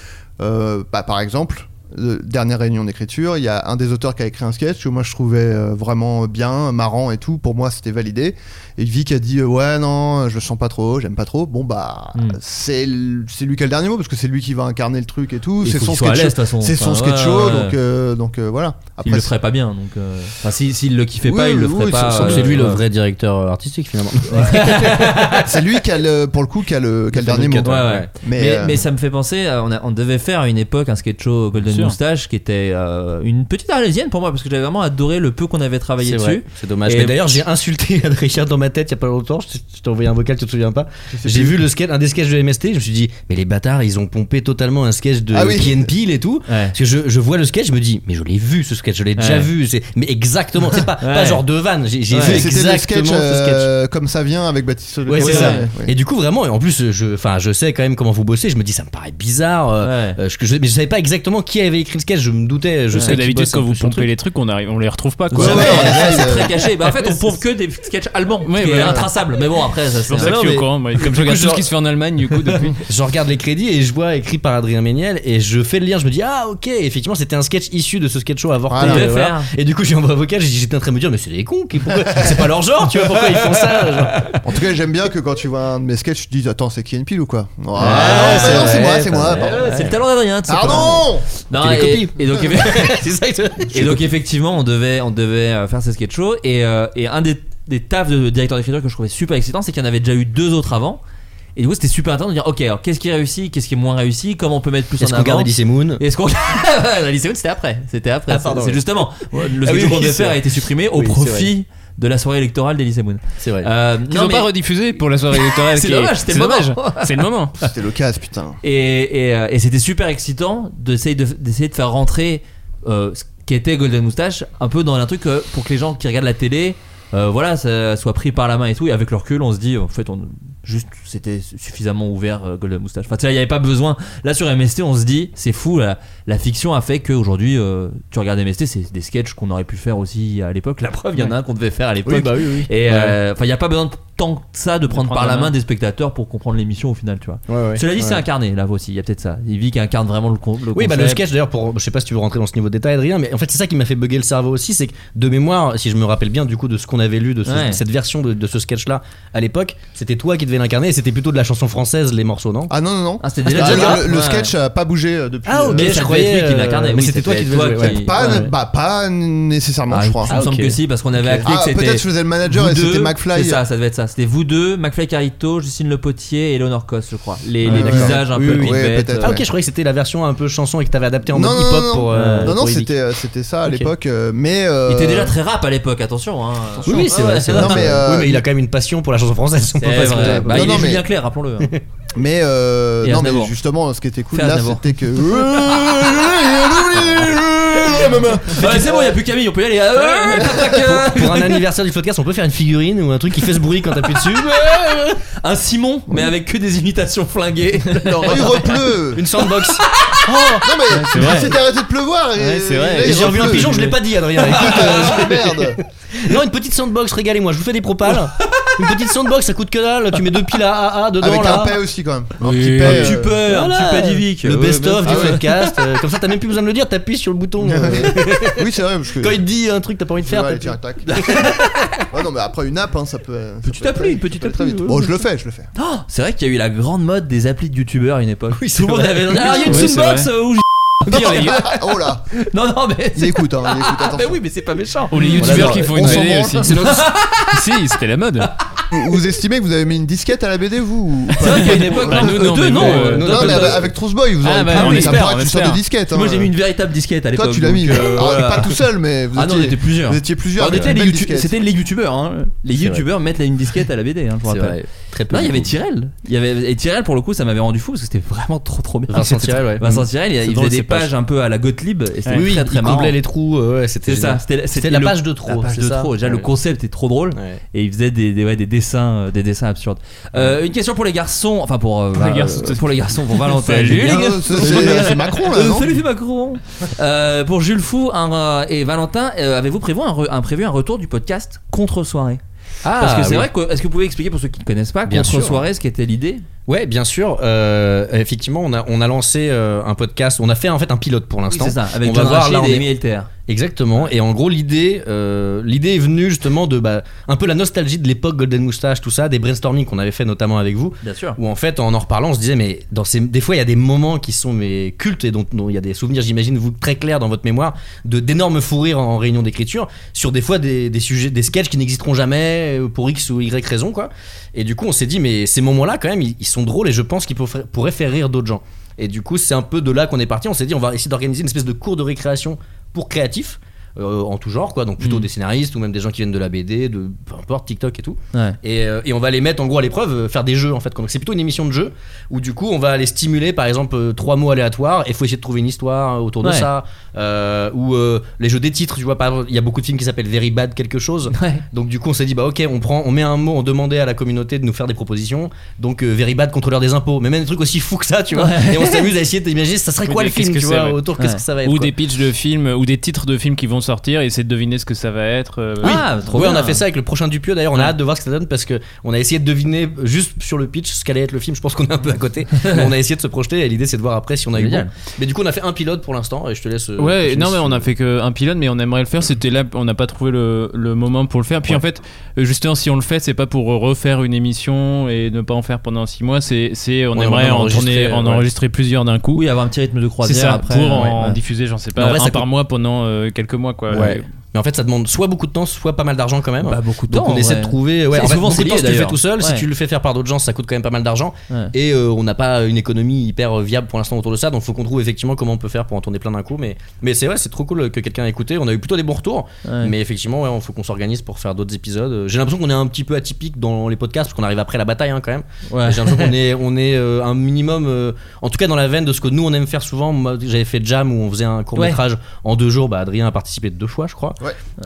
S5: euh, bah, par exemple, euh, dernière réunion d'écriture, il y a un des auteurs qui a écrit un sketch que moi je trouvais euh, vraiment bien, marrant et tout. Pour moi, c'était validé. Et Vic a dit euh, ouais non, je le sens pas trop, j'aime pas trop. Bon bah
S4: Hmm.
S5: c'est l- c'est lui qui a le dernier mot parce que c'est lui qui va incarner le truc et tout.
S4: Il
S5: C'est
S4: faut
S5: son
S4: qu'il soit à
S5: sketch
S4: l'aise, de
S5: show.
S4: toute façon.
S5: C'est son
S4: Enfin,
S5: sketch
S4: ouais,
S5: show,
S4: ouais,
S5: donc
S4: ouais.
S5: euh, donc euh, voilà.
S4: il le
S5: c'est-
S4: ferait pas bien, donc. euh, Enfin, si- s'il le kiffait
S5: Oui,
S4: pas, il le
S5: oui,
S4: ferait
S5: oui,
S4: pas.
S5: sans- sans-
S4: euh,
S5: c'est lui le vrai
S10: directeur artistique finalement.
S5: c'est lui qui a le, pour le coup qui a le, qui a le
S4: Ouais,
S5: dernier mot.
S4: ouais. Mais,
S5: Mais, euh,
S4: mais ça me fait penser, à- on, a- on devait faire à une époque un sketch show Golden
S10: Sûr.
S4: Moustache qui était euh, une petite arlésienne pour moi parce que j'avais vraiment adoré le peu qu'on avait travaillé
S10: C'est
S4: dessus.
S10: vrai, c'est dommage.
S4: Et-
S10: Mais d'ailleurs, j'ai insulté Adrien dans ma tête il y a pas longtemps. Je t'ai- je t'ai envoyé un vocal, tu te souviens pas J'ai vu le sketch, un des sketchs de MST. Je me suis dit, mais les bâtards, ils ont pompé totalement un sketch de
S4: Ah oui.
S10: Key and Peele et tout. Parce que je, je vois le sketch, je me dis, mais je l'ai vu ce sketch, je l'ai déjà
S4: Ouais.
S10: vu. C'est- Mais exactement, c'est pas, pas
S4: Ouais.
S10: genre de vanne. J'ai j'ai
S5: Ouais.
S10: vu
S5: C'était
S10: exactement
S5: le sketch,
S10: ce sketch.
S5: euh, comme ça vient avec Baptiste.
S10: Ouais, c'est
S5: Lecoq.
S10: ça.
S5: Ouais.
S10: Et du coup, vraiment, et en plus, je, enfin, je sais quand même comment vous bossez. Je me dis, ça me paraît bizarre. euh, euh, je- que je- mais je savais pas exactement qui avait écrit le sketch. Je me doutais. Je
S9: Parce
S10: sais
S9: que
S10: qu'il
S9: d'habitude,
S10: bosse un
S9: quand
S10: peu
S9: vous
S10: sur le
S9: pompez
S10: truc.
S9: les trucs, on arrive, on les retrouve pas.
S4: Ouais,
S9: Quoi.
S4: ouais, ouais, c'est très caché. Bah, en fait, on prouve que des sketchs allemands, ce
S9: Ouais,
S4: qui est
S9: voilà.
S4: intraçable. Mais bon, après, ça
S9: C'est pour
S4: c'est
S9: ça que je suis au
S4: mais-
S9: courant. moi. Comme je regarde tout ce qui se fait en Allemagne, du coup, depuis.
S10: Je regarde les crédits et je vois écrit par Adrien Méniel et je fais le lien. Je me dis ah ok effectivement c'était un sketch issu de ce sketch show avorté.
S4: Voilà.
S10: euh,
S4: De
S10: voilà.
S4: faire.
S10: Et du coup j'ai envoyé un vocal. j'ai dit- J'étais en train de me dire mais c'est des cons qui pourquoi- c'est pas leur genre tu vois pourquoi ils font ça. genre.
S5: En tout cas, j'aime bien que quand tu vois un de mes sketchs, tu te dis Attends, c'est qui une pile ou quoi Ah, non,
S4: Ah,
S5: bah non, c'est
S4: vrai,
S5: moi, c'est
S4: t'as-
S5: moi.
S4: ouais,
S5: pardon.
S4: ouais, C'est le talent d'Adrien. tu sais pas.
S5: Pardon
S4: Non,
S10: Tu les
S4: et,
S10: copies.
S4: et donc,
S10: C'est ça que tu-
S4: et donc, effectivement, on devait, on devait euh, faire ces sketch shows. Et, euh, et un des, des tafs de directeur d'écriture que je trouvais super excitant, c'est qu'il y en avait déjà eu deux autres avant. Et du coup, c'était super intéressant de dire, ok, alors qu'est-ce qui est réussi, qu'est-ce qui est moins réussi, comment on peut mettre plus en
S10: Est-ce qu'on
S4: avant.
S10: garde Alice Moon
S4: Est-ce qu'on la lycée Haute, c'était après, c'était après.
S10: Ah, pardon,
S4: c'est
S10: oui.
S4: justement le
S10: Ah
S4: sketch
S10: oui,
S4: qu'on
S10: oui,
S4: devait
S10: c'est
S4: faire a
S10: vrai.
S4: été supprimé au
S10: Oui, c'est
S4: profit de la soirée électorale d'Elysée Moon.
S10: C'est vrai.
S4: Euh,
S9: Ils
S4: non,
S9: ont
S4: mais-
S9: pas rediffusé pour la soirée électorale.
S4: C'est
S9: qui est-
S4: dommage, c'était
S9: c'est
S4: le moment.
S9: dommage. C'est le moment.
S5: C'était le casse, putain.
S4: Et, et, euh, et c'était super excitant d'essayer de, d'essayer de faire rentrer euh, ce qu'était Golden Moustache un peu dans un truc euh, pour que les gens qui regardent la télé euh, voilà, ça soit pris par la main et tout. Et avec le recul, on se dit, en fait, on, juste, c'était suffisamment ouvert euh, Golden Moustache. Enfin, tu sais, il n'y avait pas besoin. Là, sur MST, on se dit, c'est fou, la, la fiction a fait qu'aujourd'hui, euh, tu regardes MST, c'est des sketchs qu'on aurait pu faire aussi à l'époque. La preuve, il y en a
S10: Ouais.
S4: un qu'on devait faire à l'époque.
S10: bah oui, oui.
S4: Et
S10: Ouais.
S4: euh, enfin, il n'y a pas besoin de tant que ça de prendre,
S10: prendre
S4: par
S10: la
S4: la main
S10: main.
S4: des spectateurs pour comprendre l'émission au final, tu vois.
S10: Ouais, ouais.
S4: Cela dit, c'est
S10: Ouais.
S4: incarné là aussi. Il y a peut-être ça. Il vit qui incarne vraiment le, con-
S10: Oui, bah le
S4: concept.
S10: sketch d'ailleurs, pour, je sais pas si tu veux rentrer dans ce niveau de détail, Adrien, mais en fait, c'est ça qui m'a fait bugger le cerveau aussi. C'est que de mémoire, si je me rappelle bien du coup de ce qu'on avait lu, de ce-
S4: Ouais.
S10: cette version de, de ce sketch là à l'époque, c'était toi qui devais l'incarner et c'était plutôt de la chanson française, les morceaux, non
S5: Ah non, non, non.
S4: Ah, c'était
S5: Ah,
S4: déjà
S5: le-
S4: déjà
S5: le, le
S4: Ouais.
S5: sketch a pas bougé euh, depuis.
S10: Ah, ok,
S5: euh,
S4: Mais
S10: je
S4: ça devait
S10: croyais,
S4: être lui qui l'incarnait.
S10: euh,
S4: Oui,
S10: Mais c'était
S4: ça
S10: toi qui
S4: devait
S10: devais
S4: être
S10: le
S4: toi
S10: jouer.
S4: qui-
S5: pas,
S4: ouais, ouais.
S5: bah, pas nécessairement,
S4: Ah,
S5: je
S4: il
S5: crois.
S4: me semble que si, parce qu'on avait acté
S5: Ah,
S4: que c'était.
S5: peut-être je faisais le manager
S4: vous
S5: et c'était
S4: deux,
S5: McFly.
S4: C'est ça, ça devait être ça. C'était vous deux, McFly Carito, Justine Le Potier et Eleonore Cos, je crois. Les,
S5: Ouais,
S4: les
S5: ouais.
S4: visages un
S5: Oui,
S4: peu
S5: oui,
S4: Big
S5: ouais,
S4: Bête,
S5: peut-être,
S4: euh,
S10: Ah, ok, je croyais que c'était la version un peu chanson et que t'avais adapté en
S5: Non,
S10: mode
S5: non,
S10: hip-hop
S5: non,
S10: pour.
S5: non.
S10: euh,
S5: non, non,
S10: pour Evic.
S5: c'était euh, c'était ça à
S10: Ok.
S5: l'époque, euh, mais.
S4: Il était
S5: euh,
S4: déjà très rap à l'époque, attention. hein.
S10: Oui, oui, c'est
S4: Ouais,
S10: vrai, c'est vrai.
S5: Non, mais, euh,
S10: Oui, mais il a quand même une passion pour la chanson française. on peut
S4: C'est
S10: pas se
S4: vrai.
S10: mentir.
S4: Bah,
S5: Non,
S4: il
S5: non,
S4: est
S5: mais-
S4: Julien Clerc, rappelons-le. hein.
S5: Mais euh,
S4: Et
S5: non, mais
S4: Aznavour.
S5: justement, ce qui était cool
S4: Fais
S5: là,
S4: Aznavour.
S5: c'était que.
S4: Ouais, c'est Bah, bon, il n'y a plus Camille, on peut y aller. Ah, ouais, tac, tac, euh.
S10: Pour un anniversaire du podcast, on peut faire une figurine ou un truc qui fait ce bruit quand t'appuies dessus.
S4: Un Simon, mais avec que des imitations flinguées.
S5: Il repleut
S10: Une sandbox.
S5: Oh, Non, mais
S9: c'est vrai.
S5: c'était arrêté de pleuvoir et-
S9: Ouais, c'est vrai.
S5: là,
S10: Et
S5: il
S10: j'ai revu un
S5: repleut.
S10: pigeon, je l'ai pas dit, Adrien. Écoute, euh,
S5: Ah, Merde
S10: Non, une petite sandbox, régalez-moi, je vous fais des propales. Une petite sandbox, ça coûte que dalle, tu mets deux piles à AA dedans
S5: Avec
S10: là.
S5: un paix aussi quand même. Un
S9: Oui.
S5: petit
S4: Un
S5: paix.
S4: petit
S5: euh,
S4: peu, un
S10: Voilà.
S4: petit peu divique.
S10: Le
S4: Ouais,
S10: best-of
S4: même-
S10: du
S5: Ah ouais.
S10: podcast, euh, comme ça t'as même plus besoin de le dire, t'appuies sur le bouton. euh,
S5: oui, c'est vrai, parce que.
S10: Quand il te dit un truc, t'as pas envie de
S5: Ouais,
S10: faire.
S5: allez,
S10: t'appuies.
S5: tiens, tac. Ouais, non, mais après une app, hein, ça peut. ça
S4: Petite
S5: peut être
S4: appli,
S5: très-
S4: petite
S5: ça peut être très
S4: appli,
S5: vite.
S4: ouais.
S5: Bon, je le fais, je le fais.
S4: Oh, c'est vrai qu'il y a eu la grande mode des applis de youtubeurs à une époque.
S10: Oui, c'est
S4: Tout le monde
S10: vrai.
S4: avait. Alors Ah, il y a une
S9: Oui, c'est
S4: soundbox
S9: vrai.
S4: euh, où j'ai.
S5: Oh là
S4: Non, non, mais.
S5: Il écoute, hein, il écoute,
S4: Ah, bah
S5: attention.
S4: oui, mais c'est pas méchant.
S9: Ou les
S5: Voilà,
S9: youtubeurs qui font
S5: on
S9: une
S5: s'en
S4: euh,
S9: BD
S5: branle.
S9: aussi. C'est notre- Si, c'était la mode.
S5: Vous- Vous estimez que vous avez mis une disquette à la BD, vous ou pas
S4: C'est vrai qu'à une époque,
S9: Bah, nous,
S4: euh,
S9: non,
S4: deux,
S9: mais
S4: non.
S9: bon,
S4: euh,
S9: euh,
S5: Non,
S4: deux,
S5: non,
S4: deux,
S5: mais
S4: deux.
S5: avec Trousse Boy, vous
S9: Ah,
S5: avez
S9: bah,
S5: pas
S9: on
S5: mis, ça me
S9: espère,
S5: paraît
S9: on
S5: une sorte de
S9: espère.
S5: disquette. hein.
S4: Moi j'ai mis une véritable disquette à l'époque.
S5: Toi, tu l'as
S4: donc,
S5: mis.
S4: euh,
S5: Alors,
S4: voilà.
S5: Pas tout seul, mais vous
S4: Ah non, on
S5: étiez-
S4: était plusieurs.
S5: Vous étiez plusieurs.
S4: Ah, on
S5: avec
S4: était
S5: une
S4: les
S5: belle
S4: youtu-
S5: disquette.
S4: C'était les youtubeurs. hein. Les youtubeurs mettent la- une disquette à la BD, hein, je vous
S10: C'est
S4: rappelle.
S10: vrai, très peu.
S4: Non, il y avait Tirel. Il y avait et Tirel pour le coup, ça m'avait rendu fou parce que c'était vraiment trop trop bien.
S10: Vincent Tirel, ouais.
S4: Vincent Tirel, il,
S10: C'est
S4: il
S10: drôle,
S4: faisait des
S10: ces pages.
S4: pages un peu à la Gottlieb et c'était
S10: Oui, oui,
S4: très très
S10: il
S4: marrant.
S10: comblait les trous, euh, ouais, c'était
S4: C'est ça,
S10: génial.
S4: c'était
S10: C'était la
S4: le-
S10: page de trop.
S4: La page
S10: c'est
S4: de
S10: ça.
S4: trop. Déjà le
S10: Ouais.
S4: concept est trop drôle
S10: Ouais.
S4: et il faisait des des, ouais, des dessins euh, des dessins absurdes. Euh, une question pour les garçons, enfin pour euh,
S9: les
S4: Val-
S9: garçons.
S4: euh, pour les garçons pour Valentin.
S9: Salut,
S4: Julien.
S9: les
S5: Ah, c'est- c'est- C'est Macron là,
S4: Euh,
S5: non
S4: salut c'est Macron. Euh, pour Jules Fou un, euh, et Valentin, euh, avez-vous prévu un, re- un prévu un retour du podcast contre soirée
S10: Ah,
S4: Parce que c'est
S10: oui.
S4: vrai que est-ce que vous pouvez expliquer pour ceux qui ne connaissent pas
S10: Bien
S4: contre
S10: sûr.
S4: soirée ce qu'était l'idée
S10: Ouais, bien sûr. euh, effectivement, on a, on a lancé euh, un podcast. On a fait en fait un pilote pour l'instant.
S4: Oui, c'est ça, avec
S10: on
S4: John Rachid
S10: on
S4: et
S10: est-
S4: Amy Elter.
S10: Exactement. Et en gros, l'idée, euh, l'idée est venue justement de bah, un peu la nostalgie de l'époque Golden Moustache, tout ça, des brainstorming qu'on avait fait notamment avec vous.
S4: Bien sûr.
S10: Où en fait, en en reparlant, on se disait, mais dans ces, des fois, il y a des moments qui sont mais cultes et dont dont il y a des souvenirs, j'imagine, vous très clairs dans votre mémoire, de d'énormes fous rires en, en réunion d'écriture sur des fois des, des sujets, des sketchs qui n'existeront jamais euh, pour X ou Y raison, quoi. Et du coup, on s'est dit, mais ces moments-là, quand même, ils, ils sont drôles et je pense qu'ils pour- pourraient faire rire d'autres gens. Et du coup, c'est un peu de là qu'on est parti. On s'est dit, on va essayer d'organiser une espèce de cours de récréation pour créatifs. euh, en tout genre quoi donc
S4: Mm.
S10: plutôt des scénaristes ou même des gens qui viennent de la BD de peu importe TikTok et tout
S4: Ouais.
S10: et, euh, et on va les mettre en gros à l'épreuve, euh, faire des jeux en fait. Donc c'est plutôt une émission de jeu où du coup on va les stimuler par exemple euh, trois mots aléatoires et faut essayer de trouver une histoire euh, autour de
S4: Ouais.
S10: ça. Euh, ou euh, les jeux des titres, tu vois, par exemple, il y a beaucoup de films qui s'appellent Very Bad quelque chose. Donc du coup on s'est dit bah ok on prend, on met un mot, on demandait à la communauté de nous faire des propositions. Donc euh, Very Bad contrôleur des impôts, mais même un truc aussi fou que ça, tu vois.
S9: Ouais.
S10: Et on s'amuse à essayer d'imaginer ça serait
S9: Oui,
S10: quoi
S9: de-
S10: le
S9: qu'est-ce
S10: film,
S9: que
S10: tu
S9: c'est,
S10: vois,
S9: ouais.
S10: autour qu'est-ce que ça va être.
S9: Ou
S10: quoi.
S9: des pitchs de films, ou des titres de films qui vont sortir et essayer de deviner ce que ça va être. euh,
S10: Oui,
S9: voilà.
S10: Ouais, on a fait ça avec le prochain Dupieux d'ailleurs, on a hâte de voir ce que ça donne parce que on a essayé de deviner euh, juste sur le pitch ce qu'allait être le film, je pense qu'on est un peu à côté, mais on a essayé de se projeter et l'idée c'est de voir après si on a eu
S9: Génial.
S10: bon. Mais du coup on a fait un pilote pour l'instant et je te laisse euh,
S9: Ah, Ouais,
S10: continuer
S9: non, mais
S10: si-
S9: on a fait qu'un pilote, mais on aimerait le faire. C'était là, on n'a pas trouvé le, le moment pour le faire. Puis en fait, euh, justement, si on le fait, c'est pas pour refaire une émission et ne pas en faire pendant six mois. C'est, c'est on
S10: Ouais,
S9: aimerait
S10: on va en
S9: en, tourner,
S10: enregistrer,
S9: en
S10: ouais.
S9: enregistrer plusieurs d'un coup.
S4: Oui, avoir un petit rythme de croisière
S9: c'est ça,
S4: après.
S9: pour
S4: ouais,
S9: en
S4: ouais.
S9: diffuser, j'en sais
S10: Mais en
S9: pas,
S10: vrai,
S9: un
S10: ça
S9: par
S10: coûte-
S9: mois pendant euh, quelques mois, quoi.
S10: Ouais. Mais en fait, ça demande soit beaucoup de temps, soit pas mal d'argent quand même.
S9: Bah, beaucoup de
S10: Donc,
S9: temps,
S10: on essaie
S9: ouais.
S10: de trouver. Ouais,
S9: C'est-
S10: en fait,
S9: souvent,
S10: beaucoup
S9: c'est
S10: de temps,
S9: lié,
S10: si tu le fais
S9: d'ailleurs.
S10: tout seul, si
S9: Ouais.
S10: tu le fais faire par d'autres gens, ça coûte quand même pas mal d'argent.
S9: Ouais.
S10: Et euh, on n'a pas une économie hyper euh, viable pour l'instant autour de ça. Donc, faut qu'on trouve effectivement comment on peut faire pour en tourner plein d'un coup. Mais, mais c'est vrai, c'est trop cool que quelqu'un ait écouté. On a eu plutôt des bons retours.
S9: Ouais.
S10: Mais effectivement, ouais, on faut qu'on s'organise pour faire d'autres épisodes. Euh, J'ai l'impression qu'on est un petit peu atypique dans les podcasts parce qu'on arrive après la bataille hein, quand même.
S4: Ouais.
S10: Mais J'ai l'impression qu'on est, on est euh, un minimum, euh, en tout cas dans la veine de ce que nous on aime faire souvent. Moi, J'avais fait Jam où on faisait un court métrage en deux jours. Bah, Adrien a participé deux fois, je crois.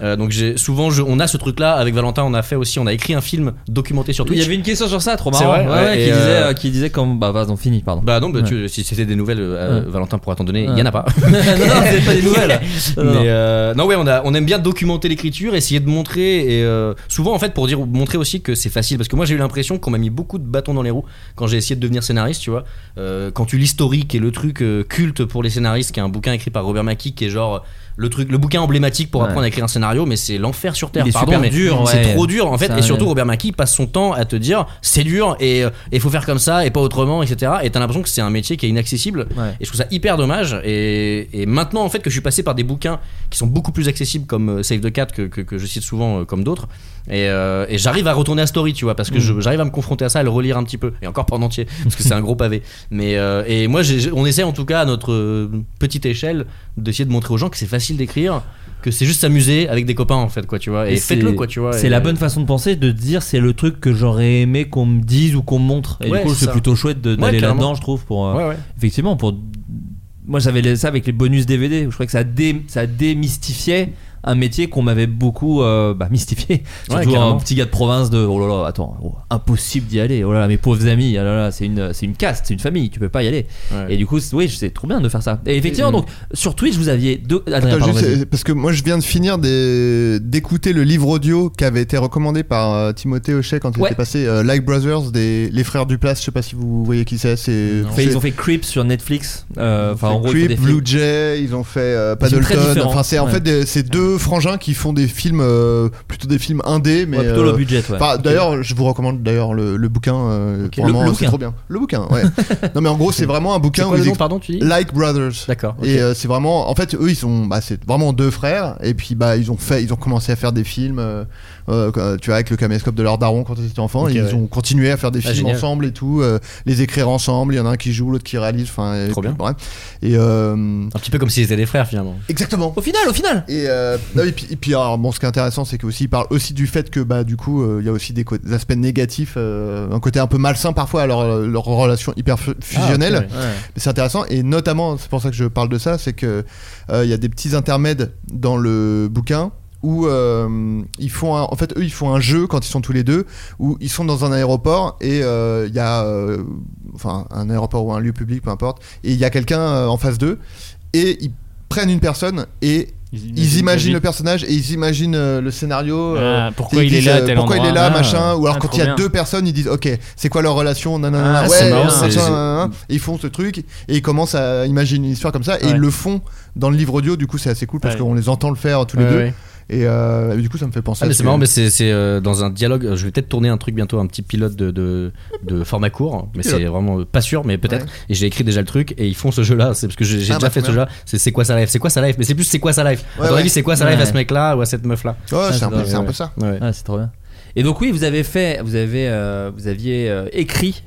S10: Euh, donc j'ai- souvent, je- on a ce truc-là. Avec Valentin, on a fait aussi, on a écrit un film documenté sur
S4: Il
S10: Twitch.
S4: y avait une question sur ça, trop
S10: C'est
S4: marrant.
S10: vrai,
S4: ouais,
S10: ouais,
S4: ouais,
S10: et
S4: qui, disait,
S10: euh,
S4: euh, qui disait quand. Bah, vas-y, on finit, pardon.
S10: Bah non, bah,
S4: Ouais.
S10: tu- si c'était des nouvelles, euh,
S4: Ouais.
S10: Valentin pourra t'en donner. Il
S4: Ouais.
S10: y en a pas.
S4: Non, non, c'est pas des nouvelles.
S10: Mais,
S4: Non, non.
S10: euh, non, ouais, on, a, on aime bien documenter l'écriture, essayer de montrer et euh, souvent en fait pour dire montrer aussi que c'est facile parce que moi j'ai eu l'impression qu'on m'a mis beaucoup de bâtons dans les roues quand j'ai essayé de devenir scénariste, tu vois. Euh, quand tu lis l'historique et le truc euh, culte pour les scénaristes, qui est un bouquin écrit par Robert Mackie, qui est genre le truc, le bouquin emblématique pour
S4: Ouais.
S10: apprendre à écrire un scénario, mais c'est l'enfer sur terre.
S4: Il est
S10: Pardon,
S4: super
S10: mais
S4: dur,
S10: c'est
S4: ouais.
S10: trop dur en fait.
S4: Ça,
S10: Et surtout
S4: ouais.
S10: Robert Mackie passe son temps à te dire c'est dur et il faut faire comme ça et pas autrement, etc. Et t'as l'impression que c'est un métier qui est inaccessible.
S4: Ouais.
S10: Et je trouve ça hyper dommage. Et, et maintenant, en fait, que je suis passé par des bouquins qui sont beaucoup plus accessibles, comme euh, Save the Cat, que, que, que je cite souvent, euh, comme d'autres. Et, euh, et j'arrive à retourner à Story, tu vois, parce que
S4: Mm.
S10: je- j'arrive à me confronter à ça, à le relire un petit peu. Et encore pas en entier, parce que c'est un gros pavé. Mais euh, et moi, j'ai- j'ai- on essaie en tout cas, à notre euh, petite échelle, d'essayer de montrer aux gens que c'est facile d'écrire, que c'est juste s'amuser avec des copains, en fait, quoi, tu vois. Et,
S4: Et
S10: faites-le,
S4: c'est-
S10: quoi, tu vois.
S4: C'est
S10: Et-
S4: la bonne façon de penser, de te dire c'est le truc que j'aurais aimé qu'on me dise ou qu'on me montre. Et
S10: Ouais,
S4: du coup,
S10: c'est
S4: c'est
S10: ça.
S4: plutôt chouette de-
S10: Ouais,
S4: d'aller
S10: carrément.
S4: là-dedans, je trouve. Pour, euh,
S10: Ouais, ouais.
S4: Effectivement, pour. Moi, j'avais les- ça avec les bonus DVD, où je crois que ça, dé- ça démystifiait un métier qu'on m'avait beaucoup euh, bah, mystifié.
S10: Ouais,
S4: Surtout un
S10: carrément.
S4: petit gars de province de oh là là, attends, oh, impossible d'y aller. Oh là là, mes pauvres amis, oh là là, c'est une, c'est une caste, c'est une famille, tu peux pas y aller.
S10: Ouais.
S4: Et du coup, c'est- oui, c'est trop bien de faire ça. Et effectivement,
S5: Et-
S4: donc, sur Twitch, vous aviez deux. Adrien,
S5: Attends,
S4: pardon,
S5: juste,
S4: vas-y.
S5: euh, parce que moi je viens de finir des- d'écouter le livre audio qui avait été recommandé par euh, Timothée Hochet quand il
S4: Ouais.
S5: était passé euh, Like Brothers des les frères Duplass je sais pas si vous voyez qui c'est c'est
S4: Enfin,
S5: c'est-
S4: ils ont fait Creep sur Netflix. euh, Enfin, en gros, ils font
S5: Creep,
S4: des films.
S5: Blue Jay, ils ont fait euh,
S4: Ils sont très
S5: Paddleton.
S4: différents.
S5: Enfin, c'est en
S4: Ouais.
S5: fait des- ces deux frangins qui font des films euh, plutôt des films indés, mais
S4: Ouais, plutôt low
S5: euh,
S4: budget, ouais.
S5: enfin,
S4: Ok.
S5: D'ailleurs, je vous recommande d'ailleurs le, le bouquin. euh,
S4: Le-
S5: vraiment,
S4: le
S5: c'est
S4: bouquin.
S5: trop bien. Le bouquin, ouais. non, mais en gros, c'est vraiment un bouquin
S10: C'est quoi
S5: où
S10: le
S5: hein, ils
S10: nom,
S5: ex-
S10: pardon, tu dis
S5: Like Brothers.
S10: D'accord. ok.
S5: Et euh, c'est vraiment, en fait, eux ils sont, bah, c'est vraiment deux frères. Et puis bah ils ont fait, ils ont commencé à faire des films, euh, euh, tu vois, avec le caméscope de leur daron quand ils étaient enfants.
S10: Ok,
S5: et
S10: ouais.
S5: Ils ont continué à faire des
S10: Ah,
S5: films
S10: génial.
S5: ensemble et tout, euh, les écrire ensemble. Il y en a un qui joue, l'autre qui réalise. Enfin, et
S10: Trop
S5: puis,
S10: bien.
S5: bref. Et euh,
S10: Un petit peu comme s'ils étaient des frères finalement.
S5: Exactement.
S4: Au final, au final.
S5: Et, euh, non, et puis, et puis, alors, bon, ce qui est intéressant, c'est qu'aussi, il parle aussi du fait que, bah, du coup, euh, il y a aussi des, co- des aspects négatifs, euh, un côté un peu malsain parfois à leur, euh, leur relation hyper fu- fusionnelle.
S10: Ah, ok, ouais.
S4: Ouais.
S5: Mais c'est intéressant, et notamment, c'est pour ça que je parle de ça, c'est que euh, il y a des petits intermèdes dans le bouquin où euh, ils font un- en fait eux ils font un jeu quand ils sont tous les deux où ils sont dans un aéroport et euh, il y a euh, enfin un aéroport ou un lieu public peu importe et il y a quelqu'un euh, en face d'eux et ils prennent une personne et Ils imaginent, le personnage et ils imaginent euh, le scénario. euh,
S6: Ah, pourquoi
S5: et ils
S6: il est
S5: disent,
S6: là,
S5: euh,
S6: tel
S5: Pourquoi il est
S6: endroit,
S5: là,
S6: ah,
S5: machin. Ou alors
S6: ah,
S5: quand
S6: trop
S5: il y a
S6: bien.
S5: deux personnes, ils disent Ok, c'est quoi leur relation nanana,
S6: Ah,
S5: ouais,
S6: c'est marrant,
S5: machin,
S6: c'est-
S5: machin, nanana. Et ils font ce truc et ils commencent à imaginer une histoire comme ça et
S6: Ouais.
S5: ils le font dans le livre audio. Du coup, c'est assez cool parce
S10: Ouais.
S5: qu'on les entend le faire tous les
S10: Ouais,
S5: deux.
S10: ouais.
S5: Et euh, du coup, ça me fait penser.
S10: Ah,
S5: à
S10: mais
S5: ce
S10: c'est
S5: que-
S10: marrant, mais c'est c'est, euh, dans un dialogue. euh, Je vais peut-être tourner un truc bientôt, un petit pilote de, de, de format court, mais c'est
S5: Pilote.
S10: vraiment euh, pas sûr, mais peut-être.
S5: Ouais.
S10: Et j'ai écrit déjà le truc et ils font ce jeu-là. C'est parce que j'ai j'ai
S5: Ah,
S10: déjà
S5: bah,
S10: fait ce
S5: merde.
S10: jeu-là. C'est c'est quoi sa life C'est quoi sa life Mais c'est plus c'est quoi sa life
S5: Ouais,
S10: À ton
S5: ouais.
S10: avis, c'est quoi sa life à
S5: Ouais.
S10: ce mec-là ou à cette meuf-là
S5: Ouais, c'est un peu-
S10: doit-
S5: c'est un
S10: ouais.
S5: peu ça.
S10: Ouais.
S4: Ah, c'est trop bien. Et donc oui, vous avez fait, vous avez, euh, vous aviez euh, écrit.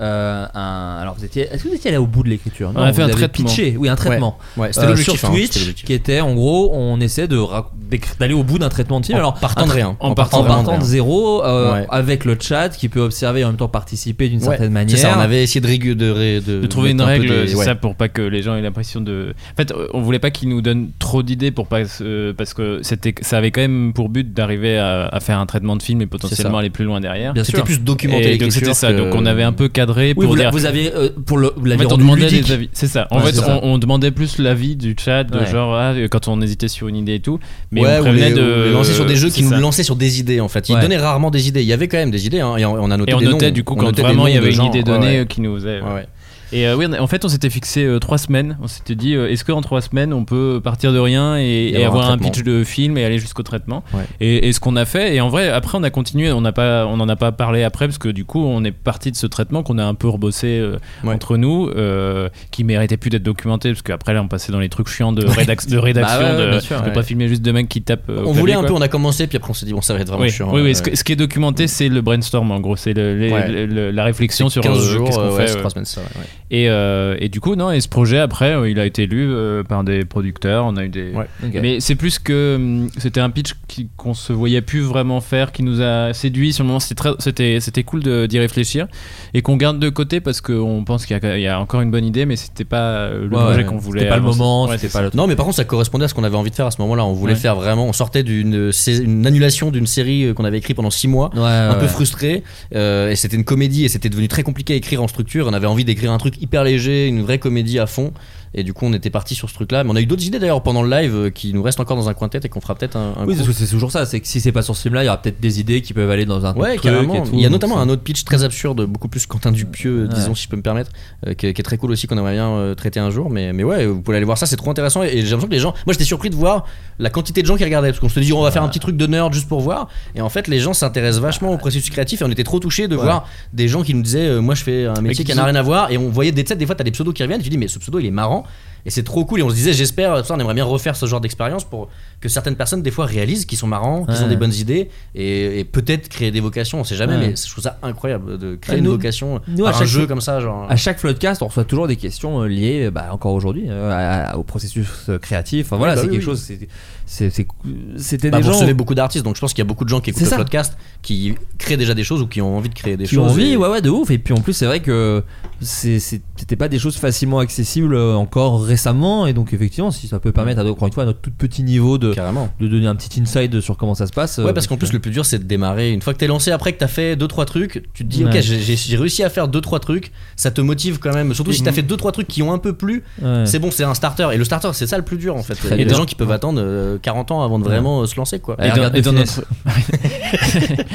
S4: euh, un, alors vous étiez, est-ce que vous étiez allé au bout de l'écriture
S6: On a fait
S4: vous avez
S6: un traitement.
S4: pitché, oui, un traitement.
S10: Ouais, ouais, c'était
S4: Euh, sur
S10: l'objectif, hein,
S4: Twitch,
S10: c'était l'objectif.
S4: qui était en gros, on essaie de rac- d'éc- d'aller au bout d'un traitement de film.
S10: En
S4: alors
S10: partant
S4: un
S10: de
S4: tra-
S10: rien.
S4: en,
S10: En
S4: partant,
S10: partant
S4: en partant
S10: vraiment
S4: de
S10: de rien.
S4: zéro, euh,
S10: Ouais.
S4: avec le chat qui peut observer et en même temps participer d'une
S10: Ouais.
S4: certaine manière.
S10: C'est ça, on avait essayé de, rigu- de, ré-
S4: euh,
S10: de,
S6: de trouver une
S10: mettre un peu
S6: règle,
S10: des-
S6: c'est
S10: ouais.
S6: ça, pour pas que les gens aient l'impression de. En fait, euh, on voulait pas qu'ils nous donnent trop d'idées pour pas se- parce que c'était, ça avait quand même pour but d'arriver à, à faire un traitement de film et potentiellement
S10: ça.
S6: aller plus loin derrière.
S4: Bien
S10: C'était
S4: sûr.
S10: plus documenté
S6: Et donc
S10: l'écriture
S6: c'était ça.
S10: que-
S6: Donc on avait un peu cadré
S4: Oui, vous,
S6: pour
S4: la-
S6: dire.
S4: vous avez euh, pour le, vous
S6: En
S4: l'aviez
S6: fait, on
S4: rendu
S6: demandait
S4: ludique.
S6: des avis. C'est ça. En
S4: Ouais,
S6: fait,
S4: c'est ça.
S6: on, on demandait plus l'avis du chat, de
S4: Ouais.
S6: genre ah, euh, quand on hésitait sur une idée et tout. Mais
S10: ouais,
S6: on
S10: ou les,
S6: prévenait
S10: ou
S6: de
S10: les lancer sur des jeux qui
S6: C'est
S10: nous
S6: ça.
S10: lançaient sur des idées en fait. Ils
S4: Ouais.
S10: donnaient rarement des idées. Il y avait quand même des idées, hein, et on, on a noté
S6: Et on
S10: des
S6: notait
S10: noms.
S6: du coup
S10: On
S6: quand
S10: notait des
S6: vraiment
S10: noms
S6: il y
S10: de
S6: avait une
S10: gens.
S6: idée
S10: Ouais,
S6: donnée
S10: ouais.
S6: euh, qui nous faisait.
S10: Ouais, ouais.
S6: Et euh, oui, on a- en fait, on s'était fixé euh, trois semaines. On s'était dit, euh, est-ce qu'en trois semaines, on peut partir de rien et, et avoir un,
S10: traitement.
S6: pitch de film et aller jusqu'au traitement
S10: Ouais.
S6: et, et ce qu'on a fait, et en vrai, après, on a continué. On n'a pas, on n'en a pas parlé après parce que du coup, on est parti de ce traitement qu'on a un peu rebossé euh,
S10: Ouais.
S6: entre nous, euh, qui méritait plus d'être documenté parce qu'après, là, on passait dans les trucs chiants de, rédac- de rédaction,
S4: Bah ouais, ouais,
S6: de,
S4: bien sûr,
S6: de
S10: ouais.
S6: pas filmer juste deux mecs qui tapent. euh, au
S10: On
S6: clavier,
S10: voulait un
S6: quoi.
S10: peu, on a commencé, puis après on s'est dit bon, ça va être vraiment
S6: Oui,
S10: chiant.
S6: oui, oui,
S10: euh,
S6: ce, que- ce qui est documenté, c'est le brainstorm en gros, c'est le- les-
S10: Ouais.
S6: le- le- la réflexion sur
S10: 15
S6: euh,
S10: jours,
S6: qu'est-ce qu'on
S10: euh, ouais,
S6: fait.
S10: c'est
S6: ouais.
S10: trois semaines, ça, ouais, ouais.
S6: Et, euh, et du coup, non, et ce projet, après, euh, il a été lu euh, par des producteurs, on a eu des...
S10: Ouais.
S4: Ok.
S6: Mais c'est plus que... hum, C'était un pitch qui- qu'on se voyait plus vraiment faire, qui nous a séduit sur le moment. C'était très- C'était c'était cool de- d'y réfléchir et qu'on garde de côté parce qu'on pense qu'il y, a- il y a encore une bonne idée, mais c'était pas euh, le
S4: Ouais,
S6: projet
S4: ouais.
S6: qu'on voulait.
S4: C'était pas le
S6: avancer.
S4: moment,
S6: Ouais,
S4: c'était
S6: c'est
S4: pas
S6: ça.
S4: le
S10: Non, mais par contre, ça correspondait à ce qu'on avait envie de faire à ce moment-là. On voulait
S6: Ouais.
S10: faire vraiment, on sortait d'une sais- une annulation d'une série euh, qu'on avait écrite pendant 6 mois,
S4: Ouais,
S10: un
S4: ouais,
S10: peu
S4: ouais.
S10: frustré, euh, et c'était une comédie, et c'était devenu très compliqué à écrire en structure. On avait envie d'écrire un truc hyper léger, une vraie comédie à fond, et du coup, on était parti sur ce truc-là. Mais on a eu d'autres idées d'ailleurs pendant le live euh, qui nous restent encore dans un coin de tête et qu'on fera peut-être un, un
S4: Oui,
S10: coup.
S4: parce que c'est toujours ça. C'est que si c'est pas sur ce film-là, il y aura peut-être des idées qui peuvent aller dans un
S10: Ouais,
S4: autre truc
S10: carrément.
S4: et tout.
S10: Il y a
S4: Donc
S10: notamment
S4: c'est-
S10: un autre pitch très absurde, beaucoup plus Quentin Dupieux,
S4: Ouais.
S10: disons, si je peux me permettre, euh, qui, qui est très cool aussi, qu'on aimerait bien euh, traiter un jour. Mais, mais ouais, vous pouvez aller voir ça, c'est trop intéressant. Et, j'ai l'impression que les gens. Moi, j'étais surpris de voir la quantité de gens qui regardaient. Parce qu'on se dit, on va faire un petit truc de nerd juste pour voir. Et en fait, les gens s'intéressent vachement au processus créatif. Et on était trop touchés de voir des gens qui nous disaient, euh, moi, je fais un métier
S6: qui
S10: qui n'a
S6: sont-
S10: rien à voir. Et on voyait des, tu sais, des fois, t'as des pseudos qui reviennent. Et tu dis, mais ce pseudo, il est marrant. Et c'est trop cool. Et on se disait, j'espère, ça, on aimerait bien refaire ce genre d'expérience pour que certaines personnes, des fois, réalisent qu'ils sont marrants, qu'ils ont
S4: Ouais.
S10: des bonnes idées et, et peut-être créer des vocations. On sait jamais,
S4: Ouais.
S10: mais je trouve ça incroyable de créer
S4: Ah,
S10: une
S4: nous-
S10: vocation
S4: nous, à
S10: par un
S4: chaque
S10: jeu
S4: fois-
S10: comme ça. Genre,
S4: À chaque floodcast, on reçoit toujours des questions euh, liées, bah, encore aujourd'hui, euh, à- à- au processus euh, créatif. Enfin, voilà,
S10: bah
S4: c'est
S10: oui,
S4: quelque
S10: oui.
S4: chose. c'est- c'est- c'est- C'était
S10: Bah,
S4: des
S10: vous
S4: gens
S10: recevez beaucoup d'artistes, donc je pense qu'il y a beaucoup de gens qui écoutent
S4: C'est
S10: le
S4: ça.
S10: podcast qui créent déjà des choses ou qui ont envie de créer des
S4: qui ont
S10: choses.
S4: envie,
S10: et-
S4: ouais, ouais, de ouf. Et puis en plus, c'est vrai que c'est- c'est- c'était pas des choses facilement accessibles euh, encore récemment. Et donc, effectivement, si ça peut permettre, à, encore une fois, à notre tout petit niveau de,
S10: Carrément.
S4: de donner un petit inside sur comment ça se passe. euh,
S10: Ouais, parce qu'en plus, le plus dur, c'est de démarrer. Une fois que t'es lancé, après que t'as fait 2-3 trucs, tu te dis,
S4: Ouais.
S10: ok, j'ai- j'ai j'ai réussi à faire 2-3 trucs, ça te motive quand même. Surtout si t'as fait 2-3 trucs qui ont un peu plu,
S4: Mhm. euh, Ouais.
S10: c'est bon, c'est un starter. Et le starter, c'est ça le plus dur en fait.
S4: très
S10: Il y a des
S4: dur.
S10: gens qui peuvent attendre euh, 40 ans avant de vraiment euh, se lancer quoi.
S4: Ouais,
S6: Et dans,
S4: regarde
S6: et dans
S4: Finesse.
S6: notre.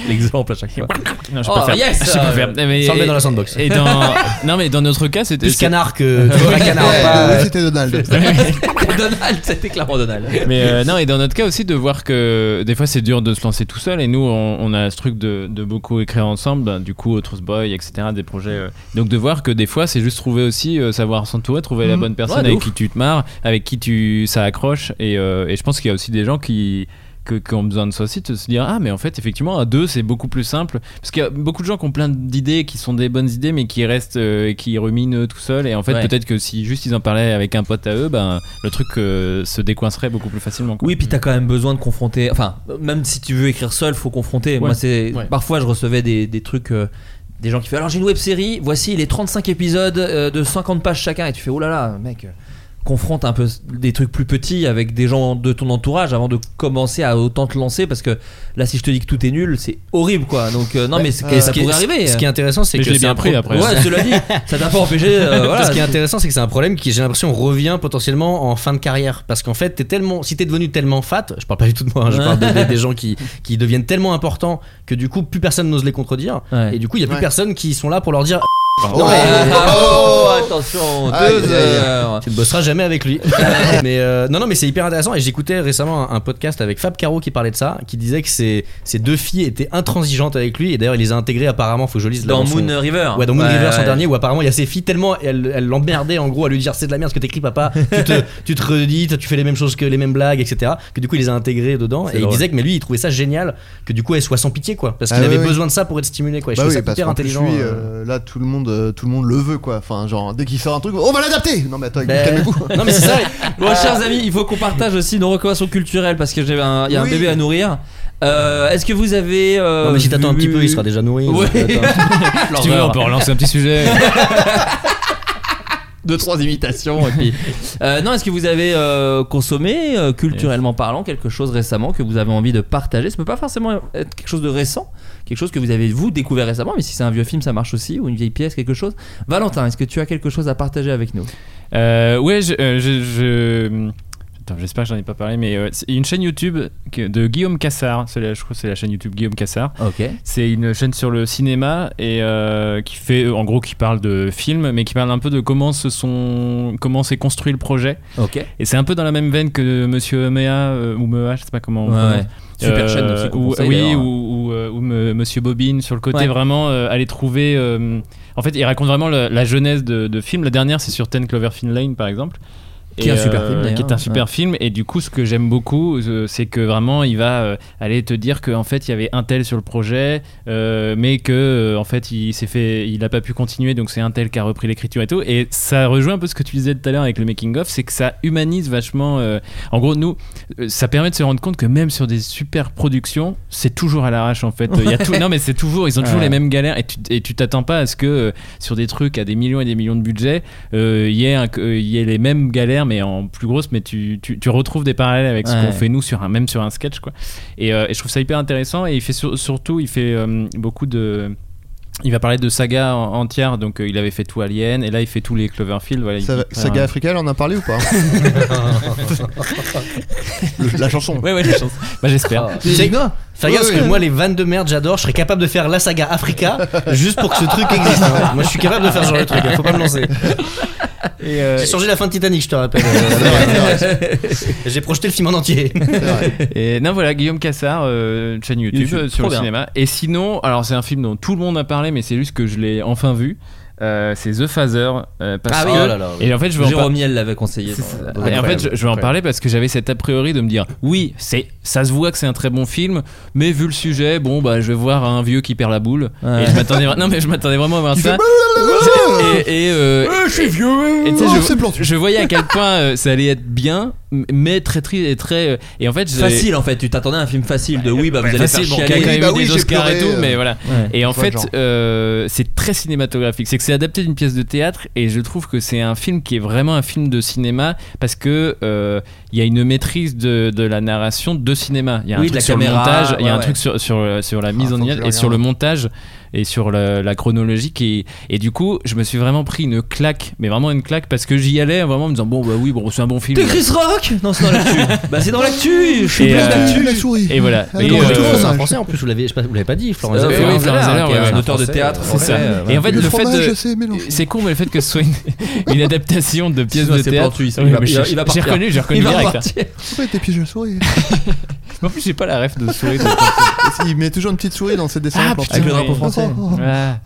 S4: l'exemple à chaque fois.
S6: Non, je
S4: Oh,
S6: peux faire.
S4: yes,
S6: Je peux
S4: euh,
S6: faire. Mais-
S10: ça le met dans la sandbox.
S6: Et dans. non, mais dans notre cas, c'était.
S10: Plus canard que. pas canard,
S5: Ouais,
S10: pas-
S5: oui, c'était Donald.
S4: Donald, c'était clairement Donald.
S6: Mais euh, non, et dans notre cas aussi, de voir que des fois c'est dur de se lancer tout seul, et nous on, on a ce truc de, de beaucoup écrire ensemble, ben, du coup, Truth Boy, etc., des projets. euh. donc de voir que des fois c'est juste trouver aussi, euh, savoir s'entourer, trouver la
S4: Mhm.
S6: bonne personne
S4: Ouais, de
S6: avec
S4: ouf.
S6: qui tu te marres, avec qui tu ça accroche, et, euh, et je pense qu'il y a aussi des gens qui. que- qui ont besoin de ça aussi, de se dire ah mais en fait effectivement à deux c'est beaucoup plus simple parce qu'il y a beaucoup de gens qui ont plein d'idées qui sont des bonnes idées mais qui restent euh, et qui ruminent euh, tout seuls et en fait
S4: Ouais.
S6: peut-être que si juste ils en parlaient avec un pote à eux ben le truc euh, se décoincerait beaucoup plus facilement quoi.
S4: Oui, puis t'as quand même besoin de confronter. Enfin, même si tu veux écrire seul, faut confronter. Moi, c'est
S10: Ouais.
S4: parfois je recevais des, des trucs. euh, des gens qui font alors j'ai une web série, voici les 35 épisodes euh, de 50 pages chacun et tu fais oh là là mec euh, confronte un peu des trucs plus petits avec des gens de ton entourage avant de commencer à autant te lancer parce que là si je te dis que tout est nul c'est horrible quoi donc euh, non mais c'est-
S10: Euh,
S4: ça
S10: ce qui est-
S4: pourrait arriver
S10: ce qui est intéressant, c'est
S4: Mais
S10: que
S4: je l'ai
S10: c'est
S4: bien
S10: un
S4: pris
S10: pro-
S4: après. Ouais, cela dit, ça t'a pas empêgé, euh, voilà.
S10: ce qui est intéressant, c'est que c'est un problème qui, j'ai l'impression, revient potentiellement en fin de carrière. Parce qu'en fait, t'es tellement, si t'es devenu tellement fat, je parle pas du tout de moi, hein, je
S4: Ouais.
S10: parle des, des- des gens qui, qui deviennent tellement importants que du coup, plus personne n'ose les contredire.
S4: Ouais.
S10: Et du coup, il y a plus
S4: Ouais.
S10: personne qui sont là pour leur dire. ah,
S4: Oh,
S5: euh,
S4: oh,
S5: bah
S4: attention, deux euh, heures.
S10: Tu ne bosseras jamais avec lui. mais euh, non, non, mais c'est hyper intéressant. Et j'écoutais récemment un, un podcast avec Fab Caro qui parlait de ça, qui disait que ses, ses deux filles étaient intransigeantes avec lui. Et d'ailleurs, il les a intégrées apparemment. Faut que je lise là,
S4: Dans
S10: son-
S4: Moon River.
S10: Ouais, dans Moon
S4: Ouais,
S10: River, son
S4: ouais.
S10: dernier, où apparemment il y a ses filles tellement elle elle l'emmerdait en gros à lui dire c'est de la merde ce que t'écris, papa. Tu te, tu te redis, tu fais les mêmes choses que les mêmes blagues, etc. Que du coup, il les a intégrées dedans.
S4: C'est
S10: Et il
S4: drôle.
S10: disait que mais lui, il trouvait ça génial que du coup, elle soit sans pitié, quoi. Parce qu'il
S5: Ah,
S10: avait
S5: oui, oui.
S10: besoin de ça pour être stimulé, quoi. Et je
S5: Bah
S10: trouve
S5: oui,
S10: ça
S5: parce
S10: hyper
S5: qu'en plus,
S10: intelligent.
S5: lui,
S10: euh,
S5: euh, là, tout le monde, euh, tout le monde le veut, quoi. Enfin, genre, dès qu'il sort un truc, on va l'adapter. Non, mais attends,
S4: Ben-
S5: calmez-vous.
S4: Non, mais c'est ça. Bon, chers amis, il faut qu'on partage aussi nos recommandations culturelles parce que j'ai un, il y a un
S10: Oui.
S4: bébé à nourrir. Euh, Est-ce que vous avez. euh,
S10: Non, mais si t'attends un
S4: vu-
S10: petit peu, il sera déjà nourri.
S4: Ouais.
S10: Donc, euh, attends.
S6: Si tu veux, on peut relancer un petit sujet.
S4: Deux, trois imitations. Et puis... Euh, non, est-ce que vous avez euh, consommé, euh, culturellement parlant, quelque chose récemment que vous avez envie de partager Ça peut pas forcément être quelque chose de récent, quelque chose que vous avez, vous, découvert récemment, mais si c'est un vieux film, ça marche aussi, ou une vieille pièce, quelque chose. Valentin, est-ce que tu as quelque chose à partager avec nous
S6: Euh, ouais, je. euh, je- je- hmm, Attends, J'espère que j'en ai pas parlé, mais euh, c'est une chaîne YouTube que- de Guillaume Cassard. C'est la- je crois que c'est la chaîne YouTube Guillaume Cassard.
S4: Ok.
S6: C'est une chaîne sur le cinéma et euh, qui fait, en gros, qui parle de films, mais qui parle un peu de comment se sont, comment s'est construit le projet.
S4: Ok.
S6: Et c'est un peu dans la même veine que Monsieur Mea euh, ou Mea, je sais pas comment. on
S4: Ouais,
S6: prononce.
S4: ouais. Super chaîne aussi qu'on
S6: Euh, ou-
S4: conseille,
S6: oui,
S4: d'ailleurs.
S6: ou, ou, euh, ou me- Monsieur Bobine sur le côté
S4: Ouais.
S6: vraiment euh, aller trouver. euh, en fait, il raconte vraiment la, la genèse de, de films. La dernière, c'est sur Ten Cloverfield Lane, par exemple.
S4: Qui est
S6: Et, euh,
S4: un super film,
S6: Qui est un
S4: d'ailleurs.
S6: super film. Et du coup, ce que j'aime beaucoup, euh, c'est que vraiment, il va euh, aller te dire qu'en fait, il y avait un tel sur le projet, euh, mais que euh, en fait, il s'est fait, il n'a pas pu continuer, donc c'est un tel qui a repris l'écriture et tout. Et ça rejoint un peu ce que tu disais tout à l'heure avec le making of, c'est que ça humanise vachement. euh, en gros, nous, euh, ça permet de se rendre compte que même sur des super productions, c'est toujours à l'arrache en fait. Il y a tout,
S4: Ouais.
S6: non mais c'est toujours, ils ont toujours
S4: Ouais.
S6: les mêmes galères et tu et tu t'attends pas à ce que euh, sur des trucs à des millions et des millions de budget, euh, il y ait un- euh, il y ait les mêmes galères mais en plus grosse, mais tu, tu, tu retrouves des parallèles avec ce
S4: Ouais.
S6: qu'on fait nous sur un même sur un sketch quoi. Et, euh, et je trouve ça hyper intéressant et il fait sur- surtout il fait euh, beaucoup de il va parler de saga en- entière, donc euh, il avait fait tout Alien, et là il fait tous les Cloverfield. Voilà, il-
S5: Ça va-
S6: il fait
S5: Saga
S6: un-
S5: Africa, elle en a parlé ou pas Le- La chanson.
S6: Ouais, ouais, la chanson. Bah, j'espère.
S10: Tu sais- Fais gaffe parce
S5: Ah, Ouais,
S10: que
S5: ouais.
S10: moi les vannes de merde j'adore, je serais capable de faire la saga Africa juste pour que ce truc existe. hein. Moi je suis capable de faire ce genre de truc, hein, faut pas me lancer.
S4: euh,
S10: J'ai changé la fin de Titanic, je te rappelle. J'ai projeté le film en entier.
S6: Et non, voilà, Guillaume Cassard, euh, chaîne YouTube,
S10: YouTube,
S6: euh, sur
S10: trop
S6: le
S10: bien.
S6: cinéma. Et sinon, alors c'est un film dont tout le monde a parlé, mais c'est juste que je l'ai enfin vu. Euh, c'est The Phaser. euh, parce
S4: Ah oui,
S6: que-
S4: oh là là, oui.
S6: Et en fait, je vais en
S4: Jérôme
S6: par-
S4: Niel l'avait conseillé
S6: C'est
S4: dans-
S6: ça.
S4: dans
S6: Et en fait,
S4: Incroyable.
S6: je, je vais en parler parce que j'avais cet a priori de me dire oui, c'est ça se voit que c'est un très bon film, mais vu le sujet, bon bah je vais voir un vieux qui perd la boule.
S4: Ouais. bah,
S6: Et je m'attendais vra- non mais je m'attendais vraiment à voir
S4: Qui
S6: ça.
S4: fait-
S6: Et, et, euh,
S4: Eh, je suis vieux.
S6: et tu sais,
S4: Oh,
S6: je-
S4: c'est
S6: je, voyais à quel point euh, ça allait être bien, m- mais très triste et très. euh, Et en fait, j'ai-
S4: Facile en fait, tu t'attendais à un film facile de oui, bah vous allez
S6: facile,
S4: faire
S6: bon,
S4: chialer.
S6: qui a quand même
S4: Bah
S6: eu
S4: oui,
S6: des
S4: j'ai
S6: Oscars
S4: pleuré,
S6: et tout,
S4: euh,
S6: mais voilà.
S4: ouais.
S6: Et en
S4: Je vois le
S6: fait,
S4: genre.
S6: euh, c'est très cinématographique. C'est que c'est adapté d'une pièce de théâtre et je trouve que c'est un film qui est vraiment un film de cinéma parce que euh, il y a une maîtrise de, de la narration de cinéma. Il y a un
S4: Oui, de
S6: truc
S4: la
S6: sur
S4: caméra,
S6: le montage, il y a
S4: ouais,
S6: un
S4: ouais. Ah,
S6: truc sur, sur, sur la mise
S4: faut
S6: en
S4: que je
S6: image
S4: le
S6: et sur le
S4: regarde.
S6: montage et sur la, la chronologie qui est- et du coup je me suis vraiment pris une claque mais vraiment une claque parce que j'y allais vraiment en me disant bon bah oui bon c'est un bon film
S4: T'es Chris Rock Non, c'est dans l'actu. bah c'est dans l'actu. Je suis
S6: Et,
S4: plein
S6: euh,
S4: d'actu.
S6: la souris. et voilà.
S5: Ah,
S6: Et,
S10: Comment
S6: euh,
S10: tu trouves, c'est un
S6: je-
S10: français en plus, vous l'avez je sais pas, vous l'avez pas dit, Florence
S6: Euh,
S10: Zeller.
S6: oui, Florence Zeller,
S10: qui est
S6: ouais, ouais.
S10: un
S4: auteur de
S10: français,
S4: théâtre,
S10: euh,
S6: C'est ça.
S4: Ouais,
S6: Et en fait,
S4: le
S6: le, fait
S4: fromage,
S6: de. Euh,
S4: je sais, mélange.
S6: C'est con, mais le fait que ce soit une, une adaptation de pièces
S4: Sinon,
S6: de
S4: c'est
S6: théâtre.
S4: Portuis, ça,
S6: Oui,
S4: il va-
S6: mais
S4: il
S6: j'ai-
S4: va- il va
S6: J'ai
S4: partir.
S6: reconnu, j'ai reconnu
S4: Il va
S6: direct.
S4: partir.
S5: Pourquoi tes pieds de souris
S6: En plus, j'ai pas la ref de souris. de-
S5: Il met toujours une petite souris dans ses dessins.
S6: Ah,
S5: pour-
S6: putain, oui.
S4: Oh.
S6: Ah.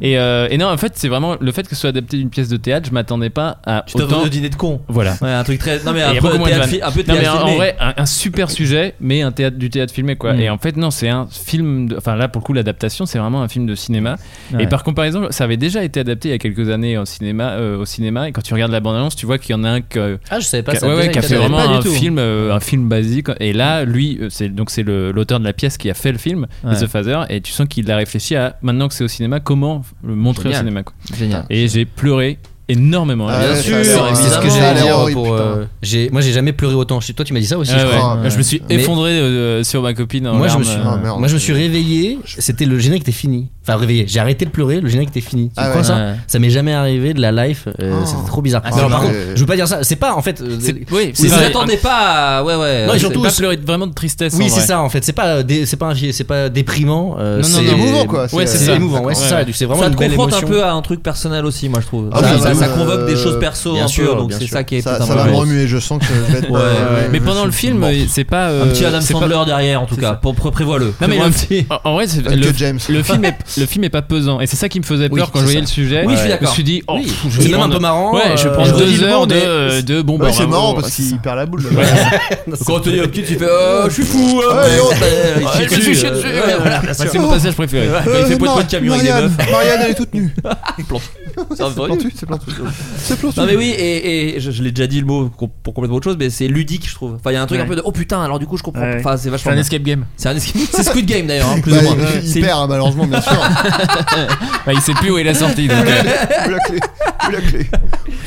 S6: Et, euh, et non, en fait, c'est vraiment le fait que ce soit adapté d'une pièce de théâtre, je m'attendais pas à.
S4: Tu t'attendais au dîner de con.
S6: Voilà.
S4: Ouais, un truc très. Non, mais
S6: Et
S4: un
S6: il y a
S4: peu
S6: beaucoup moins de
S4: théâtre
S6: vannes.
S4: fi- un peu
S6: Non, mais
S4: théâtre
S6: en- en
S4: filmé.
S6: vrai, un, un super sujet, mais un théâtre, du théâtre filmé
S4: Mm.
S6: quoi. Et en fait, non, c'est un film. de- Enfin, là pour le coup, l'adaptation, c'est vraiment un film de cinéma.
S4: Ouais.
S6: Et par comparaison, ça avait déjà été adapté il y a quelques années au cinéma. euh, au cinéma, et quand tu regardes la bande-annonce, tu vois qu'il y en a un que.
S10: Ah, je savais pas,
S6: qui a-
S10: ça a
S6: ouais,
S10: déjà
S6: ouais, qui a
S10: été
S6: fait
S10: adapté.
S6: vraiment
S10: Pas du
S6: un
S10: tout.
S6: film, euh, un film basique. Et là, lui, euh, c'est donc c'est le- l'auteur de la pièce qui a fait le film,
S4: Ouais.
S6: The Father, et tu sens qu'il a réfléchi à maintenant que c'est au cinéma, comment le montrer
S4: Génial.
S6: au cinéma. quoi.
S4: Génial.
S6: Et j'ai pleuré. Euh,
S9: énormément.
S10: Ah ouais, ça a l'air- c'est ce que j'allais dire
S4: oh,
S10: pour, euh, j'ai- moi j'ai jamais pleuré autant. Toi tu m'as dit ça aussi.
S9: Ah
S10: je,
S9: ouais.
S10: crois.
S9: Je me suis
S10: Mais-
S9: effondré euh, sur ma copine. en
S10: moi, je me
S9: larmes,
S10: suis,
S6: Ah,
S9: euh,
S10: moi je me suis réveillé, c'était le générique était fini. Enfin réveillé, j'ai arrêté de pleurer, le générique était fini. Tu
S9: Ah
S10: crois
S9: ouais.
S10: ça
S9: Ouais.
S10: Ça m'est jamais arrivé de la life, euh,
S9: Oh.
S10: c'était trop bizarre.
S9: Ah,
S10: Non,
S9: c'est
S10: par
S9: vrai.
S10: contre, je veux pas dire ça, c'est pas en fait. euh,
S9: C'est- oui,
S10: vous
S9: c'est vrai.
S10: attendez
S4: pas, à- ouais ouais.
S10: Non, et
S9: c'est
S10: surtout
S9: pas
S10: ce-
S9: pleurer de- vraiment de tristesse.
S10: oui,
S9: en
S10: c'est
S9: vrai.
S10: ça en fait. C'est pas, euh, dé- c'est pas, un gé- c'est pas déprimant. euh,
S9: Non, non,
S10: c'est
S9: non. Émouvant, quoi.
S10: Ouais,
S9: C'est-
S10: c'est
S9: c'est-
S10: émouvant. Ouais,
S9: ouais.
S10: c'est ça. donc C'est vraiment
S4: ça
S10: une
S4: te
S10: belle
S4: confronte
S10: émotion.
S4: un peu à un truc personnel aussi, moi je trouve.
S10: Ah
S4: ça,
S10: oui,
S4: ça-
S10: bah,
S4: ça
S10: euh,
S4: convoque des choses perso
S10: bien
S4: un
S10: sûr,
S4: peu, donc
S10: bien
S4: c'est
S10: sûr.
S4: ça qui est
S10: Ça-
S4: peut-être
S10: ça
S4: un
S10: va
S4: peu
S10: me
S4: malaise.
S5: remuer, je sens que je vais être,
S4: Ouais,
S5: euh,
S4: ouais,
S9: Mais
S4: je
S9: pendant
S4: suis
S9: le film,
S6: euh,
S4: mort.
S9: c'est pas.
S4: Un petit Adam
S9: c'est pas-
S4: Sandler derrière en tout
S9: c'est
S4: cas,
S9: ça.
S4: pour pré- prévois-le.
S9: Non, mais
S4: Prévois
S9: le-
S4: un petit-
S9: en- en vrai, c'est-
S4: Uncut
S9: le,
S4: James.
S9: le film est le film est pas pesant et c'est ça qui me faisait
S4: Oui,
S9: peur quand
S4: c'est
S9: je voyais
S4: ça.
S9: le sujet.
S4: Oui, je suis
S9: Ouais.
S4: d'accord.
S9: me suis dit, oh,
S4: Oui.
S9: je vais
S4: C'est même
S9: prendre-
S4: un peu marrant,
S9: Ouais, je
S4: euh,
S9: prends
S4: je redis
S9: deux
S4: le
S9: heures
S4: mot,
S9: de,
S4: mais-
S9: euh, de bon.
S4: Ouais,
S9: bah,
S4: c'est
S9: bravo,
S4: marrant parce
S9: c'est
S4: qu'il
S9: ça.
S5: perd la boule.
S9: Ouais.
S4: Quand tu dis au petit, tu fais
S10: oh,
S4: Euh, je suis fou, euh,
S5: Ouais,
S4: ouais,
S5: on-
S4: euh, il chie
S9: Ouais, je
S4: dessus,
S9: suis chié
S4: euh,
S9: dessus,
S4: ouais,
S9: ouais,
S4: voilà,
S9: ouais,
S4: bien
S9: c'est
S4: sûr.
S9: mon passage préféré.
S4: Oh. Ouais,
S9: Il fait poitre de camion avec des
S5: Euh, Marianne,
S9: meufs.
S5: Marianne, elle est toute nue.
S4: Il plante. Ça
S5: C'est
S4: va
S5: plantu, c'est plantu. C'est plantu.
S4: Non mais oui et, et je, je l'ai déjà dit le mot com- pour complètement autre chose mais c'est ludique je trouve. Enfin il y a un truc
S9: Ouais.
S4: un peu de oh putain alors du coup je comprends.
S9: Ouais.
S4: Enfin c'est vachement.
S9: C'est un
S4: bien.
S9: escape game.
S4: C'est un escape. C'est Squid Game d'ailleurs hein, plus
S5: Bah,
S4: ou moins.
S5: il- il perd, malheureusement, bien sûr.
S9: Bah, il sait plus où est la sortie. donc,
S5: Où
S9: euh,
S5: est la clé Où est la clé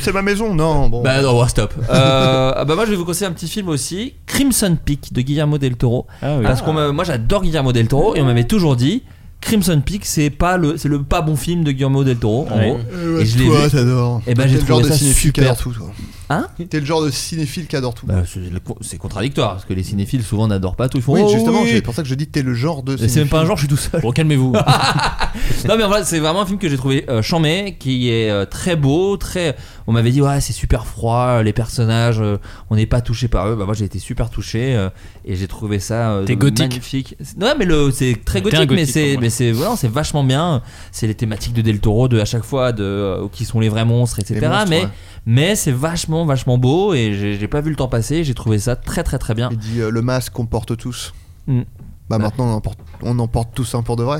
S5: C'est ma maison, non bon.
S4: Bah non, ouais, stop. Euh, ah bah moi je vais vous conseiller un petit film aussi, Crimson Peak de Guillermo del Toro.
S9: oui.
S4: Parce qu'on m'a- moi j'adore Guillermo del Toro et on m'avait toujours dit Crimson Peak c'est pas le c'est le pas bon film de Guillermo del Toro en
S9: Ouais.
S4: gros.
S5: Euh,
S4: et je l'ai
S5: toi,
S4: vu.
S5: t'adores.
S4: Et bah j'ai
S5: T'es le genre
S4: trouvé
S5: de
S4: ça
S5: cinéphile qui
S4: super.
S5: adore tout, toi.
S4: Hein
S5: T'es le genre de cinéphile qui adore tout.
S4: Bah, c'est le co- c'est contradictoire parce que les cinéphiles souvent n'adorent pas tout. Ils font
S5: oui,
S4: oh,
S5: justement,
S4: oui.
S5: c'est pour ça que je dis t'es le genre de.
S4: Mais C'est même pas un genre, je suis tout seul.
S9: Bon, calmez-vous.
S4: Ah, non mais en vrai c'est vraiment un film que j'ai trouvé euh, chambé qui est euh, très beau très on m'avait dit ouais c'est super froid euh, les personnages euh, on n'est pas touché par eux bah moi j'ai été super touché euh, et j'ai trouvé ça euh,
S9: T'es gothique.
S4: magnifique non mais le c'est très
S9: T'es un
S4: gothique, mais
S9: gothique, pour
S4: c'est
S9: moi.
S4: mais c'est voilà, c'est vachement bien c'est les thématiques de Del Toro de à chaque fois de euh, qui sont les vrais monstres etc
S5: Les monstres,
S4: mais
S5: ouais.
S4: mais c'est vachement vachement beau et j'ai j'ai pas vu le temps passer j'ai trouvé ça très très très bien
S5: Il dit euh, le masque qu'on porte tous.
S4: Mm.
S5: Bah maintenant on en porte, on en porte tous un pour de vrai.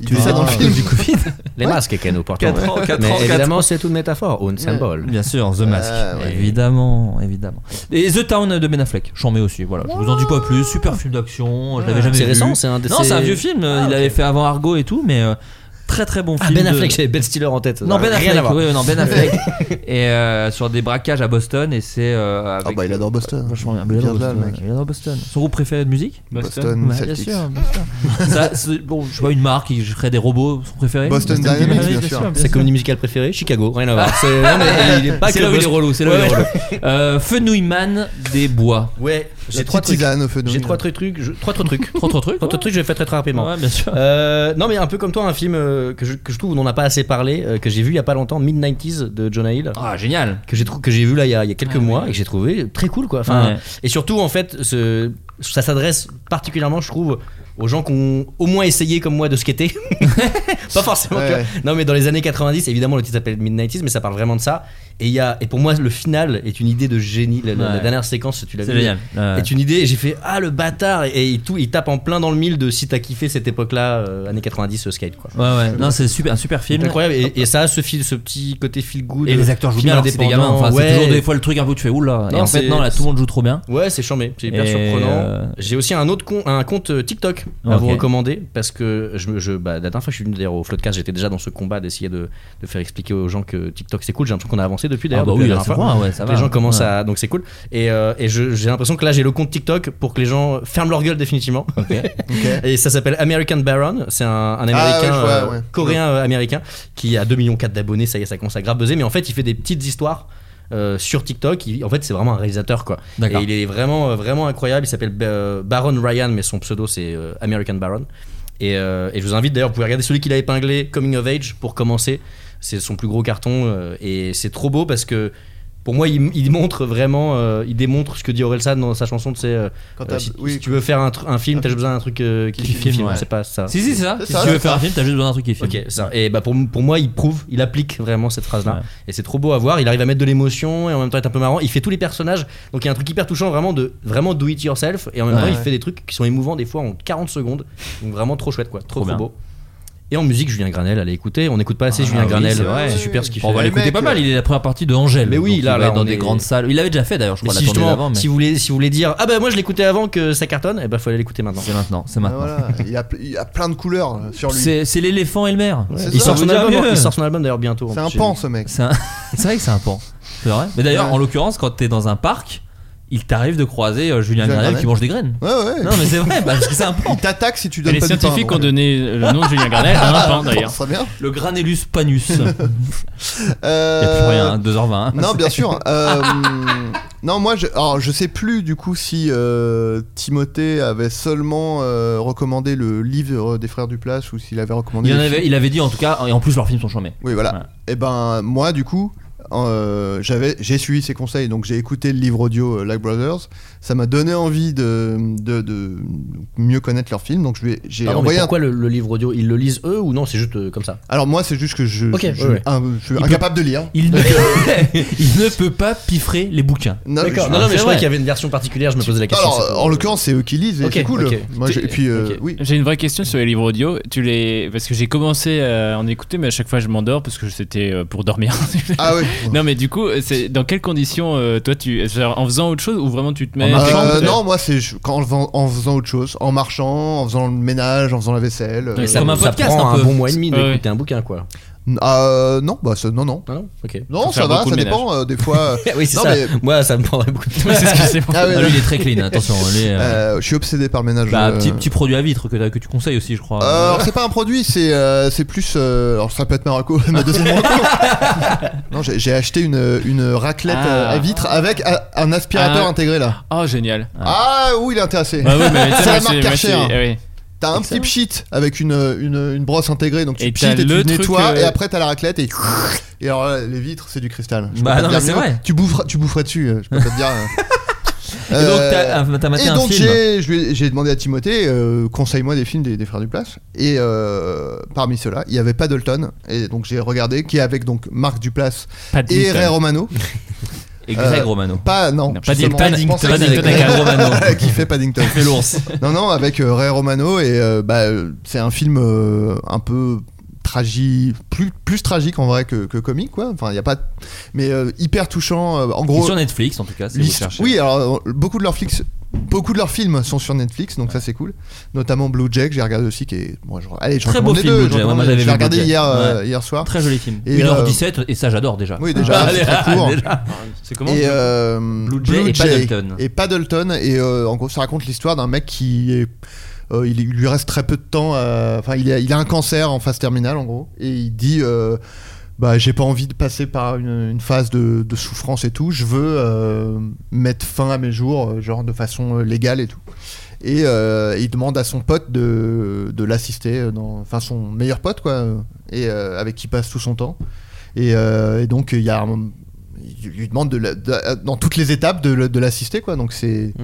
S5: Il
S10: Tu
S5: dit ça
S10: vois,
S5: dans le
S10: à
S5: film
S4: euh,
S10: cause du Covid. Les
S5: Ouais.
S10: masques qu'elle nous porte.
S4: Quatre ans, quatre ans,
S10: Mais
S4: quatre
S10: évidemment, c'est une métaphore, un symbole.
S4: Bien sûr, The Mask.
S10: ouais.
S4: Évidemment, évidemment. Et The Town de Ben Affleck, j'en mets aussi. Voilà, je vous en dis pas plus. Super film d'action, je l'avais jamais
S10: C'est
S4: vu.
S10: récent, c'est un des-
S4: Non,
S10: c'est-
S4: c'est un vieux film. il avait fait avant Argo et tout, mais euh, très très bon
S10: Ah,
S4: film.
S10: Ben
S4: de-
S10: Affleck, j'avais Ben Stiller en tête.
S4: Non, Ben
S10: Rien à
S4: Affleck,
S10: voir.
S4: oui, oui, non, Ben Affleck. et euh, sur des braquages à Boston, et c'est. euh, avec-
S5: Ah bah il adore Boston.
S4: Vachement bien.
S5: Il
S4: Il
S5: vient
S4: adore
S5: de là, le
S4: Boston.
S5: mec.
S4: Il adore Boston. Son groupe préféré de musique
S5: Boston,
S4: Ouais, Bien
S5: Celtics.
S4: sûr, bien sûr. Ça, c'est- bon, je vois une marque qui crée des robots, son préféré
S5: Boston Dynamics, bien sûr.
S10: Sa comédie musicale préférée, Chicago, rien à voir. C'est non, mais il est pas
S4: C'est
S10: que
S4: là où il est
S10: Boston.
S4: relou, c'est là où il est
S10: Ouais.
S4: relou. Euh, Fenouillman des bois.
S10: Ah, Ouais, j'ai
S5: petite
S10: trois trucs.
S5: tisane au feu de
S10: J'ai
S5: Noël.
S10: trois trucs, trucs, je- trois trois trucs.
S4: Trop trop truc.
S10: Trois trois trucs, je vais faire très très rapidement.
S4: Ouais, bien sûr.
S10: Euh, non mais un peu comme toi un film euh, que, je, que je trouve dont on n'a pas assez parlé euh, que j'ai vu il y a pas longtemps Mid 90s de Jonah Hill
S4: Ah, génial.
S10: que j'ai trou- que j'ai vu là il y a, il y a quelques mois et que j'ai trouvé très cool quoi enfin
S4: Ouais.
S10: et surtout en fait ce- ça s'adresse particulièrement je trouve aux gens qui ont au moins essayé comme moi de skater pas forcément
S5: Ouais,
S10: tu vois.
S5: ouais.
S10: non mais dans les années 90 évidemment le titre s'appelle Mid 90s mais ça parle vraiment de ça et il y a et pour moi le final est une idée de génie la, la- la
S4: Ouais.
S10: dernière séquence tu l'as
S4: C'est
S10: vu,
S4: génial. Ouais.
S10: est une idée et j'ai fait ah le bâtard et, et il tout il tape en plein dans le mille de si t'as kiffé cette époque là années 90 euh, skate quoi
S4: Ouais, ouais. Non, c'est super, un super
S10: c'est
S4: film.
S10: incroyable et, et ça ce fil ce petit côté feel good
S4: Et les acteurs jouent bien, alors que c'est des gamins. Enfin, c'est toujours des fois le truc un peu où tu fais oula. Et
S10: Non,
S4: en fait,
S10: c'est-
S4: non, là, tout le monde joue trop bien.
S10: Ouais, c'est chambé, c'est hyper
S4: Et,
S10: surprenant.
S4: euh,
S10: J'ai aussi un autre con- un compte euh, TikTok à
S4: Ok.
S10: vous recommander parce que je, me- je- bah, la dernière fois que je suis venu d'ailleurs au Floodcast, j'étais déjà dans ce combat d'essayer de, de faire expliquer aux gens que TikTok c'est cool. J'ai l'impression qu'on a avancé depuis d'ailleurs.
S4: Ah bah
S10: depuis
S4: oui,
S10: la
S4: là,
S10: dernière
S4: c'est
S10: fois.
S4: bon, ouais, ça
S10: les
S4: va.
S10: gens commencent
S4: Ouais.
S10: à donc c'est cool. Et, euh, et je- j'ai l'impression que là j'ai le compte TikTok pour que les gens ferment leur gueule définitivement. et ça s'appelle American Baron. C'est un, un américain
S5: Ah ouais, je vois,
S10: euh,
S5: ouais.
S10: coréen euh, américain qui a 2 millions 4 d'abonnés. Ça y est, ça commence à grave buzzer. Mais en fait, il fait des petites histoires. euh, sur TikTok, Il- en fait, c'est vraiment un réalisateur quoi.
S4: D'accord.
S10: Et il est vraiment, euh, vraiment incroyable. Il s'appelle Ba- euh, Baron Ryan, mais son pseudo c'est euh, American Baron. Et, euh, et je vous invite d'ailleurs, vous pouvez regarder celui qu'il a épinglé, Coming of Age, pour commencer. C'est son plus gros carton euh, et c'est trop beau parce que pour moi, il, il montre vraiment, euh, il démontre ce que dit Orelsan dans sa chanson. Tu sais, euh,
S5: Quand
S10: euh,
S5: t'as-
S10: si,
S5: oui.
S10: si tu veux faire un, tr- un film, t'as juste besoin d'un truc euh, qui,
S4: Qui
S10: filme.
S4: filme, ouais.
S10: C'est pas ça.
S4: Si, si, c'est ça.
S5: C'est
S4: Si
S5: ça,
S4: tu veux
S5: c'est
S4: faire un
S5: ça.
S4: film, t'as juste besoin d'un truc qui filme.
S10: Ok, ça. Et bah pour, pour moi, il prouve, il applique vraiment cette phrase-là.
S4: Ouais.
S10: Et c'est trop beau à voir. Il arrive à mettre de l'émotion et en même temps, il est un peu marrant. Il fait tous les personnages. Donc il y a un truc hyper touchant, vraiment de vraiment do it yourself. Et en même
S4: Ouais.
S10: temps, il
S5: Ouais.
S10: fait des trucs qui sont émouvants des fois en 40 secondes. Donc vraiment trop chouette, quoi. Trop,
S4: Trop
S10: trop,
S4: bien.
S10: beau. Et en musique, Julien Granel, allez écouter. On n'écoute pas assez
S6: Ah
S10: Julien
S6: oui,
S10: Granel.
S6: c'est vrai.
S10: super ce qu'il fait. eh,
S6: On va l'écouter pas mal, il est la première partie de Angèle.
S10: Mais oui,
S6: donc il
S10: là,
S6: va
S10: là,
S6: être dans
S10: on
S6: des
S10: est-
S6: grandes salles. Il l'avait déjà fait d'ailleurs, je
S10: Mais
S6: crois,
S10: si
S6: la tournée
S10: justement,
S6: d'avant. mais-
S10: si vous voulez, si vous voulez dire, ah bah moi je l'écoutais avant que ça cartonne, et bah faut aller l'écouter maintenant. C'est
S6: maintenant, c'est maintenant.
S5: Ah, Voilà, il, y a, il y a plein de couleurs euh, sur lui.
S6: C'est c'est l'éléphant et le maire.
S5: Ouais.
S10: Il sort
S6: vous
S10: son
S6: dire
S10: album-
S6: mieux.
S10: il sort son album d'ailleurs bientôt. en
S5: C'est un
S10: plus,
S5: pan
S10: j'ai
S5: ce mec.
S6: C'est un- c'est vrai que c'est un pan. C'est vrai. Mais d'ailleurs,
S5: Ouais.
S6: en l'occurrence, quand t'es dans un parc, il t'arrive de croiser euh, Julien
S5: Julien
S6: Granel
S5: Granel.
S6: qui mange des graines.
S5: Ouais, ouais.
S6: Non, mais c'est vrai, bah, parce que c'est un pan.
S5: Il t'attaque si tu
S4: Et
S5: donnes
S4: les
S5: pas du pain,
S4: scientifiques
S5: donc.
S4: ont donné le nom de Julien Garnet à un pan
S5: Bon,
S4: d'ailleurs.
S5: ça bien.
S6: Le Granellus panus. Il
S5: Euh,
S6: n'y a plus rien, hein, 2h20. hein.
S5: Non, bien sûr. Euh, non, moi, je, alors, je sais plus du coup si euh, Timothée avait seulement euh, recommandé le livre des Frères Duplace ou s'il avait recommandé.
S6: Il, en
S5: les
S6: avait,
S5: films.
S6: il avait dit en tout cas, et en plus leurs films sont chambés.
S5: Oui, voilà. Et ben, moi, du coup, euh, j'avais, j'ai suivi ses conseils, donc j'ai écouté le livre audio euh, Like Brothers. Ça m'a donné envie de, de, de mieux connaître leurs films, donc je vais, j'ai
S10: Pardon, mais
S5: envoyé un.
S10: pourquoi le, le livre audio Ils le lisent eux ou non C'est juste euh, comme ça.
S5: Alors moi, c'est juste que je,
S10: Ok,
S5: je,
S10: ouais, ouais.
S5: un- je suis
S6: Il peut-
S5: incapable de lire.
S6: Il ne, il ne peut pas piffrer les bouquins.
S5: Non,
S10: D'accord.
S5: je-
S10: Non, non, mais
S6: c'est
S10: je
S6: vrai.
S10: croyais qu'il y avait une version particulière. Je me posais la question.
S5: Alors,
S10: c'est-
S5: en l'occurrence, c'est eux qui lisent et
S10: Ok,
S5: c'est cool.
S10: ok.
S5: Moi, je- et puis, euh,
S10: Ok.
S5: oui.
S4: J'ai une vraie question sur les livres audio. Tu les parce que j'ai commencé à en écouter, mais à chaque fois je m'endors parce que c'était euh, pour dormir.
S5: Ah oui.
S4: non, mais du coup, c'est dans quelles conditions euh, toi tu genre, en faisant autre chose ou vraiment tu te mets
S6: En
S4: t'es-
S6: marchant,
S5: Euh,
S4: t'es-
S5: non, moi, c'est je- quand en, en faisant autre chose, en marchant, en faisant le ménage, en faisant la vaisselle. euh,
S10: Mais ça,
S6: Comme un
S10: ça
S6: podcast,
S10: prend
S6: un
S10: un,
S6: peu.
S10: bon mois et demi
S4: Ouais,
S10: d'écouter un bouquin quoi.
S5: euh, non, bah, c'est- non, non.
S10: Ah non Ok.
S5: Non,
S4: Faut
S5: ça
S4: faire
S5: va,
S4: beaucoup
S5: ça
S4: de
S5: dépend. euh, des fois, euh,
S10: oui, c'est
S5: Non,
S10: ça.
S5: mais-
S10: Moi, ça me prendrait beaucoup de temps.
S4: Oui, c'est ce que c'est pour-
S5: ah oui,
S6: Ah,
S5: non.
S6: lui, il est très clean, attention. lui, euh,
S5: Euh, je suis obsédé par le ménage.
S6: bah,
S5: euh.
S6: petit, petit produit à vitre que, t'as- que tu conseilles aussi, je crois.
S5: Euh, alors, c'est pas un produit, c'est euh, c'est plus. euh, alors ça peut être Marocco, ma deuxième Marocco. non, j'ai j'ai acheté une, une raclette
S4: Ah.
S5: euh, à vitre avec euh, un aspirateur
S4: Ah.
S5: intégré là.
S4: Oh génial.
S5: Ah, oui, il est intéressé.
S4: Bah oui, mais
S5: C'est
S4: tu sais,
S5: la
S4: moi,
S5: marque
S4: moi,
S5: Karcher.
S4: ah oui.
S5: T'as un petit pchit avec une, une, une brosse intégrée, donc tu
S4: Et
S5: pchites
S4: t'as
S5: et tu
S4: le truc,
S5: nettoies,
S4: euh,
S5: et après t'as la raclette et. Et alors là, les vitres, c'est du cristal. Je peux
S6: Bah
S5: pas te
S6: non,
S5: dire
S6: mais c'est
S5: mieux.
S6: vrai.
S5: Tu boufferas, tu boufferais dessus, euh, je peux pas te dire. euh.
S6: Et donc, t'as
S5: Euh,
S6: un- t'as maté
S5: et
S6: un
S5: donc,
S6: film.
S5: j'ai- je lui ai- j'ai demandé à Timothée, euh, conseille-moi des films des, des Frères du Place. Et euh, parmi ceux-là, il y avait Paddleton. Et donc j'ai regardé, qui est avec donc Marc Duplace
S4: Pas de
S5: et
S4: Newton.
S5: Ray Romano.
S6: Et Greg
S5: euh,
S6: Romano.
S5: Pas, non,
S4: Non, pas
S5: justement,
S4: des-
S5: je pensais que
S6: Paddington
S5: c'était-
S6: avec Ray Romano.
S5: qui fait Paddington.
S6: Fais l'ours.
S5: Non, non, avec euh, Ray Romano et euh, bah, euh, c'est un film euh, un peu tragique, plus, plus tragique en vrai que, que comique, quoi. Enfin, il y a pas, mais euh, hyper touchant. euh, en
S6: Il est
S5: gros,
S6: sur Netflix en tout cas, si vous
S5: l'histoire-
S6: cherchez.
S5: oui, alors euh, beaucoup de leurs flics- Beaucoup de leurs films sont sur Netflix, donc ça c'est cool. Notamment Blue Jack, j'ai regardé aussi, qui est. Bon, je... Allez, je
S6: Très beau
S5: recommande les
S6: film,
S5: deux. je
S6: Blue Jack. Ouais,
S5: recommande
S6: moi,
S5: les-
S6: j'avais
S5: je
S6: vu
S5: l'ai regardé
S6: Blue Jack.
S5: hier, euh,
S6: Ouais.
S5: hier soir.
S6: Très joli film.
S5: Et, euh,
S6: 1h17 et ça j'adore déjà.
S5: Oui, déjà,
S6: Ah,
S5: c'est
S6: déjà,
S5: très court.
S6: déjà.
S10: C'est comment
S5: et euh,
S6: Blue Jay et Paddleton.
S5: Et Paddleton. Et euh, en gros, ça raconte l'histoire d'un mec qui est. euh, il il lui reste très peu de temps. euh, Enfin, il, a, il a un cancer en phase terminale, en gros. Et il dit euh, Bah, j'ai pas envie de passer par une, une phase de, de souffrance et tout. Je veux euh, mettre fin à mes jours, euh, genre de façon euh, légale et tout. Et euh, il demande à son pote de, de l'assister, euh, dans- enfin son meilleur pote, quoi, et euh, avec qui il passe tout son temps. Et, euh, et donc, il y a un- il lui demande de la- de- dans toutes les étapes de, le- de l'assister quoi donc c'est
S10: Mm.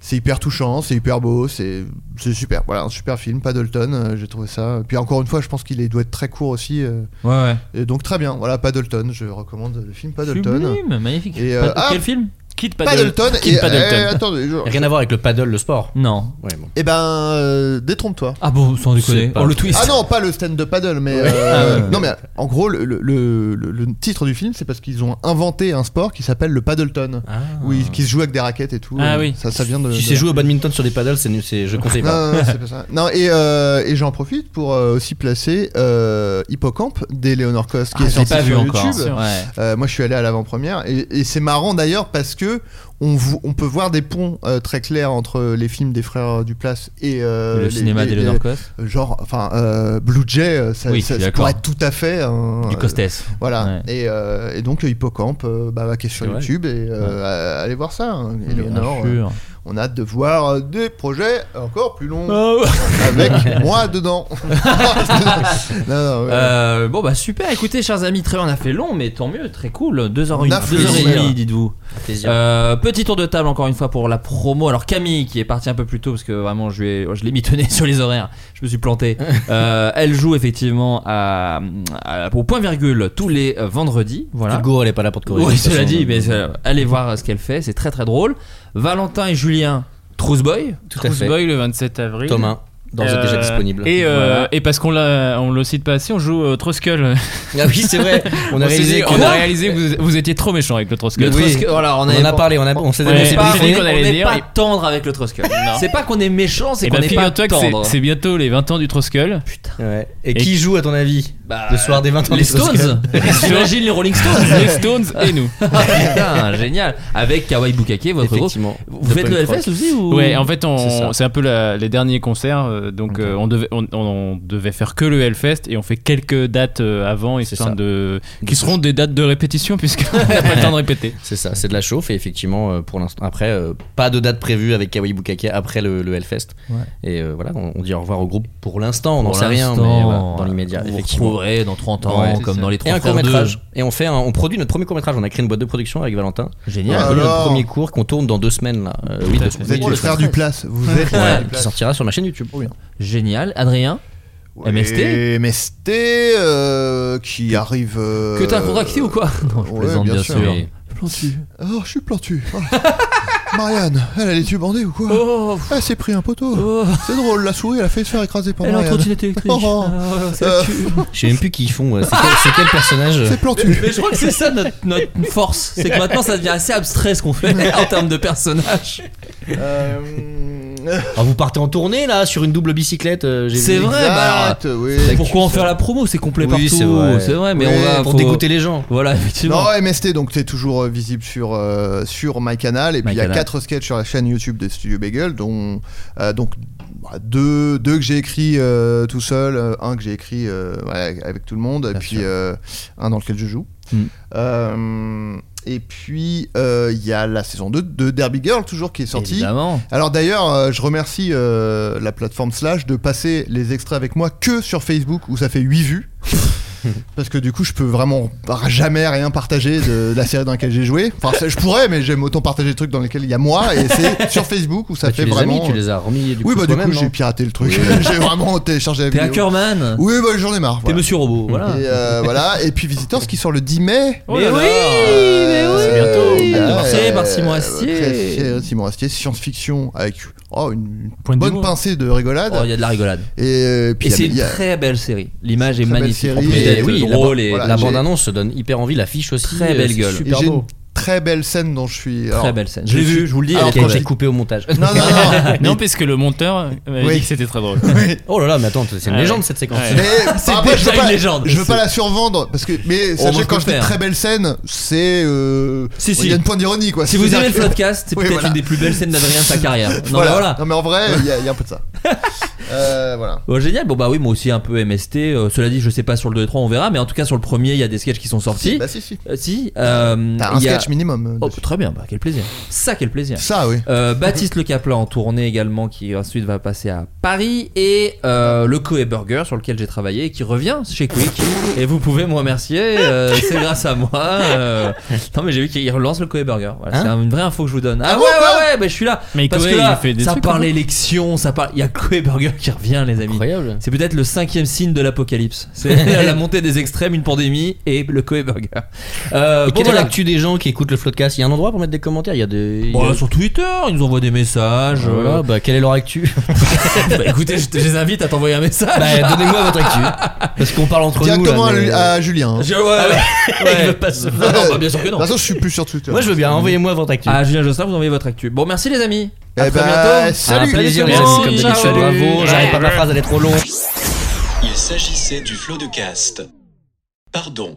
S5: c'est hyper touchant c'est hyper beau c'est c'est super voilà un super film Paddleton euh, j'ai trouvé ça puis encore une fois je pense qu'il est- doit être très court aussi euh,
S6: Ouais, ouais.
S5: et donc très bien voilà Paddleton je recommande le film Paddleton
S6: Sublime, magnifique.
S5: Et, euh,
S6: Pas-
S5: ah,
S6: quel film
S4: Quitte Paddle-
S5: Paddleton
S4: Quitte
S5: et,
S4: Paddleton.
S5: eh, attendez, je-
S10: Rien à voir avec le paddle, le sport.
S6: Non.
S10: Ouais, bon.
S5: eh ben euh, détrompe-toi
S6: Ah bon, sans déconner.
S10: C'est pas-
S6: Oh, le twist.
S5: ah non pas le stand de paddle mais euh, non mais en gros le, le- le- le- le titre du film c'est parce qu'ils ont inventé un sport qui s'appelle le Paddleton
S6: Ah.
S5: oui qui se joue avec des raquettes et tout
S4: Ah
S5: Euh,
S4: oui.
S5: ça, ça vient de
S10: Tu
S5: de
S10: sais jouer au badminton sur des paddles, c'est, nul, c'est- je conseille pas.
S5: Non, non, non, c'est pas ça. Non, et, euh, et j'en profite pour euh, aussi placer euh, Hippocampe d'Eleonore Cost qui
S6: Ah,
S5: est
S6: je l'ai
S5: sorti
S6: pas vu
S5: sur
S6: encore.
S5: YouTube.
S6: Ouais.
S5: Euh, moi, je suis allé à l'avant-première et, et c'est marrant d'ailleurs parce que on, vo- on peut voir des ponts euh, très clairs entre les films des frères Duplace et euh,
S6: Le
S5: les-
S6: cinéma
S5: les-
S6: d'Eleanor Cost.
S5: les- Genre, enfin, euh, Blue Jay, euh, ça,
S6: Oui,
S5: ça-
S6: je suis
S5: ça
S6: d'accord.
S5: pourrait être tout à fait un-
S6: Du Costès.
S5: Voilà.
S6: Ouais.
S5: Et, euh, et donc Hippocampe, euh, bah, bah, qui est sur
S10: C'est vrai.
S5: YouTube et euh, allez voir ça. hein. Eleonore,
S6: Bien sûr.
S5: euh, on a hâte de voir euh, des projets encore plus longs
S6: Oh.
S5: avec moi dedans. Non, non, ouais.
S6: Euh, bon bah super, écoutez chers amis, très bien, on a fait long mais tant mieux, très cool, 2h30,
S5: On a fait long.
S6: 2h30 dites-vous.
S10: Plaisir.
S6: Euh, petit tour de table encore une fois pour la promo. Alors Camille qui est partie un peu plus tôt parce que vraiment je, lui ai- je l'ai mitonné sur les horaires, je me suis planté. Euh, elle joue effectivement à, à- au point virgule tous les euh, vendredis. Voilà.
S10: Hugo, elle est pas là pour te corriger.
S6: Oui,
S10: de toute
S6: cela
S10: façon.
S6: dit, mais euh, allez voir ce qu'elle fait, c'est très très drôle. Valentin et Julien, Trouseboy.
S10: Tout à fait.
S4: Boy le 27 avril.
S10: Thomas. Dans ce déjà disponible.
S4: Et, euh,
S10: Voilà.
S4: et parce qu'on l'a- on le cite pas assez, on joue euh, Troskull.
S10: Ah oui, c'est vrai. On a
S4: s'est
S10: réalisé
S4: dit-
S10: que-
S4: on a
S10: Quoi
S4: réalisé que vous, vous étiez trop méchant avec le Troskull.
S6: Le Troskull, voilà,
S10: on,
S6: on, avait-
S10: en a parlé, on, a, on s'est
S4: on
S10: on s'est
S4: s'est pas
S10: briefé.
S4: dit qu'on
S6: on
S4: allait
S6: n'est
S4: dire,
S6: pas
S4: et-
S6: tendre avec le Troskull.
S4: Non.
S6: C'est pas qu'on est méchant, c'est
S4: Et
S6: qu'on
S4: bah,
S6: n'est pas
S4: figure-toi que c'est-
S6: tendre.
S4: c'est bientôt les 20 ans du Troskull. Putain.
S10: Et, qui joue, à ton avis, le soir des 20 ans
S6: les
S10: des Oscars
S6: Stones J'imagine les Rolling Stones
S4: Les Stones et nous.
S6: Ah, Putain, génial Avec Kawai Bukake, votre groupe.
S10: Effectivement.
S6: Vous faites le
S10: Punk
S6: LFS aussi ou...
S4: Ouais, en fait, on-
S6: C'est ça.
S4: c'est un peu la- les derniers concerts. euh, donc, euh, on, devait, on, on devait faire que le Hellfest et on fait quelques dates euh, avant, histoire
S10: ça.
S4: de. qui seront des dates de répétition, puisqu'on n'a pas le temps de répéter.
S10: C'est ça, c'est de la chauffe et effectivement, euh, pour l'instant, après, euh, pas de date prévue avec Kawaii Bukake après le, le Hellfest.
S6: Ouais.
S10: Et euh, voilà, on, on dit au revoir au groupe pour l'instant, on n'en
S6: Pour
S10: sait rien, mais
S6: l'instant,
S4: euh,
S10: voilà, dans
S6: voilà.
S10: l'immédiat.
S6: Vous
S10: effectivement.
S6: retrouverez dans 30 ans,
S10: Ouais, c'est
S6: comme
S10: ça.
S6: dans les
S10: Et
S6: trois
S10: un
S6: frères
S10: court métrage.
S6: deux.
S10: Et on, fait un- on produit notre premier court métrage, on a créé une boîte de production avec Valentin.
S5: Ah
S6: Génial.
S10: On a produit notre
S5: Alors.
S10: premier cours qu'on tourne dans deux semaines là. Euh, oui, deux semaines.
S5: Vous êtes
S10: Oui,
S5: le
S10: deux
S5: frère
S10: semaines.
S5: du place. Vous êtes le frère
S10: Ouais,
S5: du
S10: qui
S5: place.
S10: sortira sur ma chaîne YouTube.
S6: Oh, Génial. Adrien MST
S5: Et MST euh, qui arrive. euh,
S6: Que t'as un contracté ou quoi Non, je
S5: ouais,
S6: plaisante
S5: bien
S6: bien
S5: sûr.
S6: sûr.
S5: Oui. Plantu. Oh, je suis plantu. Oh. Marianne, elle, elle est-tu bandée ou quoi
S6: Oh.
S5: Elle s'est pris un poteau. C'est drôle, la souris, elle a failli se faire écraser par
S6: Elle a un
S5: Marianne.
S6: trottinette électrique.
S5: Oh, oh.
S6: Ah, ça
S5: Euh,
S6: tue.
S10: Je sais même plus qui ils font. ouais. C'est quel, c'est quel personnage euh,
S5: C'est plantu.
S6: Mais je crois que c'est ça notre, notre force, c'est que maintenant ça devient assez abstrait ce qu'on fait en termes de personnages.
S5: Euh,
S10: Ah, Vous partez en tournée là sur une double bicyclette. euh, j'ai
S6: C'est
S10: vu.
S6: vrai, bah alors,
S5: exact, oui.
S6: pourquoi en faire la promo C'est complet
S10: Oui,
S6: partout,
S10: c'est vrai.
S6: mais
S5: Oui,
S6: on va
S10: Pour
S6: faut-
S10: dégoûter les gens.
S6: Voilà, effectivement.
S5: Non, MST, donc t'es toujours euh, visible sur, euh, sur My Canal. Et puis il y a
S6: MyCanal.
S5: quatre sketchs sur la chaîne YouTube des Studios Bagel, dont euh, donc, bah, deux, deux que j'ai écrit euh, tout seul, euh, un que j'ai écrit euh, ouais, avec tout le monde, et
S6: Bien
S5: puis
S6: sûr.
S5: euh, un dans lequel je joue.
S6: Mm.
S5: Euh, et puis euh, il y a la saison 2 de Derby Girl, toujours qui est sortie.
S6: Évidemment.
S5: Alors d'ailleurs, euh, je remercie euh, la plateforme Slash de passer les extraits avec moi que sur Facebook où ça fait 8 vues. Parce que du coup, je peux vraiment par- jamais rien partager de, de la série dans laquelle j'ai joué. Enfin, ça, je pourrais, mais j'aime autant partager des trucs dans lesquels il y a moi. Et c'est sur Facebook où ça
S10: Bah,
S5: fait
S10: tu les as
S5: vraiment.
S10: mis, tu les as remis. Du
S5: oui,
S10: coup,
S5: bah du
S10: toi-même,
S5: coup,
S10: non
S5: j'ai piraté le truc. j'ai vraiment téléchargé la
S6: T'es
S5: vidéo.
S6: hackerman,
S5: Oui, bah j'en ai marre.
S6: t'es
S5: voilà.
S6: monsieur robot, voilà.
S5: Et, euh, voilà. et puis Visitors qui sort le 10 mai.
S4: Oh là là.
S5: Euh,
S6: C'est bientôt.
S5: euh,
S6: Marseillais par Simon
S5: euh,
S6: Astier.
S5: très fier de Simon Astier, science-fiction avec oh, une
S4: Point de
S5: bonne
S4: démo.
S5: pincée de rigolade.
S6: Oh, il y a de la rigolade.
S5: Et, euh, puis il
S6: Et
S5: y a-
S6: c'est
S5: il
S6: une
S5: y a-
S6: très belle série. L'image est
S5: Très belle
S6: magnifique.
S5: série.
S6: En plus,
S5: Et
S6: d'être
S10: oui, la
S6: drôle
S10: ban-
S6: et
S5: voilà.
S10: La
S5: j'ai-
S10: bande annonce donne hyper envie, l'affiche aussi.
S6: euh,
S10: euh,
S6: Très belle
S10: c'est
S6: gueule.
S10: Super
S5: et j'ai
S10: beau.
S5: une très belle scène dont je suis.
S6: très
S5: alors-
S6: belle scène. Je l'ai vu, je vous le dis.
S10: Alors,
S6: elle est
S10: quand j'ai
S6: incroyable.
S10: coupé au montage.
S5: Non, non, non.
S4: Non, parce que le monteur avait
S5: Oui.
S4: dit que c'était très drôle.
S5: Oui.
S10: Oh là là, mais attends, c'est
S5: Ah
S10: une
S4: Ouais.
S10: légende cette séquence.
S4: Ouais.
S5: Mais par contre, je
S6: déjà
S5: veux
S6: une
S5: pas,
S6: légende.
S5: Je veux pas
S6: C'est-
S5: la survendre parce que mais
S6: On
S5: sachez
S6: mange
S5: quand je
S6: comme
S5: dis
S6: fer.
S5: très belle scène, c'est euh,
S6: Si,
S5: il
S6: si.
S5: y a une pointe d'ironie quoi.
S6: Si vous
S5: C'est-à-dire
S6: aimez le
S5: que-
S6: podcast, c'est
S5: Oui,
S6: peut-être
S5: voilà.
S6: une des plus belles scènes d'Adrien de sa carrière. Non, mais
S5: voilà.
S6: voilà.
S5: Non mais en vrai, il y, a- il y a un peu de ça. Euh, voilà.
S6: Bon, génial, bon bah oui, moi aussi un peu MST. Euh, cela dit, je sais pas sur le 2 et 3, on verra, mais en tout cas sur le premier, il y a des sketchs qui sont sortis.
S5: Bah si si.
S6: Euh, si, euh,
S5: T'as un
S6: il y a-
S5: sketch minimum. euh,
S6: Oh,
S5: dessus.
S6: très bien, bah quel plaisir. Ça, quel plaisir.
S5: Ça oui.
S6: Euh, Baptiste Le Caplan en tournée également, qui ensuite va passer à Paris. Et euh, le Coe Burger, sur lequel j'ai travaillé, qui revient chez Quick. Et vous pouvez me remercier, euh, c'est grâce à moi. euh. Non, mais j'ai vu qu'il relance le Coe Burger. Voilà, c'est une vraie info que je vous donne. Ah,
S5: bon,
S6: ouais,
S5: quoi
S6: ouais, ouais, bah, je suis là.
S4: Mais
S6: Parce
S4: Koé,
S6: que là,
S4: il fait des
S6: ça
S4: trucs,
S6: parle
S4: hein.
S6: élection, ça parle. Il y a Coe Burger qui revient, les amis.
S10: Incroyable.
S6: C'est peut-être le cinquième signe de l'apocalypse. C'est la montée des extrêmes, une pandémie et le Coe Burger. Euh,
S10: Et
S6: bon,
S10: quelle est
S6: voilà.
S10: l'actu des gens qui écoutent le Floodcast Il y a un endroit pour mettre des commentaires Il y a des. il y a-
S6: Bon, sur Twitter, ils nous envoient des messages.
S10: Voilà, bah quelle est leur actu
S6: Bah, écoutez, je, te- je les invite à t'envoyer un message.
S10: Bah donnez-moi votre actu. Parce qu'on parle entre
S5: Directement
S10: nous.
S5: à,
S10: là,
S5: lui-
S10: mais-
S5: à Julien. hein.
S6: Je- ouais, Ah ouais, ouais.
S10: Il veut pas se-
S6: Non, non, bah, bien sûr que
S5: De
S6: non.
S5: toute façon, je suis plus sur Twitter.
S10: Moi je veux bien, envoyez-moi votre actu.
S6: Ah, Julien Jostin, vous envoyez votre actu. Bon, merci les amis. À
S5: Eh
S6: très
S5: ben,
S6: bientôt.
S5: salut.
S10: Un plaisir, les
S6: Merci,
S10: amis, comme
S6: ciao.
S10: d'habitude. Bravo, j'arrête pas ma phrase, elle est trop longue.
S18: Il s'agissait du flot de cast. Pardon.